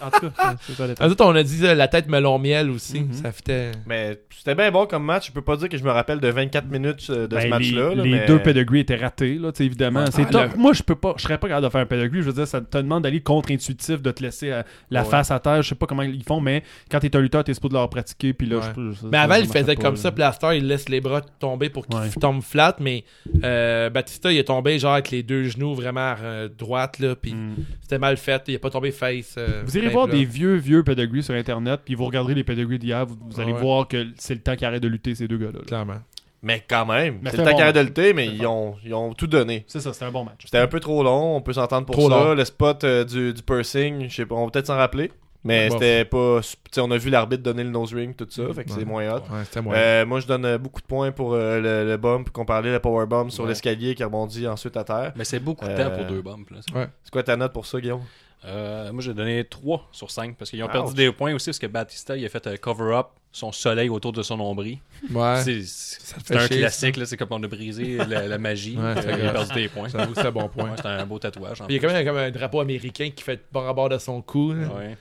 [SPEAKER 6] En tout cas, c'est ça l'état.
[SPEAKER 5] Ensuite, on a dit euh, la tête melon-miel aussi.
[SPEAKER 4] Mm-hmm.
[SPEAKER 6] Mhm.
[SPEAKER 5] Ça fitait.
[SPEAKER 1] Mais c'était bien bon comme match. Je peux pas dire que je me rappelle de 24 minutes euh, de
[SPEAKER 6] Ben,
[SPEAKER 1] ce
[SPEAKER 6] les-
[SPEAKER 1] match-là.
[SPEAKER 6] les
[SPEAKER 1] là, mais-
[SPEAKER 6] deux pedigree étaient ratés, là, tu sais, évidemment. C'est
[SPEAKER 5] Ah,
[SPEAKER 6] top. Moi, je peux pas, je serais pas capable de faire un pedigree. Je veux dire, ça te demande d'aller contre-intuitif, de te laisser euh, la
[SPEAKER 1] Ouais.
[SPEAKER 6] face à terre. Je sais pas comment ils font, mais quand t'es un lutteur, t'es supposé de leur pratiquer. Puis là,
[SPEAKER 5] Ouais.
[SPEAKER 6] je- je-
[SPEAKER 5] Mais avant,
[SPEAKER 6] ça
[SPEAKER 5] il
[SPEAKER 6] marchait
[SPEAKER 5] faisait
[SPEAKER 6] pas,
[SPEAKER 5] comme
[SPEAKER 6] là.
[SPEAKER 5] ça, Plaster, il laisse les bras tomber pour qu'il
[SPEAKER 6] Ouais.
[SPEAKER 5] f- tombe flat, mais euh, Batista, il est tombé genre avec les deux genoux vraiment euh, droites, là, puis
[SPEAKER 6] Mm.
[SPEAKER 5] c'était mal fait, il est pas tombé face. euh,
[SPEAKER 6] Vous irez
[SPEAKER 5] plein
[SPEAKER 6] voir
[SPEAKER 5] plat.
[SPEAKER 6] des vieux, vieux pedigree sur Internet, puis vous regarderez les pedigree d'hier, vous, vous allez
[SPEAKER 5] Ouais.
[SPEAKER 6] voir que c'est le temps qui arrête de lutter, ces deux gars-là. là.
[SPEAKER 5] Clairement.
[SPEAKER 1] Mais quand même,
[SPEAKER 6] Mais
[SPEAKER 1] c'est
[SPEAKER 6] c'était
[SPEAKER 1] le temps
[SPEAKER 6] bon.
[SPEAKER 1] qu'il arrête de lutter, mais
[SPEAKER 6] C'était
[SPEAKER 1] ils ont, ils ont tout donné.
[SPEAKER 6] C'est ça, c'était un bon match.
[SPEAKER 1] C'était un peu trop long, on peut s'entendre pour
[SPEAKER 5] Trop
[SPEAKER 1] ça.
[SPEAKER 5] long.
[SPEAKER 1] Le spot euh, du, du pursing, je sais pas, on va peut-être s'en rappeler. Mais
[SPEAKER 6] Bah,
[SPEAKER 5] Bon.
[SPEAKER 1] c'était pas. tu sais, on a vu l'arbitre donner le nose ring, tout ça, fait que
[SPEAKER 5] Ouais.
[SPEAKER 1] c'est moins hot.
[SPEAKER 5] Ouais, c'était moi.
[SPEAKER 1] Euh, moi, je donne euh, beaucoup de points pour euh, le, le bump qu'on parlait, le power bump sur
[SPEAKER 4] Ouais.
[SPEAKER 1] l'escalier qui rebondit ensuite à terre.
[SPEAKER 4] Mais c'est beaucoup de
[SPEAKER 1] Euh,
[SPEAKER 4] temps pour deux bombes. Là.
[SPEAKER 1] C'est quoi ta note pour ça, Guillaume
[SPEAKER 4] Euh, moi, j'ai donné 3 sur 5 parce qu'ils ont
[SPEAKER 1] Ouch.
[SPEAKER 4] perdu des points aussi parce que Batista, il a fait euh, cover-up son soleil autour de son nombril.
[SPEAKER 5] Ouais.
[SPEAKER 4] C'est- C'est
[SPEAKER 5] te fait
[SPEAKER 4] c'est un
[SPEAKER 5] chier,
[SPEAKER 4] classique, là, c'est comme on a brisé la, la magie.
[SPEAKER 5] Ouais,
[SPEAKER 4] euh,
[SPEAKER 5] c'est
[SPEAKER 4] il a
[SPEAKER 5] grave.
[SPEAKER 4] perdu des points.
[SPEAKER 5] J'avoue, c'est un bon point.
[SPEAKER 4] Ouais, c'était un beau tatouage. en
[SPEAKER 5] Puis il y a quand même comme un drapeau américain qui fait bord à bord de son cou.
[SPEAKER 4] plus.
[SPEAKER 5] là.
[SPEAKER 4] Ouais.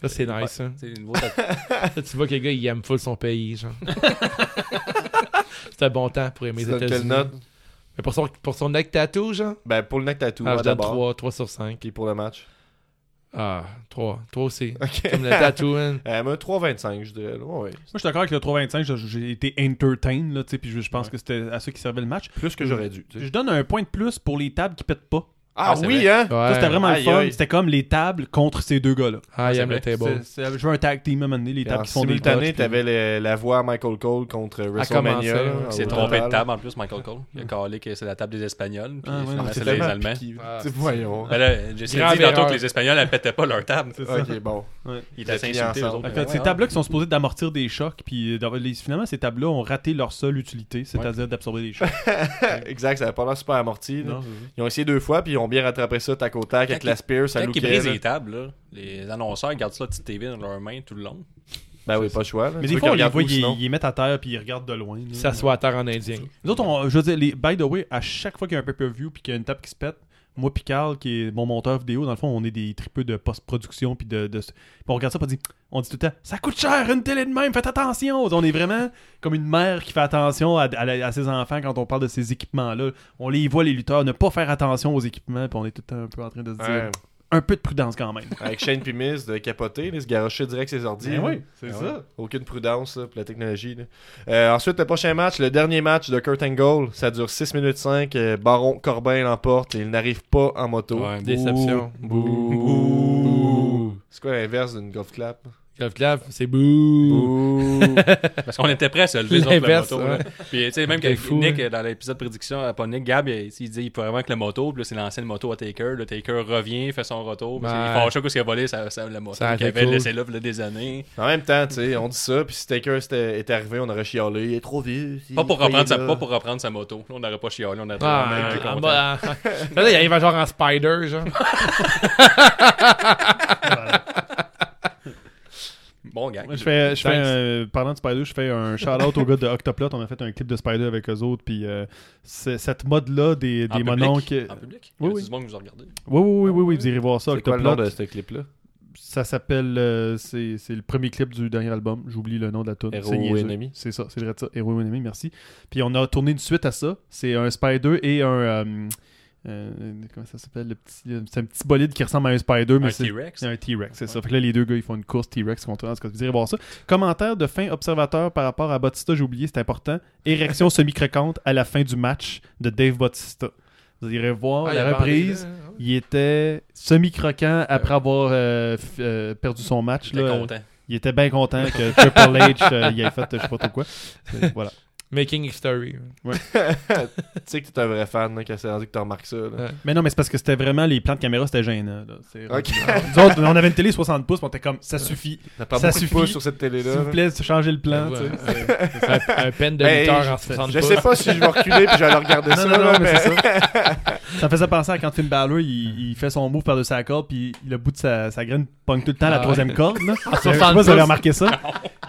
[SPEAKER 5] Ça, c'est nice. hein.
[SPEAKER 4] C'est une beau tatouage.
[SPEAKER 5] Là, tu vois que le gars, il aime full son pays, genre. c'est un bon temps pour aimer
[SPEAKER 1] Tu
[SPEAKER 5] les
[SPEAKER 1] donnes quelle
[SPEAKER 5] États-Unis.
[SPEAKER 1] note
[SPEAKER 5] Mais pour son, pour son neck tattoo, genre,
[SPEAKER 1] Ben, pour le neck tattoo,
[SPEAKER 5] ah,
[SPEAKER 1] moi,
[SPEAKER 5] je donne
[SPEAKER 1] d'abord.
[SPEAKER 5] 3, 3 sur 5.
[SPEAKER 1] Puis pour le match.
[SPEAKER 5] Ah, 3. 3 aussi.
[SPEAKER 1] Ok.
[SPEAKER 5] Comme le tattoo, hein.
[SPEAKER 1] Euh, moi, 3,25, je dirais. là. Ouais, ouais.
[SPEAKER 6] Moi, je suis d'accord avec le 3-25, je- j'ai été entertain, là, tu sais, puis je je pense que c'était à ceux qui servaient le match.
[SPEAKER 1] Plus que j'aurais dû. tu sais.
[SPEAKER 6] Je donne un point de plus pour les tables qui pètent pas.
[SPEAKER 1] Ah,
[SPEAKER 4] Ah, c'est
[SPEAKER 1] oui,
[SPEAKER 4] vrai.
[SPEAKER 1] hein
[SPEAKER 6] Ça, c'était
[SPEAKER 5] Ouais.
[SPEAKER 6] vraiment
[SPEAKER 1] Aïe,
[SPEAKER 6] le fun.
[SPEAKER 1] aïe.
[SPEAKER 6] C'était comme les tables contre ces deux gars-là.
[SPEAKER 5] Ah, il aime le
[SPEAKER 4] c'est
[SPEAKER 5] table.
[SPEAKER 6] C'est- c'est- Euh, Je veux un tag team à un moment donné, les
[SPEAKER 1] Puis
[SPEAKER 6] tables
[SPEAKER 1] en
[SPEAKER 6] qui font des
[SPEAKER 1] simultané,
[SPEAKER 6] botches,
[SPEAKER 1] t'avais le- la voix à Michael Cole contre
[SPEAKER 5] commencer,
[SPEAKER 1] WrestleMania.
[SPEAKER 5] Ah, ouais.
[SPEAKER 1] là,
[SPEAKER 5] Il
[SPEAKER 1] au
[SPEAKER 4] s'est
[SPEAKER 1] total.
[SPEAKER 4] trompé de table en plus, Michael Cole. Il a calé que c'est la table des Espagnols. Puis
[SPEAKER 6] Ah, ouais,
[SPEAKER 4] finalement,
[SPEAKER 6] non,
[SPEAKER 4] c'est
[SPEAKER 1] C'est
[SPEAKER 4] les
[SPEAKER 1] tellement
[SPEAKER 4] Allemands.
[SPEAKER 1] piqué.
[SPEAKER 5] Ah,
[SPEAKER 1] Tu sais, voyons.
[SPEAKER 4] Ben là, j'ai dit
[SPEAKER 5] Grave
[SPEAKER 4] tantôt
[SPEAKER 5] erreur.
[SPEAKER 4] que les Espagnols, elles pétaient pas leur table.
[SPEAKER 1] Ok, bon.
[SPEAKER 4] Ils étaient
[SPEAKER 1] Ils
[SPEAKER 4] insultés, eux
[SPEAKER 1] ensemble.
[SPEAKER 4] autres.
[SPEAKER 6] Fait que ces tables-là qui sont supposées d'amortir des chocs, puis euh, d'avoir- les- finalement, ces tables-là ont raté leur seule utilité, c'est-à-dire d'absorber des chocs.
[SPEAKER 1] exact, ça avait pas l'air super amorti. là.
[SPEAKER 6] Non,
[SPEAKER 1] Ils ont essayé deux fois, puis ils ont bien rattrapé ça tac au tac avec
[SPEAKER 4] Quand
[SPEAKER 1] la Spear, ça
[SPEAKER 4] Quand ils
[SPEAKER 1] lookait.
[SPEAKER 4] brisent
[SPEAKER 1] là.
[SPEAKER 4] les tables, là, les annonceurs ils gardent ça petite TV dans leurs mains tout le long.
[SPEAKER 1] Ben oui, pas le choix. là.
[SPEAKER 6] Mais
[SPEAKER 1] Tu
[SPEAKER 6] des
[SPEAKER 1] veux
[SPEAKER 6] fois, on
[SPEAKER 1] qu'ils
[SPEAKER 6] les
[SPEAKER 1] regardent
[SPEAKER 6] voit,
[SPEAKER 1] où,
[SPEAKER 6] ils,
[SPEAKER 1] sinon?
[SPEAKER 6] ils mettent à terre, puis ils regardent de loin. là.
[SPEAKER 5] Il s'assoit à terre en indien.
[SPEAKER 6] Nous autres, on- je veux dire, les, by the way, à chaque fois qu'il y a un pay-per-view, puis qu'il y a une table qui se pète, moi, puis Carl, qui est mon monteur vidéo, dans le fond, on est des tripeux de post-production, puis de, de- puis on regarde ça, puis on dit, on dit tout le temps, ça coûte cher, une télé de même, faites attention. On est vraiment comme une mère qui fait attention à, à la- à ses enfants quand on parle de ces équipements-là. On les voit, les lutteurs, ne pas faire attention aux équipements, puis on est tout le temps un peu en train de se dire,
[SPEAKER 1] Ouais.
[SPEAKER 6] un peu de prudence quand même.
[SPEAKER 1] euh, Avec Shane puis Miz de capoter, là, se garocher direct ses ordi.
[SPEAKER 6] Ben
[SPEAKER 1] là.
[SPEAKER 6] oui, c'est
[SPEAKER 1] Ben
[SPEAKER 6] ça.
[SPEAKER 1] ouais. Aucune prudence là, pour la technologie. là. Euh, ensuite, le prochain match, le dernier match de Kurt Angle, ça dure 6 minutes 5. euh, Baron Corbin l'emporte et il n'arrive pas en moto.
[SPEAKER 5] Déception.
[SPEAKER 1] Bouh. C'est quoi l'inverse d'une golf clap?
[SPEAKER 5] Clav clav, c'est bouh.
[SPEAKER 1] Bouh.
[SPEAKER 4] Parce qu'on était prêts à se lever sur la
[SPEAKER 5] L'inverse,
[SPEAKER 4] moto.
[SPEAKER 5] ouais.
[SPEAKER 4] là. Puis, tu sais, même
[SPEAKER 5] Quel
[SPEAKER 4] que
[SPEAKER 5] fou,
[SPEAKER 4] Nick,
[SPEAKER 5] hein.
[SPEAKER 4] dans l'épisode prédiction, euh, pas Nick, Gab, il, il dit il peut vraiment que le moto. Puis là, c'est l'ancienne moto à Taker. Le Taker revient, fait son retour. Puis,
[SPEAKER 5] Ouais.
[SPEAKER 4] Il fâche qu'est-ce qu'il a volé sa, sa- la moto
[SPEAKER 5] Ça a
[SPEAKER 4] qu'il
[SPEAKER 5] été
[SPEAKER 4] avait
[SPEAKER 5] cool.
[SPEAKER 4] laissé là, il y a des années.
[SPEAKER 1] En même temps, tu sais, on dit ça, puis si Taker était, était arrivé, on aurait chialé, il est trop vieux. il
[SPEAKER 4] Pas pour,
[SPEAKER 1] est
[SPEAKER 4] reprendre sa,
[SPEAKER 1] là.
[SPEAKER 4] pas pour reprendre sa moto. Là, on n'aurait pas chialé. On aurait
[SPEAKER 5] Ah,
[SPEAKER 4] on aurait été
[SPEAKER 5] en
[SPEAKER 4] content.
[SPEAKER 5] bas, Ah, en- Là, il arrive genre en spider, genre.
[SPEAKER 4] Bon, gang.
[SPEAKER 6] Moi, je fais, je fais
[SPEAKER 5] Thanks.
[SPEAKER 6] un- parlant de Spider, je fais un shout-out au gars de Octoplot. On a fait un clip de Spider avec eux autres. Puis euh, c'est- cette mode-là des,
[SPEAKER 4] En
[SPEAKER 6] des
[SPEAKER 4] public?
[SPEAKER 6] mononcles.
[SPEAKER 4] En public
[SPEAKER 6] Oui,
[SPEAKER 4] Il y a
[SPEAKER 6] oui.
[SPEAKER 4] du monde que vous regardez.
[SPEAKER 6] Oui, oui, oui, oui, oui, vous irez voir ça.
[SPEAKER 1] Euh, C'est quoi le nom
[SPEAKER 6] Octoplot.
[SPEAKER 1] de ce clip-là?
[SPEAKER 6] Ça s'appelle. euh, c'est c'est le premier clip du dernier album. J'oublie le nom de la tune.
[SPEAKER 1] Hero
[SPEAKER 6] C'est niaiseux.
[SPEAKER 1] Enemy.
[SPEAKER 6] C'est ça, c'est vrai de ça. Hero Enemy, merci. Puis on a tourné une suite à ça. C'est un Spider et un. euh, euh, comment ça s'appelle le petit- euh, C'est un petit bolide qui ressemble à un Spider, mais
[SPEAKER 4] Un
[SPEAKER 6] c'est
[SPEAKER 4] T-Rex.
[SPEAKER 6] c'est un T-Rex, c'est ça. Fait que là, les deux gars, ils font une course T-Rex contre en tout cas, vous irez voir ça. Commentaire de fin observateur par rapport à Batista, j'ai oublié, c'est important. Érection semi-croquante à la fin du match de Dave Batista. Vous irez voir
[SPEAKER 5] Ah, il
[SPEAKER 6] la
[SPEAKER 5] avait
[SPEAKER 6] reprise.
[SPEAKER 5] enlevé, là.
[SPEAKER 6] Il était semi-croquant après avoir euh, f- euh, perdu son match.
[SPEAKER 4] J'étais
[SPEAKER 6] là.
[SPEAKER 4] content.
[SPEAKER 6] Il était bien content que Triple H euh, y ait fait euh, je sais pas trop quoi. Mais Voilà.
[SPEAKER 5] Making history.
[SPEAKER 1] Tu sais que t'es un vrai fan, là, quand c'est rendu que t'as remarqué ça. là.
[SPEAKER 6] Mais non, mais c'est parce que c'était vraiment les plans de caméra, c'était gênant. là. C'est-
[SPEAKER 1] Ok.
[SPEAKER 6] Nous autres, on avait une télé 60 pouces, puis on était comme ça suffit.
[SPEAKER 1] T'as pas
[SPEAKER 6] Ça
[SPEAKER 1] beaucoup de
[SPEAKER 6] suffit.
[SPEAKER 1] pouces sur cette télé-là.
[SPEAKER 6] S'il vous plaît, changez le plan.
[SPEAKER 5] Ouais.
[SPEAKER 6] tu sais.
[SPEAKER 5] Un, un pen de
[SPEAKER 1] Hey,
[SPEAKER 5] lutteur en
[SPEAKER 1] je-
[SPEAKER 5] 60
[SPEAKER 1] Je
[SPEAKER 5] pouces.
[SPEAKER 1] sais pas si je vais reculer puis je vais aller regarder
[SPEAKER 6] Non,
[SPEAKER 1] ça.
[SPEAKER 6] non, non,
[SPEAKER 1] là,
[SPEAKER 6] mais
[SPEAKER 1] mais-
[SPEAKER 6] c'est Ah, ça. Ça me faisait penser à quand Finn Balor, il, il fait son move par-dessus la corde, puis le bout de sa, sa graine pogne tout le temps la
[SPEAKER 5] Ah.
[SPEAKER 6] troisième corde. Là. Je sais
[SPEAKER 5] 60
[SPEAKER 6] pas si vous avez
[SPEAKER 5] pouces.
[SPEAKER 6] remarqué ça.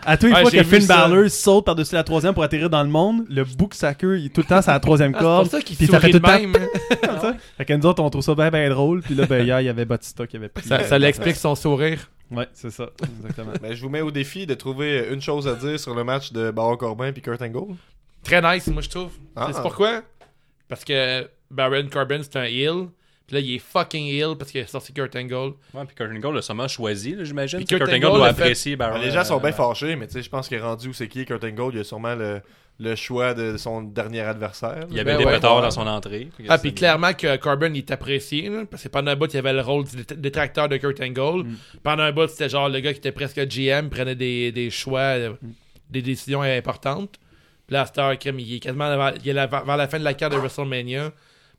[SPEAKER 6] À tous les
[SPEAKER 5] Ouais,
[SPEAKER 6] fois
[SPEAKER 5] j'ai
[SPEAKER 6] que
[SPEAKER 5] vu
[SPEAKER 6] Finn
[SPEAKER 5] ça.
[SPEAKER 6] Balor saute par-dessus la troisième pour atterrir dans le monde, le book sacker, il est tout le temps sur la troisième
[SPEAKER 5] Ah, c'est pour
[SPEAKER 6] corde.
[SPEAKER 5] ça qu'il
[SPEAKER 6] puis ça fait
[SPEAKER 5] sourit de
[SPEAKER 6] tout le temps-
[SPEAKER 5] même. hein.
[SPEAKER 6] comme ça. Fait que nous autres, on trouve ça bien, bien drôle. Puis là, ben, hier, il y avait Batista qui avait pris.
[SPEAKER 5] Ça, ça l'explique son sourire.
[SPEAKER 6] Ouais, c'est ça. Exactement.
[SPEAKER 1] Ben, je vous mets au défi de trouver une chose à dire sur le match de Baron Corbin puis Kurt Angle.
[SPEAKER 5] Très nice, moi, je trouve.
[SPEAKER 1] Ah.
[SPEAKER 5] C'est pourquoi? Parce que Baron Corbin, c'est un heel. Puis là, il est fucking heel parce qu'il a sorti Kurt Angle.
[SPEAKER 4] Ouais, puis Kurt Angle l'a sûrement choisi, là, j'imagine.
[SPEAKER 5] Puis
[SPEAKER 4] Tu sais,
[SPEAKER 5] Kurt
[SPEAKER 4] Kurt Angle
[SPEAKER 5] Angle
[SPEAKER 4] doit
[SPEAKER 5] l'a fait-
[SPEAKER 4] apprécier Baron.
[SPEAKER 1] Ah, les gens sont bien
[SPEAKER 4] euh,
[SPEAKER 1] fâchés, mais tu sais, je pense qu'il est rendu où c'est qui Kurt Angle. Il a sûrement le, le choix de son dernier adversaire.
[SPEAKER 4] Il y avait
[SPEAKER 5] Ben
[SPEAKER 4] des
[SPEAKER 5] ouais.
[SPEAKER 4] pétards dans son entrée.
[SPEAKER 5] Ah, puis clairement que Corbin, il est apprécié. là, parce que pendant un bout, il avait le rôle du dét- détracteur de Kurt Angle.
[SPEAKER 6] Mm.
[SPEAKER 5] Pendant un bout, c'était genre le gars qui était presque GM, prenait des, des choix, euh,
[SPEAKER 6] Mm.
[SPEAKER 5] des décisions importantes. Puis là, Star Kim, il est quasiment avant, il est la- vers la fin de la carte de WrestleMania.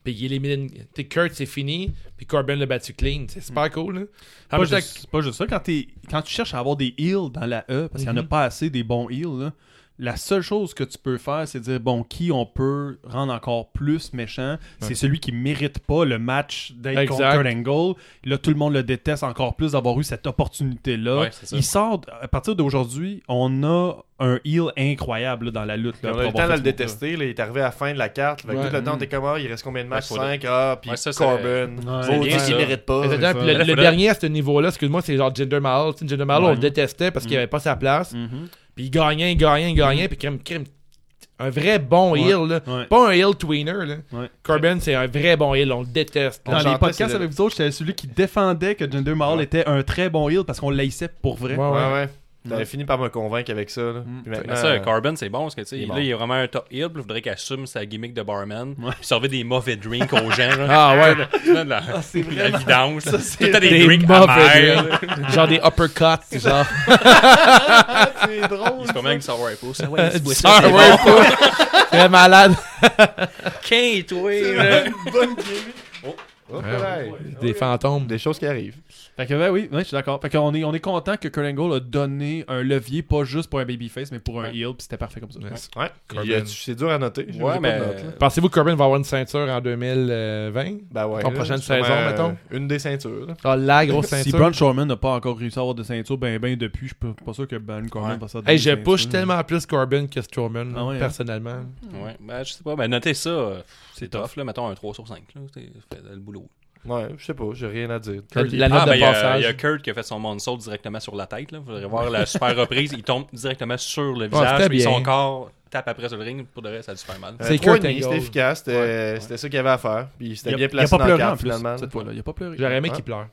[SPEAKER 5] Puis il élimine. t'sais, Kurt, c'est fini. Puis Corbin l'a battu clean.
[SPEAKER 6] Mm.
[SPEAKER 5] C'est super cool. là. En
[SPEAKER 6] Pas
[SPEAKER 5] même temps
[SPEAKER 6] juste, c'est pas juste Ah, ça. Quand, t'es- quand tu cherches à avoir des heals dans la E, parce qu'il n'y en a pas assez des bons heals, là, la seule chose que tu peux faire, c'est dire bon, qui on peut rendre encore plus méchant C'est celui qui mérite pas le match d'être contre
[SPEAKER 5] Exact.
[SPEAKER 6] Kurt Angle. Là, tout le monde le déteste encore plus d'avoir eu cette opportunité-là.
[SPEAKER 4] Ouais, c'est ça.
[SPEAKER 6] Il sort, à partir d'aujourd'hui, on a un heal incroyable là, dans la lutte.
[SPEAKER 1] Puis on
[SPEAKER 6] là, pour
[SPEAKER 1] a eu le
[SPEAKER 6] avoir
[SPEAKER 1] temps de
[SPEAKER 6] fait
[SPEAKER 1] le
[SPEAKER 6] ce move-là.
[SPEAKER 1] détester. là, il est arrivé à la fin de la carte. Fait que
[SPEAKER 5] Ouais.
[SPEAKER 1] tout le temps, t'es comme, ah, il reste combien de matchs
[SPEAKER 4] Ouais, faut le-
[SPEAKER 1] 5 Ah, puis
[SPEAKER 4] Ouais, ça, c'est-
[SPEAKER 1] Corbin.
[SPEAKER 4] c'est
[SPEAKER 1] Oh,
[SPEAKER 4] bien,
[SPEAKER 1] il
[SPEAKER 4] ça.
[SPEAKER 1] mérite pas.
[SPEAKER 5] Exactement.
[SPEAKER 6] ça.
[SPEAKER 5] Puis le,
[SPEAKER 4] Là,
[SPEAKER 5] le
[SPEAKER 4] faudrait-
[SPEAKER 5] dernier à ce niveau-là, excuse-moi, c'est genre Jinder Mahal. Tu sais, Jinder Mahal, on
[SPEAKER 6] Mm.
[SPEAKER 5] le détestait parce qu'il avait pas sa place. Puis il gagnait, il gagnait, il gagnait. Puis crème, crème, un vrai bon heel. Là.
[SPEAKER 6] Mm. ouais.
[SPEAKER 5] Pas un heel tweener. Là.
[SPEAKER 6] Ouais.
[SPEAKER 5] Corbin, c'est un vrai bon heel. On le déteste. là.
[SPEAKER 1] On
[SPEAKER 6] Dans les
[SPEAKER 1] chantait,
[SPEAKER 6] podcasts
[SPEAKER 1] c'est-
[SPEAKER 6] avec vous autres, j'étais celui qui défendait que Jinder Mahal était un très bon heal parce qu'on l'haïssait pour vrai.
[SPEAKER 5] Ah Ouais, ouais.
[SPEAKER 1] Ouais, ouais. Mm. T'avais fini par me convaincre avec ça. Là. Puis maintenant, euh,
[SPEAKER 4] Mais
[SPEAKER 5] Euh,
[SPEAKER 4] ça, Carbon, c'est bon parce que tu sais,
[SPEAKER 1] il est
[SPEAKER 4] là,
[SPEAKER 1] bon.
[SPEAKER 4] il est vraiment un top heel. puis Il faudrait qu'il assume sa gimmick de barman. puis Il servait des mauvais drinks aux gens. là.
[SPEAKER 5] Ah ouais.
[SPEAKER 4] Tu sais, de la,
[SPEAKER 6] c'est
[SPEAKER 4] de la vidange. là. Tout le temps des,
[SPEAKER 5] Des
[SPEAKER 4] drinks
[SPEAKER 5] mauvais
[SPEAKER 4] amers. là.
[SPEAKER 5] drinks. genre des uppercuts. genre.
[SPEAKER 1] c'est drôle.
[SPEAKER 4] C'est combien que ça va pour ça? Ouais,
[SPEAKER 5] du sour whip. Très malade.
[SPEAKER 4] quinte, oui.
[SPEAKER 1] une bonne gimmick.
[SPEAKER 4] Oh.
[SPEAKER 1] Oh, pareil.
[SPEAKER 5] Des fantômes.
[SPEAKER 1] Des choses qui arrivent.
[SPEAKER 6] Fait que ben oui, ouais, je suis d'accord. Fait qu'on est, on est content que Kurt Angle a donné un levier, pas juste pour un babyface, mais pour un heel, puis c'était parfait comme ça.
[SPEAKER 1] Ouais.
[SPEAKER 5] Corbin.
[SPEAKER 1] Il y a- C'est dur à noter. Je
[SPEAKER 4] Ouais,
[SPEAKER 1] n'ai pas
[SPEAKER 4] mais.
[SPEAKER 1] de notes, là.
[SPEAKER 5] Pensez-vous que Corbin va avoir une ceinture en 2020?
[SPEAKER 1] Ben ouais,
[SPEAKER 5] Ton
[SPEAKER 1] là,
[SPEAKER 5] prochaine
[SPEAKER 1] justement,
[SPEAKER 5] saison,
[SPEAKER 1] euh,
[SPEAKER 5] mettons?
[SPEAKER 1] Une des ceintures. là.
[SPEAKER 5] Ah, la grosse
[SPEAKER 6] Si
[SPEAKER 5] ceinture.
[SPEAKER 6] Braun Strowman n'a pas encore réussi à avoir de ceinture, ben ben depuis, je suis pas sûr que Ben Corbin
[SPEAKER 4] Ouais.
[SPEAKER 6] va ça.
[SPEAKER 5] Hey, je push tellement plus Corbin que Strowman,
[SPEAKER 6] Ah ouais, hein?
[SPEAKER 5] personnellement.
[SPEAKER 4] Ouais, ben, je sais pas. Ben, notez ça. euh, C'est tough, là. Mettons un 3 sur 5. Là. C'est- Faites le boulot.
[SPEAKER 1] Ouais, je sais pas, j'ai rien à dire.
[SPEAKER 5] La, la note
[SPEAKER 4] Ah,
[SPEAKER 5] de
[SPEAKER 4] ben, il y a-
[SPEAKER 5] passage.
[SPEAKER 4] il y, a Kurt qui a fait son moonsault directement sur la tête. Là. Vous allez voir la super reprise. Il tombe directement sur le visage.
[SPEAKER 5] c'était
[SPEAKER 4] puis
[SPEAKER 5] bien.
[SPEAKER 4] son corps tape après sur le ring. Pour de reste, ça a dû faire mal.
[SPEAKER 1] Euh,
[SPEAKER 5] C'est
[SPEAKER 1] trois
[SPEAKER 5] Kurt
[SPEAKER 1] et demi,
[SPEAKER 5] Angle.
[SPEAKER 1] C'était efficace, c'était c'était ça qu'il y avait à faire. Puis
[SPEAKER 6] Il
[SPEAKER 1] c'était
[SPEAKER 6] a,
[SPEAKER 1] bien
[SPEAKER 6] il a
[SPEAKER 1] placé
[SPEAKER 6] pas
[SPEAKER 1] dans le
[SPEAKER 6] pleuré en
[SPEAKER 1] cadre
[SPEAKER 6] plus,
[SPEAKER 1] finalement.
[SPEAKER 6] cette fois-là. Il a pas pleuré.
[SPEAKER 5] J'aurais aimé
[SPEAKER 1] Ouais.
[SPEAKER 5] qu'il pleure.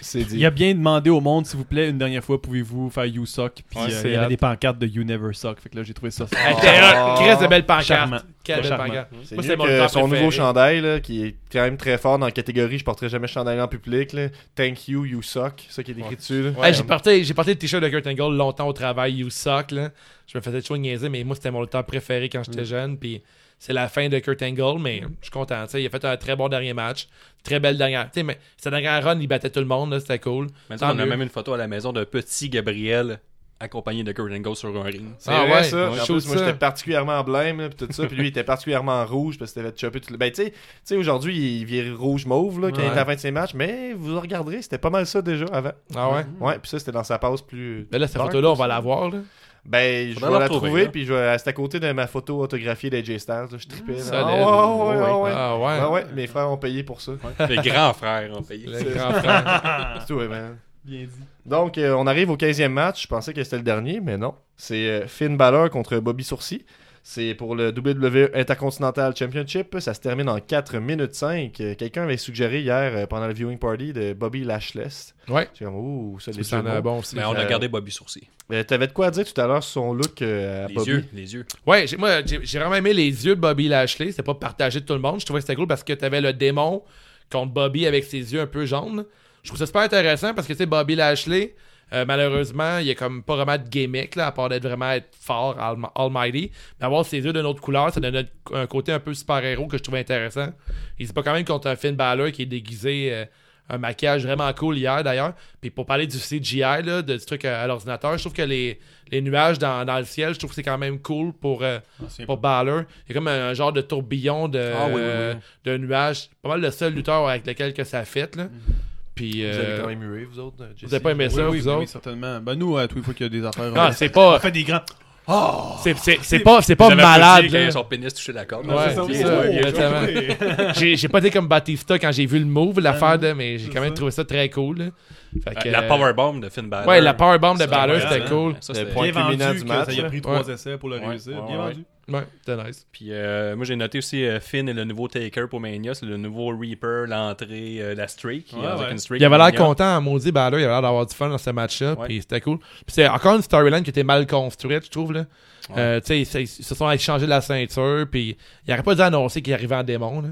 [SPEAKER 1] C'est dit.
[SPEAKER 6] Il a bien demandé au monde, s'il vous plaît, une dernière fois, pouvez-vous faire You Suck Puis
[SPEAKER 4] Ouais,
[SPEAKER 6] euh,
[SPEAKER 5] c'est
[SPEAKER 6] il y avait
[SPEAKER 5] hot.
[SPEAKER 6] des pancartes de You Never Suck. Fait que là, j'ai trouvé ça.
[SPEAKER 5] Hey, t'es un Chris de belle
[SPEAKER 6] Ah. Charmant.
[SPEAKER 5] pancarte. Quelle belle
[SPEAKER 6] Charmant.
[SPEAKER 5] pancarte.
[SPEAKER 1] C'est
[SPEAKER 5] Moi,
[SPEAKER 1] mieux
[SPEAKER 5] c'est mon
[SPEAKER 1] que
[SPEAKER 5] temps
[SPEAKER 1] son
[SPEAKER 5] préféré.
[SPEAKER 1] nouveau chandail, là, qui est quand même très fort dans la catégorie. Je porterai jamais ce chandail en public. là. Thank you, you suck. C'est ça qui est écrit dessus. là.
[SPEAKER 5] Hey, j'ai porté, j'ai porté le t-shirt de Kurt Angle longtemps au travail, You Suck. Là. Je me faisais toujours niaiser, mais moi, c'était mon temps préféré quand
[SPEAKER 1] Mm.
[SPEAKER 5] j'étais jeune. Puis c'est la fin de Kurt Angle, mais je suis content. tu sais, Il a fait un très bon dernier match. Très belle dernière. tu sais, Mais sa dernière run, il battait tout le monde. là, C'était cool.
[SPEAKER 4] Maintenant,
[SPEAKER 5] Tant
[SPEAKER 4] on a
[SPEAKER 5] mieux.
[SPEAKER 4] même une photo à la maison d'un petit Gabriel accompagné de Kurt Angle sur un ring.
[SPEAKER 1] C'est
[SPEAKER 5] Ah
[SPEAKER 1] vrai,
[SPEAKER 5] ouais,
[SPEAKER 1] ça.
[SPEAKER 5] ouais.
[SPEAKER 1] En
[SPEAKER 5] Chose
[SPEAKER 1] plus, moi,
[SPEAKER 5] ça.
[SPEAKER 1] j'étais particulièrement blême, là, pis tout ça. Puis lui, il était particulièrement rouge parce qu'il avait chopé tout le. Ben, tu sais- tu sais, aujourd'hui, il vient rouge-mauve là, quand il est à la fin de ses matchs. Mais vous regarderez, c'était pas mal ça déjà avant.
[SPEAKER 5] Ah ouais?
[SPEAKER 1] Ouais, puis ça, c'était dans sa passe plus.
[SPEAKER 5] Ben là, cette
[SPEAKER 1] dark,
[SPEAKER 5] photo-là, on
[SPEAKER 1] tout ça.
[SPEAKER 5] va la voir. là.
[SPEAKER 1] Ben, je
[SPEAKER 4] Faudra
[SPEAKER 1] vais
[SPEAKER 4] la
[SPEAKER 1] la
[SPEAKER 4] retrouver,
[SPEAKER 1] trouver,
[SPEAKER 4] là.
[SPEAKER 1] puis je vais... c'est à côté de ma photo autographiée d'AJ Styles. là, Je tripais. là.
[SPEAKER 5] Solide.
[SPEAKER 1] Ah ouais, ouais, ouais, ouais.
[SPEAKER 5] Ah ouais.
[SPEAKER 1] Ah ouais, mes frères ont payé pour ça.
[SPEAKER 4] Le grand frère en pays.
[SPEAKER 5] Le grand frère.
[SPEAKER 1] C'est tout, ouais, ben, man. Donc, euh, on arrive au 15e match. Je pensais que c'était le dernier, mais non. C'est euh, Finn Balor contre Bobby Sourcil. C'est pour le WWE Intercontinental Championship. Ça se termine en 4 minutes 5. Euh, Quelqu'un avait suggéré hier, euh, pendant le viewing party, de Bobby Lashless.
[SPEAKER 5] Ouais.
[SPEAKER 1] J'ai comme, ouh, ça, les
[SPEAKER 5] Ça
[SPEAKER 1] jeux
[SPEAKER 5] en a
[SPEAKER 1] mots.
[SPEAKER 5] bon aussi.
[SPEAKER 4] Mais on a
[SPEAKER 1] Euh,
[SPEAKER 4] gardé Bobby Sourcil.
[SPEAKER 1] Euh, T'avais de quoi dire tout à l'heure sur son look euh, à
[SPEAKER 4] Les
[SPEAKER 1] Bobby?
[SPEAKER 4] yeux, les yeux.
[SPEAKER 5] Ouais, j'ai- moi, j'ai j'ai vraiment aimé les yeux de Bobby Lashley. C'était pas partagé de tout le monde. Je trouvais que c'était cool parce que t'avais le démon contre Bobby avec ses yeux un peu jaunes. Je trouve ça super intéressant parce que, tu sais, Bobby Lashley, euh, malheureusement, il y a comme pas vraiment de gimmick, là, à part d'être vraiment être fort, alm- almighty. Mais avoir ses yeux d'une autre couleur, ça donne un côté un peu super-héros que je trouvais intéressant. Il se bat quand même contre un Finn Balor qui est déguisé... euh, un maquillage vraiment cool hier d'ailleurs. Puis pour parler du CGI, là, de, du truc euh, à, à l'ordinateur, je trouve que les, les nuages dans, dans le ciel, je trouve que c'est quand même cool pour, euh, pour Balor. Il y a comme un, un genre de tourbillon de,
[SPEAKER 4] Ah oui, oui,
[SPEAKER 5] euh,
[SPEAKER 4] oui.
[SPEAKER 5] de nuages. Pas mal le seul lutteur avec lequel que ça fait. Là. Puis,
[SPEAKER 1] Vous avez
[SPEAKER 5] euh,
[SPEAKER 1] quand même eu, vous autres,
[SPEAKER 5] vous avez pas aimé ça,
[SPEAKER 6] oui,
[SPEAKER 5] vous autres?
[SPEAKER 6] certainement. Ben nous, à tous les fois qu'il y a des affaires.
[SPEAKER 5] Ah, c'est pas.
[SPEAKER 6] fait des grands.
[SPEAKER 5] C'est- C'est c'est pas, c'est pas malade. là.
[SPEAKER 4] Son pénis touchait la corde. Euh,
[SPEAKER 5] Ouais, c'est ça,
[SPEAKER 6] Oh,
[SPEAKER 5] exactement. J'ai j'ai pas été comme Batista quand j'ai vu le move, l'affaire, de, mais j'ai quand même trouvé ça très cool. là. Fait que,
[SPEAKER 4] La
[SPEAKER 5] euh,
[SPEAKER 4] powerbomb de Finn Balor.
[SPEAKER 5] Ouais, la powerbomb de Balor,
[SPEAKER 4] incroyable,
[SPEAKER 5] c'était
[SPEAKER 4] hein.
[SPEAKER 5] cool.
[SPEAKER 4] Ça,
[SPEAKER 1] Le
[SPEAKER 4] c'était-
[SPEAKER 1] point
[SPEAKER 6] Bien
[SPEAKER 1] culminant
[SPEAKER 6] vendu
[SPEAKER 1] du
[SPEAKER 6] que
[SPEAKER 1] match.
[SPEAKER 6] ça y a
[SPEAKER 1] là.
[SPEAKER 6] pris trois
[SPEAKER 5] Ouais.
[SPEAKER 6] essais pour le
[SPEAKER 4] Ouais,
[SPEAKER 6] réussir.
[SPEAKER 4] ouais,
[SPEAKER 6] Bien
[SPEAKER 4] ouais.
[SPEAKER 6] vendu.
[SPEAKER 5] Ouais, c'était nice.
[SPEAKER 4] Puis euh, moi, j'ai noté aussi euh, Finn est le nouveau Taker pour Mania. C'est le nouveau Reaper, l'entrée, euh, la streak.
[SPEAKER 6] Ouais,
[SPEAKER 4] avec
[SPEAKER 6] ouais.
[SPEAKER 4] une streak
[SPEAKER 5] Il avait
[SPEAKER 4] à
[SPEAKER 5] l'air
[SPEAKER 4] Mania.
[SPEAKER 5] content, maudit Balor, il avait l'air d'avoir du fun dans ce match-là,
[SPEAKER 4] Ouais.
[SPEAKER 5] puis c'était cool. Puis c'est encore une storyline qui était mal construite, je trouve. Là. Euh, tu sais, ils se- ils se sont échangés la ceinture, puis il aurait pas dû annoncer qu'il arrivait en démon. Là.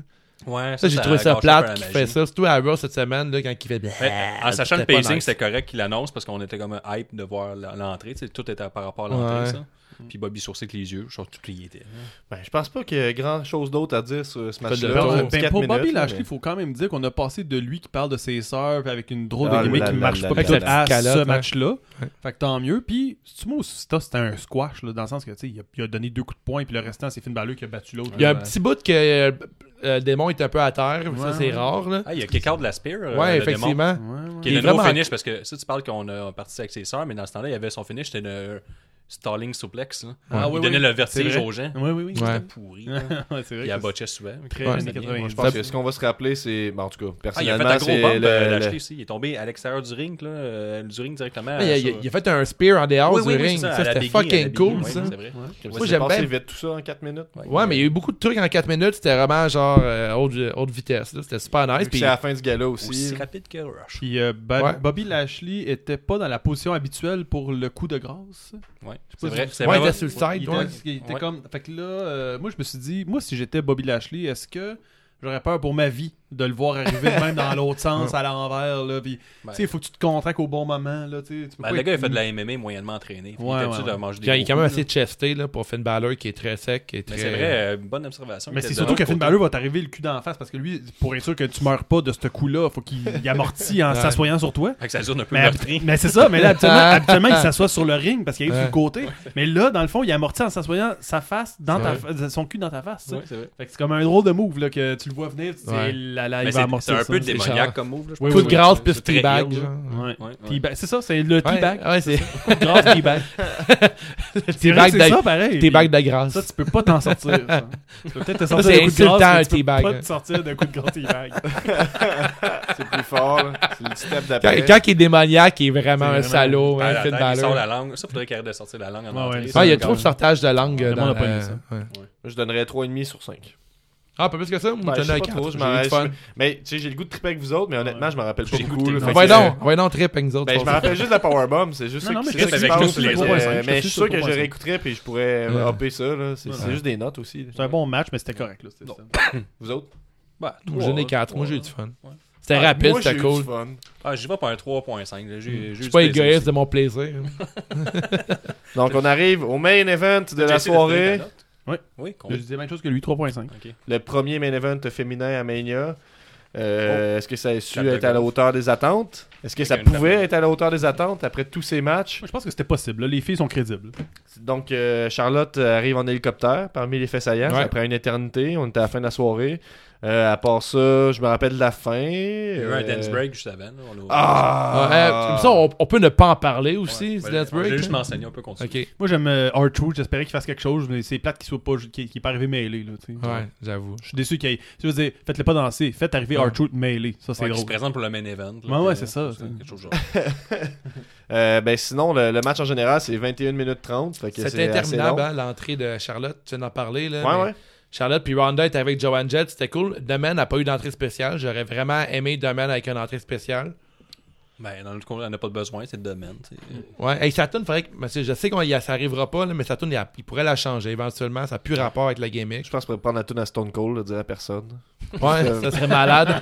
[SPEAKER 4] Ouais,
[SPEAKER 5] Ça, j'ai trouvé ça
[SPEAKER 4] gâche un peu
[SPEAKER 5] plate
[SPEAKER 4] la
[SPEAKER 5] qu'il
[SPEAKER 4] magie.
[SPEAKER 5] fait ça, surtout à Raw cette semaine, là, quand il fait.
[SPEAKER 4] Ouais, en sachant le
[SPEAKER 5] C'était Euh, pas
[SPEAKER 4] pacing,
[SPEAKER 5] nice.
[SPEAKER 4] c'était correct qu'il annonce parce qu'on était comme hype de voir la- l'entrée. tu sais, Tout était par rapport à l'entrée.
[SPEAKER 5] Ouais.
[SPEAKER 4] ça. Puis Bobby sourcé avec les yeux. Je suis tout y était.
[SPEAKER 1] Ben, je pense pas qu'il y ait grand chose d'autre à dire sur ce match-là.
[SPEAKER 5] de tour.
[SPEAKER 1] C'est
[SPEAKER 5] Ben,
[SPEAKER 1] quatre
[SPEAKER 6] Ben, pour
[SPEAKER 1] minutes,
[SPEAKER 6] Bobby
[SPEAKER 1] là,
[SPEAKER 6] Lashley,
[SPEAKER 1] mais-
[SPEAKER 6] il faut quand même dire qu'on a passé de lui qui parle de ses sœurs puis avec une drôle
[SPEAKER 1] Ah,
[SPEAKER 6] de gimmick
[SPEAKER 1] là,
[SPEAKER 6] qui
[SPEAKER 1] là,
[SPEAKER 6] marche
[SPEAKER 1] là,
[SPEAKER 6] pas
[SPEAKER 1] là,
[SPEAKER 6] tout
[SPEAKER 1] là,
[SPEAKER 5] là.
[SPEAKER 6] à
[SPEAKER 5] Calotte, ouais.
[SPEAKER 6] ce match-là.
[SPEAKER 5] Ouais.
[SPEAKER 6] Fait que tant mieux. Puis, tu moi, c'était un squash là, dans le sens que tu sais, il, a- il a donné deux coups de poing puis le restant, c'est Finn Balor qui a battu l'autre.
[SPEAKER 5] Il y a un
[SPEAKER 6] Ouais.
[SPEAKER 5] petit bout que euh, euh, le démon est un peu à terre, ça
[SPEAKER 6] Ouais,
[SPEAKER 5] c'est
[SPEAKER 6] ouais.
[SPEAKER 5] rare. Là.
[SPEAKER 4] Ah, il y a kick out de la spear. euh,
[SPEAKER 5] ouais,
[SPEAKER 4] le démon,
[SPEAKER 5] effectivement.
[SPEAKER 6] Ouais, ouais.
[SPEAKER 4] Qui
[SPEAKER 5] Il
[SPEAKER 4] est
[SPEAKER 5] est
[SPEAKER 4] le nouveau
[SPEAKER 5] vraiment-
[SPEAKER 4] finish parce que ça, tu parles qu'on a parti avec ses sœurs, mais dans ce temps-là, il y avait son finish. C'était le Stalling Suplex. là.
[SPEAKER 6] Ah,
[SPEAKER 4] il
[SPEAKER 6] oui,
[SPEAKER 4] donnait
[SPEAKER 6] oui.
[SPEAKER 4] le
[SPEAKER 6] C'est
[SPEAKER 4] vertige
[SPEAKER 6] vrai.
[SPEAKER 4] aux gens.
[SPEAKER 6] Oui, oui, oui.
[SPEAKER 5] Ouais.
[SPEAKER 4] Pourri. là.
[SPEAKER 6] Ouais, c'est vrai.
[SPEAKER 4] Il
[SPEAKER 6] que
[SPEAKER 4] abotchait souvent.
[SPEAKER 6] Très
[SPEAKER 5] Ouais.
[SPEAKER 6] années
[SPEAKER 1] Moi, je
[SPEAKER 6] 90.
[SPEAKER 1] pense que ce qu'on va se rappeler, c'est. ben, en tout cas,
[SPEAKER 4] Ah, il a
[SPEAKER 1] personnellement,
[SPEAKER 4] fait un gros
[SPEAKER 1] c'est.
[SPEAKER 4] bump
[SPEAKER 1] le-
[SPEAKER 4] euh,
[SPEAKER 1] le-
[SPEAKER 4] l'acheter aussi. Il est tombé à l'extérieur du ring, là, euh, du ring directement.
[SPEAKER 5] il,
[SPEAKER 4] euh,
[SPEAKER 5] a, il a-
[SPEAKER 4] sur-
[SPEAKER 5] il a fait un spear en dehors
[SPEAKER 4] Oui,
[SPEAKER 5] du
[SPEAKER 4] oui, oui,
[SPEAKER 5] ring.
[SPEAKER 4] c'est ça,
[SPEAKER 5] ça,
[SPEAKER 4] à la
[SPEAKER 5] c'était
[SPEAKER 4] Biggie, à la
[SPEAKER 5] fucking
[SPEAKER 4] Biggie,
[SPEAKER 5] cool,
[SPEAKER 4] oui,
[SPEAKER 5] ça.
[SPEAKER 4] c'est vrai.
[SPEAKER 1] Moi,
[SPEAKER 5] Moi,
[SPEAKER 1] j'ai
[SPEAKER 5] j'aime
[SPEAKER 1] passé
[SPEAKER 5] bien-
[SPEAKER 1] vite tout ça en 4 minutes.
[SPEAKER 5] Ouais, mais il y a eu beaucoup de trucs en 4 minutes. C'était vraiment genre euh, haute, haute vitesse. là. C'était super nice.
[SPEAKER 1] Vu que
[SPEAKER 5] puis-
[SPEAKER 1] c'est à la fin du gala aussi.
[SPEAKER 4] Aussi
[SPEAKER 1] là.
[SPEAKER 4] rapide que Rush.
[SPEAKER 6] Puis euh, Bo-
[SPEAKER 5] Ouais.
[SPEAKER 6] Bobby Lashley était pas dans la position habituelle pour le coup de grâce.
[SPEAKER 4] Ouais,
[SPEAKER 6] pas
[SPEAKER 4] c'est vrai.
[SPEAKER 6] si-
[SPEAKER 4] c'est vrai.
[SPEAKER 5] ouais, il était sur le
[SPEAKER 6] Il
[SPEAKER 5] side.
[SPEAKER 6] était,
[SPEAKER 5] ouais.
[SPEAKER 6] il était
[SPEAKER 4] Ouais.
[SPEAKER 6] comme. Fait que là, euh, moi, je me suis dit, moi, si j'étais Bobby Lashley, est-ce que j'aurais peur pour ma vie de le voir arriver de même dans l'autre sens, à l'envers, là. Puis,
[SPEAKER 4] Ben.
[SPEAKER 6] tu sais, il faut que tu te contractes au bon moment, là. Tu sais, tu peux
[SPEAKER 4] Ben,
[SPEAKER 6] pas
[SPEAKER 4] le
[SPEAKER 6] être-
[SPEAKER 4] gars, il fait de la MMA moyennement entraîné. Il
[SPEAKER 6] Ouais,
[SPEAKER 4] est habitué
[SPEAKER 6] ouais,
[SPEAKER 4] de
[SPEAKER 6] ouais.
[SPEAKER 4] manger
[SPEAKER 5] Puis, il
[SPEAKER 4] des
[SPEAKER 5] est
[SPEAKER 4] gros
[SPEAKER 5] quand même
[SPEAKER 4] coups,
[SPEAKER 5] assez chesté là, pour Finn Balor qui est très sec. Qui est
[SPEAKER 4] là.
[SPEAKER 5] très...
[SPEAKER 4] Mais c'est vrai, euh, bonne observation.
[SPEAKER 6] Mais
[SPEAKER 4] Il
[SPEAKER 6] c'est
[SPEAKER 4] était
[SPEAKER 6] surtout
[SPEAKER 4] de
[SPEAKER 6] que Finn
[SPEAKER 4] l'autre
[SPEAKER 6] Balor va t'arriver le cul d'en face parce que lui, pour être sûr que tu meurs pas de ce coup-là, faut qu'il il amortit en
[SPEAKER 5] Ouais.
[SPEAKER 6] s'assoyant sur toi.
[SPEAKER 4] côté. Fait que ça zone un peu
[SPEAKER 6] Mais,
[SPEAKER 4] meurtri.
[SPEAKER 6] hab- mais c'est ça, mais là, habituellement, habituellement, il s'assoit sur le ring parce qu'il arrive sur le côté. Mais là, dans le fond, il amortit en s'assoyant sa face dans ta fa- son cul dans ta face. tu sais.
[SPEAKER 4] Ouais, c'est vrai.
[SPEAKER 6] Fait que c'est comme un drôle de move là, que tu le vois venir, tu te dis
[SPEAKER 5] Ouais.
[SPEAKER 6] là, là,
[SPEAKER 4] Mais
[SPEAKER 6] il
[SPEAKER 4] c'est
[SPEAKER 6] va amortir.
[SPEAKER 4] c'est un
[SPEAKER 6] ça.
[SPEAKER 4] peu
[SPEAKER 5] genre-
[SPEAKER 4] démoniaque comme move. là, je
[SPEAKER 6] Oui,
[SPEAKER 5] Coup
[SPEAKER 4] pense.
[SPEAKER 5] de
[SPEAKER 6] oui,
[SPEAKER 5] grâce,
[SPEAKER 4] c'est-
[SPEAKER 5] puis
[SPEAKER 4] c'est très
[SPEAKER 5] teabag.
[SPEAKER 4] heel, là.
[SPEAKER 5] genre.
[SPEAKER 6] Ouais.
[SPEAKER 4] Ouais, ouais.
[SPEAKER 6] Puis, ben, c'est ça, c'est le
[SPEAKER 5] Ouais,
[SPEAKER 6] T-back.
[SPEAKER 5] ouais, c'est
[SPEAKER 6] Coup de grâce T-back. C'est vrai
[SPEAKER 5] T-back
[SPEAKER 6] que
[SPEAKER 5] d'ag-
[SPEAKER 6] c'est ça, pareil.
[SPEAKER 5] T-back de grâce.
[SPEAKER 6] Ça, tu peux pas t'en sortir. ça. Tu peux peut-être te sortir
[SPEAKER 5] c'est
[SPEAKER 6] d'un coup de grâce,
[SPEAKER 5] insultant,
[SPEAKER 6] mais
[SPEAKER 5] un
[SPEAKER 6] tu peux
[SPEAKER 5] T-back.
[SPEAKER 6] pas te sortir d'un coup de grâce T-back.
[SPEAKER 1] C'est plus fort. là. C'est le step
[SPEAKER 5] Quand,
[SPEAKER 1] d'après.
[SPEAKER 5] quand il est démoniaque, il est vraiment
[SPEAKER 6] C'est
[SPEAKER 5] un
[SPEAKER 6] vraiment-
[SPEAKER 5] salaud.
[SPEAKER 4] Ah,
[SPEAKER 5] hein,
[SPEAKER 4] la
[SPEAKER 5] Finn
[SPEAKER 4] tête, il sort
[SPEAKER 5] Balor.
[SPEAKER 4] la langue. Ça, faudrait qu'il arrête de sortir la langue en
[SPEAKER 6] Ouais, ouais,
[SPEAKER 4] entrée.
[SPEAKER 6] ça,
[SPEAKER 5] Ah, il y a
[SPEAKER 6] quand
[SPEAKER 5] trop de
[SPEAKER 6] même.
[SPEAKER 5] sortage de langue euh,
[SPEAKER 6] Tout le monde
[SPEAKER 5] dans
[SPEAKER 6] a pas aimé
[SPEAKER 5] euh,
[SPEAKER 6] ça.
[SPEAKER 5] ouais.
[SPEAKER 1] Je donnerais 3,5 sur 5.
[SPEAKER 5] Ah, pas plus que ça? Moi,
[SPEAKER 1] Ben,
[SPEAKER 5] je
[SPEAKER 1] je sais
[SPEAKER 5] donne un
[SPEAKER 1] pas
[SPEAKER 5] quatre.
[SPEAKER 1] trop, je
[SPEAKER 5] J'ai
[SPEAKER 1] m'en
[SPEAKER 5] eu du fun.
[SPEAKER 1] Mais tu sais, j'ai le goût de triper avec vous autres, mais honnêtement, je m'en rappelle pas
[SPEAKER 4] J'ai le
[SPEAKER 1] beaucoup.
[SPEAKER 4] goût de
[SPEAKER 1] là,
[SPEAKER 4] triper.
[SPEAKER 1] fait
[SPEAKER 5] Ouais,
[SPEAKER 1] que, euh,
[SPEAKER 5] donc, ouais, donc, trip, avec nous autres.
[SPEAKER 1] Ben, je
[SPEAKER 5] on
[SPEAKER 1] me
[SPEAKER 5] va-
[SPEAKER 1] rappelle juste de la Powerbomb, c'est juste
[SPEAKER 6] Non, non,
[SPEAKER 1] ça
[SPEAKER 6] mais
[SPEAKER 1] c'est
[SPEAKER 6] je
[SPEAKER 1] ça qui
[SPEAKER 4] reste
[SPEAKER 1] se
[SPEAKER 4] avec nous
[SPEAKER 1] passe.
[SPEAKER 4] sur les
[SPEAKER 1] euh,
[SPEAKER 6] trois, cinq, je
[SPEAKER 1] Mais
[SPEAKER 6] suis
[SPEAKER 1] je suis
[SPEAKER 6] sûr
[SPEAKER 1] sûr que
[SPEAKER 6] pour
[SPEAKER 1] je
[SPEAKER 6] moi,
[SPEAKER 1] réécouterais puis je pourrais
[SPEAKER 5] Ouais.
[SPEAKER 1] euh, hopper ça. là. C'est c'est juste des notes aussi.
[SPEAKER 6] C'est un bon match, mais c'était correct. Là, c'était- c'était-
[SPEAKER 1] Vous autres
[SPEAKER 4] Bah,
[SPEAKER 5] Moi, Je donne des quatre. Moi, j'ai eu du fun. C'était
[SPEAKER 1] Ah,
[SPEAKER 5] rapide,
[SPEAKER 1] moi, j'ai
[SPEAKER 5] c'était
[SPEAKER 1] eu
[SPEAKER 5] cool.
[SPEAKER 1] du fun.
[SPEAKER 4] Ah, j'y vais pour un 3.5. là. J'ai-
[SPEAKER 5] Je suis pas égoïste de mon plaisir.
[SPEAKER 1] Donc, on arrive au main event de la soirée.
[SPEAKER 6] Oui.
[SPEAKER 4] Oui, qu'on-
[SPEAKER 6] Je disais la même chose que lui, 3.5.
[SPEAKER 1] Le premier main event féminin à Mania. Euh, Est-ce que ça a su
[SPEAKER 4] Table de
[SPEAKER 1] être à la
[SPEAKER 4] golf.
[SPEAKER 1] hauteur des attentes Est-ce que
[SPEAKER 4] Avec
[SPEAKER 1] ça
[SPEAKER 4] une table de
[SPEAKER 1] pouvait
[SPEAKER 4] golf.
[SPEAKER 1] être à la hauteur des attentes après tous ces matchs
[SPEAKER 6] Moi, je pense que c'était possible. là. Les filles sont crédibles.
[SPEAKER 1] Donc, euh, Charlotte euh, arrive en hélicoptère parmi les faits saillants.
[SPEAKER 5] Ouais.
[SPEAKER 1] Après une éternité, on était à la fin de la soirée. Euh, à part ça, je me rappelle de la fin.
[SPEAKER 4] Il y a eu
[SPEAKER 1] Euh,
[SPEAKER 4] un dance break juste avant. là. On l'a-
[SPEAKER 1] Ah!
[SPEAKER 5] Ah, euh, comme ça, on, on peut ne pas en parler aussi,
[SPEAKER 4] Ouais,
[SPEAKER 5] ce
[SPEAKER 4] ben,
[SPEAKER 5] Dance
[SPEAKER 4] Je
[SPEAKER 5] Break.
[SPEAKER 4] vais juste
[SPEAKER 5] là.
[SPEAKER 4] m'enseigner un peu contre ça.
[SPEAKER 5] Ok,
[SPEAKER 6] Moi, j'aime euh, R-Truth. J'espérais qu'il fasse quelque chose, mais c'est plate qu'il soit pas, qu'il qu'il est pas arrivé mêlé. Là, tu sais.
[SPEAKER 5] ouais, j'avoue.
[SPEAKER 6] Je suis déçu qu'il y ait. Je veux dire, faites-le pas danser. Faites arriver
[SPEAKER 5] Ouais.
[SPEAKER 6] R-Truth mêlé. Ça, c'est
[SPEAKER 4] Ouais, qui se
[SPEAKER 6] drôle.
[SPEAKER 4] présente pour le main event. là,
[SPEAKER 6] Ouais, ouais,
[SPEAKER 4] puis,
[SPEAKER 6] c'est
[SPEAKER 4] euh,
[SPEAKER 6] ça.
[SPEAKER 4] Quelque chose genre.
[SPEAKER 1] Euh, ben sinon, le, le match en général, c'est 21 minutes 30. Fait que c'est
[SPEAKER 5] C'était interminable,
[SPEAKER 1] assez
[SPEAKER 5] hein, l'entrée de Charlotte. Tu viens d'en parler, là.
[SPEAKER 1] long. Ouais,
[SPEAKER 5] mais
[SPEAKER 1] ouais.
[SPEAKER 5] Charlotte puis Ronda étaient avec Joanne Jett, c'était cool. Domaine n'a pas eu d'entrée spéciale. J'aurais vraiment aimé Domaine avec une entrée spéciale.
[SPEAKER 4] Ben, dans le coup, on n'a pas de besoin, c'est le domaine. tu sais.
[SPEAKER 5] Ouais, hey, Saturn, faudrait que, parce que je sais qu'on y- ça arrivera pas, là, mais Saturn, il, a- il pourrait la changer éventuellement. Ça n'a plus rapport avec la gimmick.
[SPEAKER 1] Je pense qu'on pourrait prendre la tune à Stone Cold, le dire à personne.
[SPEAKER 5] Ouais, ça serait malade.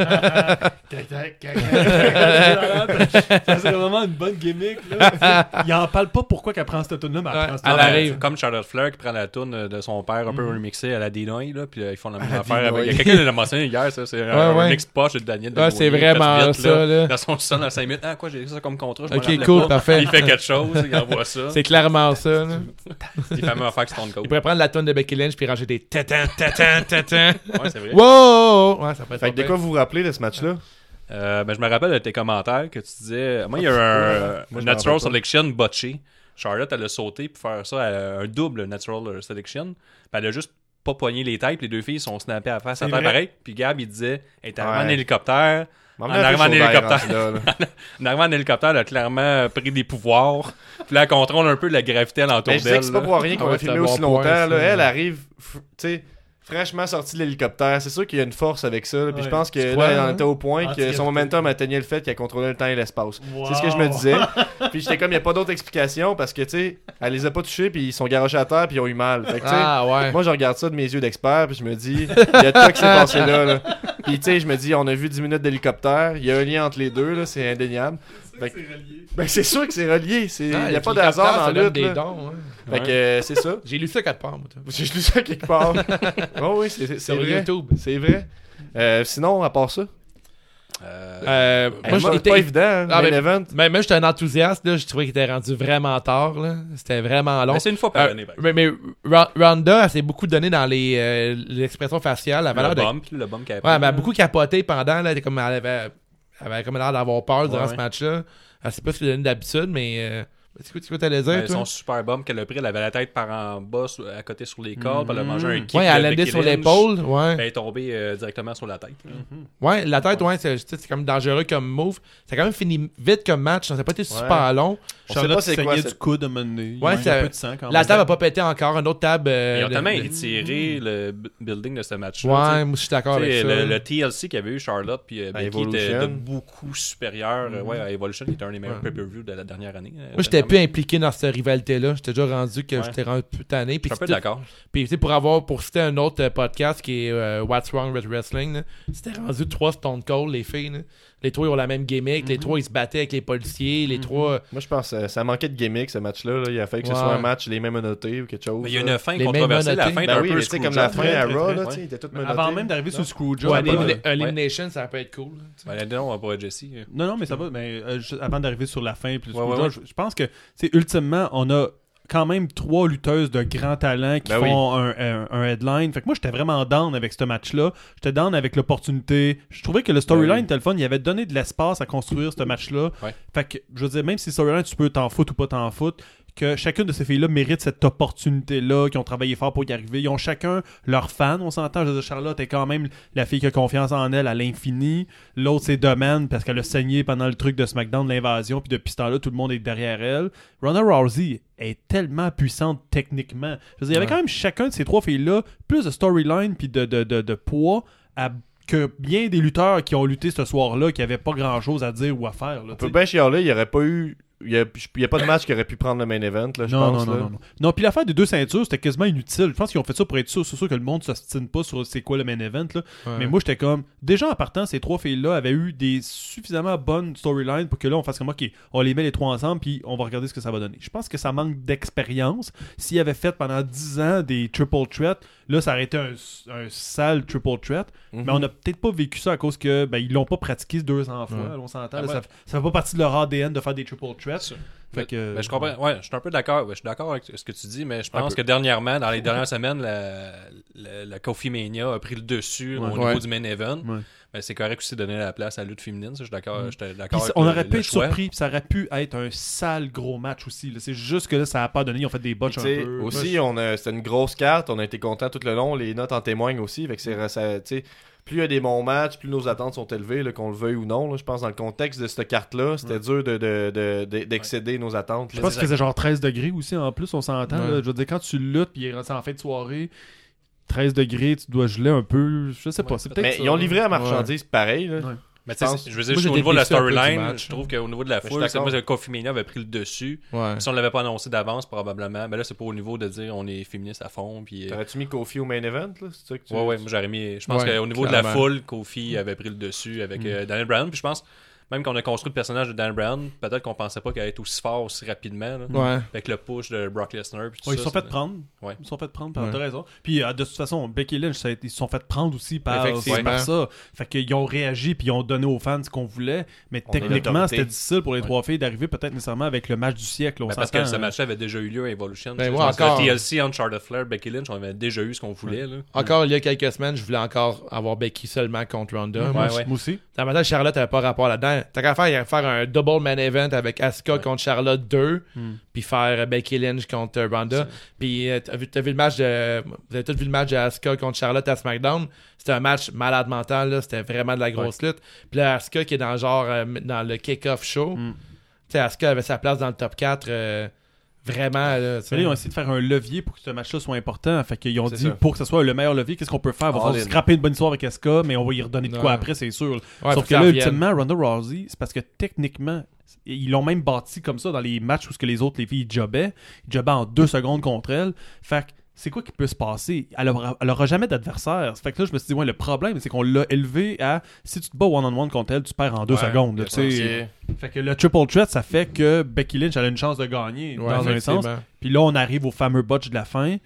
[SPEAKER 6] ça serait vraiment une bonne gimmick. Là. Il en parle pas pourquoi qu'elle prend cette tune là mais elle
[SPEAKER 5] Ouais.
[SPEAKER 6] prend cette
[SPEAKER 5] Elle
[SPEAKER 4] Comme,
[SPEAKER 6] tune-là.
[SPEAKER 5] arrive.
[SPEAKER 4] euh, Comme Charlotte Flair qui prend la toune de son père un peu
[SPEAKER 5] Mm-hmm.
[SPEAKER 4] remixée à la Dinoy, là, puis euh, ils font la même affaire. Avec... Il y a quelqu'un qui l'a mentionné hier, ça, c'est un
[SPEAKER 5] Ouais, ouais.
[SPEAKER 4] remix poche de Daniel.
[SPEAKER 5] Ouais, c'est
[SPEAKER 4] Denaullier,
[SPEAKER 5] vraiment
[SPEAKER 4] fait vite,
[SPEAKER 5] ça, là.
[SPEAKER 4] Dans son son, dans 5 minutes. Ah, quoi, j'ai ça comme contrat. je m'en
[SPEAKER 5] Ok,
[SPEAKER 4] rappelais
[SPEAKER 5] cool,
[SPEAKER 4] pas.
[SPEAKER 5] parfait.
[SPEAKER 4] Il fait quelque chose, il envoie ça.
[SPEAKER 5] C'est clairement ça. là.
[SPEAKER 4] Il fait la même affaire que Stone
[SPEAKER 5] Il
[SPEAKER 4] Cold.
[SPEAKER 5] pourrait prendre la tonne de Becky Lynch puis ranger des tatans, tatans, tatans.
[SPEAKER 4] Ouais, c'est vrai.
[SPEAKER 5] Wow! Ouais, ça pourrait
[SPEAKER 1] Fait
[SPEAKER 5] être
[SPEAKER 1] que
[SPEAKER 5] pas
[SPEAKER 1] de
[SPEAKER 5] pire.
[SPEAKER 1] quoi vous vous rappelez de ce match-là
[SPEAKER 4] ben, Euh, ben, je me rappelle de tes commentaires que tu disais. Moi, il y a eu un
[SPEAKER 1] Moi, je me rappelle
[SPEAKER 4] Natural
[SPEAKER 1] pas.
[SPEAKER 4] Selection botché. Charlotte, elle a sauté pour faire ça à un double Natural Selection. Puis elle a juste pas poigné les têtes. puis Les deux filles sont snappées à la face à terre
[SPEAKER 6] vrai.
[SPEAKER 4] pareil. Puis Gab, il disait Elle est arrivée en
[SPEAKER 1] Ouais.
[SPEAKER 4] hélicoptère.
[SPEAKER 1] M'en
[SPEAKER 4] En
[SPEAKER 1] venais un peu
[SPEAKER 4] arrivant en
[SPEAKER 1] chaud d'air
[SPEAKER 4] hélicoptère.
[SPEAKER 1] rendu là, là.
[SPEAKER 4] En arrivant en hélicoptère, elle a clairement pris des pouvoirs. Puis là, elle contrôle un peu la gravité alentour
[SPEAKER 1] Mais je sais
[SPEAKER 4] d'elle.
[SPEAKER 1] que c'est pas
[SPEAKER 4] là.
[SPEAKER 1] pour rien qu'on
[SPEAKER 5] Ah
[SPEAKER 1] va
[SPEAKER 5] ouais,
[SPEAKER 1] filmer
[SPEAKER 5] c'est un bon
[SPEAKER 1] aussi
[SPEAKER 5] point,
[SPEAKER 1] longtemps.
[SPEAKER 5] ça.
[SPEAKER 1] là. Elle arrive, f- tu sais, fraîchement sortie de l'hélicoptère. C'est sûr qu'il y a une force avec ça. là. Puis je
[SPEAKER 8] Ouais.
[SPEAKER 1] pense que
[SPEAKER 5] Tu
[SPEAKER 1] là,
[SPEAKER 5] crois,
[SPEAKER 1] elle en
[SPEAKER 5] hein?
[SPEAKER 1] était au point
[SPEAKER 5] Ah,
[SPEAKER 1] que
[SPEAKER 5] tu
[SPEAKER 1] son
[SPEAKER 5] captes.
[SPEAKER 1] momentum atteignait le fait qu'elle contrôlait le temps et l'espace.
[SPEAKER 8] Wow.
[SPEAKER 1] C'est ce que je me disais. puis j'étais comme, il n'y a pas d'autre explication parce que, tu sais, elle les a pas touchés, puis ils sont garochés à terre, puis ils ont eu mal. Fait que, tu sais,
[SPEAKER 5] Ah ouais.
[SPEAKER 1] Moi, je regarde ça de mes yeux d'expert, puis je me dis, il y a de quoi qui s'est passé là. là. Puis, tu sais, je me dis, on a vu 10 minutes d'hélicoptère, il y a un lien entre les deux, là, c'est indéniable. Fait que- Ben, c'est sûr que c'est relié, c'est- il
[SPEAKER 5] Ah,
[SPEAKER 1] n'y a
[SPEAKER 5] le
[SPEAKER 1] pas de hasard
[SPEAKER 5] hélicoptère,
[SPEAKER 1] dans
[SPEAKER 5] ça donne
[SPEAKER 1] la lutte.
[SPEAKER 5] des
[SPEAKER 1] là.
[SPEAKER 5] dons, hein.
[SPEAKER 1] Fait que euh, c'est ça.
[SPEAKER 5] J'ai lu ça quatre parts, moi. toi.
[SPEAKER 1] J'ai lu ça quelque part. oh oui, c'est- c'est c'est
[SPEAKER 5] Sur
[SPEAKER 1] vrai.
[SPEAKER 5] YouTube.
[SPEAKER 1] C'est vrai. Euh, sinon, à part ça,
[SPEAKER 4] Euh,
[SPEAKER 5] Euh,
[SPEAKER 1] moi,
[SPEAKER 5] moi,
[SPEAKER 1] c'est
[SPEAKER 5] j'étais-
[SPEAKER 1] pas évident. Hein,
[SPEAKER 5] Ah,
[SPEAKER 1] main
[SPEAKER 6] ben,
[SPEAKER 5] mais-
[SPEAKER 1] event.
[SPEAKER 5] Mais moi, j'étais un enthousiaste, là. Je trouvais qu'il était rendu vraiment tard, là. C'était vraiment
[SPEAKER 4] mais
[SPEAKER 5] long.
[SPEAKER 4] Ben, c'est une fois par
[SPEAKER 5] Euh,
[SPEAKER 4] année. par exemple.
[SPEAKER 5] mais, mais Ron- Ronda, elle s'est beaucoup donnée dans les euh, l'expression faciale, la
[SPEAKER 1] Ah,
[SPEAKER 5] valeur
[SPEAKER 4] Le
[SPEAKER 5] de.
[SPEAKER 4] bump, le bump qu'elle a
[SPEAKER 5] Ouais,
[SPEAKER 4] pris,
[SPEAKER 5] mais elle a
[SPEAKER 4] là.
[SPEAKER 5] beaucoup capoté pendant, là. Elle, était comme, elle, avait, elle avait comme l'air d'avoir peur durant
[SPEAKER 4] Ouais,
[SPEAKER 5] ce
[SPEAKER 4] ouais.
[SPEAKER 5] match-là. Elle sait pas ce qu'elle donné d'habitude, mais. Euh, c'est quoi c'est quoi t'allais dire,
[SPEAKER 4] Ben,
[SPEAKER 5] toi?
[SPEAKER 4] son super bomb qu'elle a pris, elle avait la tête par en bas, sur- à côté sur les cordes, puis elle a
[SPEAKER 6] Mhm.
[SPEAKER 4] mangé un kick.
[SPEAKER 5] Mm. Ouais, elle
[SPEAKER 4] de
[SPEAKER 5] landait
[SPEAKER 4] Becky
[SPEAKER 5] sur
[SPEAKER 4] Lynch.
[SPEAKER 5] l'épaule, ouais.
[SPEAKER 4] Ben, Elle est tombée euh, directement sur la tête. là.
[SPEAKER 5] Ouais, la tête, ouais, c'est c'est comme dangereux comme move. Ça a quand même fini vite comme match, ça n'a pas été super long.
[SPEAKER 1] On sait
[SPEAKER 6] Charlotte
[SPEAKER 1] pas c'est quoi.
[SPEAKER 6] saignait
[SPEAKER 1] cette-
[SPEAKER 6] du coude à un moment donné. Il
[SPEAKER 5] Ouais,
[SPEAKER 6] manquait
[SPEAKER 5] ça-
[SPEAKER 6] un peu de sang quand
[SPEAKER 5] La
[SPEAKER 6] même.
[SPEAKER 5] table n'a pas pété encore, une autre table. euh,
[SPEAKER 4] Ils ont
[SPEAKER 5] de-
[SPEAKER 4] tellement
[SPEAKER 5] de-
[SPEAKER 4] étiré le b- building de ce match-là.
[SPEAKER 5] Ouais,
[SPEAKER 4] tu
[SPEAKER 5] moi je suis d'accord
[SPEAKER 4] sais.
[SPEAKER 5] avec
[SPEAKER 4] Tu sais,
[SPEAKER 5] ça. Ben,
[SPEAKER 4] le, le TLC qu'avait eu Charlotte puis euh,
[SPEAKER 1] À
[SPEAKER 4] Becky était
[SPEAKER 1] Evolution.
[SPEAKER 4] de beaucoup supérieur euh, ouais, à Evolution, qui était un des meilleurs
[SPEAKER 5] Ouais.
[SPEAKER 4] pay-per-view de la dernière année. euh,
[SPEAKER 5] Moi, j'étais
[SPEAKER 4] dernièrement.
[SPEAKER 5] plus impliqué dans cette rivalité-là. J'étais déjà rendu que
[SPEAKER 4] Ouais.
[SPEAKER 5] j'étais rendu plus tanné.
[SPEAKER 4] Je
[SPEAKER 5] Puis
[SPEAKER 4] suis un peu
[SPEAKER 5] c'était-
[SPEAKER 4] d'accord.
[SPEAKER 5] puis, tu sais, pour avoir, pour citer un autre euh, podcast qui est euh, What's Wrong with Wrestling, là, c'était rendu trois Stone Cold, les filles. là. Les trois, ils ont la même gimmick.
[SPEAKER 4] Mhm.
[SPEAKER 5] Les trois, ils se battaient avec les policiers. Les trois,
[SPEAKER 1] Moi, je pense que ça manquait de gimmick ce match-là. là. Il a fallu que ce
[SPEAKER 5] Ouais.
[SPEAKER 1] soit un match les mêmes menottés ou quelque chose.
[SPEAKER 4] Mais il y a
[SPEAKER 1] là.
[SPEAKER 4] une fin
[SPEAKER 5] euh, Les mêmes
[SPEAKER 4] controversée. La
[SPEAKER 5] menottés.
[SPEAKER 4] fin est
[SPEAKER 1] Ben
[SPEAKER 4] un
[SPEAKER 1] oui,
[SPEAKER 4] peu
[SPEAKER 1] mais tu sais, comme la fin
[SPEAKER 4] screwjob,
[SPEAKER 1] à
[SPEAKER 4] très,
[SPEAKER 1] Raw,
[SPEAKER 4] très,
[SPEAKER 1] là,
[SPEAKER 4] ouais.
[SPEAKER 1] tu sais, il était tout menotté.
[SPEAKER 6] Avant même d'arriver
[SPEAKER 1] Non.
[SPEAKER 6] sous Screwjob.
[SPEAKER 5] Ouais,
[SPEAKER 6] elle a-
[SPEAKER 5] Elimina- Elimination, ça peut être cool.
[SPEAKER 4] Ben,
[SPEAKER 5] là.
[SPEAKER 4] là, non, on va pas à Jesse. euh.
[SPEAKER 6] Non, non, mais ça va. Mais euh, juste avant d'arriver sur la fin, puis le
[SPEAKER 4] Ouais, ouais,
[SPEAKER 6] screwjob, Je, je pense que, c'est ultimement, on a quand même trois lutteuses de grand talent qui
[SPEAKER 1] Ben oui.
[SPEAKER 6] font un, un- un headline. Fait que moi, j'étais vraiment down avec ce match-là. J'étais down avec l'opportunité. Je trouvais que le
[SPEAKER 4] Ben oui.
[SPEAKER 6] storyline, téléphone, il avait donné de l'espace à construire ce match-là.
[SPEAKER 4] Ouais.
[SPEAKER 6] Fait que, je veux dire, même si le storyline, tu peux t'en foutre ou pas t'en foutre, que chacune de ces filles-là mérite cette opportunité-là, qui ont travaillé fort pour y arriver. Ils ont chacun leur fan, on s'entend. Je veux dire, Charlotte est quand même la fille qui a confiance en elle à l'infini. L'autre, c'est Doman, parce qu'elle a saigné pendant le truc de SmackDown, de l'invasion, puis depuis ce temps-là, tout le monde est derrière elle. Ronda Rousey est tellement puissante techniquement. Je veux dire, il y avait
[SPEAKER 5] Ouais.
[SPEAKER 6] quand même chacun de ces trois filles-là, plus de storyline, puis de, de, de, de poids, à- que bien des lutteurs qui ont lutté ce soir-là, qui n'avaient pas grand-chose à dire ou à faire.
[SPEAKER 1] On
[SPEAKER 6] là, tu
[SPEAKER 1] peut
[SPEAKER 6] sais.
[SPEAKER 1] bien chialer, il n'y aurait pas eu. Il n'y a, il y a pas de match qui aurait pu prendre le main event, là, je
[SPEAKER 6] non,
[SPEAKER 1] pense.
[SPEAKER 6] non,
[SPEAKER 1] là.
[SPEAKER 6] non, non, non. Non, puis l'affaire des deux ceintures, c'était quasiment inutile. Je pense qu'ils ont fait ça pour être sûr, c'est sûr que le monde ne s'ostine pas sur c'est quoi le main event. Là.
[SPEAKER 5] Ouais.
[SPEAKER 6] Mais moi, j'étais comme. Déjà, en partant, ces trois filles-là avaient eu des suffisamment bonnes storylines pour que là, on fasse comme OK, on les met les trois ensemble, puis on va regarder ce que ça va donner. Je pense que ça manque d'expérience. S'ils avaient fait pendant 10 ans des triple threats, là, ça aurait été un, un sale triple threat. Mais on n'a peut-être pas vécu ça à cause que ben, ils l'ont pas pratiqué 200 fois.
[SPEAKER 5] Ouais.
[SPEAKER 6] là, on s'entend.
[SPEAKER 4] Ah,
[SPEAKER 6] là,
[SPEAKER 4] ouais.
[SPEAKER 6] ça, f- ça fait pas partie de leur ADN de faire des triple threats.
[SPEAKER 4] Sûr.
[SPEAKER 6] Fait que,
[SPEAKER 4] Ben, je comprends. Ouais, je suis un peu d'accord. Ouais, je suis d'accord avec ce que tu dis, mais je
[SPEAKER 1] Un
[SPEAKER 4] pense
[SPEAKER 1] peu.
[SPEAKER 4] que dernièrement, dans les dernières semaines, la, la, la Coffee Mania a pris le dessus
[SPEAKER 6] Ouais.
[SPEAKER 4] au
[SPEAKER 5] Ouais.
[SPEAKER 4] niveau du main event.
[SPEAKER 6] Ouais.
[SPEAKER 4] Ben, c'est correct aussi de donner la place à la lutte féminine. Ça, je suis d'accord.
[SPEAKER 6] Mm.
[SPEAKER 4] J'étais d'accord.
[SPEAKER 6] Puis
[SPEAKER 4] avec
[SPEAKER 6] on
[SPEAKER 4] le-
[SPEAKER 6] aurait
[SPEAKER 4] le
[SPEAKER 6] pu être
[SPEAKER 4] choix.
[SPEAKER 6] surpris, puis ça aurait pu être un sale gros match aussi. là. C'est juste que là, ça n'a pas donné. Ils ont fait des botches
[SPEAKER 1] Tu
[SPEAKER 6] un
[SPEAKER 1] sais,
[SPEAKER 6] peu.
[SPEAKER 1] aussi, on a- c'était une grosse carte, on a été content tout le long, les notes en témoignent aussi. Fait que c'est-
[SPEAKER 6] Mm.
[SPEAKER 1] ça- tu sais, plus il y a des bons matchs, plus nos attentes sont élevées, là, qu'on le veuille ou non. là. je pense dans le contexte de cette carte-là, c'était dur de- de- de- de- d'excéder nos attentes.
[SPEAKER 6] Mm. Je
[SPEAKER 1] là.
[SPEAKER 6] pense que c'est genre 13 degrés aussi en plus, on s'entend.
[SPEAKER 5] Ouais.
[SPEAKER 6] là. Je veux dire, quand tu luttes, puis il est rendu en fin de soirée, 13 degrés, tu dois geler un peu. Je sais pas.
[SPEAKER 4] Ouais,
[SPEAKER 6] c'est peut-être
[SPEAKER 1] Mais
[SPEAKER 6] ça.
[SPEAKER 1] ils ont livré à marchandise pareil. là.
[SPEAKER 6] Ouais.
[SPEAKER 4] Mais tu sais,
[SPEAKER 1] Je pense-
[SPEAKER 4] c'est- je veux dire,
[SPEAKER 5] Moi,
[SPEAKER 4] juste
[SPEAKER 5] j'ai
[SPEAKER 4] au niveau de la
[SPEAKER 5] détesté un peu du
[SPEAKER 4] storyline,
[SPEAKER 5] match.
[SPEAKER 4] je trouve qu'au niveau de la
[SPEAKER 1] je suis
[SPEAKER 4] foule, c'est
[SPEAKER 1] d'accord.
[SPEAKER 4] moi, le Coffee Mania avait pris le dessus.
[SPEAKER 5] Ouais.
[SPEAKER 4] Si on l'avait pas annoncé d'avance, probablement, ben là, c'est pas au niveau de dire on est féministe à fond. Puis, euh,
[SPEAKER 1] T'aurais-tu mis Kofi au main event là? C'est ça que tu-
[SPEAKER 4] Ouais, ouais, moi j'aurais mis. Je pense
[SPEAKER 5] Ouais,
[SPEAKER 4] qu'au niveau de la
[SPEAKER 5] clairement.
[SPEAKER 4] foule,
[SPEAKER 6] Mm.
[SPEAKER 4] Kofi avait pris le dessus avec euh, Daniel Brown. Puis je pense, même qu'on a construit le personnage de Daniel Brown, peut-être qu'on pensait pas qu'elle allait être aussi fort aussi rapidement. là.
[SPEAKER 5] Ouais.
[SPEAKER 4] Avec le push de Brock Lesnar. puis tout
[SPEAKER 6] Ouais, ils
[SPEAKER 4] ça,
[SPEAKER 6] se sont
[SPEAKER 4] c'est-
[SPEAKER 6] fait prendre.
[SPEAKER 4] Ouais.
[SPEAKER 6] Ils se sont fait prendre, par
[SPEAKER 5] Ouais.
[SPEAKER 6] t'as raison. Puis euh, de toute façon, Becky Lynch, ça a été- ils se sont fait prendre aussi par,
[SPEAKER 5] Effectivement.
[SPEAKER 6] par ça. Fait qu'ils ont réagi puis ils ont donné aux fans ce qu'on voulait. Mais
[SPEAKER 1] On a
[SPEAKER 6] techniquement,
[SPEAKER 1] l'autorité.
[SPEAKER 6] c'était difficile pour les trois filles d'arriver peut-être nécessairement avec le match du siècle. On
[SPEAKER 4] Ben, parce
[SPEAKER 6] s'entend,
[SPEAKER 4] que ce
[SPEAKER 6] hein.
[SPEAKER 4] match avait déjà eu lieu à Evolution.
[SPEAKER 5] Ben,
[SPEAKER 4] tu sais,
[SPEAKER 5] moi,
[SPEAKER 4] je pense que le
[SPEAKER 5] encore.
[SPEAKER 4] TLC entre Charlotte Flair, Becky Lynch, on avait déjà eu ce qu'on voulait. là.
[SPEAKER 5] Encore il y a quelques semaines, je voulais encore avoir Becky seulement contre Ronda.
[SPEAKER 6] Ouais,
[SPEAKER 5] Moi,
[SPEAKER 6] moi,
[SPEAKER 4] ouais.
[SPEAKER 6] moi aussi.
[SPEAKER 5] Dans ma tête, Charlotte n'avait pas rapport là-dedans. T'as qu'à faire, il y a faire un double main event avec Asuka contre Charlotte 2,
[SPEAKER 6] Hmm.
[SPEAKER 5] puis faire euh, Becky Lynch contre euh, Ronda. Puis euh, t'as vu, t'as vu le match de. Vous avez tous vu le match de Asuka contre Charlotte à SmackDown. C'était un match malade mental, là. C'était vraiment de la grosse lutte. Puis là, Asuka qui est dans le genre euh, dans le kick-off show.
[SPEAKER 6] Hmm.
[SPEAKER 5] Tu sais, Asuka avait sa place dans le top 4. euh, vraiment, là. tu sais.
[SPEAKER 6] Mais là, ils ont essayé de faire un levier pour que ce match-là soit important. Fait qu'ils ont
[SPEAKER 4] C'est
[SPEAKER 6] dit,
[SPEAKER 4] ça.
[SPEAKER 6] pour que ce soit le meilleur levier, qu'est-ce qu'on peut faire? Il va
[SPEAKER 1] All
[SPEAKER 6] falloir
[SPEAKER 1] in.
[SPEAKER 6] scraper une bonne histoire avec Asuka, mais on va y redonner de quoi
[SPEAKER 5] Ouais.
[SPEAKER 6] après, c'est sûr.
[SPEAKER 5] Ouais, faut
[SPEAKER 6] Sauf que
[SPEAKER 5] qu'ils
[SPEAKER 6] là,
[SPEAKER 5] reviennent.
[SPEAKER 6] ultimement, Ronda Rousey, c'est parce que techniquement, ils l'ont même bâti comme ça dans les matchs où ce que les autres, les filles, ils jobbaient. Ils jobbaient en deux secondes contre elle. Fait que c'est quoi qui peut se passer? Elle aura, elle aura jamais d'adversaire. Fait que là, je me suis dit, ouais, le problème, c'est qu'on l'a élevé à si tu te bats one-on-one contre elle, tu perds en deux
[SPEAKER 4] Ouais,
[SPEAKER 6] secondes. là, tu sais.
[SPEAKER 4] c'est-
[SPEAKER 6] Fait que le triple threat, ça fait que Becky Lynch, elle a une chance de gagner
[SPEAKER 5] Ouais,
[SPEAKER 6] dans un sens.
[SPEAKER 5] effectivement.
[SPEAKER 6] Puis là, on arrive au fameux botch de la fin.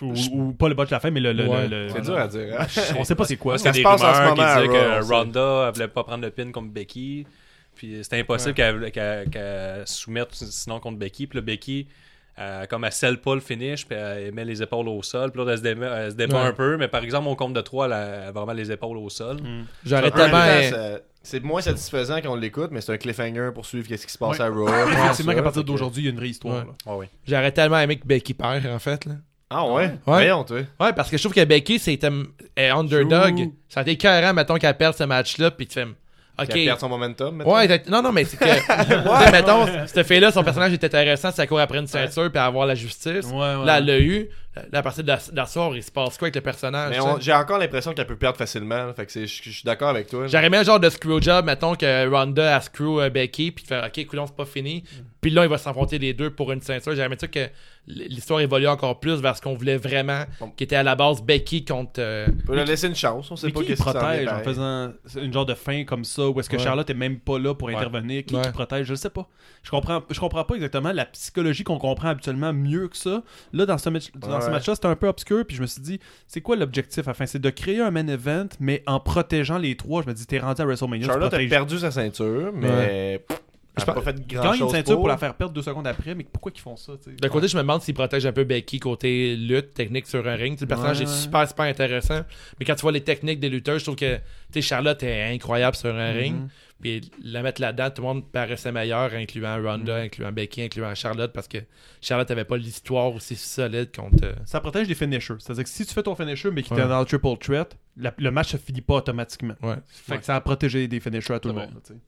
[SPEAKER 6] Ou, ou pas le botch de la fin, mais le. le-
[SPEAKER 5] Ouais.
[SPEAKER 6] le- le-
[SPEAKER 1] C'est dur à dire. hein?
[SPEAKER 6] On sait pas c'est quoi.
[SPEAKER 4] Parce qu'il y a
[SPEAKER 1] Ça
[SPEAKER 4] des
[SPEAKER 1] se passe en ce
[SPEAKER 4] rumeurs
[SPEAKER 1] moment
[SPEAKER 4] qui disaient
[SPEAKER 1] à
[SPEAKER 4] que
[SPEAKER 1] Raw, ça.
[SPEAKER 4] Ronda, elle voulait pas prendre le pin contre Becky. Puis c'était impossible qu'elle qu'elle- qu'elle soumette sinon contre Becky. Puis là, Becky, euh, comme elle scelle pas le finish, puis elle met les épaules au sol. Puis là, elle se débat, elle se débat
[SPEAKER 5] Ouais.
[SPEAKER 4] un peu. Mais par exemple, au compte de 3, elle a vraiment les épaules au sol.
[SPEAKER 5] J'aurais
[SPEAKER 1] En même
[SPEAKER 5] tellement.
[SPEAKER 1] temps, ça- C'est moins satisfaisant qu'on l'écoute, mais c'est un cliffhanger pour suivre qu'est-ce qui se passe
[SPEAKER 6] Ouais.
[SPEAKER 1] à Raw.
[SPEAKER 6] Effectivement,
[SPEAKER 5] ça,
[SPEAKER 6] qu'à partir
[SPEAKER 5] fait que-
[SPEAKER 6] d'aujourd'hui, il y a une vraie histoire.
[SPEAKER 5] Ouais.
[SPEAKER 6] là.
[SPEAKER 4] Ouais, ouais.
[SPEAKER 5] J'aurais tellement aimé que Becky perd, en fait. Là.
[SPEAKER 1] Ah ouais?
[SPEAKER 5] Ouais.
[SPEAKER 1] Voyons, toi.
[SPEAKER 5] Ouais, parce que je trouve que Becky, c'était est underdog.
[SPEAKER 6] True.
[SPEAKER 5] Ça a été écœurant, mettons, qu'elle perde ce match-là, puis tu fais. Ok.
[SPEAKER 1] Qui a perdu son momentum, maintenant.
[SPEAKER 5] Ouais, exact- non, non, mais c'est que. tu sais, mettons, cette fille-là, son personnage est intéressant, ça court après une ceinture, puis avoir la justice.
[SPEAKER 6] Ouais, ouais.
[SPEAKER 5] Là, elle l'a eu. Là, à partir de la, de la soirée, il se passe quoi avec le
[SPEAKER 6] Ah,
[SPEAKER 5] personnage?
[SPEAKER 1] Mais
[SPEAKER 5] tu
[SPEAKER 1] on-
[SPEAKER 5] sais?
[SPEAKER 1] j'ai encore l'impression qu'elle peut perdre facilement. là. Fait que c'est- je je suis d'accord avec toi. là.
[SPEAKER 5] J'aurais aimé un genre de screwjob, mettons, que Ronda a screw euh, Becky, puis de faire, ok, coulon, c'est pas fini. Puis là, il va s'enfronter les deux pour une ceinture. J'aurais aimé ça que l- l'histoire évolue encore plus vers ce qu'on voulait vraiment, qui était à la base Becky contre. euh,
[SPEAKER 1] On peut leur laisser une chance. On sait
[SPEAKER 6] Mais
[SPEAKER 1] pas
[SPEAKER 6] qui
[SPEAKER 1] qu'est-ce qui s'en vient,
[SPEAKER 6] protège en
[SPEAKER 1] pareil.
[SPEAKER 6] faisant une genre de fin comme ça où est-ce que
[SPEAKER 5] Ouais.
[SPEAKER 6] Charlotte est même pas là pour intervenir qui, qui
[SPEAKER 5] Ouais.
[SPEAKER 6] protège je le sais pas je comprends je comprends pas exactement la psychologie qu'on comprend habituellement mieux que ça là dans ce match dans ce
[SPEAKER 1] Ouais.
[SPEAKER 6] match là c'était un peu obscur puis je me suis dit c'est quoi l'objectif enfin c'est de créer un main event mais en protégeant les trois je me dis t'es rendu à WrestleMania tu
[SPEAKER 1] Charlotte a
[SPEAKER 6] protèges-
[SPEAKER 1] perdu sa ceinture, mais pff, elle
[SPEAKER 6] Je
[SPEAKER 1] a pas fait grand
[SPEAKER 6] gagne une
[SPEAKER 1] chose
[SPEAKER 6] ceinture pour... la faire perdre deux secondes après mais pourquoi qu'ils font ça tu sais?
[SPEAKER 5] D'un côté, je me demande s'il protège un peu Becky côté lutte, technique sur un ring. Tu sais, Le personnage
[SPEAKER 6] Ouais,
[SPEAKER 5] est
[SPEAKER 6] ouais.
[SPEAKER 5] super, super intéressant. Mais quand tu vois les techniques des lutteurs, je trouve que tu sais, Charlotte est incroyable sur
[SPEAKER 1] Mm-hmm.
[SPEAKER 5] un ring. Puis la mettre là-dedans, tout le monde paraissait meilleur, incluant Ronda,
[SPEAKER 1] Mm-hmm.
[SPEAKER 5] incluant Becky, incluant Charlotte, parce que Charlotte avait pas l'histoire aussi solide contre. euh,
[SPEAKER 6] ça protège les finishers c'est-à-dire que si tu fais ton finisher mais qu'il
[SPEAKER 5] Ouais.
[SPEAKER 6] t'es dans le triple threat la- le match se finit pas automatiquement
[SPEAKER 5] Ouais.
[SPEAKER 6] fait que ça a protégé des finishers à tout le monde là, tu sais.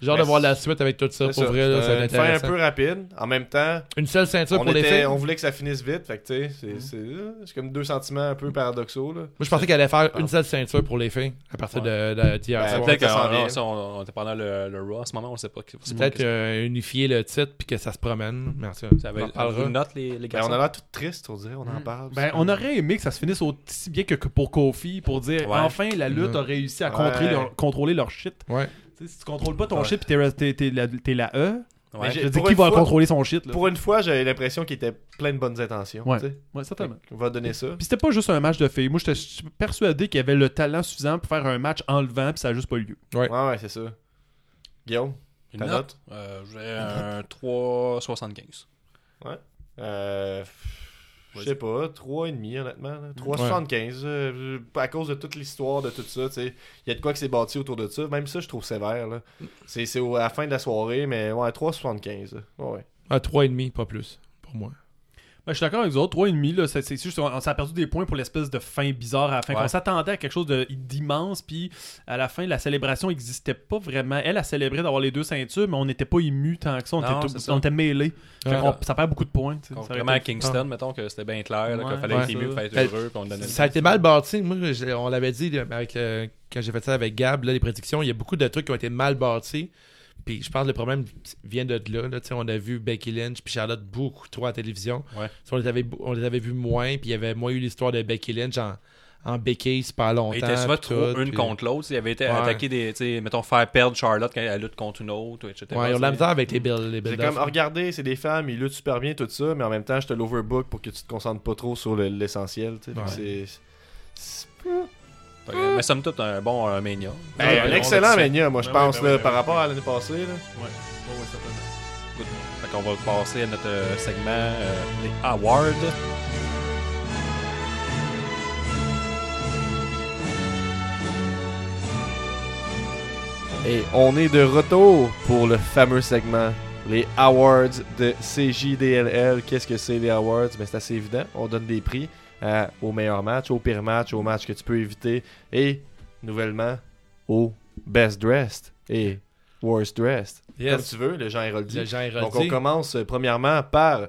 [SPEAKER 5] J'ai hâte de voir la suite avec tout ça. Pour
[SPEAKER 1] C'est ça.
[SPEAKER 5] vrai, là, ça va
[SPEAKER 1] Euh,
[SPEAKER 5] être
[SPEAKER 1] une fin un
[SPEAKER 5] intéressant.
[SPEAKER 1] peu rapide. En même temps,
[SPEAKER 5] Une seule ceinture
[SPEAKER 1] on,
[SPEAKER 5] pour les
[SPEAKER 1] était-
[SPEAKER 5] filles.
[SPEAKER 1] on voulait que ça finisse vite. Fait que tu sais, c'est- c'est euh, c'est comme deux sentiments un peu paradoxaux. Là.
[SPEAKER 5] Moi, je pensais qu'elle allait faire une seule ceinture pour les filles à partir de, de, d'hier
[SPEAKER 1] Ben,
[SPEAKER 5] soir.
[SPEAKER 1] Ah. Ouais,
[SPEAKER 4] Peut-être
[SPEAKER 1] ça s'en
[SPEAKER 4] qu'on on,
[SPEAKER 1] vient.
[SPEAKER 4] on- on était pendant le, le Raw en ce moment, on sait pas.
[SPEAKER 5] C'est peut-être euh, unifier le titre puis que ça se promène. Mais en tout cas,
[SPEAKER 4] Ça
[SPEAKER 5] on
[SPEAKER 4] va
[SPEAKER 5] en reparlera.
[SPEAKER 4] être une note, les, les
[SPEAKER 1] Ben,
[SPEAKER 4] garçons.
[SPEAKER 1] on a l'air tout triste, on dirait. On en parle.
[SPEAKER 6] Ben, on aurait aimé que ça se finisse aussi bien que, que pour Kofi, pour dire
[SPEAKER 4] Ouais.
[SPEAKER 6] enfin la lutte a réussi à contrer
[SPEAKER 1] Ouais.
[SPEAKER 6] leur- contrôler leur shit.
[SPEAKER 5] Ouais.
[SPEAKER 6] Tu sais, si tu contrôles pas ton
[SPEAKER 1] Ouais.
[SPEAKER 6] shit pis t'es, t'es- t'es la, t'es la E,
[SPEAKER 4] Ouais.
[SPEAKER 1] Mais j'ai-
[SPEAKER 6] je veux dire,
[SPEAKER 1] pour
[SPEAKER 6] qui
[SPEAKER 1] une
[SPEAKER 6] va
[SPEAKER 1] fois-
[SPEAKER 6] contrôler son shit là?
[SPEAKER 1] Pour une fois, j'avais l'impression qu'il était plein de bonnes intentions.
[SPEAKER 6] Ouais.
[SPEAKER 1] tu sais.
[SPEAKER 6] Ouais, certainement.
[SPEAKER 1] On va donner ça.
[SPEAKER 6] Puis c'était pas juste un match de filles. Moi, j'étais su- persuadé qu'il y avait le talent suffisant pour faire un match enlevant, puis ça a juste pas eu lieu.
[SPEAKER 5] Ouais.
[SPEAKER 1] Ouais, ouais, c'est ça. Guillaume,
[SPEAKER 4] Une
[SPEAKER 1] ta
[SPEAKER 4] note?
[SPEAKER 1] note
[SPEAKER 4] Euh, J'ai un 3,75.
[SPEAKER 1] Euh, Je sais
[SPEAKER 4] Vas-y.
[SPEAKER 1] pas, 3,5 honnêtement. là. 3,75. euh, à cause de toute l'histoire, de tout ça, tu sais. Il y a de quoi qui s'est bâti autour de ça. Même ça, je trouve sévère. là. C'est c'est au- à la fin de la soirée, mais ouais, 3,75. là. Ouais, ouais.
[SPEAKER 5] Un 3,5, pas plus, pour moi.
[SPEAKER 6] Ben, je suis d'accord avec vous autres. 3,5, là, c'est, c'est juste on, ça a perdu des points pour l'espèce de fin bizarre à la fin.
[SPEAKER 4] Ouais.
[SPEAKER 6] On s'attendait à quelque chose de- d'immense, puis à la fin, la célébration n'existait pas vraiment. Elle a célébré d'avoir les deux ceintures, mais on n'était pas ému tant que ça. On,
[SPEAKER 4] Non,
[SPEAKER 6] était,
[SPEAKER 4] c'est
[SPEAKER 6] tout,
[SPEAKER 4] ça.
[SPEAKER 6] on était mêlés. Fait
[SPEAKER 5] Ah.
[SPEAKER 6] qu'on- ça perd beaucoup de points. tu sais. Ça aurait
[SPEAKER 4] Contrairement à
[SPEAKER 6] été-
[SPEAKER 4] Kingston, mettons que c'était bien clair, là,
[SPEAKER 6] Ouais.
[SPEAKER 4] qu'il fallait
[SPEAKER 5] Ouais.
[SPEAKER 4] être ému, fallait
[SPEAKER 5] Fait-
[SPEAKER 4] être heureux, puis on donnait
[SPEAKER 5] Ça a été mal bâti. Moi, je- on l'avait dit là, avec, euh, quand j'ai fait ça avec Gab, là, les prédictions, il y a beaucoup de trucs qui ont été mal bâtis. Puis je pense que le problème vient de là. là. Tu sais, on a vu Becky Lynch puis Charlotte beaucoup trop à la télévision.
[SPEAKER 4] Ouais.
[SPEAKER 5] Ça, On, les avait, on les avait vus moins, puis il y avait moins eu l'histoire de Becky Lynch en, en béquille, c'est pas longtemps.
[SPEAKER 4] Il était souvent
[SPEAKER 5] puis
[SPEAKER 4] trop
[SPEAKER 5] tout,
[SPEAKER 4] une
[SPEAKER 5] puis-
[SPEAKER 4] contre l'autre. tu sais, Il avait été
[SPEAKER 5] Ouais.
[SPEAKER 4] attaqué des. tu sais, Mettons, faire perdre Charlotte quand elle lutte contre une autre, etc.
[SPEAKER 5] Ouais, ils ont de la misère avec les build- les
[SPEAKER 1] C'est
[SPEAKER 5] build-ups.
[SPEAKER 1] comme, ah, regardez, c'est des femmes, ils luttent super bien, tout ça, mais en même temps, je te l'overbook pour que tu te concentres pas trop sur le- l'essentiel. tu sais. Fait que c'est- c'est-
[SPEAKER 6] Ben,
[SPEAKER 4] Fait que, Mais somme toute, un bon euh, Mania.
[SPEAKER 1] Ben,
[SPEAKER 4] Ouais,
[SPEAKER 1] un
[SPEAKER 4] on
[SPEAKER 1] excellent
[SPEAKER 4] a dit ça.
[SPEAKER 1] Mania, moi, je
[SPEAKER 6] Ben
[SPEAKER 1] pense,
[SPEAKER 6] oui, ben
[SPEAKER 1] là,
[SPEAKER 6] oui,
[SPEAKER 1] par
[SPEAKER 6] ben
[SPEAKER 1] rapport
[SPEAKER 6] oui.
[SPEAKER 1] à l'année passée. là.
[SPEAKER 6] Ouais, ouais, certainement.
[SPEAKER 4] Fait qu'on va passer à notre euh, segment euh, les awards.
[SPEAKER 1] Et on est de retour pour le fameux segment, les awards de CJDLL. Qu'est-ce que c'est les awards Ben, C'est assez évident, on donne des prix à- au meilleur match, au pire match, au match que tu peux éviter et, nouvellement, au best dressed et worst dressed. Comme
[SPEAKER 5] Yes.
[SPEAKER 1] tu veux, le Jean Héroldi.
[SPEAKER 5] Le Jean
[SPEAKER 1] Donc on
[SPEAKER 5] Héroldi.
[SPEAKER 1] commence euh, premièrement par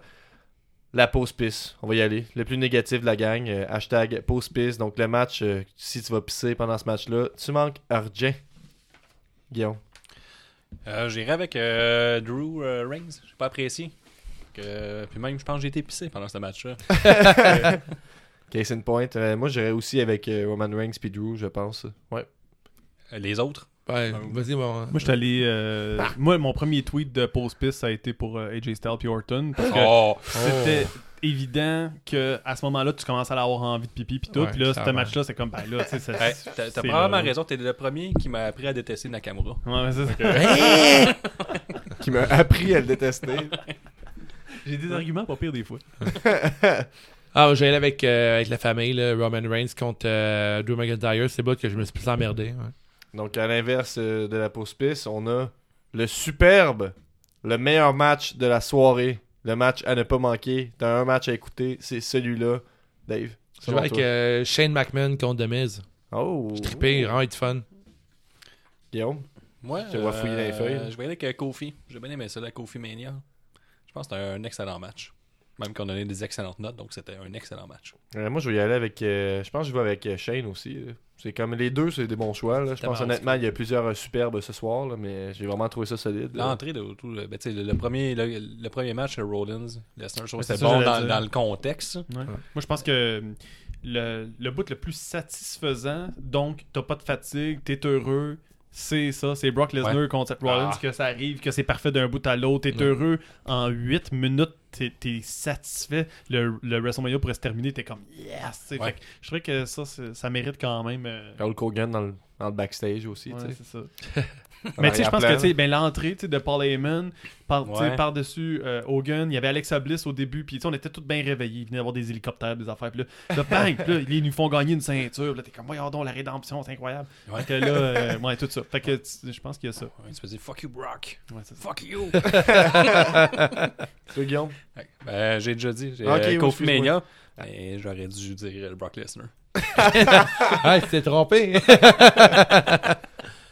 [SPEAKER 1] la pause pisse. On va y aller. Le plus négatif de la gang. euh, hashtag pause pisse. Donc le match, euh, si tu vas pisser pendant ce match-là, tu manques argent. Guillaume.
[SPEAKER 4] Euh, J'irai avec euh, Drew euh, Reigns. J'ai pas apprécié. Donc, euh, puis même, je pense que j'ai été pissé pendant ce match-là.
[SPEAKER 1] Case in point. Euh, moi j'irais aussi avec euh, Roman Reigns puis Drew, je pense. Ouais.
[SPEAKER 4] Euh, Les autres.
[SPEAKER 5] Ouais, vas-y, bon.
[SPEAKER 6] Moi, je suis allé. euh,
[SPEAKER 4] Bah.
[SPEAKER 6] Moi, mon premier tweet de Pause Piste, ça a été pour euh, AJ Styles puis Orton. Parce que
[SPEAKER 4] Oh,
[SPEAKER 6] c'était évident que à ce moment-là, tu commences à l'avoir envie de pipi puis tout.
[SPEAKER 5] Ouais,
[SPEAKER 6] puis là, ce
[SPEAKER 5] clairement.
[SPEAKER 6] match-là, c'est comme. Ben là, tu sais, ça-
[SPEAKER 4] Hey, t'as t'as
[SPEAKER 6] c'est
[SPEAKER 4] probablement
[SPEAKER 6] là.
[SPEAKER 4] raison. T'es le premier qui m'a appris à détester Nakamura.
[SPEAKER 6] Ouais, mais ça, c'est-
[SPEAKER 1] Qui m'a appris à le détester.
[SPEAKER 6] J'ai des arguments pas pire des fois.
[SPEAKER 5] Ah, j'ai allé avec, euh, avec la famille, là, Roman Reigns contre euh, Drew McIntyre. C'est bon que je me suis plus emmerdé. ouais.
[SPEAKER 1] Donc à l'inverse euh, de la pause pisse, on a le superbe, le meilleur match de la soirée. Le match à ne pas manquer. T'as un match à écouter, c'est celui-là. Dave.
[SPEAKER 5] Je
[SPEAKER 1] selon
[SPEAKER 5] vais avec
[SPEAKER 1] toi.
[SPEAKER 5] euh, Shane McMahon contre The Miz.
[SPEAKER 1] Oh.
[SPEAKER 5] Trippé, vraiment, il est fun.
[SPEAKER 1] Guillaume.
[SPEAKER 4] Moi,
[SPEAKER 1] Je te vois fouiller dans les feuilles.
[SPEAKER 4] Je vais aller avec euh, Kofi. J'ai bien aimé ça, la Kofi Mania. Je pense que c'était un excellent match. Même qu'on donnait des excellentes notes, donc c'était un excellent match.
[SPEAKER 1] Euh, moi, je vais y aller avec. euh, je pense que je vais avec euh, Shane aussi. là. C'est comme les deux, c'est des bons choix. là. Je pense
[SPEAKER 5] Tabarnak.
[SPEAKER 1] honnêtement, il y a plusieurs euh, superbes ce soir, là, mais j'ai vraiment trouvé ça solide. là.
[SPEAKER 4] L'entrée de tout, le, ben, tu sais, le, le premier, le, le premier match, le Rollins, Lesnar, je trouve que
[SPEAKER 6] c'est
[SPEAKER 4] c'était
[SPEAKER 6] ça,
[SPEAKER 4] bon
[SPEAKER 6] j'allais
[SPEAKER 4] dans,
[SPEAKER 6] dire.
[SPEAKER 4] dans le contexte.
[SPEAKER 6] Moi, je pense que le, le bout le plus satisfaisant, donc t'as pas de fatigue, t'es heureux, c'est ça, c'est Brock Lesnar
[SPEAKER 4] Ouais.
[SPEAKER 6] contre Seth Rollins,
[SPEAKER 4] Ah.
[SPEAKER 6] que ça arrive, que c'est parfait d'un bout à l'autre, t'es
[SPEAKER 5] Ouais.
[SPEAKER 6] heureux en 8 minutes, t'es es satisfait, le, le WrestleMania pourrait se terminer, t'es comme yes! tu sais.
[SPEAKER 4] Ouais.
[SPEAKER 6] Fait que je trouvais que ça, c'est- ça mérite quand même. euh,
[SPEAKER 1] Hulk Hogan dans le, dans le backstage aussi.
[SPEAKER 6] ouais,
[SPEAKER 1] tu sais.
[SPEAKER 6] c'est ça.
[SPEAKER 1] En
[SPEAKER 6] Mais tu sais, je pense que
[SPEAKER 1] arrière-plan.
[SPEAKER 6] tu sais, ben, l'entrée tu sais, de Paul Heyman par, tu sais,
[SPEAKER 4] Ouais.
[SPEAKER 6] par-dessus euh, Hogan, il y avait Alexa Bliss au début, puis tu sais, on était tous bien réveillés. Il venait d'avoir des hélicoptères, des affaires. Puis là, là, bang, puis là, ils nous font gagner une ceinture. Puis là, t'es comme, voyons donc, la rédemption, c'est incroyable.
[SPEAKER 4] Ouais.
[SPEAKER 6] Fait que là, euh, ouais, tout ça. Fait que tu- je pense qu'il y a ça.
[SPEAKER 4] Ouais, tu peux dire fuck you, Brock.
[SPEAKER 6] Ouais, c'est ça.
[SPEAKER 4] Fuck you.
[SPEAKER 1] Toi, Guillaume.
[SPEAKER 4] Ouais. Ben, j'ai déjà dit, j'ai
[SPEAKER 1] Ok,
[SPEAKER 4] euh,
[SPEAKER 1] oui,
[SPEAKER 4] Kofi
[SPEAKER 1] excuse-moi.
[SPEAKER 4] Mania. Mais j'aurais dû dire euh, Brock Lesnar.
[SPEAKER 5] ah, il s'est trompé.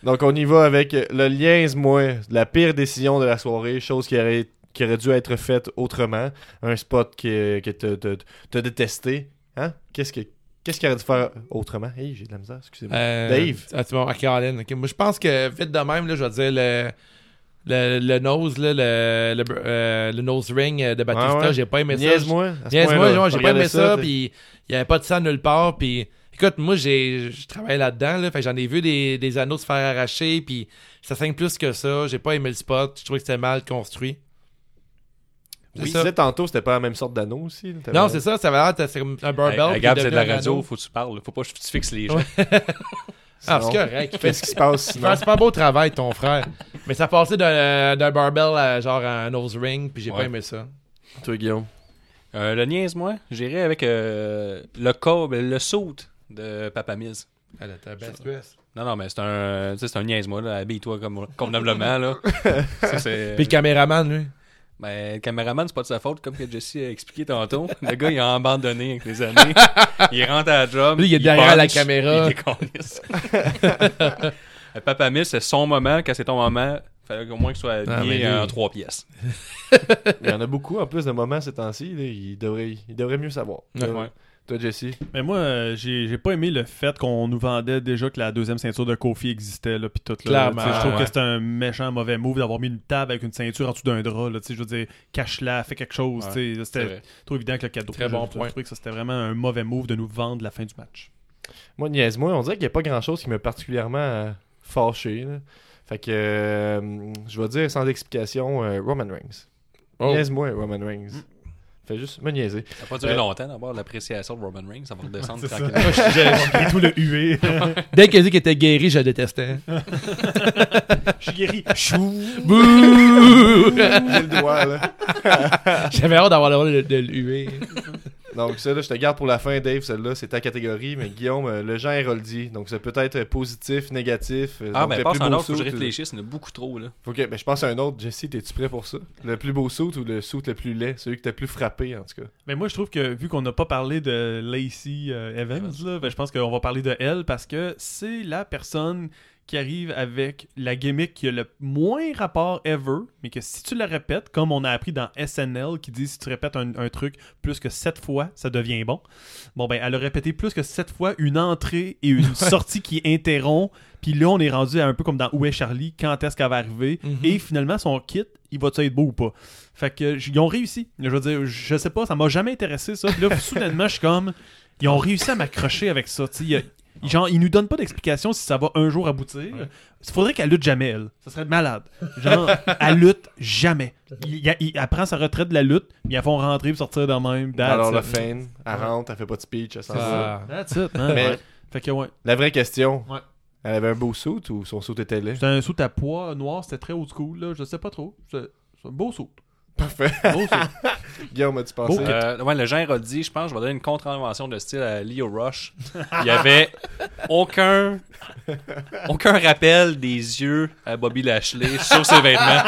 [SPEAKER 1] Donc, on y va avec le liaise-moi, la pire décision de la soirée, chose qui aurait, qui aurait dû être faite autrement. Un spot que, que t'as- t'as t'as détesté. Hein? Qu'est-ce que. Qu'est-ce qu'il aurait dû faire autrement? Hey, j'ai de la misère, excusez-moi.
[SPEAKER 5] Euh,
[SPEAKER 1] Dave.
[SPEAKER 5] Ah, tu m'as Caroline. ok. Moi, je pense que vite de même, là, je vais dire le, le, le nose, là, le, le, br- euh, le nose ring euh, de
[SPEAKER 1] Ah
[SPEAKER 5] Batista.
[SPEAKER 1] ouais.
[SPEAKER 5] J'ai pas aimé ça.
[SPEAKER 1] Niaise-moi. à ce
[SPEAKER 5] Niaise-moi,
[SPEAKER 1] point-là.
[SPEAKER 5] genre, j'ai pas
[SPEAKER 1] Regardez
[SPEAKER 5] aimé ça,
[SPEAKER 1] t'es-
[SPEAKER 5] puis il y avait pas de sang nulle part, puis écoute, moi, j'ai, je travaille là-dedans, là, fait que j'en ai vu des, des anneaux se faire arracher, puis ça saigne plus que ça, j'ai pas aimé le spot, je trouvais que c'était mal construit. C'est
[SPEAKER 1] Oui, tu
[SPEAKER 5] ça.
[SPEAKER 1] disais tantôt, c'était pas la même sorte d'anneau aussi. là, t'avais-
[SPEAKER 5] Non, c'est ça, ça avait l'air, d'être- c'est comme un barbell.
[SPEAKER 4] Hey,
[SPEAKER 5] puis
[SPEAKER 4] Gab,
[SPEAKER 5] il
[SPEAKER 4] c'est de
[SPEAKER 5] devenait
[SPEAKER 4] la
[SPEAKER 5] un
[SPEAKER 4] radio,
[SPEAKER 5] anneau.
[SPEAKER 4] faut que tu parles. Faut pas que tu fixes les gens.
[SPEAKER 1] Sinon,
[SPEAKER 5] Ah, c'est correct.
[SPEAKER 1] Qu'est-ce qui se passe
[SPEAKER 5] Tu
[SPEAKER 1] sinon?
[SPEAKER 5] fais un super beau travail, ton frère. Mais ça passait d'un, d'un barbell à genre un nose ring, puis j'ai
[SPEAKER 4] Ouais.
[SPEAKER 5] pas aimé ça.
[SPEAKER 1] Toi, Guillaume.
[SPEAKER 4] Euh, le niaise, moi, j'irai avec euh, le cob, le saut de Papa Miz.
[SPEAKER 5] Elle était belle.
[SPEAKER 4] Non, non, mais c'est un, tu sais, c'est un niaise-moi, là. Habille-toi comme, convenablement, là. Ça, c'est-
[SPEAKER 5] Puis le caméraman, lui.
[SPEAKER 4] Ben, le caméraman, c'est pas de sa faute, comme que Jesse a expliqué tantôt. Le gars, il a abandonné avec les années. Il rentre à la job.
[SPEAKER 5] Lui, il est derrière la
[SPEAKER 4] punch,
[SPEAKER 5] caméra.
[SPEAKER 4] Il déconnisse. Le Papa Miz, c'est son moment. Quand c'est ton moment, fallait au moins que ce soit
[SPEAKER 5] Ah, mais
[SPEAKER 4] habillé
[SPEAKER 5] lui-
[SPEAKER 4] en trois pièces.
[SPEAKER 1] Il y en a beaucoup en plus de moments ces temps-ci. là, Il devrait, il devrait mieux savoir.
[SPEAKER 5] Ouais.
[SPEAKER 1] Euh, Toi, Jesse.
[SPEAKER 6] Mais moi, euh, j'ai j'ai pas aimé le fait qu'on nous vendait déjà que la deuxième ceinture de Kofi existait, là, puis tout. Là,
[SPEAKER 5] Clairement,
[SPEAKER 6] Tu sais, je trouve
[SPEAKER 5] ouais.
[SPEAKER 6] que c'est un méchant mauvais move d'avoir mis une table avec une ceinture en dessous d'un drap, là, tu sais, je veux dire, cache-la, fais quelque chose,
[SPEAKER 4] Ouais,
[SPEAKER 6] tu sais,
[SPEAKER 4] C'est
[SPEAKER 6] c'était
[SPEAKER 4] vrai.
[SPEAKER 6] trop évident que le cadeau.
[SPEAKER 5] Très bon
[SPEAKER 6] je,
[SPEAKER 5] point.
[SPEAKER 6] Je trouvais que ça, c'était vraiment un mauvais move de nous vendre la fin du match.
[SPEAKER 1] Moi, niaise-moi, on dirait qu'il n'y a pas grand-chose qui m'a particulièrement euh, fâché. là. Fait que, euh, je vais dire sans explication, euh, Roman Reigns.
[SPEAKER 5] Oh.
[SPEAKER 1] Niaise-moi, Roman Reigns.
[SPEAKER 4] Mm.
[SPEAKER 1] Fait juste me niaiser.
[SPEAKER 4] Ça va pas durer
[SPEAKER 1] Euh,
[SPEAKER 4] longtemps d'avoir l'appréciation de Roman Reigns. Ça va redescendre
[SPEAKER 6] C'est ça.
[SPEAKER 4] tranquillement.
[SPEAKER 5] Moi, je- je-
[SPEAKER 6] Et tout le hué.
[SPEAKER 5] Oh. Dès qu'il a dit qu'il était guéri, je le détestais.
[SPEAKER 6] je suis guéri.
[SPEAKER 5] Bouh!
[SPEAKER 1] J'ai le doigt, là.
[SPEAKER 5] J'avais hâte d'avoir le rôle de, de l'huer.
[SPEAKER 1] Donc, celle-là, je te garde pour la fin, Dave. Celle-là, c'est ta catégorie. Mais Guillaume, euh, le Jean Héroldi. Donc, ça peut être positif, négatif. euh,
[SPEAKER 4] Ah,
[SPEAKER 1] donc,
[SPEAKER 4] mais
[SPEAKER 1] le
[SPEAKER 4] passe
[SPEAKER 1] plus
[SPEAKER 4] en
[SPEAKER 1] beau
[SPEAKER 4] autre, faut que
[SPEAKER 1] suit
[SPEAKER 4] je
[SPEAKER 1] ou le-
[SPEAKER 4] réfléchisse, il y en a beaucoup trop, là.
[SPEAKER 1] Ok, ben, je pense à un autre. Jesse, t'es-tu prêt pour ça Le plus beau suit ou le suit le plus laid Celui que t'as le plus frappé, en tout cas.
[SPEAKER 6] Mais moi, je trouve que vu qu'on n'a pas parlé de Lacey euh, Evans, là, ben, je pense qu'on va parler de elle parce que c'est la personne qui arrive avec la gimmick qui a le moins rapport ever, mais que si tu la répètes, comme on a appris dans SNL, qui dit si tu répètes un, un truc plus que sept fois, ça devient bon. Bon, ben, elle a répété plus que sept fois une entrée et une sortie qui interrompt. Puis là, on est rendu à un peu comme dans Où est Charlie Quand est-ce qu'elle va arriver
[SPEAKER 5] Mhm.
[SPEAKER 6] Et finalement, son kit, il va-tu être beau ou pas Fait que, j- ils ont réussi. Je veux dire, je sais pas, ça m'a jamais intéressé ça. Puis là, soudainement, je suis comme Ils ont réussi à m'accrocher avec ça. Tu sais, il y a- Genre, ils nous donnent pas d'explication si ça va un jour aboutir. Il faudrait qu'elle lutte jamais, elle. Ça serait malade. Genre, elle lutte jamais. Il, il- il- elle prend sa retraite de la lutte, mais ils la font rentrer puis sortir de même. That's
[SPEAKER 1] Alors, le
[SPEAKER 6] it.
[SPEAKER 1] fan, elle rentre, elle fait pas de speech, elle s'en va.
[SPEAKER 5] Ah.
[SPEAKER 6] That's it, man.
[SPEAKER 1] Mais
[SPEAKER 6] Ouais. Fait que ouais.
[SPEAKER 1] la vraie question,
[SPEAKER 6] Ouais.
[SPEAKER 1] elle avait un beau suit ou son suit était laid
[SPEAKER 6] C'était un soute à poids noir, c'était très old school, là. Je sais pas trop. C'est c'est un beau saut.
[SPEAKER 1] Parfait.
[SPEAKER 6] Beau saut.
[SPEAKER 1] Guillaume, as-tu pensé
[SPEAKER 6] Beau kit.
[SPEAKER 4] Euh, ouais, le Jean Roddy, je pense que je vais donner une contre-invention de style à Leo Rush. Il y avait aucun, aucun rappel des yeux à Bobby Lashley sur ses vêtements.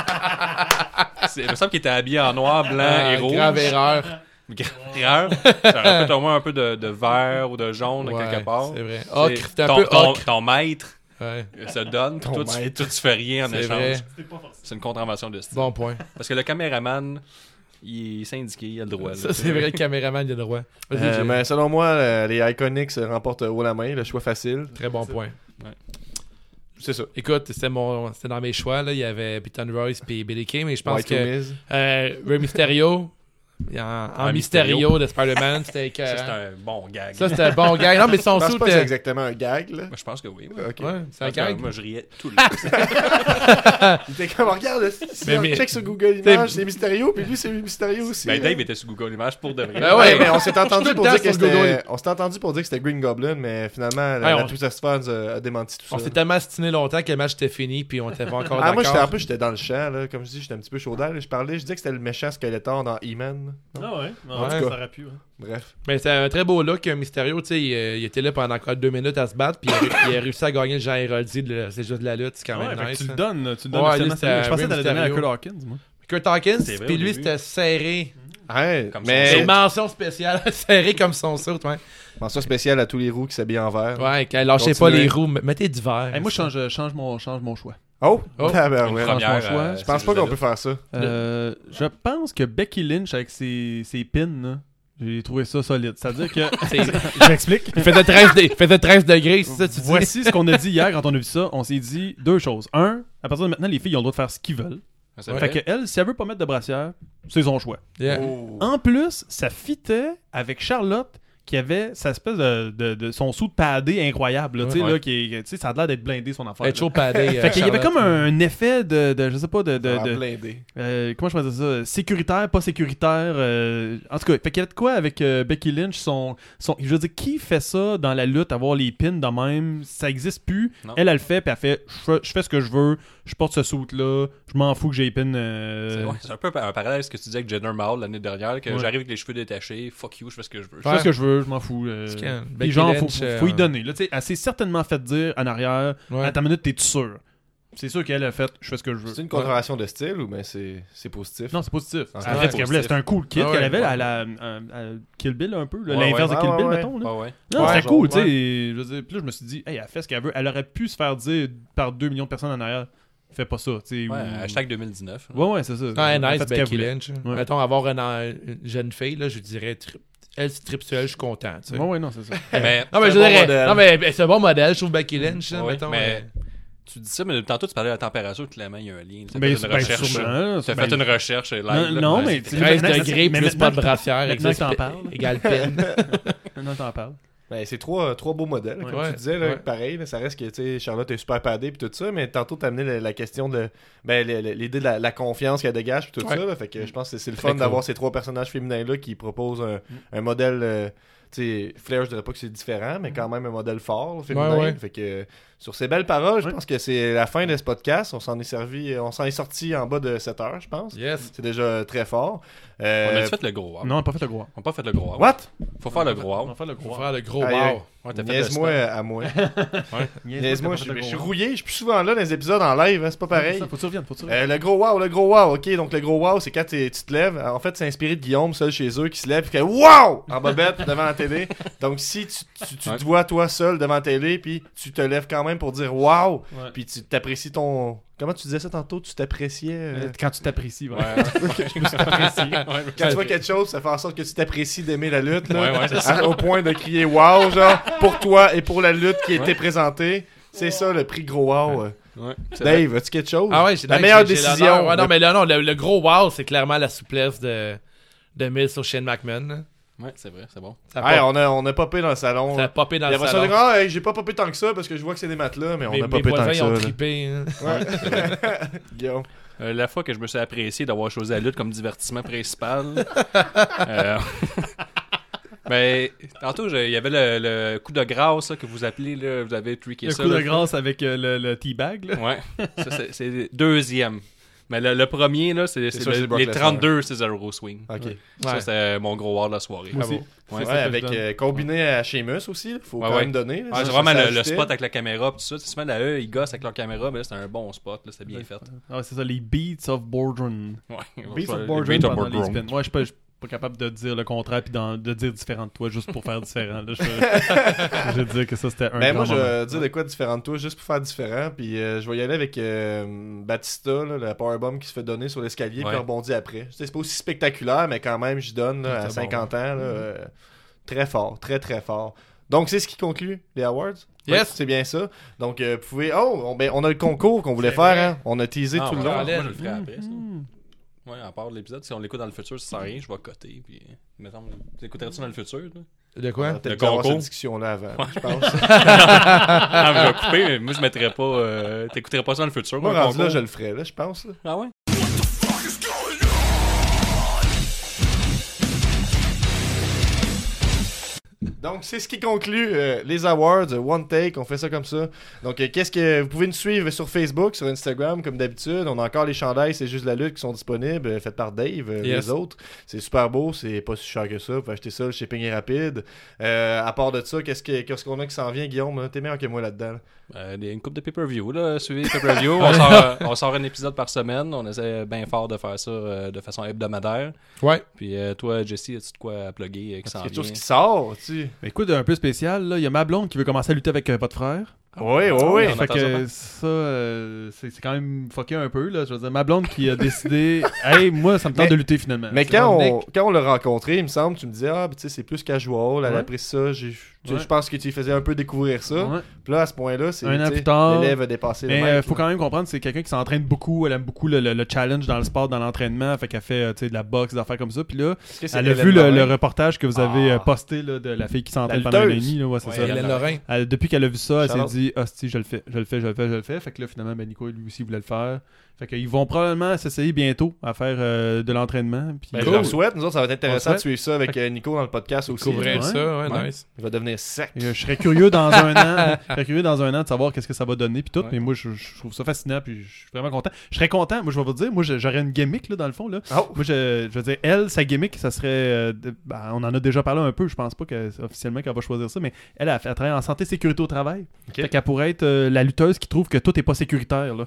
[SPEAKER 4] C'est, il me semble qu'il était habillé en noir, blanc et
[SPEAKER 5] Ah,
[SPEAKER 4] rouge.
[SPEAKER 5] grave erreur.
[SPEAKER 4] Grave erreur. Ça rappelle au moins un peu de, de vert ou de jaune à
[SPEAKER 5] Ouais,
[SPEAKER 4] quelque part.
[SPEAKER 5] C'est vrai.
[SPEAKER 4] C'est-
[SPEAKER 5] Ocre, c'était Ah, un
[SPEAKER 4] ton,
[SPEAKER 5] peu
[SPEAKER 4] ton-
[SPEAKER 5] ocre.
[SPEAKER 4] ton maître
[SPEAKER 5] Ouais,
[SPEAKER 4] se donne, puis
[SPEAKER 1] Ton
[SPEAKER 4] toi, tu,
[SPEAKER 1] maître.
[SPEAKER 4] toi, tu fais rien en
[SPEAKER 5] C'est
[SPEAKER 4] échange.
[SPEAKER 5] vrai.
[SPEAKER 4] C'est une contre-invention de style.
[SPEAKER 5] Bon point.
[SPEAKER 4] Parce que le caméraman, il est indiqué, il a le droit. là.
[SPEAKER 5] Ça, c'est vrai, le caméraman il a le droit. Vas-y,
[SPEAKER 1] Euh,
[SPEAKER 5] Jay.
[SPEAKER 1] mais selon moi, euh, les Iconics remportent haut la main, le choix facile.
[SPEAKER 5] Très bon point.
[SPEAKER 1] C'est ça.
[SPEAKER 5] Écoute, c'était mon, c'était dans mes choix. Là. Il y avait Peyton Royce puis Billy Kay, mais je pense
[SPEAKER 1] White
[SPEAKER 5] que
[SPEAKER 1] Miz.
[SPEAKER 5] euh, Rey Mysterio, en, en
[SPEAKER 4] Un
[SPEAKER 5] Mysterio,
[SPEAKER 4] Mysterio.
[SPEAKER 5] de Spider-Man, c'était
[SPEAKER 4] Ça, c'est
[SPEAKER 5] écœurant.
[SPEAKER 4] un bon gag.
[SPEAKER 5] Ça, c'était un bon gars. Non, mais son
[SPEAKER 1] Je pense
[SPEAKER 5] sou,
[SPEAKER 1] pas que c'est
[SPEAKER 5] c'était-
[SPEAKER 1] exactement un gag, là.
[SPEAKER 4] Moi, je pense que oui. oui.
[SPEAKER 1] Ok.
[SPEAKER 5] Ouais, c'est un
[SPEAKER 4] Parce que
[SPEAKER 5] gag.
[SPEAKER 4] Moi, je riais tout le temps.
[SPEAKER 1] Il était comme, regarde, si- si
[SPEAKER 5] Mais-
[SPEAKER 1] on
[SPEAKER 5] mais-
[SPEAKER 1] check sur Google
[SPEAKER 5] t'es-
[SPEAKER 1] Images, c'est mystérieux, puis lui, c'est mystérieux aussi.
[SPEAKER 4] Ben,
[SPEAKER 1] là.
[SPEAKER 4] Dave était sur Google Images pour de vrai.
[SPEAKER 5] Ben ouais.
[SPEAKER 1] Ouais, mais on s'est entendu
[SPEAKER 5] Tout
[SPEAKER 1] pour
[SPEAKER 5] le temps
[SPEAKER 1] dire que
[SPEAKER 5] sur Google.
[SPEAKER 1] c'était. On s'est entendu pour dire que c'était Green Goblin, mais finalement, la,
[SPEAKER 5] Ouais,
[SPEAKER 1] la
[SPEAKER 5] on-
[SPEAKER 1] Twitter Sphere a, a démenti tout ça.
[SPEAKER 5] On s'est tellement stiné longtemps que le match était fini, puis on était pas encore
[SPEAKER 1] Ah, moi, j'étais un
[SPEAKER 5] d'accord.
[SPEAKER 1] peu, j'étais dans le champ, là. Comme je dis, j'étais un petit peu chaud d'air, là. Je parlais, je disais que c'était le méchant Skeletor dans He-Man.
[SPEAKER 6] Ah ouais.
[SPEAKER 5] En tout cas.
[SPEAKER 6] ça aurait pu. hein.
[SPEAKER 1] Bref.
[SPEAKER 5] Mais c'était un très beau look, un Mysterio. Tu sais, il, euh, il était là pendant encore deux minutes à se battre, puis il a, ré- il a réussi à gagner le Jean Héroldi. de- C'est juste de la lutte, c'est quand
[SPEAKER 6] Ouais,
[SPEAKER 5] même
[SPEAKER 6] fait que
[SPEAKER 5] nice.
[SPEAKER 6] tu le
[SPEAKER 5] hein.
[SPEAKER 6] donnes, là, tu le donnes.
[SPEAKER 5] Ouais,
[SPEAKER 6] officiellement.
[SPEAKER 5] lui, c'était
[SPEAKER 6] je pensais que t'allais donner à
[SPEAKER 5] Mysterio.
[SPEAKER 6] Kurt Hawkins, moi.
[SPEAKER 5] Kurt Hawkins,
[SPEAKER 4] C'est vrai,
[SPEAKER 5] puis
[SPEAKER 4] au
[SPEAKER 5] lui,
[SPEAKER 4] début.
[SPEAKER 5] c'était serré.
[SPEAKER 6] Mm.
[SPEAKER 1] Ouais,
[SPEAKER 4] Comme
[SPEAKER 5] C'est
[SPEAKER 1] mais.
[SPEAKER 5] une mention spéciale, serré comme son saut, ouais.
[SPEAKER 1] Mention spéciale à tous les roues qui s'habillent en vert.
[SPEAKER 5] Ouais, qu'elle lâchait
[SPEAKER 1] Continuez.
[SPEAKER 5] pas les roues, m- mettez du verre.
[SPEAKER 6] Hey, moi, je change, euh, change, mon, change mon choix.
[SPEAKER 1] Oh!
[SPEAKER 5] Oh.
[SPEAKER 1] tabarouette.
[SPEAKER 4] Une première,
[SPEAKER 6] mon choix.
[SPEAKER 4] euh,
[SPEAKER 1] Je pense
[SPEAKER 4] c'est
[SPEAKER 1] pas
[SPEAKER 4] juste
[SPEAKER 1] qu'on
[SPEAKER 4] de
[SPEAKER 1] peut faire ça.
[SPEAKER 6] Euh, je pense que Becky Lynch, avec ses, ses pins, là, j'ai trouvé ça solide. C'est-à-dire que. je m'explique.
[SPEAKER 5] Il faisait 13, de- il faisait 13 degrés, c'est ça, tu dis?
[SPEAKER 6] Voici ce qu'on a dit hier quand on a vu ça. On s'est dit deux choses. Un, à partir de maintenant, les filles ils ont le droit de faire ce qu'ils veulent.
[SPEAKER 4] là. C'est
[SPEAKER 6] Fait
[SPEAKER 4] vrai.
[SPEAKER 6] que elle, si elle veut pas mettre de brassière, c'est son choix.
[SPEAKER 5] Yeah.
[SPEAKER 6] En plus, ça fitait avec Charlotte qui avait sa espèce de, de- de- son sou de padé incroyable, là, tu sais,
[SPEAKER 4] Ouais.
[SPEAKER 6] là, qui est- tu sais, ça a l'air d'être blindé son enfant.
[SPEAKER 5] Elle est chaud padée, euh,
[SPEAKER 6] Fait qu'il y avait
[SPEAKER 5] Charlotte.
[SPEAKER 6] comme un effet de, de- je sais pas de, de-
[SPEAKER 1] Ah,
[SPEAKER 6] de-
[SPEAKER 1] blindé.
[SPEAKER 6] euh, comment je peux dire ça sécuritaire pas sécuritaire euh, en tout cas fait qu'il y a de quoi avec euh, Becky Lynch son, son je veux dire qui fait ça dans la lutte avoir les pins de même ça existe plus
[SPEAKER 4] Non.
[SPEAKER 6] elle elle le fait puis elle fait je fais- je fais ce que je veux je porte ce soute là je m'en fous que j'ai les pins euh,
[SPEAKER 4] C'est ouais, c'est un peu un parallèle à ce que tu disais avec Jenner Maul l'année dernière, que
[SPEAKER 6] Ouais.
[SPEAKER 4] j'arrive avec les cheveux détachés, fuck you, je fais ce que je veux.
[SPEAKER 6] Je fais ce que je veux, je m'en fous. euh,
[SPEAKER 5] C'est quand-
[SPEAKER 6] Puis
[SPEAKER 5] Becky
[SPEAKER 6] genre, faut,
[SPEAKER 5] Lynch,
[SPEAKER 6] faut,
[SPEAKER 5] euh,
[SPEAKER 6] faut y donner. Là, tu sais, elle s'est certainement fait dire en arrière,
[SPEAKER 5] Ouais.
[SPEAKER 6] à ta minute, t'es-tu sûr? C'est sûr qu'elle a fait, je fais ce que je veux.
[SPEAKER 1] C'est une contravention de style ou ben c'est c'est positif?
[SPEAKER 6] Non, c'est positif.
[SPEAKER 1] Ah,
[SPEAKER 6] Elle a
[SPEAKER 5] ouais.
[SPEAKER 6] fait ce qu'elle voulait. C'était un cool kit
[SPEAKER 5] Ah ouais,
[SPEAKER 6] qu'elle avait
[SPEAKER 5] ouais.
[SPEAKER 6] à la à- à Kill Bill un peu, là,
[SPEAKER 4] Ouais,
[SPEAKER 6] l'inverse
[SPEAKER 1] ouais.
[SPEAKER 6] de Kill
[SPEAKER 1] Ah,
[SPEAKER 6] Bill,
[SPEAKER 1] ouais,
[SPEAKER 6] mettons. là.
[SPEAKER 4] Ah ouais.
[SPEAKER 6] Non,
[SPEAKER 1] Ouais,
[SPEAKER 6] c'était
[SPEAKER 1] genre,
[SPEAKER 6] cool, tu sais.
[SPEAKER 1] ouais.
[SPEAKER 6] Je veux dire, Puis là, je me suis dit, hey, elle a fait ce qu'elle veut. Elle aurait pu se faire dire par 2 millions de personnes en arrière, fais pas ça. tu sais, ou-
[SPEAKER 4] Ouais, hashtag 2019.
[SPEAKER 6] Ouais, ouais, c'est ça.
[SPEAKER 5] Ah,
[SPEAKER 6] Elle a
[SPEAKER 5] nice,
[SPEAKER 6] fait ce qu'elle
[SPEAKER 5] Becky
[SPEAKER 6] voulait.
[SPEAKER 5] Lynch.
[SPEAKER 6] Ouais.
[SPEAKER 5] Mettons, avoir une, une jeune fille, là, je dirais, tri- elle, c'est tripsuelle, je suis content, tu sais.
[SPEAKER 6] Ouais, ouais, non, c'est ça.
[SPEAKER 4] Mais,
[SPEAKER 5] Non, mais
[SPEAKER 1] C'est
[SPEAKER 5] je
[SPEAKER 1] un bon
[SPEAKER 5] dirais,
[SPEAKER 1] modèle.
[SPEAKER 5] non, mais c'est un bon modèle, je trouve Becky Lynch, là,
[SPEAKER 4] Ouais,
[SPEAKER 5] Ah, mettons.
[SPEAKER 4] mais-
[SPEAKER 5] euh,
[SPEAKER 4] tu dis ça, mais tantôt tu parlais de la température, clairement, il y a un lien. Tu as
[SPEAKER 6] Ben,
[SPEAKER 4] fait une
[SPEAKER 6] ben,
[SPEAKER 4] recherche.
[SPEAKER 6] sûrement, là.
[SPEAKER 4] Tu as
[SPEAKER 6] Ben,
[SPEAKER 4] fait une recherche et live.
[SPEAKER 6] Non,
[SPEAKER 4] là.
[SPEAKER 6] non,
[SPEAKER 4] Ouais,
[SPEAKER 6] mais.
[SPEAKER 4] c'est-
[SPEAKER 6] tu sais,
[SPEAKER 5] 13
[SPEAKER 6] maintenant-
[SPEAKER 5] degrés,
[SPEAKER 6] mais
[SPEAKER 5] plus pas de
[SPEAKER 6] maintenant-
[SPEAKER 5] brassière,
[SPEAKER 6] maintenant que t'en
[SPEAKER 5] existe-
[SPEAKER 6] parles.
[SPEAKER 5] égale peine.
[SPEAKER 6] Maintenant, t'en parles.
[SPEAKER 1] Ben, c'est trois, trois beaux modèles, comme
[SPEAKER 5] Ouais.
[SPEAKER 1] tu disais, là,
[SPEAKER 5] Ouais.
[SPEAKER 1] pareil, là, ça reste que tu sais, Charlotte est super padée puis tout ça, mais tantôt t'as amené la, la question de ben, le- le- l'idée de la, la confiance qu'elle dégage puis tout
[SPEAKER 5] Ouais.
[SPEAKER 1] ça, là, fait que je pense que c'est le
[SPEAKER 5] Très
[SPEAKER 1] fun
[SPEAKER 5] cool. Mm.
[SPEAKER 1] d'avoir ces trois personnages féminins là qui proposent un, un modèle euh, tu sais, Flair, je dirais pas que c'est différent, mais quand même un modèle fort, là,
[SPEAKER 5] Ouais,
[SPEAKER 1] féminin.
[SPEAKER 5] ouais.
[SPEAKER 1] Fait que, euh, sur ces belles paroles, je pense que c'est la fin de ce podcast. On s'en est servi, on s'en est sorti en bas de 7 heures, je pense.
[SPEAKER 5] Yes.
[SPEAKER 1] C'est déjà très fort. Euh,
[SPEAKER 4] On a fait le gros out.
[SPEAKER 6] Non, on a pas fait le gros.
[SPEAKER 4] On n'a pas fait le gros hein? out.
[SPEAKER 1] What?
[SPEAKER 4] Faut faire le gros
[SPEAKER 6] On a
[SPEAKER 4] out.
[SPEAKER 6] fait le
[SPEAKER 5] On
[SPEAKER 6] gros.
[SPEAKER 5] va faire le gros
[SPEAKER 1] Aïe, aïe.
[SPEAKER 5] wow.
[SPEAKER 4] Ouais, t'as fait le
[SPEAKER 1] Niaise-moi
[SPEAKER 4] stunt.
[SPEAKER 1] à moi.
[SPEAKER 6] Niaise-moi,
[SPEAKER 1] Niaise-moi,
[SPEAKER 6] t'as
[SPEAKER 1] je je
[SPEAKER 6] pas fait le
[SPEAKER 1] suis
[SPEAKER 6] gros.
[SPEAKER 1] rouillé, je suis plus souvent là dans les épisodes en live, hein, c'est pas pareil.
[SPEAKER 6] Ça, Faut que tu reviennes, faut que tu reviennes.
[SPEAKER 1] Euh, le gros wow, le gros wow, ok. Donc le gros wow, c'est quand t'es- tu te lèves. En fait, c'est inspiré de Guillaume, seul chez eux, qui se lève et fait wow en bobette devant la télé. Donc si tu, tu- tu
[SPEAKER 4] Ouais.
[SPEAKER 1] te vois toi seul devant la télé, puis tu te lèves quand même pour dire wow,
[SPEAKER 6] Ouais.
[SPEAKER 1] puis tu t'apprécies ton. Comment tu disais ça tantôt Tu t'appréciais. euh,
[SPEAKER 6] Euh, Quand tu t'apprécies, ouais.
[SPEAKER 4] Ouais.
[SPEAKER 1] Quand tu vois quelque chose, ça fait en sorte que tu t'apprécies d'aimer la lutte, là,
[SPEAKER 4] Ouais, ouais, c'est
[SPEAKER 1] à- au point de crier wow, genre pour toi et pour la lutte qui était présentée. C'est ça le prix gros wow. euh.
[SPEAKER 4] Ouais. C'est vrai.
[SPEAKER 1] Dave, as-tu quelque chose
[SPEAKER 5] Ah ouais, j'ai
[SPEAKER 1] La
[SPEAKER 5] j'ai-
[SPEAKER 1] meilleure
[SPEAKER 5] j'ai l'honneur.
[SPEAKER 1] décision.
[SPEAKER 5] Ouais, non,
[SPEAKER 1] Le-
[SPEAKER 5] mais là, non, le, le gros wow, c'est clairement la souplesse de, de Miz sur Shane McMahon.
[SPEAKER 4] Ouais, c'est vrai, c'est bon.
[SPEAKER 5] Ça a,
[SPEAKER 1] Hey,
[SPEAKER 5] pop-
[SPEAKER 1] on, a, on a popé dans le salon.
[SPEAKER 5] ça a popé dans
[SPEAKER 1] Il y
[SPEAKER 5] le
[SPEAKER 1] avait ça de
[SPEAKER 5] salon.
[SPEAKER 1] grand, Hey, j'ai pas popé tant que ça parce que je vois que c'est des matelas, mais on
[SPEAKER 5] Mes,
[SPEAKER 1] a
[SPEAKER 5] mes
[SPEAKER 1] popé tant
[SPEAKER 5] voisins,
[SPEAKER 1] que
[SPEAKER 5] ils
[SPEAKER 1] ça.
[SPEAKER 5] ont
[SPEAKER 1] là.
[SPEAKER 5] trippé. hein.
[SPEAKER 1] Guillaume.
[SPEAKER 4] Euh, la fois que je me suis apprécié d'avoir choisi la lutte comme divertissement principal. euh, Mais tantôt, je- il y avait le, le coup de grâce là, que vous appelez, là, vous avez tweaké
[SPEAKER 6] Le
[SPEAKER 4] ça.
[SPEAKER 6] coup de
[SPEAKER 4] là.
[SPEAKER 6] grâce avec euh, le, le teabag, là.
[SPEAKER 4] Ouais, ça, c'est- c'est deuxième. Mais le, le premier, là, c'est c'est
[SPEAKER 1] sûr,
[SPEAKER 4] le-
[SPEAKER 1] c'est Brock
[SPEAKER 4] les
[SPEAKER 1] Lesnar.
[SPEAKER 4] 32 Cesaro Swing.
[SPEAKER 1] Ok.
[SPEAKER 5] Ouais.
[SPEAKER 4] Ça, c'est mon gros war de la soirée.
[SPEAKER 6] Moi aussi.
[SPEAKER 5] Bravo.
[SPEAKER 6] C'est
[SPEAKER 4] Ah Ouais,
[SPEAKER 6] ça
[SPEAKER 1] Ouais,
[SPEAKER 6] que je
[SPEAKER 1] avec
[SPEAKER 6] donne.
[SPEAKER 1] euh, combiné à Sheamus aussi, là, faut
[SPEAKER 4] Ouais,
[SPEAKER 1] quand
[SPEAKER 4] ouais.
[SPEAKER 1] même donner. là,
[SPEAKER 4] Ouais,
[SPEAKER 1] ça,
[SPEAKER 4] c'est
[SPEAKER 1] ça,
[SPEAKER 4] vraiment
[SPEAKER 1] ça
[SPEAKER 4] le, le
[SPEAKER 1] ajoutait.
[SPEAKER 4] spot avec la caméra, pis tout ça. C'est souvent là, eux, ils gossent avec leur caméra, mais là, c'est un bon spot, là, c'est bien fait.
[SPEAKER 6] Ah, c'est ça, les Beats of Boardroom.
[SPEAKER 4] Ouais.
[SPEAKER 6] Beats
[SPEAKER 4] Les
[SPEAKER 6] of Boardroom
[SPEAKER 4] Beats of
[SPEAKER 6] pendant les
[SPEAKER 4] Boardroom.
[SPEAKER 6] spins. Ouais, je suis pas- je suis pas capable de dire le contraire puis d'en- de dire différent de toi juste pour faire différent. là. Je je vais dire que ça, c'était un
[SPEAKER 1] Ben moi,
[SPEAKER 6] grand
[SPEAKER 1] je
[SPEAKER 6] moment.
[SPEAKER 1] vais dire de quoi différent de toi, juste pour faire différent. Puis euh, je vais y aller avec euh, Batista, là, la powerbomb qui se fait donner sur l'escalier,
[SPEAKER 4] Ouais.
[SPEAKER 1] puis rebondit après. Tu sais, C'est pas aussi spectaculaire, mais quand même, je donne là, à
[SPEAKER 5] C'est bon,
[SPEAKER 1] 50 ans. là, euh, très fort, très très fort. Donc c'est ce qui conclut les awards.
[SPEAKER 5] Yes.
[SPEAKER 1] Ouais, c'est bien ça. Donc euh, vous pouvez. Oh, on, ben, on a le concours qu'on voulait
[SPEAKER 5] C'est
[SPEAKER 1] faire.
[SPEAKER 5] vrai.
[SPEAKER 1] hein. On a teasé
[SPEAKER 4] Ah,
[SPEAKER 1] tout le
[SPEAKER 4] ouais,
[SPEAKER 1] long.
[SPEAKER 4] Moi,
[SPEAKER 5] Alain.
[SPEAKER 4] je le ferai après, ça.
[SPEAKER 6] Hmm.
[SPEAKER 4] Ouais, à part de l'épisode, si on l'écoute dans le futur, ça sert à rien, je vais coter. Puis, mettons, t'écouterais-tu dans le futur? Là?
[SPEAKER 5] De
[SPEAKER 1] On
[SPEAKER 5] quoi?
[SPEAKER 1] aurait peut-être
[SPEAKER 4] Le
[SPEAKER 1] dû avoir
[SPEAKER 4] concours.
[SPEAKER 1] cette discussion-là avant, je pense.
[SPEAKER 4] Ah, mais je vais couper, mais moi, je mettrais pas. euh, T'écouterais pas ça dans le futur?
[SPEAKER 1] Moi,
[SPEAKER 4] un
[SPEAKER 1] rendu là,
[SPEAKER 4] concours?
[SPEAKER 1] je le ferais, là, je pense. là.
[SPEAKER 4] Ah ouais?
[SPEAKER 1] Donc, c'est ce qui conclut euh, les awards, euh, One Take, on fait ça comme ça. Donc, euh, qu'est-ce que vous pouvez nous suivre sur Facebook, sur Instagram, comme d'habitude. On a encore les chandails, c'est juste la lutte qui sont disponibles, euh, faites par Dave, euh,
[SPEAKER 5] Yes.
[SPEAKER 1] les autres. C'est super beau, c'est pas si cher que ça. Vous pouvez acheter ça, le shipping est rapide. Euh, à part de ça, qu'est-ce que- qu'est-ce qu'on a qui s'en vient, Guillaume T'es meilleur que moi là-dedans. là.
[SPEAKER 4] Euh, des- une coupe de pay-per-view, là. Suivez les pay-per-view. on, sort, euh, on sort un épisode par semaine. On essaie bien fort de faire ça euh, de façon hebdomadaire.
[SPEAKER 5] Ouais.
[SPEAKER 4] Puis euh, toi, Jesse, as-tu de quoi à plugger euh, qui
[SPEAKER 1] Il
[SPEAKER 4] s'en
[SPEAKER 1] y a
[SPEAKER 4] vient?
[SPEAKER 1] toujours ce qui sort, tu sais.
[SPEAKER 6] Mais Ben, écoute, un peu spécial, là, il y a ma blonde qui veut commencer à lutter avec euh, votre frère.
[SPEAKER 1] Oui, oui,
[SPEAKER 4] oui,
[SPEAKER 1] oui.
[SPEAKER 4] Ah on
[SPEAKER 6] fait
[SPEAKER 4] entend
[SPEAKER 6] que ça, euh, c'est c'est quand même fucké un peu, là. Je veux dire, ma blonde qui a décidé, hey, moi, ça me tente
[SPEAKER 1] Mais-
[SPEAKER 6] de lutter finalement.
[SPEAKER 1] Mais
[SPEAKER 6] Euh, C'est
[SPEAKER 1] quand
[SPEAKER 6] vraiment
[SPEAKER 1] on, quand on l'a rencontré, il me semble, tu me dis Ah, ben, tu sais, c'est plus casual, elle
[SPEAKER 6] Ouais.
[SPEAKER 1] apprécie ça. J'ai- tu sais,
[SPEAKER 6] Ouais.
[SPEAKER 1] Je pense que tu lui faisais un peu découvrir ça.
[SPEAKER 6] Ouais.
[SPEAKER 1] Puis là, à ce point-là, c'est
[SPEAKER 6] Un an
[SPEAKER 1] tu sais,
[SPEAKER 6] plus tard.
[SPEAKER 1] l'élève a dépassé le
[SPEAKER 6] Mais
[SPEAKER 1] mec,
[SPEAKER 6] euh, faut
[SPEAKER 1] là.
[SPEAKER 6] quand même comprendre, c'est quelqu'un qui s'entraîne beaucoup, elle aime beaucoup le, le- le challenge dans le sport, dans l'entraînement, fait qu'elle fait euh, tu sais, de la boxe, des affaires comme ça. Puis là,
[SPEAKER 1] Est-ce que c'est
[SPEAKER 6] elle a
[SPEAKER 1] l'élève
[SPEAKER 6] vu le,
[SPEAKER 1] Lorrain?
[SPEAKER 6] le reportage que vous avez
[SPEAKER 1] Ah.
[SPEAKER 6] euh, posté là, de la fille qui s'entraîne
[SPEAKER 1] La
[SPEAKER 6] pendant un an et
[SPEAKER 1] lutteuse.
[SPEAKER 6] demi. là, ouais, c'est
[SPEAKER 4] Ouais,
[SPEAKER 6] ça.
[SPEAKER 4] elle
[SPEAKER 5] Hélène
[SPEAKER 4] l'a-
[SPEAKER 5] Lorrain.
[SPEAKER 6] Elle- depuis qu'elle a vu ça, elle s'est
[SPEAKER 1] Charlotte.
[SPEAKER 6] dit, hostie, je le fais, je le fais, je le fais, je le fais, je le fais. Fait que là, finalement, ben Nico, lui aussi, voulait le faire. Fait qu'ils vont probablement s'essayer bientôt à faire euh, de l'entraînement. Puis,
[SPEAKER 1] Ben,
[SPEAKER 6] euh,
[SPEAKER 1] Je
[SPEAKER 5] Cool.
[SPEAKER 1] leur souhaite, nous autres, ça va être intéressant
[SPEAKER 6] On
[SPEAKER 1] de suivre ça avec euh, Nico dans le podcast aussi.
[SPEAKER 5] Couvrir
[SPEAKER 6] Ouais.
[SPEAKER 5] ça, ouais,
[SPEAKER 6] Ouais.
[SPEAKER 5] nice.
[SPEAKER 1] Il va devenir sec.
[SPEAKER 6] et, euh, je serais curieux dans un an, je serais curieux dans un an de savoir qu'est-ce que ça va donner puis tout. Mais moi, je, je trouve ça fascinant puis je suis vraiment content. Je serais content. Moi, je vais vous dire, moi, je- j'aurais une gimmick là dans le fond là.
[SPEAKER 1] Oh,
[SPEAKER 6] Moi, je, je veux dire, elle, sa gimmick, ça serait. euh, de- ben, on en a déjà parlé un peu, je pense pas que, officiellement qu'elle va choisir ça, mais elle, elle, fait- elle travaille en santé sécurité au travail. Fait qu'elle pourrait être euh, la lutteuse qui trouve que tout est pas sécuritaire. Là.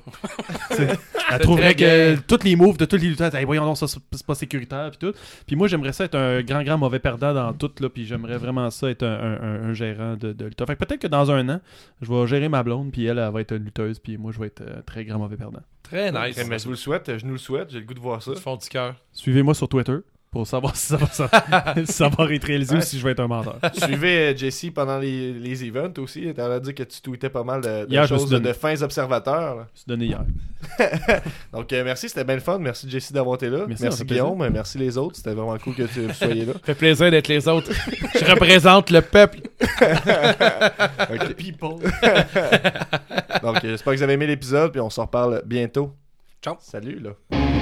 [SPEAKER 6] C'est- elle trouverait
[SPEAKER 5] très
[SPEAKER 6] que
[SPEAKER 5] gay.
[SPEAKER 6] tous les moves de tous les lutteurs, hey, voyons, non, ça c'est c'est pas sécuritaire. Puis, tout. puis moi, j'aimerais ça être un grand, grand mauvais perdant dans tout. Là, puis j'aimerais vraiment ça être un, un- un- un gérant de, de lutteur. Fait que peut-être que dans un an, je vais gérer ma blonde, puis elle, elle va être une lutteuse, puis moi, je vais être euh, très grand mauvais perdant.
[SPEAKER 5] Très nice.
[SPEAKER 1] mais je vous le souhaite, je nous le souhaite, j'ai le goût de voir ça.
[SPEAKER 5] Du fond du cœur.
[SPEAKER 6] Suivez-moi sur Twitter pour savoir si ça va, si ça va être réalisé
[SPEAKER 1] Ouais.
[SPEAKER 6] ou si je vais être un menteur.
[SPEAKER 1] Suivez euh, Jesse pendant les, les events aussi. T'as dit que tu tweetais pas mal de, de
[SPEAKER 6] Hier, je me
[SPEAKER 1] choses
[SPEAKER 6] suis
[SPEAKER 1] de,
[SPEAKER 6] donné.
[SPEAKER 1] fins observateurs. là.
[SPEAKER 6] C'est donné hier.
[SPEAKER 1] Donc euh, merci, c'était bien le fun. Merci Jesse d'avoir été là.
[SPEAKER 6] Merci,
[SPEAKER 1] Merci,
[SPEAKER 6] ça fait
[SPEAKER 1] Guillaume, merci les autres. C'était vraiment cool que tu vous soyez là.
[SPEAKER 5] Fait plaisir d'être les autres. je représente le peuple.
[SPEAKER 1] Ok. Donc euh, j'espère que vous avez aimé l'épisode puis on s'en reparle bientôt.
[SPEAKER 4] Ciao.
[SPEAKER 1] Salut là.